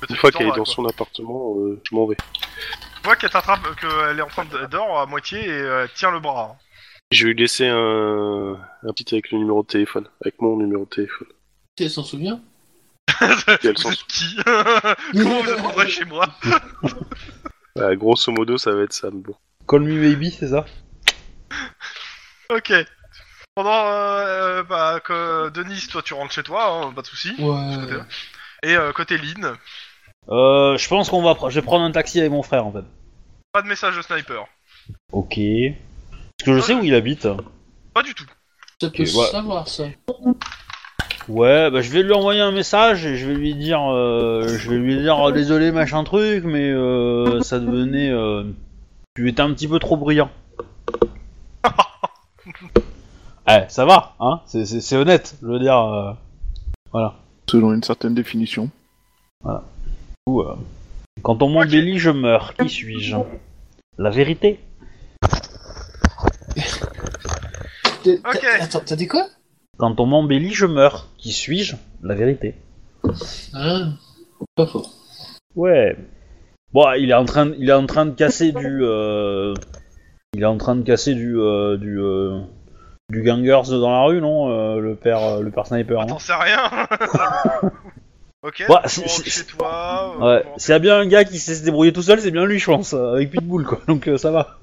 [SPEAKER 2] Peut-être
[SPEAKER 3] une fois
[SPEAKER 2] que
[SPEAKER 3] qu'elle est
[SPEAKER 2] t'en
[SPEAKER 3] dans
[SPEAKER 2] vas, quoi.
[SPEAKER 3] son appartement, euh, je m'en vais.
[SPEAKER 2] Tu vois qu'elle t'attrape, euh, qu'elle est en train de dort à moitié et euh, tient le bras.
[SPEAKER 3] Je vais lui laisser un, un petit avec le numéro de téléphone, avec mon numéro de téléphone.
[SPEAKER 4] Si elle s'en souvient.
[SPEAKER 3] Et elle
[SPEAKER 2] vous
[SPEAKER 3] s'en-
[SPEAKER 2] êtes qui Comment vous êtes rentré chez moi
[SPEAKER 3] bah, grosso modo, ça va être ça. mais Bon.
[SPEAKER 1] Call me baby, c'est ça
[SPEAKER 2] Ok. Pendant euh, bah, que Denis, toi tu rentres chez toi, hein, pas de soucis.
[SPEAKER 4] Ouais.
[SPEAKER 2] Et euh, côté Lynn,
[SPEAKER 1] Euh, je pense qu'on va. pr- Je vais prendre un taxi avec mon frère en fait.
[SPEAKER 2] Pas de message de sniper.
[SPEAKER 1] Ok. Est-ce que je sais où il habite
[SPEAKER 2] Pas du tout.
[SPEAKER 4] Ça peut
[SPEAKER 1] Ok,
[SPEAKER 4] se
[SPEAKER 1] ouais.
[SPEAKER 4] savoir, ça.
[SPEAKER 1] Ouais, bah je vais lui envoyer un message et je vais lui dire, euh, je vais lui dire euh, désolé machin truc, mais euh, ça devenait, euh, tu étais un petit peu trop brillant. eh, ça va, hein C'est- C'est c'est honnête, je veux dire. euh,
[SPEAKER 5] Selon une certaine définition.
[SPEAKER 1] ou, euh, quand on m'embellit, je meurs. Qui suis-je La vérité.
[SPEAKER 4] T'es-
[SPEAKER 2] Ok.
[SPEAKER 4] t'as- Attends, t'as dit quoi
[SPEAKER 1] Quand on m'embellit, je meurs. Qui suis-je La vérité.
[SPEAKER 4] Ah, pas faux.
[SPEAKER 1] Ouais. Bon, il est en train, il est en train de casser du, euh, il est en train de casser du, euh, du, euh, du gangers dans la rue, non euh, Le père, euh, le père sniper.
[SPEAKER 2] Ah,
[SPEAKER 1] non
[SPEAKER 2] T'en sais rien. ok.
[SPEAKER 1] Bah,
[SPEAKER 2] tu
[SPEAKER 1] c'est-
[SPEAKER 2] rentres
[SPEAKER 1] c'est-
[SPEAKER 2] chez toi. euh,
[SPEAKER 1] ouais.
[SPEAKER 2] bon.
[SPEAKER 1] S'il y a bien un gars qui sait se débrouiller tout seul, c'est bien lui, je pense, euh, avec Pitbull, quoi. Donc euh, ça va.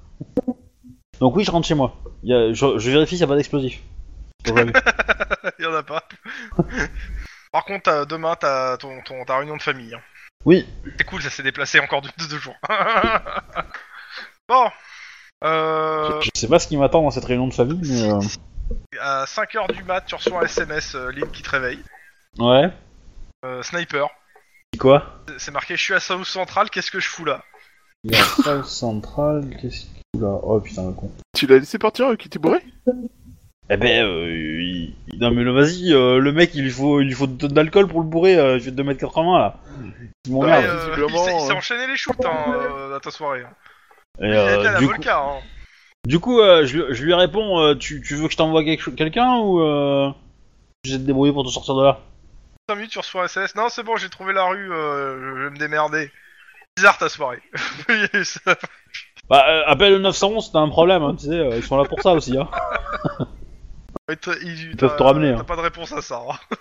[SPEAKER 1] Donc oui, je rentre chez moi. Il y a- je, je vérifie s'il n'y a pas d'explosif. Faut jamais.
[SPEAKER 2] Il y en a pas. Par contre, t'as- demain, t'as ton, ton- ta réunion de famille. hein.
[SPEAKER 1] Oui.
[SPEAKER 2] C'est cool, ça s'est déplacé encore de, de deux jours. bon. Euh,
[SPEAKER 1] Je sais pas ce qui m'attend dans cette réunion de famille, mais euh,
[SPEAKER 2] à 5h du mat, tu reçois un SMS, euh, Lynn qui te réveille.
[SPEAKER 1] ouais.
[SPEAKER 2] Euh, sniper.
[SPEAKER 1] C'est Quoi
[SPEAKER 2] C'est marqué Je suis à South Central, qu'est-ce que je fous là
[SPEAKER 1] Il y a salle centrale. Qu'est-ce qu'il y a là Oh putain, le con.
[SPEAKER 5] Tu l'as laissé partir avec qui t'es bourré
[SPEAKER 1] Eh ben, euh, il- il- non mais le vas-y, euh, le mec il lui faut, il lui faut de de l'alcool pour le bourrer, euh, je vais 2m80 là. Il
[SPEAKER 5] Ouais,
[SPEAKER 1] m'emmerde.
[SPEAKER 2] Ouais, euh, Il
[SPEAKER 5] visiblement,
[SPEAKER 2] s'est- il s'est
[SPEAKER 5] euh.
[SPEAKER 2] enchaîné les shoots hein, euh, à ta soirée. hein.
[SPEAKER 1] Et,
[SPEAKER 2] Il
[SPEAKER 1] euh,
[SPEAKER 2] a été à la
[SPEAKER 1] du, coup,
[SPEAKER 2] Volca. hein.
[SPEAKER 1] du coup, euh, je, lui- je lui réponds, euh, tu, tu veux que je t'envoie quelque cho- quelqu'un ou euh, je vais te débrouiller pour te sortir de là
[SPEAKER 2] 5 minutes, tu reçois un SMS. Non, c'est bon, j'ai trouvé la rue, euh, je je vais me démerder. Bizarre ta soirée. Ça-
[SPEAKER 1] Bah, euh, appelle le 911, t'as un problème, hein, tu sais, euh, ils sont là pour ça aussi. Hein.
[SPEAKER 2] Ils te- ils-
[SPEAKER 1] Ils peuvent
[SPEAKER 2] t'as-
[SPEAKER 1] te ramener,
[SPEAKER 2] T'as
[SPEAKER 1] hein.
[SPEAKER 2] pas de réponse à ça. hein.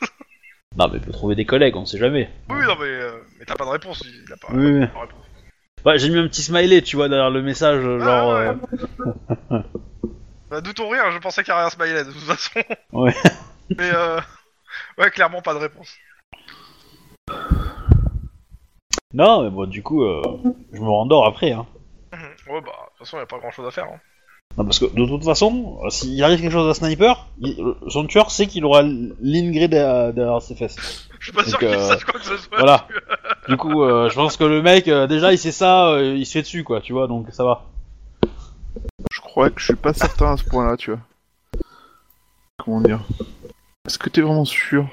[SPEAKER 1] Non mais peut trouver des collègues, on sait jamais.
[SPEAKER 2] Oui, non, mais, euh, mais t'as pas de réponse. Il a pas,
[SPEAKER 1] Oui, oui.
[SPEAKER 2] pas de réponse.
[SPEAKER 1] Bah, j'ai mis un petit smiley, tu vois, derrière le message, euh,
[SPEAKER 2] Ah,
[SPEAKER 1] genre...
[SPEAKER 2] ouais.
[SPEAKER 1] euh,
[SPEAKER 2] Bah, D'où ton rire, je pensais qu'il y avait un smiley de toute façon.
[SPEAKER 1] Ouais.
[SPEAKER 2] mais euh, ouais, clairement pas de réponse.
[SPEAKER 1] Non mais bon, du coup, euh, je me rendors après. Hein.
[SPEAKER 2] Ouais, bah, de toute façon, y a pas grand chose à faire. hein.
[SPEAKER 1] Non, parce que de toute façon, euh, s'il arrive quelque chose à Sniper, il- euh, son tueur sait qu'il aura l'ingrid derrière ses fesses.
[SPEAKER 2] Je suis pas sûr
[SPEAKER 1] Donc,
[SPEAKER 2] qu'il
[SPEAKER 1] euh,
[SPEAKER 2] sache quoi que ce soit.
[SPEAKER 1] Voilà. Du coup, euh, je pense que le mec, euh, déjà, il sait ça, euh, il se fait dessus, quoi, tu vois, donc ça va.
[SPEAKER 5] Je crois que je suis pas certain à ce point-là, tu vois. Comment dire Est-ce que t'es vraiment sûr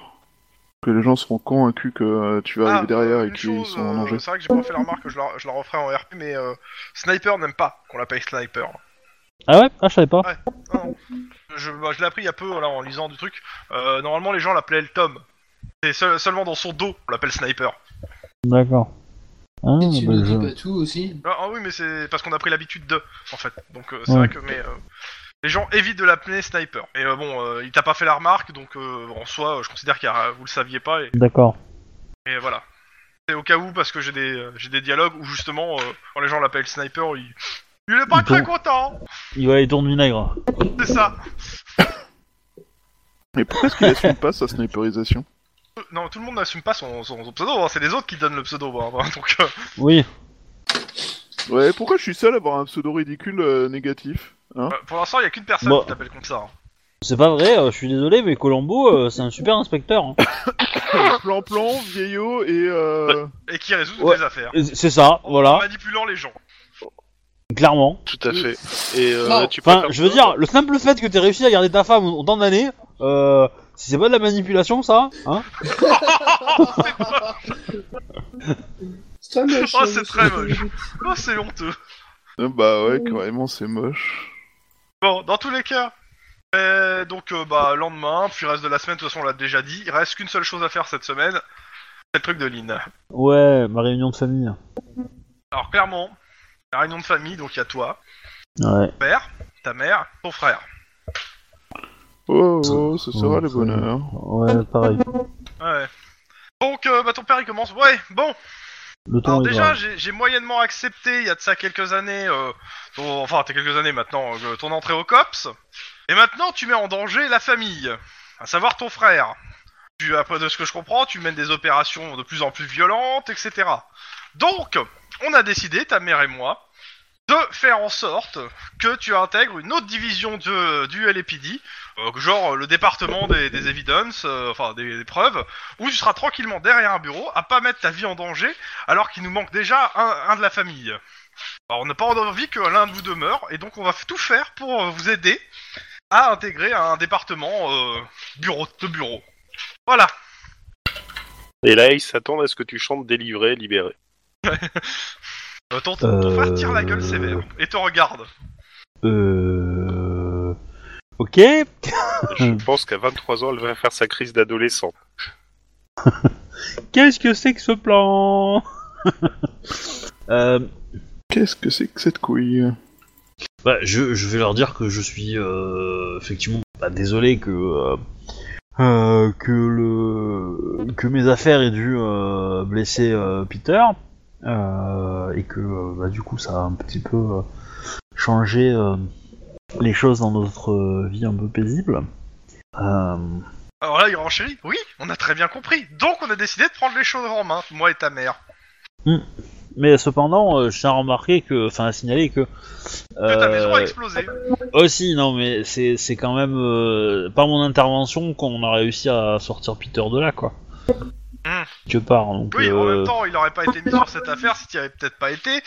[SPEAKER 5] que les gens seront convaincus que euh, tu vas
[SPEAKER 2] Ah,
[SPEAKER 5] arriver derrière et
[SPEAKER 2] une
[SPEAKER 5] qu'ils
[SPEAKER 2] chose,
[SPEAKER 5] sont en
[SPEAKER 2] euh,
[SPEAKER 5] danger
[SPEAKER 2] C'est vrai que j'ai pas fait la remarque, je la, je la referai en RP, mais euh, Sniper n'aime pas qu'on l'appelle Sniper.
[SPEAKER 1] Ah ouais Ah, je savais pas.
[SPEAKER 2] Non, je, bah, je l'ai appris il y a peu là, en lisant du truc. Euh, normalement, les gens l'appelaient le Tom. C'est seul- seulement dans son dos on l'appelle Sniper.
[SPEAKER 1] D'accord. Ah,
[SPEAKER 4] Et tu
[SPEAKER 1] bah,
[SPEAKER 4] nous
[SPEAKER 1] je-
[SPEAKER 4] dis pas tout aussi
[SPEAKER 2] Ah, ah oui, mais c'est parce qu'on a pris l'habitude de, en fait. Donc euh, c'est
[SPEAKER 1] Ouais.
[SPEAKER 2] vrai que mais, euh, les gens évitent de l'appeler Sniper. Et euh, bon, euh, il t'a pas fait la remarque, donc euh, en soi, euh, je considère que vous le saviez pas. Et,
[SPEAKER 1] D'accord.
[SPEAKER 2] et voilà. C'est au cas où parce que j'ai des euh, j'ai des dialogues où justement euh, quand les gens l'appellent Sniper, il il est pas
[SPEAKER 1] Il
[SPEAKER 2] très
[SPEAKER 1] tourne.
[SPEAKER 2] content.
[SPEAKER 1] Il va, il tourne vinaigre.
[SPEAKER 2] C'est ça.
[SPEAKER 5] Mais pourquoi est-ce qu'il assume pas sa sniperisation
[SPEAKER 2] Non, tout le monde n'assume pas son, son- son pseudo. hein, C'est les autres qui donnent le pseudo. hein, donc. euh,
[SPEAKER 1] Oui.
[SPEAKER 5] Ouais, pourquoi je suis seul à avoir un pseudo ridicule euh, négatif hein
[SPEAKER 2] Euh, Pour l'instant, il y a qu'une personne
[SPEAKER 1] Bon.
[SPEAKER 2] qui t'appelle comme ça. hein.
[SPEAKER 1] C'est pas vrai, euh, je suis désolé, mais Colombo, euh, c'est un super inspecteur. hein.
[SPEAKER 5] Euh, Plan plan, vieillot et... Euh...
[SPEAKER 2] Et qui résout toutes
[SPEAKER 1] Ouais.
[SPEAKER 2] les affaires.
[SPEAKER 1] Et C'est ça,
[SPEAKER 2] En
[SPEAKER 1] voilà,
[SPEAKER 2] manipulant les gens.
[SPEAKER 1] clairement.
[SPEAKER 3] Tout à fait. Et euh,
[SPEAKER 4] Non.
[SPEAKER 3] tu peux
[SPEAKER 1] Enfin,
[SPEAKER 3] faire
[SPEAKER 1] je veux
[SPEAKER 3] ça.
[SPEAKER 1] dire, le simple fait que t'aies réussi à garder ta femme autant d'années, euh, si c'est pas de la manipulation, ça, hein
[SPEAKER 4] C'est très moche.
[SPEAKER 2] Oh,
[SPEAKER 4] hein,
[SPEAKER 2] c'est
[SPEAKER 4] monsieur.
[SPEAKER 2] très moche. Oh, c'est honteux.
[SPEAKER 5] euh, Bah ouais, carrément, c'est moche.
[SPEAKER 2] Bon, dans tous les cas. euh, donc, euh, bah, lendemain, puis reste de la semaine, de toute façon, on l'a déjà dit. Il reste qu'une seule chose à faire cette semaine. C'est le truc de Lynn.
[SPEAKER 1] Ouais, ma réunion de famille.
[SPEAKER 2] Alors, clairement, la réunion de famille, donc il y a toi,
[SPEAKER 1] Ouais.
[SPEAKER 2] ton père, ta mère, ton frère.
[SPEAKER 5] Oh, oh ce sera
[SPEAKER 1] Ouais,
[SPEAKER 5] le
[SPEAKER 1] c'est-
[SPEAKER 5] bonheur.
[SPEAKER 1] Ouais, pareil.
[SPEAKER 2] Ouais. Donc, euh, bah, ton père, il commence. Ouais, bon.
[SPEAKER 1] Le ton
[SPEAKER 2] Alors
[SPEAKER 1] est
[SPEAKER 2] déjà,
[SPEAKER 1] grave.
[SPEAKER 2] j'ai j'ai moyennement accepté il y a de ça quelques années, euh, ton- enfin t'as quelques années maintenant, euh, ton entrée au COPS. Et maintenant, tu mets en danger la famille, à savoir ton frère. tu, après de ce que je comprends, tu mènes des opérations de plus en plus violentes, etc. Donc, on a décidé, ta mère et moi, de faire en sorte que tu intègres une autre division du, du LAPD, euh, genre le département des, des evidence, euh, enfin des, des preuves, où tu seras tranquillement derrière un bureau à pas mettre ta vie en danger, alors qu'il nous manque déjà un, un de la famille. Alors, on n'a pas envie que l'un de vous demeure, et donc on va f- tout faire pour euh, vous aider à intégrer un département euh, bureau de bureau. Voilà.
[SPEAKER 3] Et là, ils s'attendent à ce que tu chantes délivré, libéré.
[SPEAKER 2] Euh, ton, ton
[SPEAKER 1] Euh.
[SPEAKER 2] frère tire la gueule sévère et te regarde.
[SPEAKER 1] Euh... Ok.
[SPEAKER 3] Je
[SPEAKER 1] Hmm.
[SPEAKER 3] pense qu'à 23 ans, elle va faire sa crise d'adolescent.
[SPEAKER 1] Qu'est-ce que c'est que ce plan Euh,
[SPEAKER 5] Qu'est-ce que c'est que cette couille
[SPEAKER 1] bah, je, je vais leur dire que je suis euh, effectivement bah, désolé que euh, euh, que le que mes affaires aient dû euh, blesser euh, Peter euh, et que euh, bah, du coup ça a un petit peu euh, changé euh, les choses dans notre euh, vie un peu paisible. Euh,
[SPEAKER 2] Alors là, il renchérit. Oui, on a très bien compris. Donc on a décidé de prendre les choses en main, moi et ta mère.
[SPEAKER 1] mais cependant, euh, je tiens à remarquer que, enfin à signaler que,
[SPEAKER 2] Que ta maison a
[SPEAKER 1] euh,
[SPEAKER 2] explosé.
[SPEAKER 1] Aussi, non, mais c'est c'est quand même euh, par mon intervention qu'on a réussi à sortir Peter de là, quoi.
[SPEAKER 2] Hmm.
[SPEAKER 1] Que part, donc.
[SPEAKER 2] Oui, en
[SPEAKER 1] euh,
[SPEAKER 2] même temps, il aurait pas été mis sur cette affaire si tu avais peut-être pas été.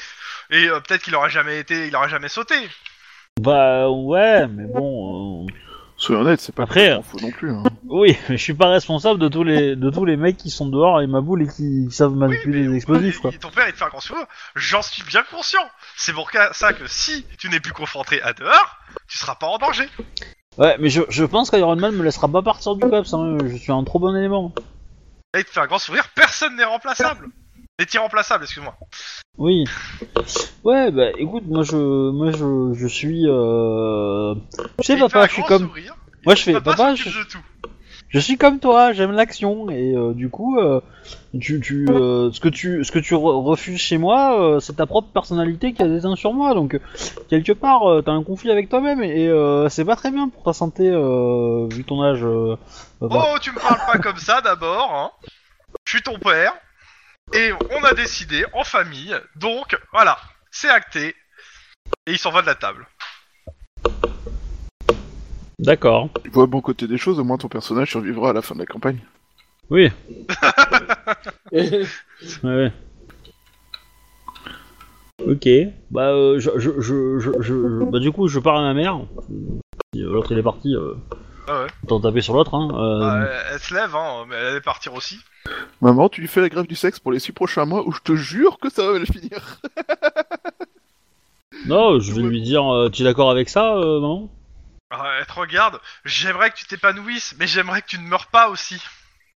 [SPEAKER 2] Et euh, peut-être qu'il aurait jamais été, il aurait jamais sauté.
[SPEAKER 1] Bah ouais, mais bon. euh,
[SPEAKER 5] Soyons honnêtes, c'est pas
[SPEAKER 1] Après,
[SPEAKER 5] complètement faux non plus. hein.
[SPEAKER 1] Oui, mais je suis pas responsable de tous les de tous les mecs qui sont dehors à Maboul et qui, qui savent manipuler les explosifs, quoi.
[SPEAKER 2] Et ton père, il te fait un grand sourire. J'en suis bien conscient. C'est pour ca- ça que si tu n'es plus confronté à dehors, tu seras pas en danger.
[SPEAKER 1] Ouais, mais je, je pense qu'Iron Man me laissera pas partir du cops, hein, je suis un trop bon élément.
[SPEAKER 2] Et il te fait un grand sourire. Personne n'est remplaçable. Est irremplaçable, excuse-moi.
[SPEAKER 1] Oui. Ouais, bah écoute, moi je moi je, je suis. Euh... Tu sais,
[SPEAKER 2] Et il te fait un
[SPEAKER 1] papa, je suis
[SPEAKER 2] grand
[SPEAKER 1] comme.
[SPEAKER 2] sourire.
[SPEAKER 1] Moi je fais.
[SPEAKER 2] Papa,
[SPEAKER 1] Papa, je,
[SPEAKER 2] s'occupe de tout.
[SPEAKER 1] Je suis comme toi, j'aime l'action et euh, du coup, euh, tu, tu, euh, ce que tu, ce que tu re- refuses chez moi, euh, c'est ta propre personnalité qui a des uns sur moi. Donc euh, quelque part, euh, t'as un conflit avec toi-même et, et, euh, c'est pas très bien pour ta santé euh, vu ton âge. euh, papa.
[SPEAKER 2] Oh, tu me parles pas comme ça d'abord, hein. Je suis ton père. Et on a décidé en famille. Donc, voilà. C'est acté. Et il s'en va de la table.
[SPEAKER 1] D'accord.
[SPEAKER 5] Tu vois le bon côté des choses, au moins ton personnage survivra à la fin de la campagne.
[SPEAKER 1] Oui.
[SPEAKER 4] ouais,
[SPEAKER 1] Ouais. Ok. Bah, euh, je, je, je, je, je- je- bah du coup, je pars à ma mère. Si, euh, L'autre il est parti. Euh,
[SPEAKER 2] Ah ouais.
[SPEAKER 1] T'en taper sur l'autre, hein. euh,
[SPEAKER 2] Ah, elle- elle se lève, hein, mais elle allait partir aussi.
[SPEAKER 5] Maman, tu lui fais la grève du sexe pour les six prochains mois ou je te jure que ça va mal finir.
[SPEAKER 1] Non, je vais lui dire, euh, tu es d'accord avec ça, euh, maman
[SPEAKER 2] Alors, Ah, elle te regarde. J'aimerais que tu t'épanouisses, mais j'aimerais que tu ne meurs pas aussi.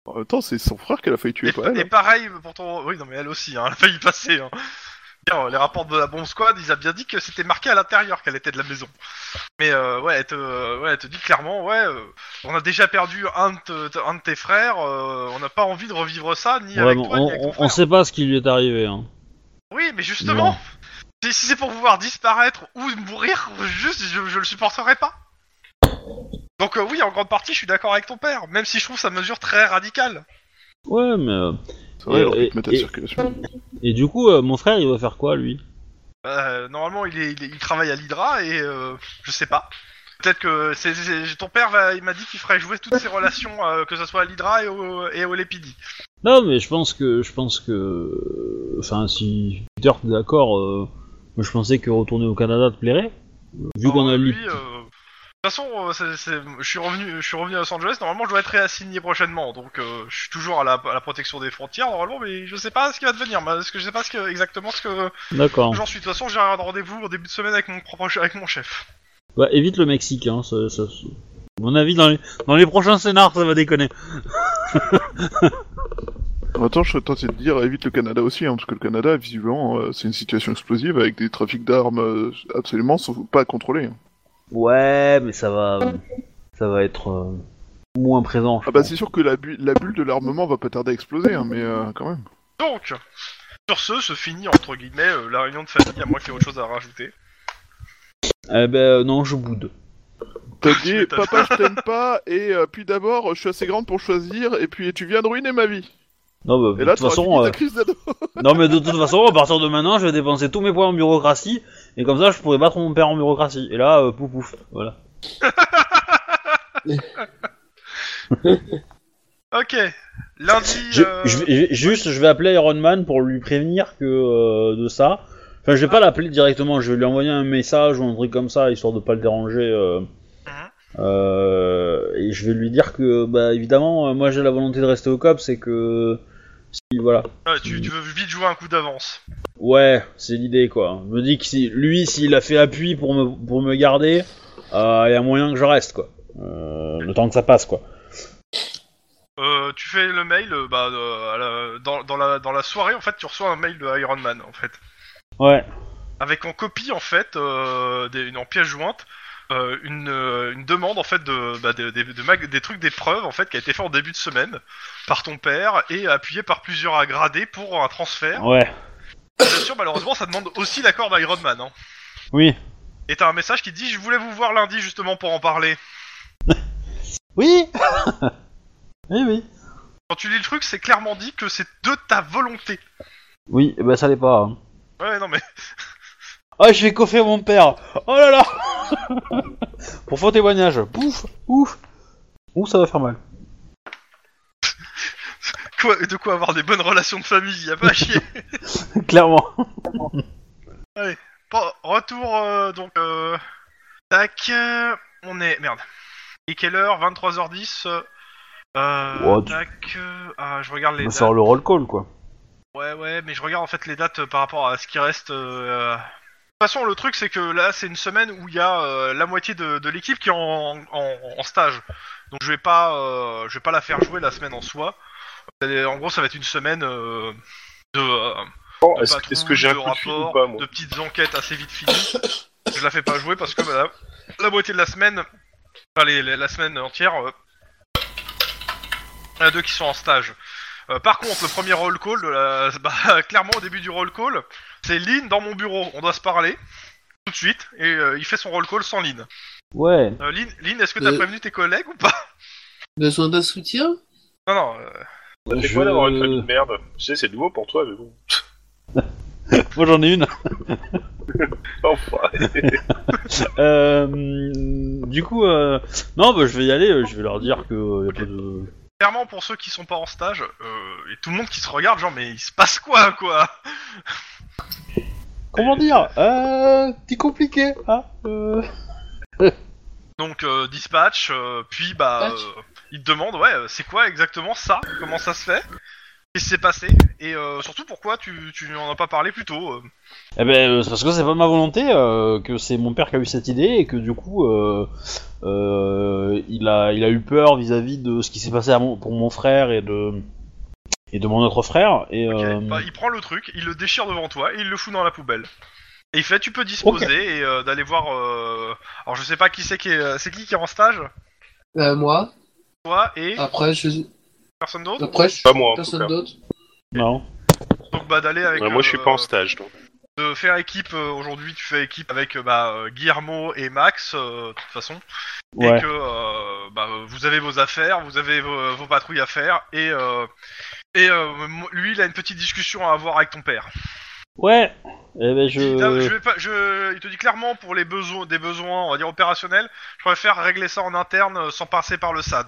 [SPEAKER 5] En même temps, c'est son frère qu'elle a failli tuer,
[SPEAKER 2] Et,
[SPEAKER 5] pas elle.
[SPEAKER 2] et
[SPEAKER 5] hein.
[SPEAKER 2] pareil pour ton. Oui, non, mais elle aussi, hein, elle a failli passer. Hein. Tiens, Les rapports de la bombe squad, ils a bien dit que c'était marqué à l'intérieur qu'elle était de la maison. Mais euh, ouais, elle te, euh, ouais, elle te dit clairement, ouais, euh, on a déjà perdu un de, te- un de tes frères, euh, on n'a pas envie de revivre ça, ni avec
[SPEAKER 1] Vraiment,
[SPEAKER 2] toi, ni
[SPEAKER 1] on,
[SPEAKER 2] avec ton
[SPEAKER 1] on- on
[SPEAKER 2] frère.
[SPEAKER 1] sait pas ce qui lui est arrivé. Hein.
[SPEAKER 2] Oui, mais justement, si, si c'est pour pouvoir disparaître ou mourir, juste, je, je le supporterai pas. Donc euh, oui, en grande partie, je suis d'accord avec ton père, même si je trouve sa mesure très radicale.
[SPEAKER 1] Ouais, mais. euh,
[SPEAKER 5] C'est vrai,
[SPEAKER 1] et-
[SPEAKER 5] elle aurait pu
[SPEAKER 1] et-
[SPEAKER 5] te mettre
[SPEAKER 1] et-
[SPEAKER 5] à circulation.
[SPEAKER 1] Et du coup, euh, mon frère, il va faire quoi, lui
[SPEAKER 2] Euh, normalement, il, est, il, est- il travaille à l'Hydra et euh, je sais pas. Peut-être que c'est, c'est- ton père va- il m'a dit qu'il ferait jouer toutes ses relations, euh, que ce soit à l'Hydra et au, et au Lépidi.
[SPEAKER 1] Non, mais je pense que. Je pense que. Enfin, si Peter t'es d'accord, euh, moi je pensais que retourner au Canada te plairait. Euh, Vu qu'on a
[SPEAKER 2] Alors,
[SPEAKER 1] lui.
[SPEAKER 2] lui, euh, De toute façon, euh, c'est- c'est- je suis revenu, je suis revenu à Los Angeles. Normalement, je dois être réassigné prochainement, donc euh, je suis toujours à la, à la protection des frontières normalement, mais je sais pas ce qui va devenir. Parce que je sais pas ce que, exactement ce que
[SPEAKER 1] D'accord.
[SPEAKER 2] j'en suis. De toute façon, j'ai un rendez-vous au début de semaine avec mon propre, avec mon chef.
[SPEAKER 1] Bah, évite le Mexique, hein. Ça, ça- ça- à mon avis, dans les, dans les prochains scénars, ça va déconner.
[SPEAKER 5] En même temps, je serais tenté de dire évite le Canada aussi, hein, parce que le Canada, visiblement, euh, c'est une situation explosive avec des trafics d'armes euh, absolument sans- pas contrôlés. hein.
[SPEAKER 1] Ouais, mais ça va. Ça va être. euh, moins présent. je
[SPEAKER 5] Ah bah
[SPEAKER 1] pense.
[SPEAKER 5] c'est sûr que la, bu- la bulle de l'armement va pas tarder à exploser, hein, mais euh, quand même.
[SPEAKER 2] Donc, sur ce, se finit entre guillemets euh, la réunion de famille, à moins qu'il y ait autre chose à rajouter.
[SPEAKER 1] Eh ben, non, je euh, boude.
[SPEAKER 5] T'as dit,
[SPEAKER 2] m'étonnes.
[SPEAKER 5] papa, je t'aime pas, et euh, puis d'abord, je suis assez grande pour choisir, et puis tu viens de ruiner ma vie.
[SPEAKER 1] Non, bah, de
[SPEAKER 5] Et là,
[SPEAKER 1] toute
[SPEAKER 5] tu
[SPEAKER 1] façon,
[SPEAKER 5] ta
[SPEAKER 1] euh,
[SPEAKER 5] crise d'ado.
[SPEAKER 1] non, mais de toute façon, à partir de maintenant, je vais dépenser tous mes points en bureaucratie, et comme ça, je pourrais battre mon père en bureaucratie. Et là, euh, pouf pouf, voilà.
[SPEAKER 2] Ok. Lundi.
[SPEAKER 1] Je-
[SPEAKER 2] euh,
[SPEAKER 1] je vais- je- juste, je vais appeler Iron Man pour lui prévenir que euh, de ça. Enfin, je vais pas l'appeler directement, je vais lui envoyer un message ou un truc comme ça, histoire de pas le déranger. euh. Euh, et je vais lui dire que, bah, évidemment, euh, moi j'ai la volonté de rester au COP, c'est que. Si, voilà.
[SPEAKER 2] ouais, tu, tu veux vite jouer un coup d'avance.
[SPEAKER 1] Ouais, c'est l'idée quoi. Je me dis que si, lui, s'il a fait appui pour me, pour me garder, euh, il y a moyen que je reste quoi. Euh, le temps que ça passe quoi.
[SPEAKER 2] Euh, tu fais le mail, euh, bah, euh, à la- dans, dans la, dans la soirée, en fait, tu reçois un mail de Iron Man, en fait.
[SPEAKER 1] Ouais.
[SPEAKER 2] Avec en copie, en fait, euh, des- une, en pièce jointe, euh, une, euh, une demande, en fait, de, bah, des- des- de mag- des trucs d'épreuve, en fait, qui a été fait en début de semaine par ton père et appuyé par plusieurs aggradés pour un transfert.
[SPEAKER 1] Ouais.
[SPEAKER 2] Bien sûr, malheureusement, ça demande aussi l'accord d'Iron Man. Hein.
[SPEAKER 1] Oui.
[SPEAKER 2] Et t'as un message qui dit Je voulais vous voir lundi justement pour en parler.
[SPEAKER 1] Oui Oui, oui.
[SPEAKER 2] Quand tu lis le truc, c'est clairement dit que c'est de ta volonté.
[SPEAKER 1] Oui, bah ça l'est pas. hein.
[SPEAKER 2] Ouais, non, mais.
[SPEAKER 1] Ah, je vais coffer mon père Oh là là Pour faux témoignage. Pouf Ouf Ouh, ça va faire mal.
[SPEAKER 2] Quoi, de quoi avoir des bonnes relations de famille, y a pas à chier.
[SPEAKER 1] Clairement.
[SPEAKER 2] Bon, retour euh, donc. euh, Tac. euh, On est. Merde. Et quelle heure 23h10 euh, euh,
[SPEAKER 1] What
[SPEAKER 2] Tac. euh, Ah, je regarde les
[SPEAKER 1] On
[SPEAKER 2] dates.
[SPEAKER 1] sort le roll call quoi.
[SPEAKER 2] Ouais, ouais, mais je regarde en fait les dates euh, par rapport à ce qui reste. euh, euh. De toute façon, le truc, c'est que là, c'est une semaine où il y a euh, la moitié de, de l'équipe qui est en, en- en stage. Donc, je vais pas, euh, je vais pas la faire jouer la semaine en soi. Euh, En gros, ça va être une semaine euh, de, euh,
[SPEAKER 3] Bon,
[SPEAKER 2] de
[SPEAKER 3] Est-ce
[SPEAKER 2] patrouille,
[SPEAKER 3] est-ce que j'ai un
[SPEAKER 2] de
[SPEAKER 3] coup de fil ou
[SPEAKER 2] rapport,
[SPEAKER 3] pas, moi
[SPEAKER 2] de petites enquêtes assez vite finies. je la fais pas jouer parce que bah, la moitié de la semaine, enfin les- les- la semaine entière, euh, il y en a deux qui sont en stage. Euh, par contre, le premier roll call, de la- bah, clairement au début du roll call, c'est Lynn dans mon bureau. On doit se parler tout de suite et euh, il fait son roll call sans Lynn.
[SPEAKER 1] Ouais.
[SPEAKER 2] Euh, Lynn, Lynn, est-ce que t'as
[SPEAKER 4] Euh.
[SPEAKER 2] prévenu tes collègues ou pas
[SPEAKER 4] Besoin d'un soutien
[SPEAKER 2] Non, non. euh,
[SPEAKER 3] Ça fait quoi d'avoir une famille de merde Tu sais, c'est nouveau pour toi, mais bon.
[SPEAKER 1] Moi j'en ai une.
[SPEAKER 3] Enfin,
[SPEAKER 1] Euh, du coup, euh, non, bah, je vais y aller. euh, Je vais leur dire que euh, y a pas de.
[SPEAKER 2] clairement pour ceux qui sont pas en stage euh, et tout le monde qui se regarde, genre mais il se passe quoi quoi
[SPEAKER 1] Comment dire Euh. C'est compliqué. Ah. Euh...
[SPEAKER 2] Donc euh, dispatch, euh, puis bah
[SPEAKER 4] Dispatch.
[SPEAKER 2] euh, il te demande ouais euh, c'est quoi exactement ça Comment ça se fait Qu'est-ce qui s'est passé Et euh, surtout pourquoi tu, tu n'en as pas parlé plus tôt euh.
[SPEAKER 1] Eh ben, euh, c'est parce que c'est pas ma volonté, euh, que c'est mon père qui a eu cette idée et que du coup, euh, euh, il, a, il a eu peur vis-à-vis de ce qui s'est passé à mon- pour mon frère et de, et de mon autre frère. Et,
[SPEAKER 2] Ok,
[SPEAKER 1] euh,
[SPEAKER 2] bah, il prend le truc, il le déchire devant toi et il le fout dans la poubelle. Et il fait tu peux disposer et euh, d'aller voir. euh, Alors je sais pas qui c'est qui est, euh, c'est qui qui est en stage
[SPEAKER 4] Euh, Moi,
[SPEAKER 2] Toi et
[SPEAKER 4] après, je.
[SPEAKER 2] personne d'autre.
[SPEAKER 4] Après, je.
[SPEAKER 3] pas moi en tout
[SPEAKER 4] Personne
[SPEAKER 3] cas.
[SPEAKER 4] d'autre.
[SPEAKER 1] non.
[SPEAKER 2] Donc bah d'aller avec.
[SPEAKER 3] Ouais, moi, je suis
[SPEAKER 2] euh,
[SPEAKER 3] pas en stage, donc.
[SPEAKER 2] de faire équipe euh, aujourd'hui, tu fais équipe avec euh, bah, euh, Guillermo et Max euh, de toute façon. et
[SPEAKER 1] Ouais.
[SPEAKER 2] que euh, bah, euh, vous avez vos affaires, vous avez vos, vos patrouilles à faire, et, euh, et euh, m- lui, il a une petite discussion à avoir avec ton père.
[SPEAKER 1] Ouais. Eh ben,
[SPEAKER 2] Il, t'a- je
[SPEAKER 1] je.
[SPEAKER 2] vais pas, je, il te dit clairement, pour les besoins, des besoins, on va dire opérationnels, je préfère régler ça en interne euh, sans passer par le SAD.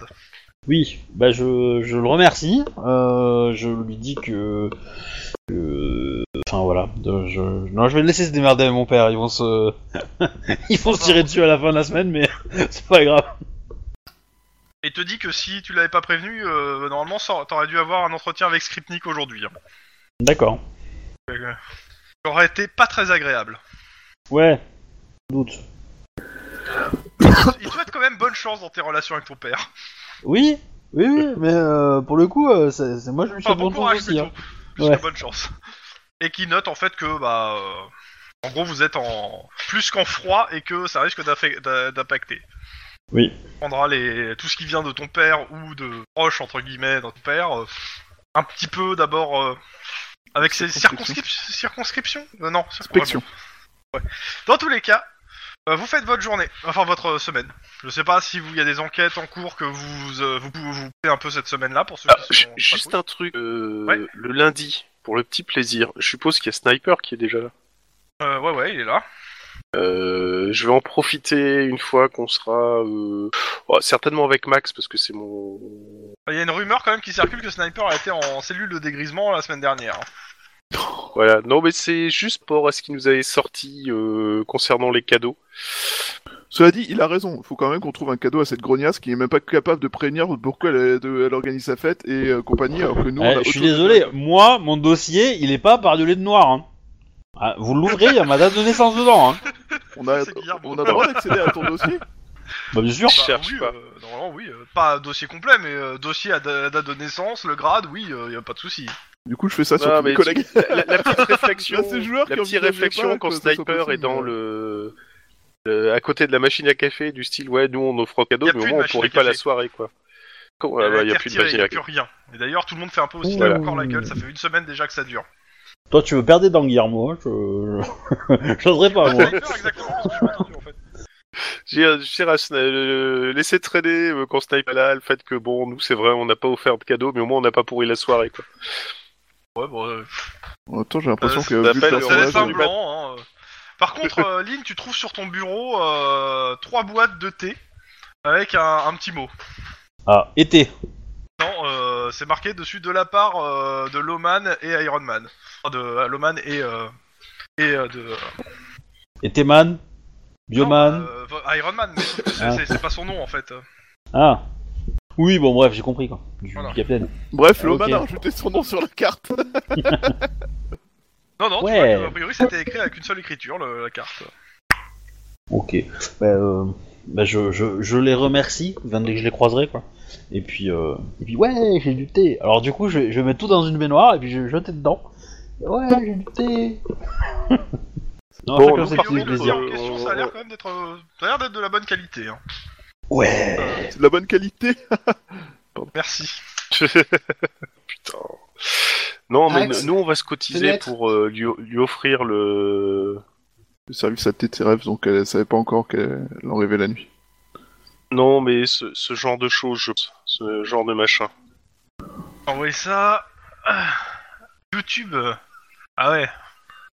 [SPEAKER 1] Oui. Bah, je, je le remercie. Euh, je lui dis que. que- Enfin, voilà. De- je... Non, je vais le laisser se démerder avec mon père. Ils vont se. Ils vont se tirer dessus à la fin de la semaine, mais c'est pas grave.
[SPEAKER 2] Et il te dit que si tu l'avais pas prévenu, euh, normalement, ça- t'aurais dû avoir un entretien avec Skripnik aujourd'hui. hein.
[SPEAKER 1] D'accord.
[SPEAKER 2] Euh, Ça aurait été pas très agréable.
[SPEAKER 1] Ouais. Doute.
[SPEAKER 2] Il te souhaite quand même bonne chance dans tes relations avec ton père.
[SPEAKER 1] Oui, oui, oui, mais euh, pour le coup, euh, c'est c'est- moi je lui
[SPEAKER 2] Enfin,
[SPEAKER 1] souhaite
[SPEAKER 2] bon
[SPEAKER 1] bon
[SPEAKER 2] courage
[SPEAKER 1] chance aussi.
[SPEAKER 2] plutôt.
[SPEAKER 1] hein.
[SPEAKER 2] Parce
[SPEAKER 1] Ouais.
[SPEAKER 2] que bonne chance. Et qui note en fait que bah euh, en gros vous êtes en plus qu'en froid et que ça risque d'affe- d'a- d'impacter.
[SPEAKER 1] Oui.
[SPEAKER 2] On prendra les tout ce qui vient de ton père ou de proche entre guillemets de ton père euh, un petit peu d'abord euh, avec ses circonscriptions
[SPEAKER 5] Circonscription.
[SPEAKER 2] circonscriptions Euh, non circon-
[SPEAKER 5] Inspection.
[SPEAKER 2] Dans tous les cas, Euh, vous faites votre journée, enfin votre euh, semaine. Je sais pas si vous il y a des enquêtes en cours que vous euh, vous pouvez vous pouvez un peu cette semaine-là pour ceux
[SPEAKER 3] Ah,
[SPEAKER 2] qui
[SPEAKER 3] ju-
[SPEAKER 2] sont
[SPEAKER 3] juste
[SPEAKER 2] pas
[SPEAKER 3] un truc, euh,
[SPEAKER 2] Ouais.
[SPEAKER 3] le lundi, pour le petit plaisir, je suppose qu'il y a Sniper qui est déjà là.
[SPEAKER 2] cool. Euh, ouais ouais, il est là.
[SPEAKER 3] Euh, je vais en profiter une fois qu'on sera euh, oh, certainement avec Max parce que c'est mon.
[SPEAKER 2] Il y a une rumeur quand même qui circule que Sniper a été en cellule de dégrisement la semaine dernière.
[SPEAKER 3] Voilà. Non, mais c'est juste pour à ce qu'il nous avait sorti euh, concernant les cadeaux.
[SPEAKER 5] Cela dit, il a raison. Faut quand même qu'on trouve un cadeau à cette grognasse qui est même pas capable de prévenir pourquoi elle, de- elle organise sa fête et euh, compagnie, alors que nous. on
[SPEAKER 1] Eh,
[SPEAKER 5] a autre
[SPEAKER 1] je suis
[SPEAKER 5] chose à
[SPEAKER 1] désolé,
[SPEAKER 5] faire.
[SPEAKER 1] moi, mon dossier, il est pas par du lait de noir. hein. Ah, vous l'ouvrez, il y a ma date de naissance dedans. Hein.
[SPEAKER 5] On a,
[SPEAKER 2] C'est Guillermo.
[SPEAKER 5] on a le droit d'accéder à ton dossier.
[SPEAKER 1] Bah, bien sûr.
[SPEAKER 3] Je cherche
[SPEAKER 2] oui,
[SPEAKER 3] pas.
[SPEAKER 2] euh, normalement oui, euh, pas dossier complet mais euh, dossier à da- la date de naissance, le grade, oui, euh, y a pas de souci.
[SPEAKER 5] Du coup, je fais ça sur
[SPEAKER 3] Ah,
[SPEAKER 5] tous mes
[SPEAKER 3] mais
[SPEAKER 5] collègues.
[SPEAKER 3] tu- la, la- la petite réflexion,
[SPEAKER 5] Là, ces joueurs
[SPEAKER 3] la petite
[SPEAKER 5] qui envisageaient
[SPEAKER 3] réflexion
[SPEAKER 5] pas
[SPEAKER 3] quand
[SPEAKER 5] que ça soit
[SPEAKER 3] Sniper est
[SPEAKER 5] possible,
[SPEAKER 3] dans
[SPEAKER 5] ouais.
[SPEAKER 3] le, le- à côté de la machine à café du style ouais nous on offre un cadeau
[SPEAKER 2] Y a
[SPEAKER 3] mais au
[SPEAKER 2] plus de
[SPEAKER 3] moins on
[SPEAKER 2] machine
[SPEAKER 3] pourrit
[SPEAKER 2] à
[SPEAKER 3] pas
[SPEAKER 2] café.
[SPEAKER 3] la soirée quoi. Quand, ah,
[SPEAKER 2] Elle a
[SPEAKER 3] bah, y a
[SPEAKER 2] été
[SPEAKER 3] plus de
[SPEAKER 2] retirée,
[SPEAKER 3] machine
[SPEAKER 2] y
[SPEAKER 3] à
[SPEAKER 2] a plus
[SPEAKER 3] café.
[SPEAKER 2] rien. Et d'ailleurs tout le monde fait un peu aussi
[SPEAKER 1] Voilà.
[SPEAKER 2] encore la gueule, ça fait une semaine déjà que ça dure.
[SPEAKER 1] Toi, tu veux perdre des dents, Guillermo. hein, Je j'oserais
[SPEAKER 3] Ah,
[SPEAKER 1] pas, moi.
[SPEAKER 2] Sniper exactement, parce que je suis pas entendu, en fait.
[SPEAKER 3] J'ai j'ai à Sni- euh, laisser traîner euh, quand Sniper est là le fait que bon nous c'est vrai on n'a pas offert de cadeau mais au moins on n'a pas pourri la soirée quoi.
[SPEAKER 2] Ouais bon euh,
[SPEAKER 5] En même temps, j'ai l'impression
[SPEAKER 2] Euh,
[SPEAKER 5] que. vu le
[SPEAKER 3] ça s'appelle
[SPEAKER 2] Ça laisse
[SPEAKER 5] personnage,
[SPEAKER 2] un
[SPEAKER 3] du
[SPEAKER 2] blanc. hein. Par contre, euh, Lynn, tu trouves sur ton bureau euh, trois boîtes de thé avec un, un petit mot.
[SPEAKER 1] Ah, été.
[SPEAKER 2] Non, euh, c'est marqué dessus de la part euh, de Loman et Iron Man. Enfin, de euh, Loman et euh, et euh, de euh,
[SPEAKER 1] Été man. Bioman.
[SPEAKER 2] non, euh, vo- Iron Man. Mais sauf que c'est-
[SPEAKER 1] Ah.
[SPEAKER 2] c'est- c'est pas son nom en fait.
[SPEAKER 1] Ah. Oui, bon, bref, j'ai compris, quoi. Du,
[SPEAKER 2] Voilà.
[SPEAKER 1] du capitaine.
[SPEAKER 5] Bref,
[SPEAKER 1] Ah,
[SPEAKER 5] Loman
[SPEAKER 1] ok.
[SPEAKER 5] a rajouté son nom sur la carte.
[SPEAKER 2] Non, non. Tu
[SPEAKER 1] Ouais.
[SPEAKER 2] vois que, a priori, c'était écrit avec une seule écriture le- la carte.
[SPEAKER 1] Ok. Bah, euh, bah, je, je, je les remercie, enfin, dès que je les croiserai, quoi. Et puis, euh, et puis ouais, j'ai du thé. Alors, du coup, je vais, je vais mettre tout dans une baignoire et puis je vais jeter dedans. Ouais, j'ai du thé. non,
[SPEAKER 3] Bon,
[SPEAKER 1] ça, comme
[SPEAKER 3] nous,
[SPEAKER 1] ça,
[SPEAKER 2] A
[SPEAKER 3] par
[SPEAKER 1] c'est
[SPEAKER 2] priori,
[SPEAKER 1] du
[SPEAKER 3] contre,
[SPEAKER 2] le
[SPEAKER 1] plaisir.
[SPEAKER 2] thé en question, ça a l'air quand même d'être, euh, ça a l'air d'être de la bonne qualité. hein.
[SPEAKER 1] Ouais.
[SPEAKER 5] C'est de la bonne qualité.
[SPEAKER 2] Merci.
[SPEAKER 3] Putain. Non mais
[SPEAKER 4] Max,
[SPEAKER 3] nous on va se cotiser
[SPEAKER 4] fenêtre.
[SPEAKER 3] pour euh, lui, lui offrir le
[SPEAKER 5] Le service a tête ses rêves, donc euh, elle savait pas encore qu'elle en rêvait la nuit.
[SPEAKER 3] Non, mais ce, ce genre de choses, je pense. Ce genre de machin.
[SPEAKER 2] Envoyer ça. Ah. YouTube. Ah ouais.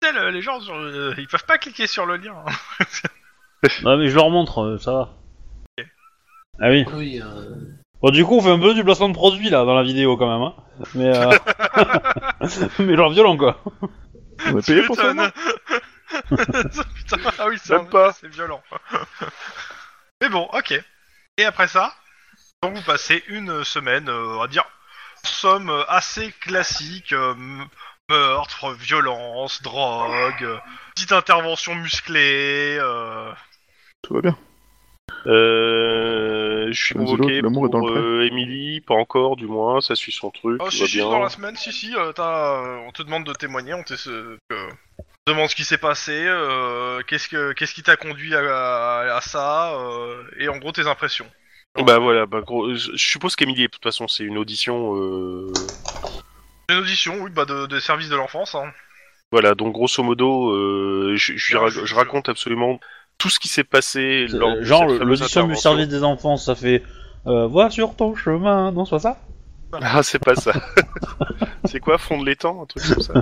[SPEAKER 2] Tu sais, le- les gens, sur le- ils peuvent pas cliquer sur le lien. hein.
[SPEAKER 1] Non, mais je leur montre, euh, ça va. Ah oui.
[SPEAKER 4] Oui, euh,
[SPEAKER 1] Bon, du coup, on fait un peu du placement de produit là dans la vidéo quand même. Hein. Mais, euh... mais genre violent quoi.
[SPEAKER 5] On est payé pour ça,
[SPEAKER 2] Putain,
[SPEAKER 5] non
[SPEAKER 2] Putain, ah oui, ça,
[SPEAKER 5] Même pas.
[SPEAKER 2] c'est violent. Mais bon, ok. Et après ça, donc vous passez une semaine, euh, on va dire, en somme euh, assez classique. euh, m- meurtre, violence, drogue, euh, petite intervention musclée. euh,
[SPEAKER 5] Tout va bien.
[SPEAKER 3] Euh, je suis
[SPEAKER 5] Comme
[SPEAKER 3] convoqué
[SPEAKER 5] Zolo, l'amour est dans
[SPEAKER 3] pour
[SPEAKER 5] le pré.
[SPEAKER 3] euh, Emily, pas encore du moins, ça suit son truc,
[SPEAKER 2] Ah,
[SPEAKER 3] tout
[SPEAKER 2] si,
[SPEAKER 3] va
[SPEAKER 2] si,
[SPEAKER 3] bien.
[SPEAKER 2] dans la semaine, si, si, euh, t'as, euh, on te demande de témoigner, on te euh, que- on te demande ce qui s'est passé, euh, qu'est-ce, que, qu'est-ce qui t'a conduit à, à- à ça, euh, et en gros tes impressions.
[SPEAKER 3] Bah voilà, bah, gros, je, je suppose qu'Emily, de toute façon, c'est une audition. euh,
[SPEAKER 2] Une audition, oui, bah, de, des services de l'enfance. Hein.
[SPEAKER 3] Voilà, donc grosso modo, euh, je, je, lui
[SPEAKER 2] Ouais,
[SPEAKER 3] rac-
[SPEAKER 2] je-
[SPEAKER 3] je raconte absolument tout ce qui s'est passé lors de
[SPEAKER 1] Euh, Genre
[SPEAKER 3] cette
[SPEAKER 1] le-
[SPEAKER 3] fameuse
[SPEAKER 1] l'audition du
[SPEAKER 3] intervention.
[SPEAKER 1] service des enfants, ça fait euh, vois sur ton chemin, non, c'est pas ça
[SPEAKER 3] Ah, c'est pas ça. c'est quoi, fond de l'étang, un truc comme ça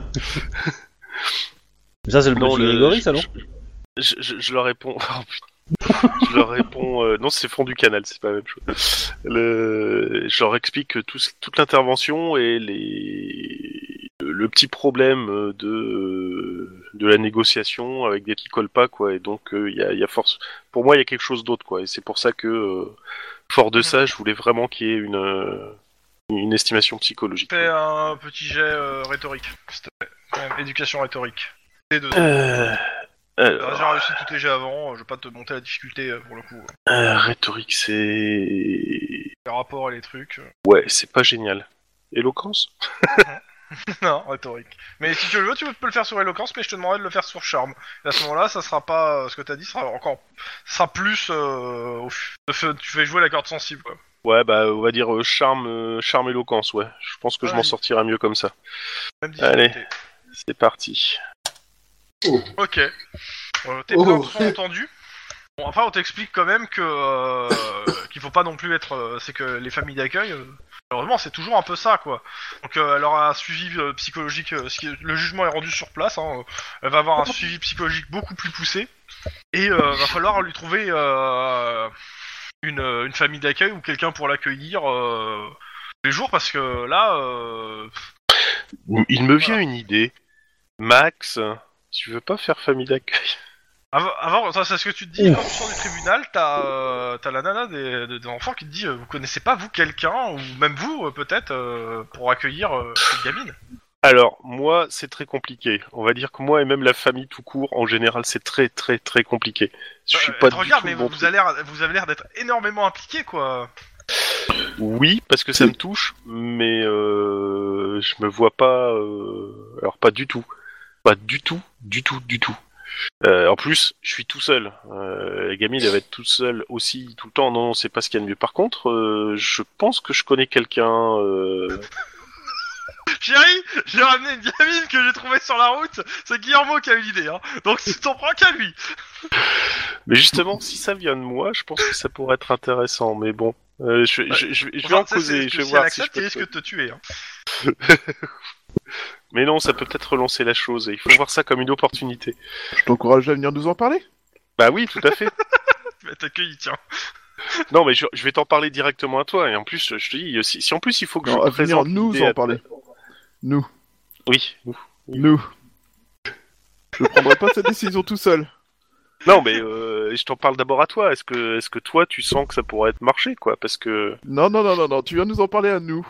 [SPEAKER 1] Mais ça c'est le
[SPEAKER 3] Non,
[SPEAKER 1] petit
[SPEAKER 3] le-
[SPEAKER 1] Grégory,
[SPEAKER 3] je-
[SPEAKER 1] ça non
[SPEAKER 3] je, je, je- je leur réponds. Oh, putain. je leur réponds. euh, Non, c'est fond du canal, c'est pas la même chose. Le... Je leur explique tout ce- toute l'intervention et les... le- le petit problème euh, de de la négociation avec des qui collent pas quoi. Et donc euh, il y, a, il y a force. Pour moi, il y a quelque chose d'autre quoi. Et c'est pour ça que euh, fort de ça, je voulais vraiment qu'il y ait une euh, une estimation psychologique.
[SPEAKER 2] Fais un petit jet euh, rhétorique, s'il te plaît. Quand même, éducation rhétorique. Et de... Euh,
[SPEAKER 3] Euh, alors,
[SPEAKER 2] J'ai réussi tous tes jets avant, euh, je vais pas te monter la difficulté euh, pour le coup. euh,
[SPEAKER 3] euh, rhétorique, c'est
[SPEAKER 2] Les rapports et les trucs. euh.
[SPEAKER 3] Ouais, c'est pas génial. Éloquence
[SPEAKER 2] non, rhétorique. Mais si tu le veux, tu peux le faire sur éloquence, mais je te demanderai de le faire sur charme. Et à ce moment-là, ça sera pas. euh, Ce que t'as dit sera encore. sera plus. euh, au f- te fais- Tu fais jouer la corde sensible, quoi.
[SPEAKER 3] Ouais, bah on va dire euh, charme, euh, charme éloquence, ouais. Je pense que je
[SPEAKER 2] Ouais.
[SPEAKER 3] m'en sortirai mieux comme ça.
[SPEAKER 2] Même
[SPEAKER 3] Allez.
[SPEAKER 2] difficulté.
[SPEAKER 3] C'est parti.
[SPEAKER 2] Ok. Euh, tes
[SPEAKER 4] Oh.
[SPEAKER 2] plaintes sont entendues. Bon, enfin, on t'explique quand même que euh, qu'il faut pas non plus être. euh, c'est que les familles d'accueil, euh, malheureusement, c'est toujours un peu ça, quoi. Donc, euh, elle aura un suivi euh, psychologique. euh, ce qui est- le jugement est rendu sur place. hein, euh, elle va avoir un suivi psychologique beaucoup plus poussé. Et euh, va falloir lui trouver euh, une, une famille d'accueil ou quelqu'un pour l'accueillir euh, tous les jours, parce que là, euh,
[SPEAKER 3] Il me vient une idée. Max, tu veux pas faire famille d'accueil
[SPEAKER 2] Avant, avant ça, c'est ce que tu te dis, quand tu sors du tribunal, t'as euh, t'as la nana des, des- des enfants qui te dit euh, Vous connaissez pas, vous, quelqu'un, ou même vous, euh, peut-être, euh, pour accueillir euh, cette gamine
[SPEAKER 3] Alors, moi, c'est très compliqué. On va dire que moi et même la famille tout court, en général, c'est très très très compliqué. Je suis
[SPEAKER 2] Euh,
[SPEAKER 3] pas
[SPEAKER 2] elle te
[SPEAKER 3] du
[SPEAKER 2] regarde,
[SPEAKER 3] tout
[SPEAKER 2] mais
[SPEAKER 3] le bon
[SPEAKER 2] vous, avez l'air- vous avez l'air d'être énormément impliqué, quoi.
[SPEAKER 3] Oui, parce que ça me touche, mais euh, je me vois pas. euh, Alors pas du tout, pas du tout, du tout, du tout. Euh, en plus, je suis tout seul. Euh, la gamine, elle va être toute seule aussi tout le temps. Non, non, c'est pas ce qu'il y a de mieux. Par contre, euh, je pense que je connais quelqu'un. euh,
[SPEAKER 2] Chérie, j'ai ramené une gamine que j'ai trouvée sur la route, c'est Guillermo qui a eu l'idée, hein. donc tu t'en prends qu'à lui.
[SPEAKER 3] Mais justement, si ça vient de moi, je pense que ça pourrait être intéressant. Mais bon, euh, je, je- je- je vais en
[SPEAKER 2] Enfin, tu sais,
[SPEAKER 3] causer.
[SPEAKER 2] c'est-
[SPEAKER 3] Je vais
[SPEAKER 2] si
[SPEAKER 3] voir
[SPEAKER 2] elle
[SPEAKER 3] si je
[SPEAKER 2] accepte,
[SPEAKER 3] peux.
[SPEAKER 2] il risque de te tuer. hein.
[SPEAKER 3] Mais non, ça peut peut-être relancer la chose. Et il faut voir ça comme une opportunité.
[SPEAKER 5] Je t'encourage à venir nous en parler.
[SPEAKER 3] Bah oui, tout à fait.
[SPEAKER 2] Tu vas t'accueillir, tiens.
[SPEAKER 3] Non, mais je, je vais t'en parler directement à toi. Et en plus, je te dis, si, si en plus il faut que je
[SPEAKER 5] Non, à venir
[SPEAKER 3] présente
[SPEAKER 5] nous
[SPEAKER 3] l'idée
[SPEAKER 5] en
[SPEAKER 3] à-
[SPEAKER 5] parler. Nous.
[SPEAKER 3] Oui. nous.
[SPEAKER 5] Nous. Je prendrai pas cette décision tout seul.
[SPEAKER 3] Non, mais euh, je t'en parle d'abord à toi. Est-ce que, est-ce que toi, tu sens que ça pourrait être marché, quoi Parce que
[SPEAKER 5] Non, non, non, non, non, tu viens nous en parler à nous.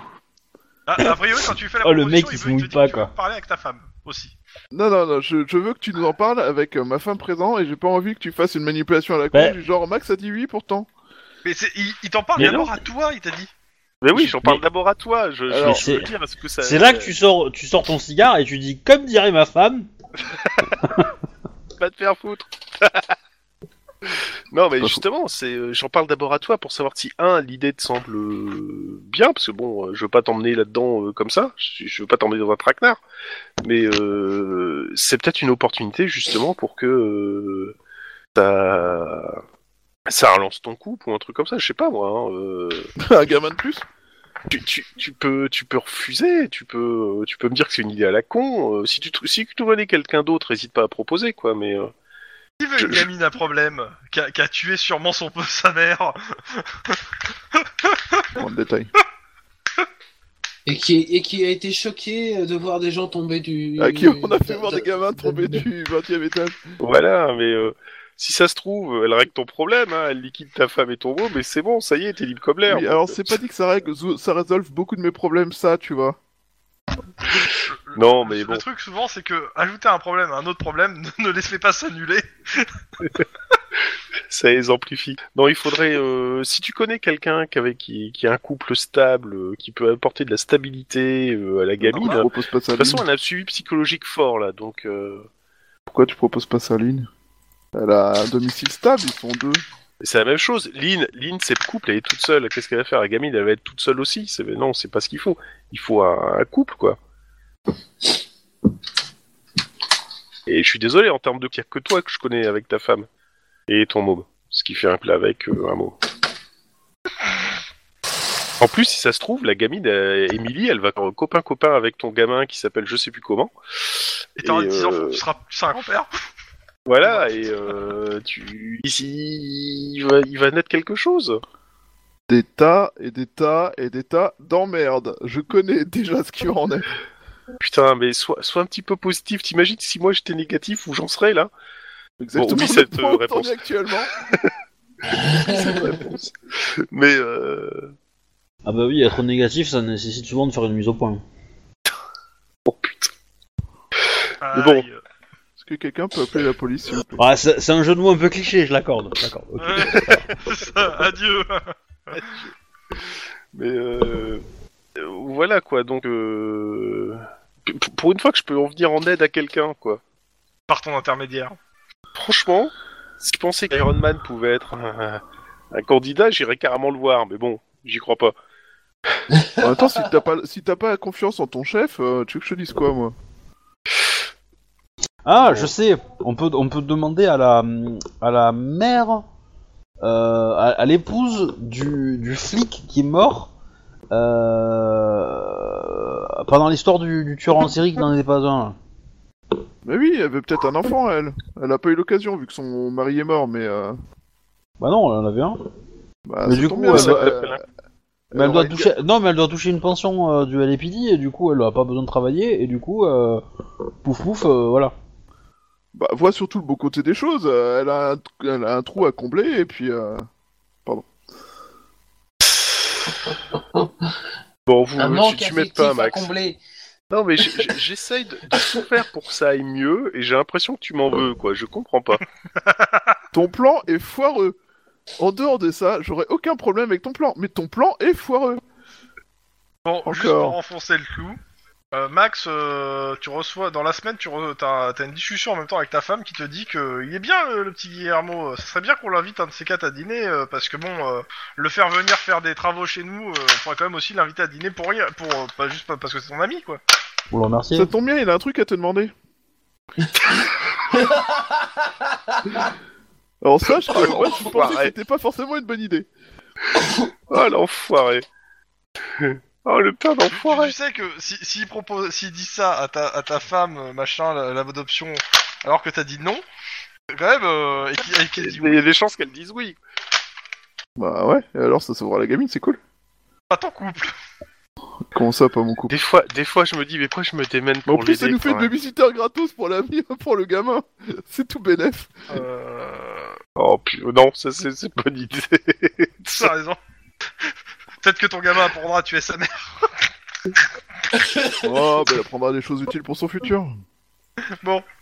[SPEAKER 2] Ah, A, priori, quand tu fais la
[SPEAKER 1] Oh, le
[SPEAKER 2] proposition,
[SPEAKER 1] mec, il se
[SPEAKER 2] veut- te
[SPEAKER 1] mouille
[SPEAKER 2] dit
[SPEAKER 1] pas,
[SPEAKER 2] que tu veux
[SPEAKER 1] quoi.
[SPEAKER 2] Parler avec ta femme aussi.
[SPEAKER 5] Non, non, non, je, je veux que tu nous en parles avec euh, ma femme présente et j'ai pas envie que tu fasses une manipulation à la con,
[SPEAKER 1] Ouais.
[SPEAKER 5] du genre Max a dit oui pourtant.
[SPEAKER 2] Mais c'est- il, il t'en parle
[SPEAKER 3] Mais
[SPEAKER 2] d'abord à toi, il t'a dit.
[SPEAKER 3] mais oui,
[SPEAKER 1] Je-
[SPEAKER 3] j'en parle
[SPEAKER 1] mais-
[SPEAKER 3] d'abord à toi. Je, je-
[SPEAKER 1] Alors,
[SPEAKER 3] je veux
[SPEAKER 1] c'est-
[SPEAKER 3] dire, est-ce que ça
[SPEAKER 1] C'est là que tu sors, tu sors ton cigare et tu dis, comme dirait ma femme,
[SPEAKER 3] pas te faire foutre. non, mais
[SPEAKER 5] Pas fou.
[SPEAKER 3] justement, c'est, euh, j'en parle d'abord à toi pour savoir si un, l'idée te semble euh, bien, parce que bon, euh, je veux pas t'emmener là-dedans euh, comme ça. Je, je veux pas t'emmener dans un traquenard. Mais euh, c'est peut-être une opportunité justement pour que euh, ça, ça relance ton coup ou un truc comme ça. Je sais pas moi. hein, euh,
[SPEAKER 5] Un gamin de plus
[SPEAKER 3] tu, tu- tu peux, tu peux refuser, tu peux, euh, tu peux me dire que c'est une idée à la con. euh, si tu, trou- si tu connais quelqu'un d'autre, hésite pas à proposer quoi. Mais euh,
[SPEAKER 2] Qui veut
[SPEAKER 3] Je-
[SPEAKER 2] une
[SPEAKER 3] je-
[SPEAKER 2] gamine à problème qui a, qui a tué sûrement son sa mère
[SPEAKER 5] Bon, le détail.
[SPEAKER 4] Et qui, et qui a été choqué de voir des gens tomber du.
[SPEAKER 5] À Ah, qui on a fait
[SPEAKER 4] de-
[SPEAKER 5] voir
[SPEAKER 4] de-
[SPEAKER 5] des gamins tomber
[SPEAKER 4] de-
[SPEAKER 5] du 20 e étage.
[SPEAKER 3] Voilà, mais euh, si ça se trouve, elle règle ton problème, hein, elle liquide ta femme et ton mot, mais c'est bon, ça y est, t'es libre comme l'air.
[SPEAKER 5] Oui, alors c'est pas dit que ça, règle, ça résolve beaucoup de mes problèmes, ça, tu vois.
[SPEAKER 3] Non,
[SPEAKER 2] Le-
[SPEAKER 3] mais bon.
[SPEAKER 2] Le truc souvent, c'est que ajouter un problème à un autre problème ne les fait pas s'annuler.
[SPEAKER 3] ça les amplifie. Non, il faudrait, euh, si tu connais quelqu'un qui, avait- qui, qui a un couple stable, euh, qui peut apporter de la stabilité euh, à la gamine,
[SPEAKER 5] Pourquoi tu
[SPEAKER 3] hein.
[SPEAKER 5] proposes pas ça
[SPEAKER 3] de
[SPEAKER 5] à
[SPEAKER 3] toute façon,
[SPEAKER 5] Lynn
[SPEAKER 3] elle a un suivi psychologique fort, là, donc... euh,
[SPEAKER 5] Pourquoi tu proposes pas ça à Lynn Elle a un domicile stable, ils sont deux.
[SPEAKER 3] C'est la même chose. Lynn, Lynn, c'est le couple, elle est toute seule. Qu'est-ce qu'elle va faire La gamine, elle va être toute seule aussi. C'est... Non, c'est pas ce qu'il faut. Il faut un, un couple, quoi. Et je suis désolé, en termes de pire que toi que je connais avec ta femme et ton môme. Ce qui fait un plat avec euh, un mot. En plus, si ça se trouve, la gamine, euh, Emily, elle va faire copain-copain avec ton gamin qui s'appelle je sais plus comment.
[SPEAKER 2] Et t'auras
[SPEAKER 3] Et,
[SPEAKER 2] 10 enfants,
[SPEAKER 3] euh,
[SPEAKER 2] tu seras, tu seras un grand-père.
[SPEAKER 3] Voilà, et euh, tu... Ici, il va, il va naître quelque chose.
[SPEAKER 5] Des tas et des tas et des tas d'emmerdes. Je connais déjà ce qu'il en est.
[SPEAKER 3] Putain, mais sois, sois un petit peu positif. T'imagines si moi j'étais négatif, où j'en serais là
[SPEAKER 5] Exactement
[SPEAKER 3] oui, cette,
[SPEAKER 5] le point
[SPEAKER 3] euh,
[SPEAKER 5] où t'en
[SPEAKER 3] réponse.
[SPEAKER 5] es actuellement.
[SPEAKER 3] Mais euh...
[SPEAKER 1] ah bah oui, être négatif, ça nécessite souvent de faire une mise au point.
[SPEAKER 3] oh putain.
[SPEAKER 2] Aïe.
[SPEAKER 3] bon.
[SPEAKER 5] Est-ce que quelqu'un peut appeler la police, s'il vous plaît
[SPEAKER 1] Ah, c'est c'est un jeu de mots un peu cliché, je l'accorde. D'accord. ok.
[SPEAKER 2] Ouais, c'est ça, adieu.
[SPEAKER 3] Mais euh... euh, voilà quoi. Donc euh... p- pour une fois que je peux en venir en aide à quelqu'un quoi.
[SPEAKER 2] Par ton intermédiaire.
[SPEAKER 3] Franchement, si je pensais qu'Iron Man pouvait être un, un candidat, j'irais carrément le voir. Mais bon, j'y crois pas.
[SPEAKER 5] En même temps, si t'as pas, si t'as pas confiance en ton chef, euh, tu veux que je te dise quoi, moi
[SPEAKER 1] Ah, je sais, on peut, on peut demander à la, à la mère euh, à, à l'épouse du, du flic qui est mort euh, pendant l'histoire du, du tueur en série qui n'en était pas un. là.
[SPEAKER 5] Mais oui, elle avait peut-être un enfant, elle. Elle a pas eu l'occasion, vu que son mari est mort, mais... euh,
[SPEAKER 1] Bah non, elle en avait un.
[SPEAKER 5] bah,
[SPEAKER 1] Mais
[SPEAKER 5] ça
[SPEAKER 1] du
[SPEAKER 5] tombe
[SPEAKER 1] coup,
[SPEAKER 5] bien,
[SPEAKER 1] elle
[SPEAKER 5] ça-
[SPEAKER 1] doit-
[SPEAKER 5] euh,
[SPEAKER 1] Mais elle
[SPEAKER 5] elle
[SPEAKER 1] doit
[SPEAKER 5] aurait-
[SPEAKER 1] toucher... Non, mais elle doit toucher une pension euh, du LAPD et du coup elle n'a pas besoin de travailler et du coup euh, pouf pouf euh, voilà.
[SPEAKER 5] Bah, vois surtout le beau côté des choses. euh, Elle a un, elle a un trou à combler, et puis... euh,
[SPEAKER 3] Bon, vous,
[SPEAKER 4] Un
[SPEAKER 3] tu-
[SPEAKER 4] manque
[SPEAKER 3] tu,
[SPEAKER 4] affectif
[SPEAKER 3] m'aides pas,
[SPEAKER 4] à
[SPEAKER 3] Max.
[SPEAKER 4] combler.
[SPEAKER 3] Non, mais j- j- j'essaye de, de tout faire pour que ça aille mieux, et j'ai l'impression que tu m'en veux, quoi. Je comprends pas.
[SPEAKER 5] Ton plan est foireux. En dehors de ça, j'aurais aucun problème avec ton plan, mais ton plan est foireux.
[SPEAKER 2] Bon, juste
[SPEAKER 5] Encore.
[SPEAKER 2] pour enfoncer le clou, euh, Max, euh, tu reçois dans la semaine, tu re- t'as t'as une discussion en même temps avec ta femme qui te dit que il est bien euh, le petit Guillermo. euh, Ça serait bien qu'on l'invite un de ces quatre à dîner euh, parce que bon, euh, le faire venir faire des travaux chez nous, euh, on pourrait quand même aussi l'inviter à dîner pour rien, pour euh, pas juste pas- parce que c'est ton ami quoi.
[SPEAKER 1] Pour le remercier.
[SPEAKER 5] Ça tombe bien, il a un truc à te demander. Alors sache que moi je pensais que
[SPEAKER 3] Enfoiré.
[SPEAKER 5] c'était pas forcément une bonne idée.
[SPEAKER 3] Oh, l'enfoiré. Oh, le père
[SPEAKER 2] Tu,
[SPEAKER 3] d'enfoiré.
[SPEAKER 2] tu sais que si- s'il propose, s'il dit ça à ta, à ta femme, euh, machin, la, la mode option, alors que t'as dit non, quand même, euh, et qu'il et qu'il dit
[SPEAKER 3] Il y a des chances qu'elle dise oui.
[SPEAKER 5] Bah ouais, et alors ça sauvera la gamine, c'est cool.
[SPEAKER 2] pas ton couple.
[SPEAKER 5] Comment ça, pas mon couple
[SPEAKER 3] Des fois, des fois, je me dis, mais pourquoi je me démène
[SPEAKER 5] Mais
[SPEAKER 3] pour
[SPEAKER 5] en plus, ça
[SPEAKER 3] l'aider,
[SPEAKER 5] nous fait
[SPEAKER 3] quand
[SPEAKER 5] une
[SPEAKER 3] même
[SPEAKER 5] babysitter gratos pour l'avenir, pour le gamin. C'est tout bénef.
[SPEAKER 2] Euh...
[SPEAKER 3] Oh, puis, non, ça, c'est c'est pas une idée.
[SPEAKER 2] T'as raison. Peut-être que ton gamin apprendra à tuer sa mère.
[SPEAKER 5] Oh, bah, elle apprendra des choses utiles pour son futur.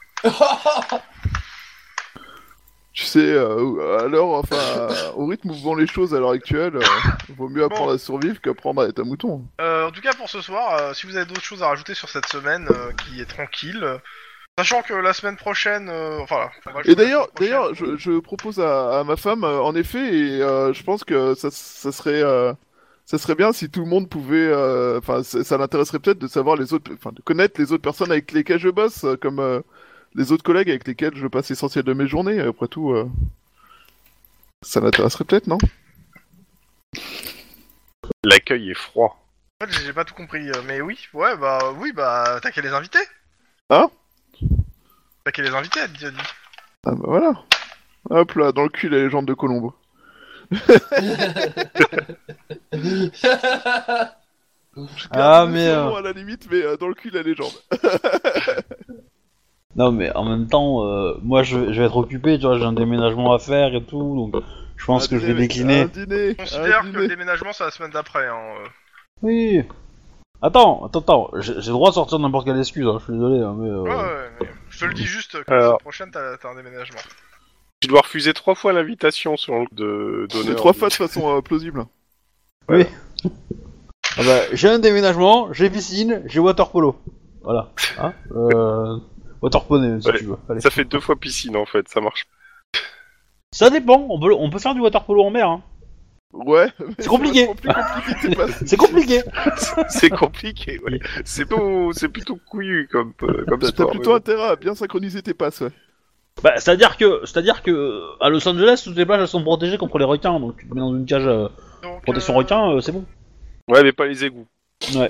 [SPEAKER 5] Tu sais, euh, alors, enfin, euh, au rythme où vont les choses à l'heure actuelle, euh, vaut mieux apprendre à survivre qu'apprendre à être un mouton.
[SPEAKER 2] Euh, en tout cas, pour ce soir, euh, si vous avez d'autres choses à rajouter sur cette semaine euh, qui est tranquille, euh, sachant que la semaine prochaine. euh, enfin, on va
[SPEAKER 5] Et
[SPEAKER 2] jouer la
[SPEAKER 5] d'ailleurs,
[SPEAKER 2] semaine prochaine.
[SPEAKER 5] d'ailleurs, je, je propose à, à ma femme, euh, en effet, et euh, je pense que ça, ça serait, euh, ça serait bien si tout le monde pouvait, euh, enfin, ça, ça l'intéresserait peut-être de savoir les autres, enfin, de connaître les autres personnes avec lesquelles je bosse, euh, comme euh, les autres collègues avec lesquels je passe l'essentiel de mes journées. Après tout, euh, ça l'intéresserait peut-être, non
[SPEAKER 3] L'accueil est froid.
[SPEAKER 2] En fait, j'ai pas tout compris, euh, mais oui, ouais, bah oui, bah t'as qu'à les inviter.
[SPEAKER 5] Hein
[SPEAKER 2] T'as qu'à les inviter, dit- dit.
[SPEAKER 5] Ah bah voilà. Hop là, dans le cul les jambes de Colombo.
[SPEAKER 1] Ah
[SPEAKER 5] Garde le
[SPEAKER 1] mais euh,
[SPEAKER 5] surnom à la limite, mais euh, dans le cul la légende.
[SPEAKER 1] non mais en même temps euh, moi je, je vais être occupé tu vois j'ai un déménagement à faire et tout donc je pense
[SPEAKER 5] Un
[SPEAKER 1] que je vais
[SPEAKER 5] dîner-
[SPEAKER 1] décliner.
[SPEAKER 5] Un dîner.
[SPEAKER 2] Considère
[SPEAKER 5] un
[SPEAKER 2] que le
[SPEAKER 5] dîner.
[SPEAKER 2] déménagement c'est la semaine d'après. Hein, euh.
[SPEAKER 1] Oui. Attends attends attends j'ai j'ai le droit de sortir n'importe quelle excuse hein, je suis désolé hein, mais. euh,
[SPEAKER 2] Ouais, ouais, mais je te le dis juste que la
[SPEAKER 3] Alors.
[SPEAKER 2] semaine prochaine t'as t'as un déménagement.
[SPEAKER 3] Tu dois refuser trois fois l'invitation sur le de
[SPEAKER 5] C'est
[SPEAKER 3] d'honneur.
[SPEAKER 5] trois fois de façon euh, plausible.
[SPEAKER 1] Ah bah, j'ai un déménagement, j'ai piscine, j'ai water polo. Voilà. Hein euh, water poney, si
[SPEAKER 3] Ouais.
[SPEAKER 1] tu veux. Allez.
[SPEAKER 3] Ça fait deux fois piscine en fait, ça marche.
[SPEAKER 1] Ça dépend, on peut, on peut faire du water polo en mer. Hein.
[SPEAKER 5] Ouais.
[SPEAKER 1] C'est compliqué.
[SPEAKER 5] Plus compliqué que tu passes.
[SPEAKER 1] C'est compliqué.
[SPEAKER 3] C'est compliqué, ouais. C'est plutôt, c'est plutôt couillu comme, euh, comme
[SPEAKER 5] T'as- T'as
[SPEAKER 3] sport.
[SPEAKER 5] plutôt
[SPEAKER 3] mais bon.
[SPEAKER 5] intérêt à bien synchroniser tes passes, ouais.
[SPEAKER 1] Bah, c'est-à-dire que, c'est-à-dire que, à Los Angeles, toutes les plages elles sont protégées contre les requins, donc tu te mets dans une cage euh,
[SPEAKER 2] Donc,
[SPEAKER 1] protection
[SPEAKER 2] euh,
[SPEAKER 1] requin, euh, c'est bon.
[SPEAKER 3] Ouais, mais pas les égouts.
[SPEAKER 2] Deux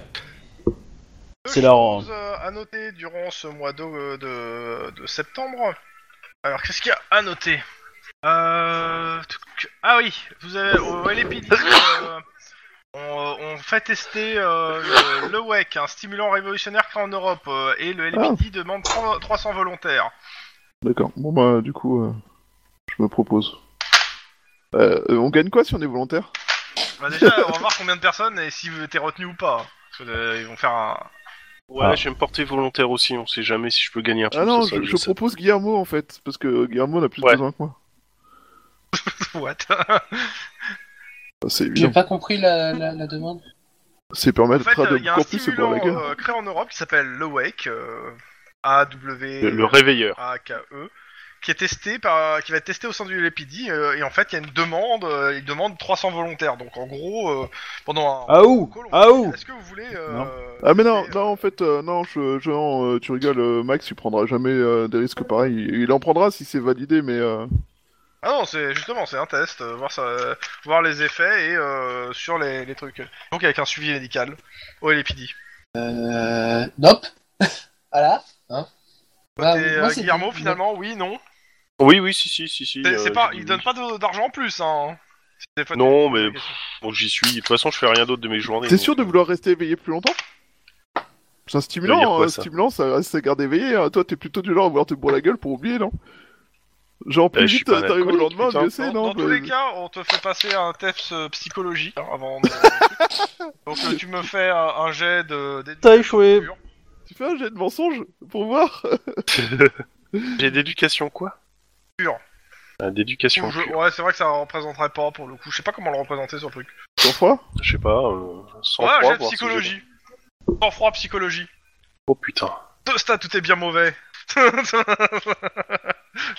[SPEAKER 1] C'est la-
[SPEAKER 2] choses euh, à noter durant ce mois d'au- euh, de, de septembre. Alors, qu'est-ce qu'il y a à noter Euh, tuc- Ah oui, vous avez au LAPD, euh, on, euh, on fait tester euh, le, le WEC, un stimulant révolutionnaire créé en Europe, euh, et le LAPD
[SPEAKER 5] Ah.
[SPEAKER 2] demande 300 300 volontaires.
[SPEAKER 5] D'accord. Bon bah du coup, euh, je me propose. Euh, euh, on gagne quoi si on est volontaire
[SPEAKER 2] Bah déjà, on va voir combien de personnes et si t'es retenu ou pas. Parce que, euh, ils vont faire un...
[SPEAKER 3] Ouais,
[SPEAKER 1] Ah.
[SPEAKER 3] je vais me porter volontaire aussi, on sait jamais si je peux gagner un truc.
[SPEAKER 5] Ah non,
[SPEAKER 3] c'est ça
[SPEAKER 5] je,
[SPEAKER 3] que
[SPEAKER 5] je
[SPEAKER 3] sais.
[SPEAKER 5] propose Guillermo en fait, parce que Guillermo n'a plus
[SPEAKER 3] Ouais.
[SPEAKER 5] besoin que moi.
[SPEAKER 2] What
[SPEAKER 5] Bah, C'est
[SPEAKER 4] J'ai
[SPEAKER 5] évident.
[SPEAKER 4] pas compris la, la, la demande.
[SPEAKER 5] C'est
[SPEAKER 2] En
[SPEAKER 5] permettra
[SPEAKER 2] fait, euh, il y
[SPEAKER 5] de
[SPEAKER 2] a un
[SPEAKER 5] encore plus se
[SPEAKER 2] stimulant
[SPEAKER 5] boire la gueule.
[SPEAKER 2] euh, créé en Europe qui s'appelle le WEC, euh, E AW...
[SPEAKER 3] Le, le réveilleur.
[SPEAKER 2] AKE, E, qui est testé par, qui va être testé au sein du LAPD, euh, et en fait il y a une demande, euh, ils demandent 300 volontaires, donc en gros euh, pendant un
[SPEAKER 1] Ah où
[SPEAKER 2] call, on
[SPEAKER 1] Ah
[SPEAKER 2] dit,
[SPEAKER 1] où
[SPEAKER 2] Est-ce que vous voulez euh,
[SPEAKER 1] Non.
[SPEAKER 5] Ah mais non,
[SPEAKER 2] tester, euh,
[SPEAKER 5] non en fait, euh, non, je, je- non, euh, tu rigoles, euh, Max, tu prendras jamais euh, des risques pareils. Il, il en prendra si c'est validé, mais euh,
[SPEAKER 2] Ah non, c'est justement, c'est un test, euh, voir, ça, voir les effets et euh, sur les, les trucs. Donc avec un suivi médical au LPD.
[SPEAKER 4] Euh, nope. voilà. Hein. Bah,
[SPEAKER 2] Et,
[SPEAKER 4] moi,
[SPEAKER 2] euh,
[SPEAKER 4] c'est-
[SPEAKER 2] Guillermo, finalement, oui, non.
[SPEAKER 3] Oui, oui, si, si, si, si.
[SPEAKER 2] C'est-
[SPEAKER 3] euh,
[SPEAKER 2] c'est pas,
[SPEAKER 3] j'ai-
[SPEAKER 2] il donne pas de- d'argent en plus, hein. C'est des fois-
[SPEAKER 3] Non, mais pff, bon, j'y suis. De toute façon, je fais rien d'autre de mes journées.
[SPEAKER 5] T'es
[SPEAKER 3] donc,
[SPEAKER 5] sûr de
[SPEAKER 3] euh,
[SPEAKER 5] vouloir rester éveillé plus longtemps C'est
[SPEAKER 3] Ça veut
[SPEAKER 5] un
[SPEAKER 3] dire
[SPEAKER 5] stimulant,
[SPEAKER 3] quoi,
[SPEAKER 5] hein,
[SPEAKER 3] ça
[SPEAKER 5] stimulant, ça, ça garde éveillé. hein. Toi, t'es plutôt du genre à vouloir te bourrer la gueule pour oublier, non Genre, plus
[SPEAKER 3] Euh, je suis
[SPEAKER 5] vite
[SPEAKER 3] pas un
[SPEAKER 5] t'arrives au
[SPEAKER 3] alcoolique,
[SPEAKER 5] lendemain,
[SPEAKER 3] putain.
[SPEAKER 5] mieux
[SPEAKER 2] Dans,
[SPEAKER 5] c'est, non
[SPEAKER 2] dans tous
[SPEAKER 5] bah,
[SPEAKER 2] les cas, on te fait passer un test euh, psychologie hein, avant. de- Donc euh, tu me fais un, un jet de. d'éducation
[SPEAKER 1] T'as échoué.
[SPEAKER 2] pure.
[SPEAKER 5] Tu fais un jet de mensonge pour voir
[SPEAKER 3] J'ai d'éducation quoi
[SPEAKER 2] Pure.
[SPEAKER 3] Ah, d'éducation
[SPEAKER 2] Ou je-
[SPEAKER 3] pure.
[SPEAKER 2] Ouais, c'est vrai que ça représenterait pas pour le coup. Je sais pas comment le représenter sur le truc.
[SPEAKER 5] Sans froid
[SPEAKER 3] Je sais pas. Euh, sans
[SPEAKER 2] Ouais, un
[SPEAKER 3] froid,
[SPEAKER 2] jet
[SPEAKER 3] voir
[SPEAKER 2] de
[SPEAKER 3] si j'ai-
[SPEAKER 2] psychologie. Sans froid, psychologie.
[SPEAKER 3] Oh putain.
[SPEAKER 2] Deux stats, tout est bien mauvais.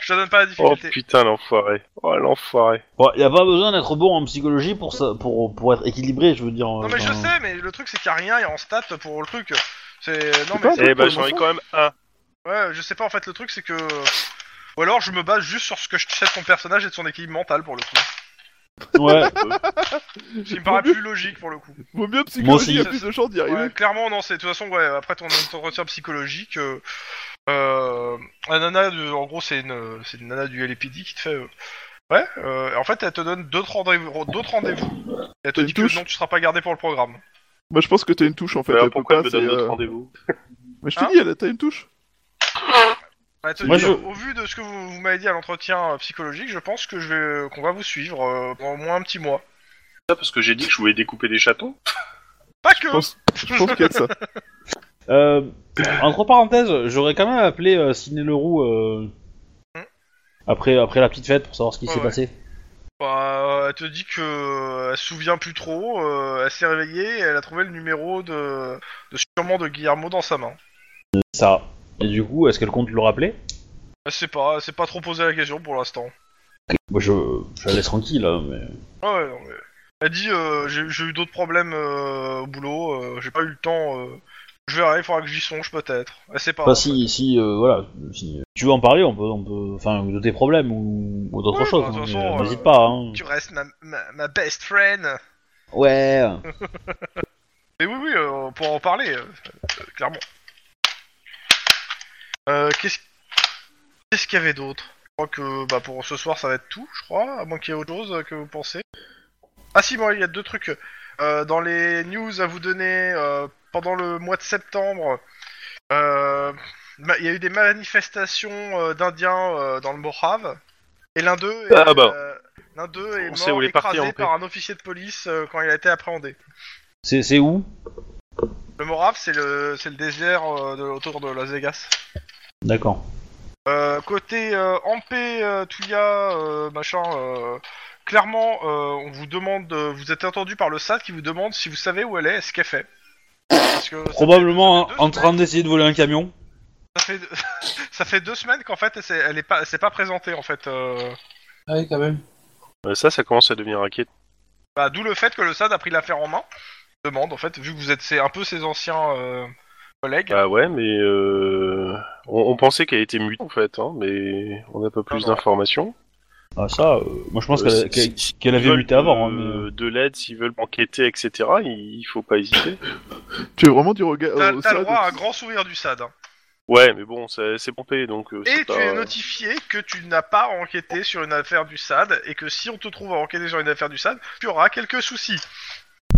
[SPEAKER 2] Je te donne pas la
[SPEAKER 3] Oh
[SPEAKER 2] difficulté.
[SPEAKER 3] putain, l'enfoiré. Oh l'enfoiré.
[SPEAKER 1] Bon, y a pas besoin d'être bon en psychologie pour ça, pour, pour être équilibré, je veux dire.
[SPEAKER 2] non mais je sais, mais le truc c'est qu'il y a rien et en stats pour le truc. C'est non
[SPEAKER 5] C'est
[SPEAKER 2] mais
[SPEAKER 5] pas-
[SPEAKER 2] c'est-
[SPEAKER 3] Eh
[SPEAKER 5] pour
[SPEAKER 3] ben
[SPEAKER 5] le
[SPEAKER 3] j'en ai
[SPEAKER 5] moment.
[SPEAKER 3] quand même un.
[SPEAKER 2] ouais, je sais pas en fait le truc c'est que ou alors je me base juste sur ce que je sais de ton personnage et de son équilibre mental pour le coup.
[SPEAKER 1] sais. Ouais.
[SPEAKER 2] Ce qui me paraît plus logique pour le coup.
[SPEAKER 5] Vaut mieux
[SPEAKER 1] Moi aussi.
[SPEAKER 5] psychologie, il y a plus de chances d'y arriver.
[SPEAKER 2] Ouais, clairement, non, c'est de toute façon, ouais, après ton ton entretien psychologique, euh, euh, la nana, de- en gros, c'est une, c'est une nana du LPD qui te fait. euh, ouais, euh, en fait, elle te donne d'autres rendez-vous. D'autres rendez-vous. Elle te
[SPEAKER 5] Une
[SPEAKER 2] dit
[SPEAKER 5] touche.
[SPEAKER 2] que non, tu seras pas gardé pour le programme.
[SPEAKER 5] Moi, Bah, je pense que t'as une touche en fait.
[SPEAKER 3] Alors
[SPEAKER 5] elle peut
[SPEAKER 3] pourquoi
[SPEAKER 5] pas,
[SPEAKER 3] elle me
[SPEAKER 5] c'est,
[SPEAKER 3] donne d'autres
[SPEAKER 5] euh,
[SPEAKER 3] rendez-vous
[SPEAKER 5] Mais je
[SPEAKER 2] Hein
[SPEAKER 5] te dis, elle a- t'as une touche.
[SPEAKER 2] Elle te
[SPEAKER 1] Moi,
[SPEAKER 2] dit,
[SPEAKER 1] je-
[SPEAKER 2] Au vu de ce que vous, vous m'avez dit à l'entretien euh, psychologique, je pense que je vais, qu'on va vous suivre euh, pendant au moins un petit mois.
[SPEAKER 3] Ça parce que j'ai dit que je voulais découper des chatons.
[SPEAKER 2] Pas que.
[SPEAKER 5] Je pense, je pense qu'il y a de ça.
[SPEAKER 1] Euh, entre parenthèses, j'aurais quand même appelé euh, Ciné Leroux euh, après, après la petite fête pour savoir ce qui
[SPEAKER 2] Ouais,
[SPEAKER 1] s'est
[SPEAKER 2] ouais.
[SPEAKER 1] passé.
[SPEAKER 2] Bah, euh, elle te dit que euh, elle se souvient plus trop. euh, elle s'est réveillée. Et elle a trouvé le numéro de, de sûrement de Guillermo dans sa main.
[SPEAKER 1] Ça. Et du coup, est-ce qu'elle compte le rappeler
[SPEAKER 2] Je sais pas, c'est pas trop posé la question pour l'instant.
[SPEAKER 1] Moi, je, je la laisse tranquille, hein, mais...
[SPEAKER 2] Ah ouais, non, mais... Elle dit euh, j'ai j'ai eu d'autres problèmes euh, au boulot, euh, j'ai pas eu le temps. euh, Je verrai, il faudra que j'y songe peut-être. Elle sait pas.
[SPEAKER 1] Enfin,
[SPEAKER 2] en fait.
[SPEAKER 1] si, si, euh, voilà, si tu veux en parler, on peut, on peut, enfin, de tes problèmes ou, ou d'autres
[SPEAKER 2] Ouais,
[SPEAKER 1] choses,
[SPEAKER 2] bah, de toute
[SPEAKER 1] hein,
[SPEAKER 2] façon,
[SPEAKER 1] mais,
[SPEAKER 2] euh,
[SPEAKER 1] n'hésite pas, hein.
[SPEAKER 2] Tu restes ma, ma, ma best friend.
[SPEAKER 1] Ouais.
[SPEAKER 2] Et oui, oui, euh, pour en parler, euh, euh, clairement. Euh, Qu'est-ce qu'est-ce qu'il y avait d'autre Je crois que bah, pour ce soir, ça va être tout, je crois, à moins qu'il y ait autre chose euh, que vous pensez. Ah si, bon, il y a deux trucs. Euh, dans les news à vous donner, euh, pendant le mois de septembre, euh, ma- il y a eu des manifestations euh, d'Indiens euh, dans le Mojave. Et l'un d'eux est,
[SPEAKER 3] Ah, bah.
[SPEAKER 2] euh, l'un d'eux est
[SPEAKER 3] On sait
[SPEAKER 2] mort
[SPEAKER 3] où les parties
[SPEAKER 2] écrasé
[SPEAKER 3] en paix.
[SPEAKER 2] par un officier de police euh, quand il a été appréhendé.
[SPEAKER 1] C'est, c'est où
[SPEAKER 2] Le Morave, c'est le, c'est le désert euh, de, autour de Las Vegas.
[SPEAKER 1] D'accord.
[SPEAKER 2] Euh, côté euh, Ampé, euh, Tuya, euh, machin, euh, clairement, euh, on vous demande, de- vous êtes entendu par le SAT qui vous demande si vous savez où elle est et ce qu'elle fait. Parce que ça fait-
[SPEAKER 1] Probablement
[SPEAKER 2] ça fait deux
[SPEAKER 1] en train d'essayer de voler un camion.
[SPEAKER 2] Ça fait, ça fait deux semaines qu'en fait, elle s'est- elle est pas, elle s'est pas présentée en fait. euh.
[SPEAKER 4] Ouais, Ah quand même.
[SPEAKER 3] Euh, ça, ça commence à devenir inquiétant.
[SPEAKER 2] Bah, d'où le fait que le SAT a pris l'affaire en main. Demande en fait, vu que vous êtes, c'est un peu ses anciens euh, collègues.
[SPEAKER 3] Ah ouais, mais euh, on, on pensait qu'elle était mutée en fait, hein, mais on n'a pas plus
[SPEAKER 2] Ah non.
[SPEAKER 3] d'informations.
[SPEAKER 1] Ah, ça, euh, moi, je pense
[SPEAKER 3] Euh,
[SPEAKER 1] qu'elle,
[SPEAKER 3] si-
[SPEAKER 1] qu'elle,
[SPEAKER 3] si-
[SPEAKER 1] qu'elle
[SPEAKER 3] s'ils
[SPEAKER 1] avait
[SPEAKER 3] veulent
[SPEAKER 1] muté avant, hein,
[SPEAKER 3] de-
[SPEAKER 1] mais-
[SPEAKER 3] De l'aide, s'ils veulent enquêter, etc. Il, il faut pas hésiter.
[SPEAKER 5] Tu es vraiment du regard.
[SPEAKER 2] T'as
[SPEAKER 5] au
[SPEAKER 2] t'as le
[SPEAKER 5] stade.
[SPEAKER 2] droit à un grand sourire du SAD. hein.
[SPEAKER 3] ouais, mais bon, ça- c'est pompé, donc. euh,
[SPEAKER 2] Et
[SPEAKER 3] c'est
[SPEAKER 2] tu
[SPEAKER 3] pas-
[SPEAKER 2] es notifié que tu n'as pas enquêté sur une affaire du SAD et que si on te trouve à enquêter sur une affaire du SAD, tu auras quelques soucis.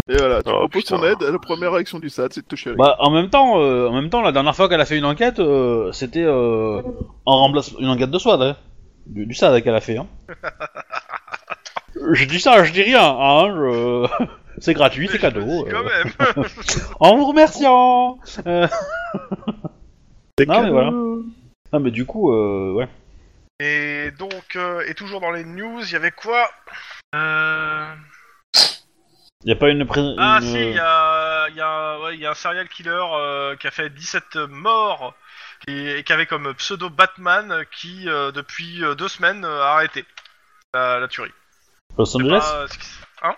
[SPEAKER 5] Et voilà, tu
[SPEAKER 3] Oh,
[SPEAKER 5] proposes
[SPEAKER 3] putain.
[SPEAKER 5] ton aide, la première réaction du SAD, c'est de te chialer.
[SPEAKER 1] Bah, en même temps, euh, en même temps, la dernière fois qu'elle a fait une enquête, euh, c'était euh, en remplacement une enquête de SWAT, hein. du, du SAD qu'elle a fait. Hein. je dis ça, je dis rien. Hein, je- c'est gratuit, c'est
[SPEAKER 2] Mais je le
[SPEAKER 1] cadeau. euh.
[SPEAKER 2] dis Quand même.
[SPEAKER 1] En vous remerciant. Euh,
[SPEAKER 3] C'est
[SPEAKER 1] non
[SPEAKER 3] que-
[SPEAKER 1] mais voilà. Non mais du coup, euh, ouais.
[SPEAKER 2] et donc, euh, et toujours dans les news, il y avait quoi euh...
[SPEAKER 1] Y a pas une. pré-
[SPEAKER 2] Ah
[SPEAKER 1] une- euh,
[SPEAKER 2] si, il y a, il y, a, ouais, il y a un serial killer euh, qui a fait 17 morts et, et qui avait comme pseudo Batman qui, euh, depuis euh, deux semaines, euh, a arrêté la, la tuerie.
[SPEAKER 1] Los Angeles.
[SPEAKER 2] Bah, euh, ce qui- hein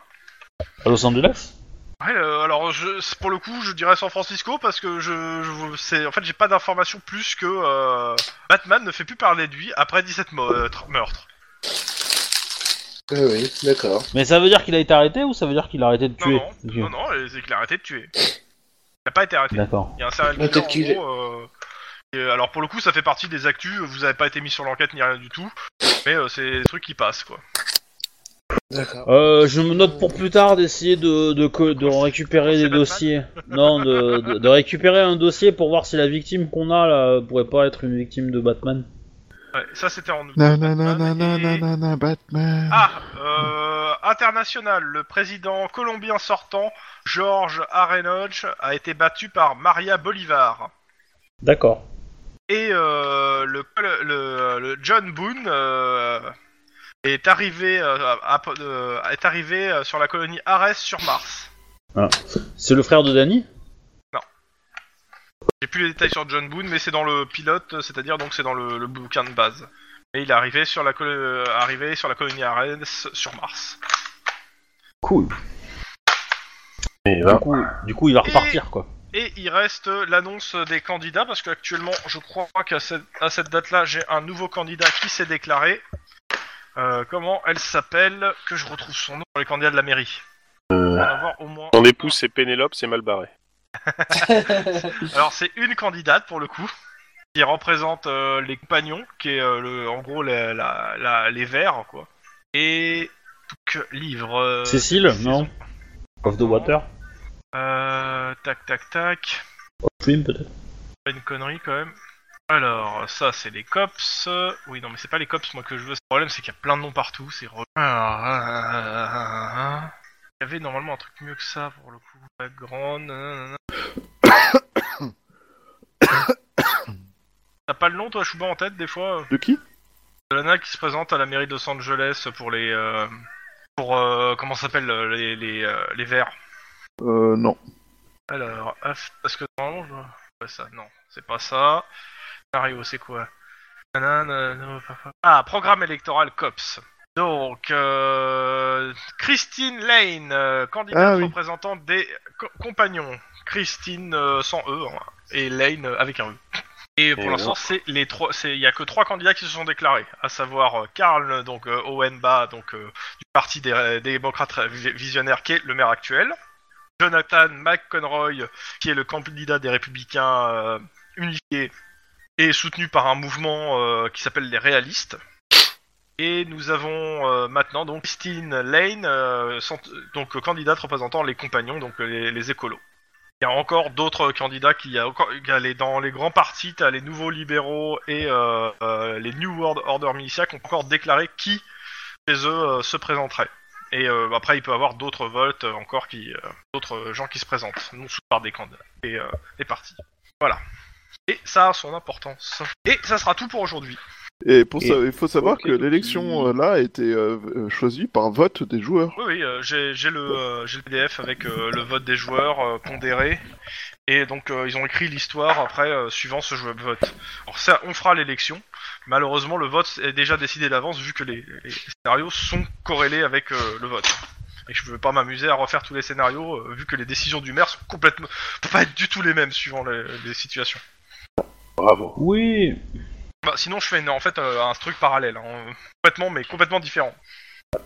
[SPEAKER 1] À Los Angeles.
[SPEAKER 2] Ouais, euh, alors je, c'est- pour le coup, je dirais San Francisco parce que je, je c'est en fait j'ai pas d'informations plus que euh, Batman ne fait plus parler de lui après 17 mo- euh, tr- meurtres.
[SPEAKER 4] Ah oui, d'accord.
[SPEAKER 1] Mais ça veut dire qu'il a été arrêté ou ça veut dire qu'il a arrêté de tuer
[SPEAKER 2] non,
[SPEAKER 1] Ok,
[SPEAKER 2] non, non, c'est qu'il a arrêté de tuer. Il n'a pas été arrêté.
[SPEAKER 1] D'accord.
[SPEAKER 2] Il y a un serial
[SPEAKER 4] Ouais,
[SPEAKER 2] killer,
[SPEAKER 4] peut-être
[SPEAKER 2] en
[SPEAKER 4] qu'il
[SPEAKER 2] gros, euh, et, alors pour le coup, ça fait partie des actus. Vous n'avez pas été mis sur l'enquête ni rien du tout, mais euh, c'est des trucs qui passent quoi.
[SPEAKER 4] D'accord.
[SPEAKER 1] Euh, je me note pour plus tard d'essayer de, de, co- de en récupérer
[SPEAKER 2] C'est
[SPEAKER 1] des
[SPEAKER 2] Batman
[SPEAKER 1] dossiers. Non, de, de, de récupérer un dossier pour voir si la victime qu'on a là pourrait pas être une victime de Batman.
[SPEAKER 2] Ouais, ça c'était en août.
[SPEAKER 5] Nananananananana, Batman.
[SPEAKER 2] Ah, euh, international, le président colombien sortant, George Arenoch, a été battu par Maria Bolivar.
[SPEAKER 1] D'accord.
[SPEAKER 2] Et euh, le, col- le- le John Boone euh, est arrivé, euh, à- euh, est arrivé euh, sur la colonie Ares sur Mars.
[SPEAKER 1] C'est le frère de Danny
[SPEAKER 2] J'ai plus les détails sur John Boone, mais c'est dans le pilote, c'est-à-dire donc c'est dans le, le bouquin de base. Et il est arrivé sur la, colo- euh, arrivé sur la colonie Ares sur Mars.
[SPEAKER 1] Cool. Ah.
[SPEAKER 3] Et
[SPEAKER 1] Du coup, du coup, il va repartir quoi.
[SPEAKER 2] Et il reste l'annonce des candidats, parce qu'actuellement, je crois qu'à cette, à cette date-là, j'ai un nouveau candidat qui s'est déclaré. Euh, comment elle s'appelle Que je retrouve son nom pour les candidats de la mairie. On va en avoir au moins.
[SPEAKER 3] Son épouse, c'est Pénélope, c'est mal barré.
[SPEAKER 4] Bah,
[SPEAKER 2] Alors, c'est une candidate pour le coup, qui représente euh, les compagnons, qui est euh, le, en gros la- la- la- les verts, quoi. Et. Que livre. euh,
[SPEAKER 1] Cécile Non. Of the Water
[SPEAKER 2] euh, Tac, tac, tac.
[SPEAKER 1] Of Dream peut-être
[SPEAKER 2] pas une connerie quand même. Alors, ça c'est les cops. Oui, non, mais c'est pas les cops moi que je veux. Le problème c'est qu'il y a plein de noms partout. C'est. re- Ah, Il y avait normalement un truc mieux que ça pour le coup. Background. nanana. T'as pas le nom toi, Chouba en tête des fois euh,
[SPEAKER 5] De qui
[SPEAKER 2] De la nana qui se présente à la mairie de Los Angeles pour les. euh, Pour. euh, Comment ça s'appelle euh, Les, les, euh, les verts.
[SPEAKER 5] Euh, non.
[SPEAKER 2] Alors, af- parce que normalement, je vois je vois ça. Non, c'est pas ça. Scénario, c'est quoi Nanana, non, pas- pas- Ah, programme électoral COPS. Donc, euh, Christine Lane, euh, candidate
[SPEAKER 5] Ah, oui.
[SPEAKER 2] représentante des co- compagnons. Christine euh, sans E hein, et Lane euh, avec un E. Et pour
[SPEAKER 3] Et
[SPEAKER 2] l'instant, c'est les trois. c'est- Il y a que trois candidats qui se sont déclarés, à savoir euh, Karl, donc euh, Owenba, donc euh, du parti des, euh, des démocrates vi- visionnaires, qui est le maire actuel. Jonathan McConroy, qui est le candidat des républicains euh, unifiés et soutenu par un mouvement euh, qui s'appelle les réalistes. Et nous avons euh, maintenant donc Christine Lane, euh, cent- donc euh, candidate représentant les compagnons, donc euh, les, les écolos. Il y a encore d'autres candidats qui il y a encore il y a les- dans les grands partis, t'as les nouveaux libéraux et euh, euh, les New World Order Militia qui ont encore déclaré qui chez eux euh, se présenterait. Et euh, après, il peut y avoir d'autres votes euh, encore qui, euh, d'autres gens qui se présentent, non sous par des candidats et euh, des partis. Voilà. Et ça a son importance. Et ça sera tout pour aujourd'hui.
[SPEAKER 5] Et pour
[SPEAKER 3] Et-
[SPEAKER 5] ça, il faut savoir
[SPEAKER 3] Ok,
[SPEAKER 5] que
[SPEAKER 3] donc
[SPEAKER 5] l'élection
[SPEAKER 3] il-
[SPEAKER 5] euh, là a été euh, euh, choisie par vote des joueurs.
[SPEAKER 2] Oui, oui, euh, j'ai j'ai le, euh, j'ai le PDF avec euh, le vote des joueurs euh, pondéré. Et donc, euh, ils ont écrit l'histoire après, euh, suivant ce jeu de vote. Alors, ça, on fera l'élection. Malheureusement, le vote est déjà décidé d'avance, vu que les, les scénarios sont corrélés avec euh, le vote. Et je veux pas m'amuser à refaire tous les scénarios, euh, vu que les décisions du maire sont complètement. peuvent pas être du tout les mêmes, suivant les, les situations.
[SPEAKER 3] Bravo.
[SPEAKER 1] Oui.
[SPEAKER 2] Bah, sinon, je fais une- en fait euh, un truc parallèle, hein, complètement, mais complètement différent.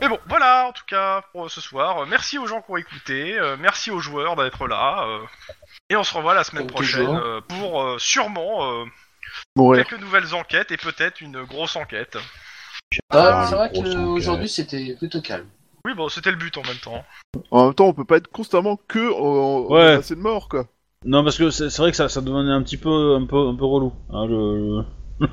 [SPEAKER 2] Mais bon, voilà en tout cas pour ce soir. Euh, Merci aux gens qui ont écouté, euh, merci aux joueurs d'être là, euh, et on se revoit la semaine
[SPEAKER 4] Comme
[SPEAKER 2] prochaine
[SPEAKER 4] toujours.
[SPEAKER 2] euh, pour euh, sûrement euh,
[SPEAKER 5] Mourir.
[SPEAKER 2] quelques nouvelles enquêtes et peut-être une grosse enquête.
[SPEAKER 4] Ah,
[SPEAKER 1] Ah,
[SPEAKER 4] c'est
[SPEAKER 1] le
[SPEAKER 4] vrai
[SPEAKER 1] gros truc,
[SPEAKER 4] qu'aujourd'hui c'était plutôt calme.
[SPEAKER 2] Oui, bon, c'était le but en même temps.
[SPEAKER 5] En même temps, on peut pas être constamment que euh,
[SPEAKER 1] Ouais.
[SPEAKER 5] assez de mort, quoi.
[SPEAKER 1] Non, parce que c'est c'est vrai que ça, ça devenait un petit peu, un peu, un peu relou. hein, le- le-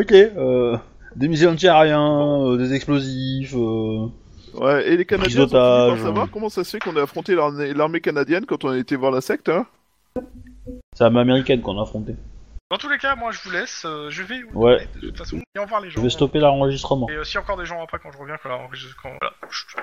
[SPEAKER 1] ok. Euh, des missiles antiaériens, euh, des explosifs. euh,
[SPEAKER 5] Ouais, et les Canadiens ont fini
[SPEAKER 1] d'otages,
[SPEAKER 5] par savoir
[SPEAKER 1] hein.
[SPEAKER 5] comment ça se fait qu'on a affronté l'armée l'armée canadienne quand on a été voir la secte, hein
[SPEAKER 1] C'est la main américaine qu'on a affrontée.
[SPEAKER 2] Dans tous les cas, moi je vous laisse, euh, je vais aux
[SPEAKER 1] Ouais.
[SPEAKER 2] toilettes, de toute façon, et au revoir les
[SPEAKER 1] Je
[SPEAKER 2] gens.
[SPEAKER 1] vais stopper l'enregistrement.
[SPEAKER 2] Et euh, s'il y a encore des gens après quand je reviens, quand, quand- voilà. Chut.